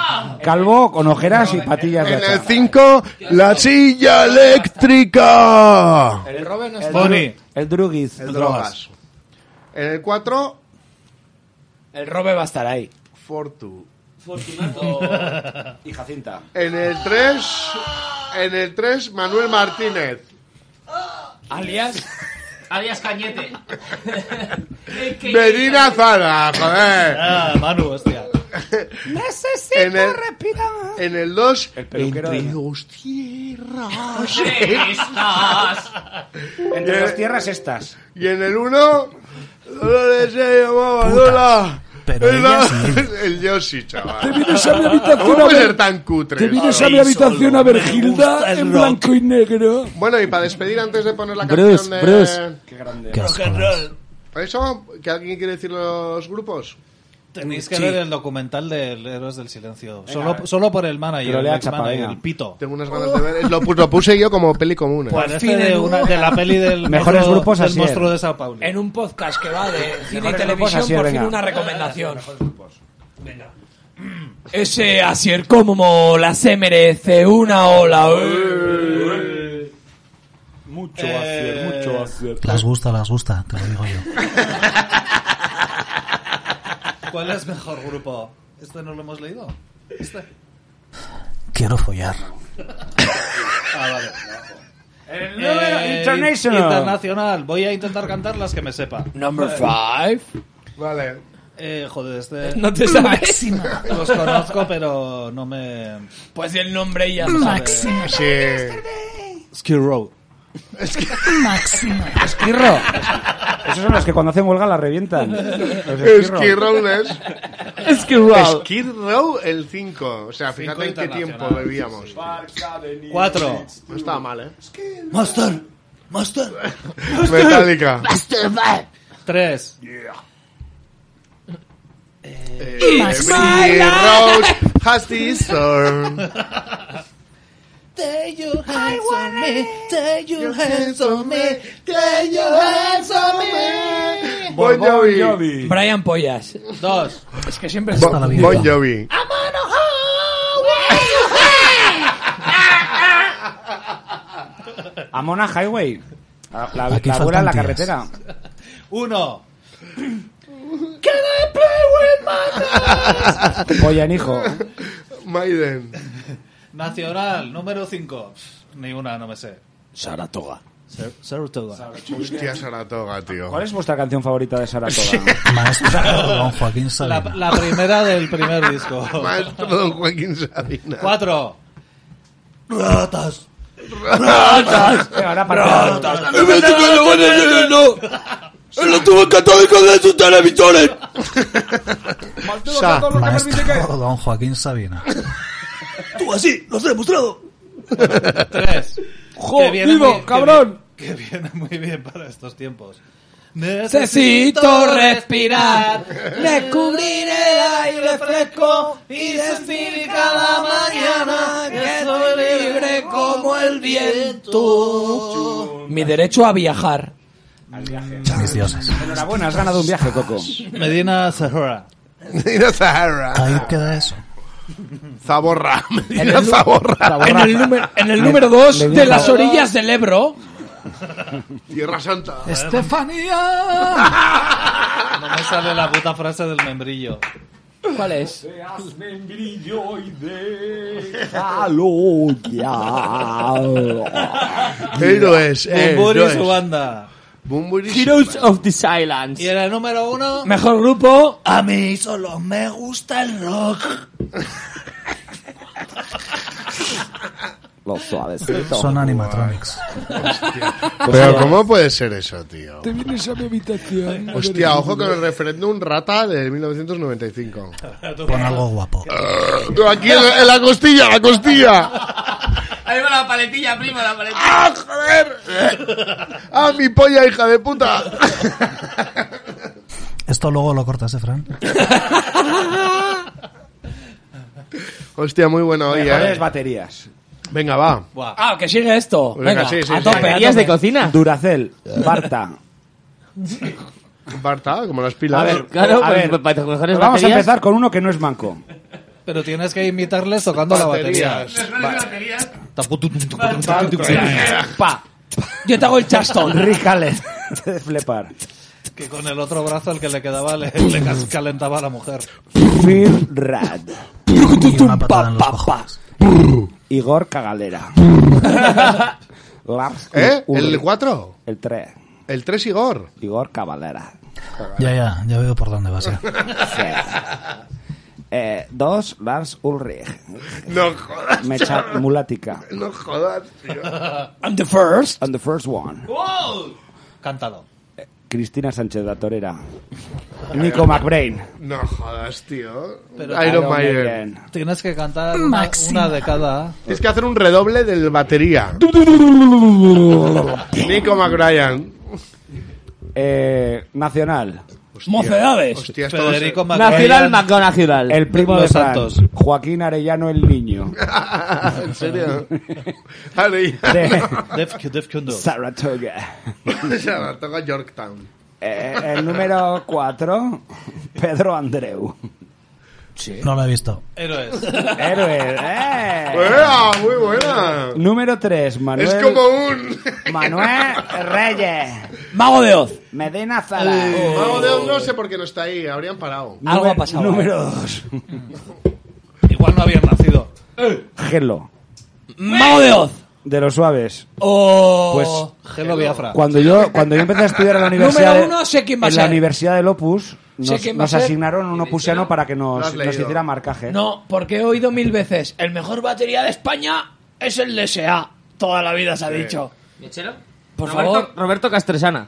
Speaker 6: calvo con ojeras y patillas de
Speaker 4: En el
Speaker 6: hacha.
Speaker 4: 5, la silla eléctrica.
Speaker 8: El Robert no
Speaker 6: El,
Speaker 8: está.
Speaker 6: dru- el Drugiz.
Speaker 4: El drogas. En el 4,
Speaker 8: El Robert va a estar ahí.
Speaker 4: Fortu.
Speaker 5: Fortunato
Speaker 6: y Jacinta.
Speaker 4: En el 3, en el 3, Manuel Martínez.
Speaker 8: Alias.
Speaker 27: Alias Cañete.
Speaker 4: Medina Zara, joder.
Speaker 9: Ah, Manu, hostia.
Speaker 4: Necesito en el, En el 2, entre dos tierras.
Speaker 6: Entre las tierras estas.
Speaker 4: Y en el 1, Dolores se llamaba Lola.
Speaker 6: Pero
Speaker 4: el,
Speaker 6: ella
Speaker 4: el Yoshi, chaval.
Speaker 1: Te vienes a mi habitación
Speaker 4: ¿Cómo
Speaker 1: a
Speaker 4: puede
Speaker 1: ver-
Speaker 4: ser tan cutre?
Speaker 1: Te vienes a mi habitación a ver Gilda en blanco y negro.
Speaker 4: Bueno, y para despedir antes de poner la
Speaker 1: Bruce,
Speaker 4: canción de...
Speaker 1: Bruce.
Speaker 4: Qué
Speaker 6: grande.
Speaker 4: Rock and roll. ¿Por eso? ¿Que alguien quiere decir los grupos?
Speaker 9: Tenéis que
Speaker 4: Sí.
Speaker 9: ver el documental del Héroes del Silencio.
Speaker 4: Venga, a
Speaker 9: Solo,
Speaker 4: ver.
Speaker 9: solo por el
Speaker 4: Que lo
Speaker 9: manager,
Speaker 4: lea
Speaker 9: el, ex-manager,
Speaker 4: Chapadena.
Speaker 9: el pito.
Speaker 4: Tengo unas ganas de ver. Es Lo, pu- lo puse yo como peli común. ¿eh?
Speaker 9: Parece de, una- de la peli del
Speaker 4: Mejores
Speaker 9: monstruo-
Speaker 4: grupos
Speaker 9: del
Speaker 4: así es.
Speaker 9: monstruo de Sao Paulo.
Speaker 8: eh. En un podcast que va de cine y
Speaker 9: grupos,
Speaker 8: televisión,
Speaker 9: así es,
Speaker 8: por fin
Speaker 9: venga.
Speaker 8: una recomendación.
Speaker 12: Ese Asier como la se merece una ola.
Speaker 8: eh.
Speaker 6: Mucho hacer, mucho hacer.
Speaker 3: Las gusta, las gusta, te lo digo yo.
Speaker 9: ¿Cuál es mejor grupo? ¿Este no lo hemos leído? ¿Este?
Speaker 3: Quiero follar.
Speaker 9: Ah, vale. Eh,
Speaker 6: El número international.
Speaker 9: Internacional. Voy a intentar cantar las que me sepa.
Speaker 8: Number
Speaker 9: Eh,
Speaker 8: five.
Speaker 4: Vale.
Speaker 9: Eh, joder, este...
Speaker 8: No te sabes.
Speaker 9: Máxima. Los conozco, pero no me...
Speaker 12: Pues el nombre y ya lo sabe.
Speaker 9: Máxima.
Speaker 6: Skid Row.
Speaker 12: Máximo.
Speaker 6: Esquirro. Esos son los que cuando hacen huelga la revientan.
Speaker 4: Skid Row es...
Speaker 6: Skid Row.
Speaker 4: Skid Row el 5. O sea, fíjate en
Speaker 9: Cinco
Speaker 4: qué tiempo
Speaker 9: internacional.
Speaker 4: bebíamos.
Speaker 9: Cuatro.
Speaker 4: No estaba mal, ¿eh?
Speaker 9: Master. Master.
Speaker 4: Metallica.
Speaker 9: Tres.
Speaker 4: Skid Row Hasty Storm.
Speaker 18: Take your hands on me, take your hands on me, take your hands on me.
Speaker 4: Eh, Bon Jovi.
Speaker 8: Brian Pollas.
Speaker 9: Dos.
Speaker 8: Es que siempre
Speaker 4: Bo- Bon Jovi.
Speaker 6: Amona Highway. La, la,
Speaker 9: Aquí
Speaker 6: la abuela en la
Speaker 9: faltan tías.
Speaker 6: carretera.
Speaker 9: Uno.
Speaker 18: Can I play with my toys?
Speaker 6: Oye, hijo.
Speaker 4: Maiden.
Speaker 9: Nacional, número cinco. Ni una, no me sé.
Speaker 8: Saratoga.
Speaker 9: Saratoga.
Speaker 4: Hostia, Saratoga, tío.
Speaker 6: ¿Cuál es vuestra canción favorita de Saratoga?
Speaker 9: Don
Speaker 3: Joaquín
Speaker 9: La, la primera del primer disco.
Speaker 4: Maestro Don Joaquín Sabina.
Speaker 9: Cuatro. Ratas.
Speaker 18: Ratas.
Speaker 6: Ahora
Speaker 18: Ratas. este no. El antiguo católico de sus televisores.
Speaker 9: Maestro don Joaquín Sabina.
Speaker 18: Tú así, los he demostrado.
Speaker 9: Tres.
Speaker 18: Jo,
Speaker 9: Que viene
Speaker 18: vivo,
Speaker 9: muy- que
Speaker 18: cabrón.
Speaker 9: vi- Que viene muy bien para estos tiempos.
Speaker 18: Necesito respirar.
Speaker 9: Me
Speaker 18: cubrir el aire fresco y
Speaker 9: sentir
Speaker 18: cada mañana que soy libre como el viento.
Speaker 8: Mi derecho a viajar.
Speaker 9: Mis dioses.
Speaker 6: Enhorabuena, has ganado un viaje, Coco.
Speaker 9: Medina Zahara.
Speaker 4: Medina Zahara.
Speaker 9: Ahí queda eso.
Speaker 4: Zaborra. Medina
Speaker 8: En el nu-
Speaker 4: Zaborra.
Speaker 8: En el, número- en el número 2 de las orillas del Ebro.
Speaker 4: Tierra Santa.
Speaker 9: Este Estefanía. No me sale la puta frase del membrillo.
Speaker 8: ¿Cuál es?
Speaker 4: Ey, no es, eh,
Speaker 9: Bumburi
Speaker 4: no
Speaker 9: y su
Speaker 4: es.
Speaker 9: banda.
Speaker 27: Heroes of the Silence.
Speaker 9: Y en el número uno.
Speaker 8: Mejor grupo.
Speaker 9: A mí solo me gusta el rock.
Speaker 4: Los suavecitos.
Speaker 9: Son animatronics. Ah,
Speaker 4: Pero ¿cómo puede ser eso, tío?
Speaker 1: Te vienes a mi habitación.
Speaker 4: Hostia, ojo con el referéndum rata de 1995.
Speaker 9: Pon algo guapo.
Speaker 4: Aquí en la, en la costilla, la costilla.
Speaker 27: Ahí va la paletilla, primo, la paletilla.
Speaker 4: ¡Ah, joder! ¡Ah, mi polla, hija de puta!
Speaker 9: Esto luego lo cortas, ¿eh, Fran?
Speaker 4: Hostia, muy bueno hoy,
Speaker 6: Mejores
Speaker 4: eh.
Speaker 6: baterías.
Speaker 4: Venga, va.
Speaker 8: Ah, que sigue esto.
Speaker 4: Venga,
Speaker 8: Venga,
Speaker 4: sí, sí,
Speaker 8: a
Speaker 4: sí.
Speaker 8: tope, a
Speaker 4: Baterías
Speaker 8: tope.
Speaker 4: de cocina.
Speaker 6: Duracel, Barta.
Speaker 4: Barta, como las pilas.
Speaker 6: A ver, a ver, vamos a empezar con uno que no es manco.
Speaker 9: Pero tienes que imitarles tocando
Speaker 4: Baterías.
Speaker 9: la batería.
Speaker 4: Baterías.
Speaker 8: Pa. Yo te hago el chastón.
Speaker 6: Rícale. Te de flepar.
Speaker 9: Que con el otro brazo, el que le quedaba, le, le cas- calentaba a la mujer.
Speaker 6: Firrad. Igor Cagalera. Lars
Speaker 4: ¿Eh? ¿El
Speaker 6: Ulrich.
Speaker 4: 4?
Speaker 6: El 3.
Speaker 4: ¿El 3 Igor?
Speaker 6: Igor Cabalera.
Speaker 9: Ya, ya, ya veo por dónde vas. ¿eh?
Speaker 6: Sí. Eh, dos, Lars Ulrich.
Speaker 4: No jodas.
Speaker 6: Mecha Mulatica.
Speaker 4: No jodas, tío.
Speaker 8: I'm the first.
Speaker 6: And the first one.
Speaker 9: Cántalo.
Speaker 6: Cristina Sánchez, la torera. Nico McBrain.
Speaker 4: No jodas, tío.
Speaker 9: Pero-
Speaker 4: Iron
Speaker 6: Iron
Speaker 4: Maiden.
Speaker 6: Maiden.
Speaker 9: Tienes que cantar una, una de cada.
Speaker 4: Tienes que hacer un redoble del batería. Nico McBrien.
Speaker 6: Eh, nacional.
Speaker 8: Mocedades.
Speaker 4: Hostia, esto va a ser-
Speaker 9: Federico Mac-
Speaker 5: Nacional, McGonacional.
Speaker 6: El primo
Speaker 9: Los
Speaker 6: de Fran.
Speaker 9: Santos.
Speaker 6: Joaquín Arellano el Niño.
Speaker 4: ¿En serio? Ari.
Speaker 9: Def- Def Kundo.
Speaker 6: Saratoga.
Speaker 4: Se la toca Yorktown.
Speaker 6: Eh, el número 4, Pedro Andreu.
Speaker 9: No lo he visto. Héroes.
Speaker 6: Héroe, eh.
Speaker 4: Buena, muy buena.
Speaker 6: Número 3, Manuel.
Speaker 4: Es como un...
Speaker 6: Manuel Reyes.
Speaker 8: Mago de Oz.
Speaker 6: Medina Zara.
Speaker 4: Mago de Oz no sé por qué no está ahí, habrían parado.
Speaker 8: Algo ha pasado.
Speaker 6: Número
Speaker 9: eh.
Speaker 6: 2,
Speaker 9: Igual no habían nacido.
Speaker 6: Gelo.
Speaker 8: Mago de Oz.
Speaker 6: De los suaves.
Speaker 8: O...
Speaker 6: Pues
Speaker 9: Oh. Gelo Biafra.
Speaker 6: Cuando yo, cuando yo empecé a estudiar en la universidad,
Speaker 8: Número uno, sé quién va a
Speaker 6: en la
Speaker 8: ser.
Speaker 6: universidad del Opus, nos,
Speaker 8: Sé quién va a
Speaker 6: nos
Speaker 8: ser.
Speaker 6: asignaron un opusiano para que
Speaker 4: Lo
Speaker 6: nos,
Speaker 4: has
Speaker 6: nos
Speaker 4: leído.
Speaker 6: hiciera marcaje.
Speaker 8: No, porque he oído mil veces. El mejor batería de España es el de S.A. Toda la vida se ha dicho.
Speaker 27: ¿Mechero?
Speaker 8: Por
Speaker 27: Roberto,
Speaker 8: favor.
Speaker 27: Roberto Castresana.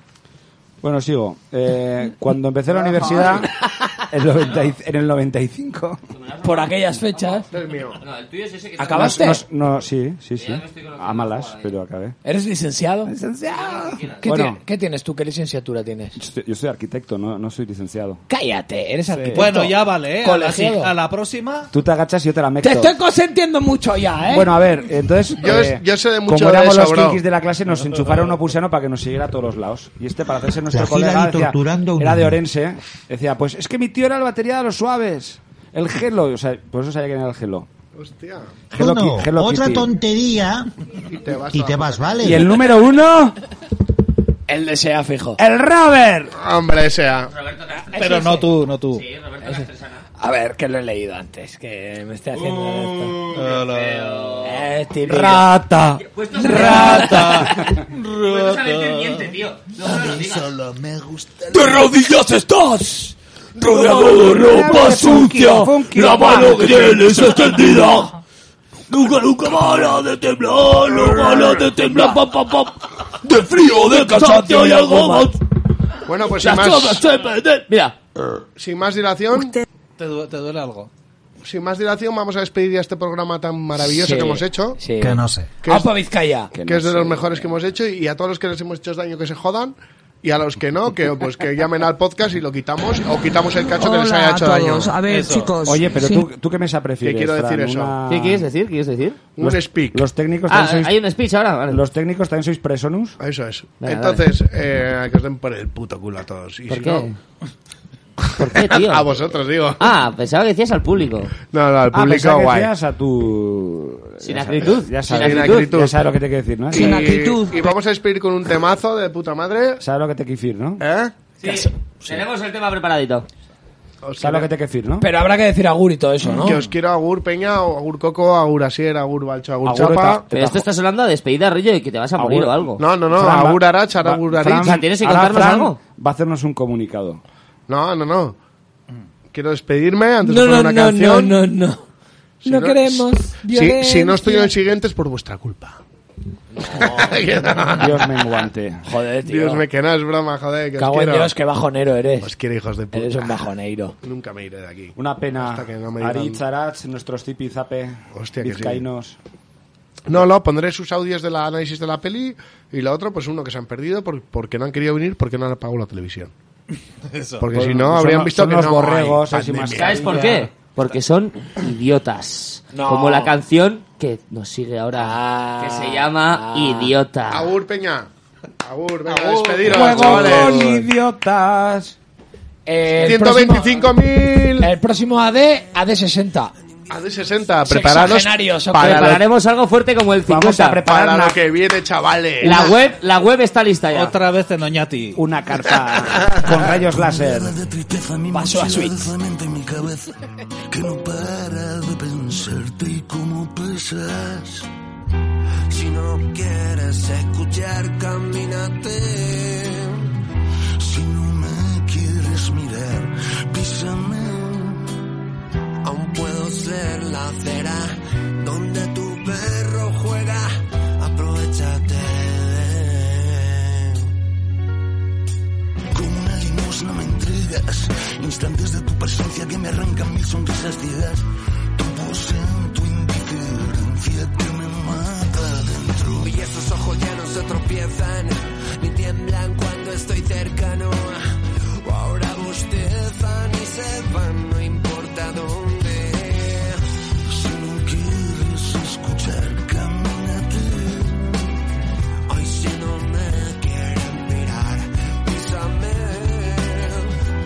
Speaker 6: Bueno, sigo. Eh, cuando empecé la universidad,
Speaker 8: Ah.
Speaker 6: el 90 y- en el 95.
Speaker 8: Por aquellas fechas.
Speaker 4: Es mío.
Speaker 27: No, el tuyo es ese que está-
Speaker 8: ¿Acabaste?
Speaker 6: Nos- no, sí, sí, sí.
Speaker 27: Ya me estoy colocando
Speaker 6: A malas, pero acabé.
Speaker 8: ¿Eres licenciado?
Speaker 6: Licenciado.
Speaker 8: ¿Qué,
Speaker 6: Bueno.
Speaker 8: ti- qué tienes tú? ¿Qué licenciatura tienes?
Speaker 6: Yo soy, yo soy arquitecto, no, no soy licenciado.
Speaker 8: Cállate, eres arquitecto.
Speaker 9: Bueno, ya vale, ¿eh? A la,
Speaker 8: Colegiado.
Speaker 9: a la próxima.
Speaker 6: Tú te agachas y yo te la meto.
Speaker 8: Te estoy consintiendo mucho ya, ¿eh?
Speaker 6: Bueno, a ver, entonces. eh,
Speaker 4: Yo es- yo sé de mucho
Speaker 6: Como
Speaker 4: de
Speaker 6: éramos
Speaker 4: eso,
Speaker 6: los
Speaker 4: bro.
Speaker 6: kinkis de la clase, nos enchufaron un opusiano para que nos siguiera a todos los lados. Y este, para hacerse nuestro
Speaker 3: La gira
Speaker 6: colega,
Speaker 3: y
Speaker 6: decía-
Speaker 3: torturando a un
Speaker 6: era de
Speaker 3: niño.
Speaker 6: Orense. Decía, pues es que mi tío era el batería de los suaves. El gelo. O sea, por eso sabía quién era el gelo.
Speaker 4: Hostia.
Speaker 6: Hello
Speaker 3: Uno,
Speaker 6: Ki- Hello
Speaker 3: otra
Speaker 6: Kitty.
Speaker 3: tontería
Speaker 4: Y te vas.
Speaker 3: y
Speaker 4: a-
Speaker 3: te vas, ¿vale?
Speaker 6: Y el número uno,
Speaker 8: El de S.A. fijo.
Speaker 6: el Robert.
Speaker 4: Hombre, sea.
Speaker 9: Pero no tú, no tú.
Speaker 8: A ver, que lo he leído antes, que me estoy haciendo esto. Eh, tío.
Speaker 9: Rata.
Speaker 27: Puesto
Speaker 9: Rata.
Speaker 27: Puesto a diente, tío. No, no lo digas.
Speaker 9: Solo me gusta.
Speaker 18: ¡De rodillas estás! Rodeado de ropa sucia, la mano que tienes extendida
Speaker 1: Nunca, nunca para de temblar, no para de temblar, pop, pop, pop. De frío, de cansancio y algo más.
Speaker 4: Bueno, pues sin
Speaker 1: Las
Speaker 4: más, Eh,
Speaker 1: cosas se perder.
Speaker 5: Mira.
Speaker 4: sin más dilación. ¿Te,
Speaker 9: duele algo?
Speaker 4: Sin más dilación, vamos a despedir ya este programa tan maravilloso
Speaker 9: Sí,
Speaker 4: que hemos hecho.
Speaker 9: sí. Que no sé. Ah,
Speaker 4: Que es,
Speaker 8: ¡Apa, Vizcaya!
Speaker 4: que es de los mejores que hemos hecho. Y a todos los que les hemos hecho daño, que se jodan. Y a los que no, que pues que llamen al podcast y lo quitamos. O quitamos el cacho que les haya hecho daño. Eso.
Speaker 6: Oye, pero tú, tú qué mesa prefieres.
Speaker 4: ¿Qué quiero decir
Speaker 6: Fran?
Speaker 4: eso?
Speaker 6: Una-
Speaker 5: ¿Qué quieres decir? ¿Qué quieres decir?
Speaker 6: Los- Los técnicos
Speaker 5: Ah,
Speaker 6: también sois-
Speaker 5: hay un speech ahora. Vale.
Speaker 6: ¿Los técnicos también sois presonus?
Speaker 4: Eso es.
Speaker 5: Venga,
Speaker 4: Entonces, eh, que os den por el puto culo a todos. Y
Speaker 5: ¿Por
Speaker 4: si
Speaker 5: qué?
Speaker 4: no-
Speaker 5: ¿Por qué, tío?
Speaker 4: A vosotros, digo.
Speaker 5: Ah, pensaba que decías al público.
Speaker 4: No, no, al
Speaker 5: Ah,
Speaker 4: público
Speaker 5: pensaba que
Speaker 4: guay.
Speaker 5: decías
Speaker 6: a tu...
Speaker 5: Sin
Speaker 6: ya
Speaker 5: acritud.
Speaker 6: sabes, Ya
Speaker 5: Sin
Speaker 6: sabes,
Speaker 5: acritud.
Speaker 6: Ya sabes lo que te quiero decir, ¿no?
Speaker 4: Y- Y vamos a despedir con un temazo de puta madre.
Speaker 6: Sabes lo que te quiero decir, ¿no?
Speaker 4: ¿Eh?
Speaker 5: Tenemos el tema preparadito.
Speaker 6: Sabes lo que te quiero decir, ¿no?
Speaker 8: Pero habrá que decir agur y todo eso, ¿no?
Speaker 4: Que os quiero Agur Peña, o Agur Coco, Agur Asier, Agur Balcho, Agur,
Speaker 5: Agur,
Speaker 4: Chapa.
Speaker 5: Pero esto está sonando a despedida, Rillo, y que te vas a morir o algo.
Speaker 4: No, no, no,
Speaker 6: Fran,
Speaker 4: Agur
Speaker 6: va-
Speaker 4: Arach,
Speaker 6: va-
Speaker 4: Agur
Speaker 6: Fran,
Speaker 4: Aritz.
Speaker 6: ahora Fran Va a hacernos un comunicado.
Speaker 4: No, no, no. Quiero despedirme antes
Speaker 6: No,
Speaker 4: de poner
Speaker 6: no,
Speaker 4: una
Speaker 6: no,
Speaker 4: canción.
Speaker 8: no,
Speaker 6: no,
Speaker 8: no.
Speaker 4: Si
Speaker 8: No queremos
Speaker 4: Si, si no estoy en
Speaker 8: violencia.
Speaker 4: el siguiente es por vuestra culpa.
Speaker 6: Dios me enguante.
Speaker 8: Joder, tío.
Speaker 4: Dios me que no, es broma, joder. Que os
Speaker 8: Cago en
Speaker 4: quiero.
Speaker 8: Dios, qué bajonero eres.
Speaker 4: Os quiero, hijos de puta.
Speaker 8: Eres un bajoneiro.
Speaker 4: Nunca me iré de aquí.
Speaker 6: Una pena.
Speaker 4: Hasta que no me digan-
Speaker 6: Aritz, Arach, nuestros zipi zape,
Speaker 4: Hostia, que sí.
Speaker 6: vizcaínos.
Speaker 4: No, no, pondré sus audios del análisis de la peli y la otra, pues uno que se han perdido por- porque no han querido venir porque no han apagado la televisión.
Speaker 9: Eso.
Speaker 4: Porque
Speaker 5: Pues
Speaker 4: si
Speaker 5: son
Speaker 4: no, habrían
Speaker 5: los-
Speaker 4: visto
Speaker 5: son
Speaker 4: que
Speaker 5: los
Speaker 4: no
Speaker 5: borregos,
Speaker 4: hay
Speaker 5: así más-
Speaker 4: pandemia.
Speaker 5: ¿Sabes por qué? Porque son idiotas.
Speaker 4: No.
Speaker 5: Como la canción que nos sigue ahora, que se
Speaker 4: Ah.
Speaker 5: llama Idiota.
Speaker 4: Agur, Peña. Agur, venga, despediros,
Speaker 8: Juego con
Speaker 4: chavales.
Speaker 8: idiotas. Eh, el
Speaker 4: 125.000.
Speaker 8: El próximo AD, AD60.
Speaker 4: AD60, preparados
Speaker 8: Sexagenarios, ok.
Speaker 4: para, lo-
Speaker 5: Prepararemos algo fuerte como el 50.
Speaker 4: Vamos a preparar para lo que viene, chavales.
Speaker 5: La web, la web está lista ya.
Speaker 9: Otra vez en Oñati.
Speaker 6: Una carpa con rayos láser.
Speaker 8: Paso a
Speaker 2: Switch.
Speaker 8: Switch.
Speaker 2: en mi cabeza que no para de pensarte y cómo pesas. Si no quieres escuchar, camínate. Si no me quieres mirar, písame. Aún puedo ser la acera donde tu perro juega. Aprovechate de él. Como una limosna me entregas instantes de tu presencia que me arrancan mil sonrisas ciegas. Tu voz en tu indiferencia que me mata dentro.
Speaker 21: Y esos ojos ya no se tropiezan, ni tiemblan cuando estoy cercano.
Speaker 2: Ahora bostezan y se van, no importa dónde. Si no quieres escuchar, camínate. Hoy si no me quieren mirar, písame.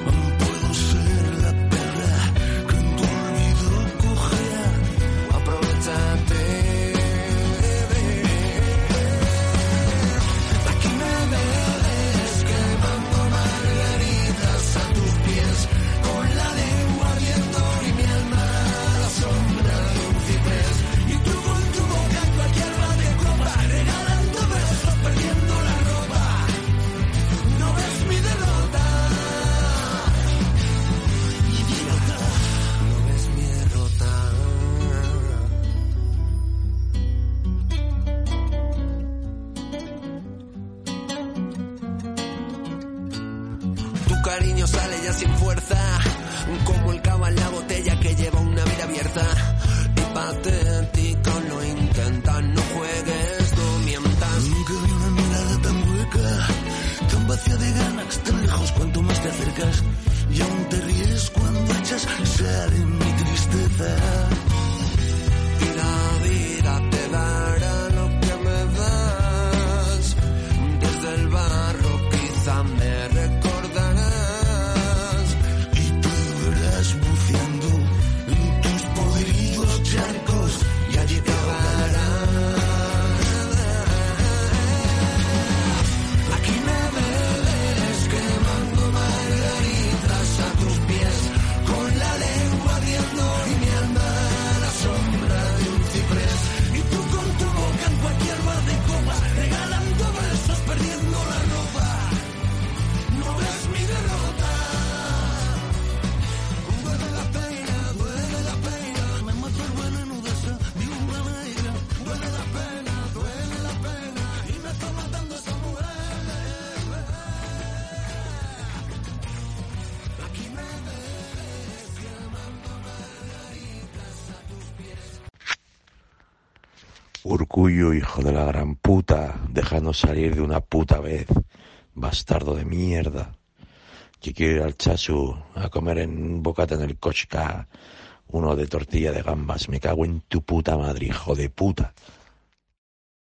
Speaker 2: Aún Puedo ser la perra que en tu olvido cojea. Aprovechate de Aquí me ves quemando margaritas a tus pies Con la lengua ardiendo y mi alma a la sombra de un ciprés Y tú con tu boca en cualquier bar de copa Regalando besos, perdiendo la ropa No ves mi derrota Idiota No ves mi derrota
Speaker 21: Tu cariño sale ya sin fuerza, como el cava en la botella que lleva una vida abierta. Y patético lo intentas, no juegues, no mientas.
Speaker 2: Nunca vi una mirada tan hueca, tan vacía de ganas, tan lejos cuanto más te acercas. Y aún te ríes cuando echas sal en mi tristeza.
Speaker 21: Y la vida te dará lo que me das. Desde el barro quizá me recordarás.
Speaker 2: Y tú verás buceando en tus podridos charcos y allí acabarás.
Speaker 21: Aquí me ves quemando margaritas a tus pies, con la lengua ardiendo y mi alma
Speaker 15: Urcullo, hijo de la gran puta, déjanos salir de una puta vez, bastardo de mierda. Que quiero ir al chasu a comer en un bocata en el Kochka, uno de tortilla de gambas. Me cago en tu puta madre, hijo de puta.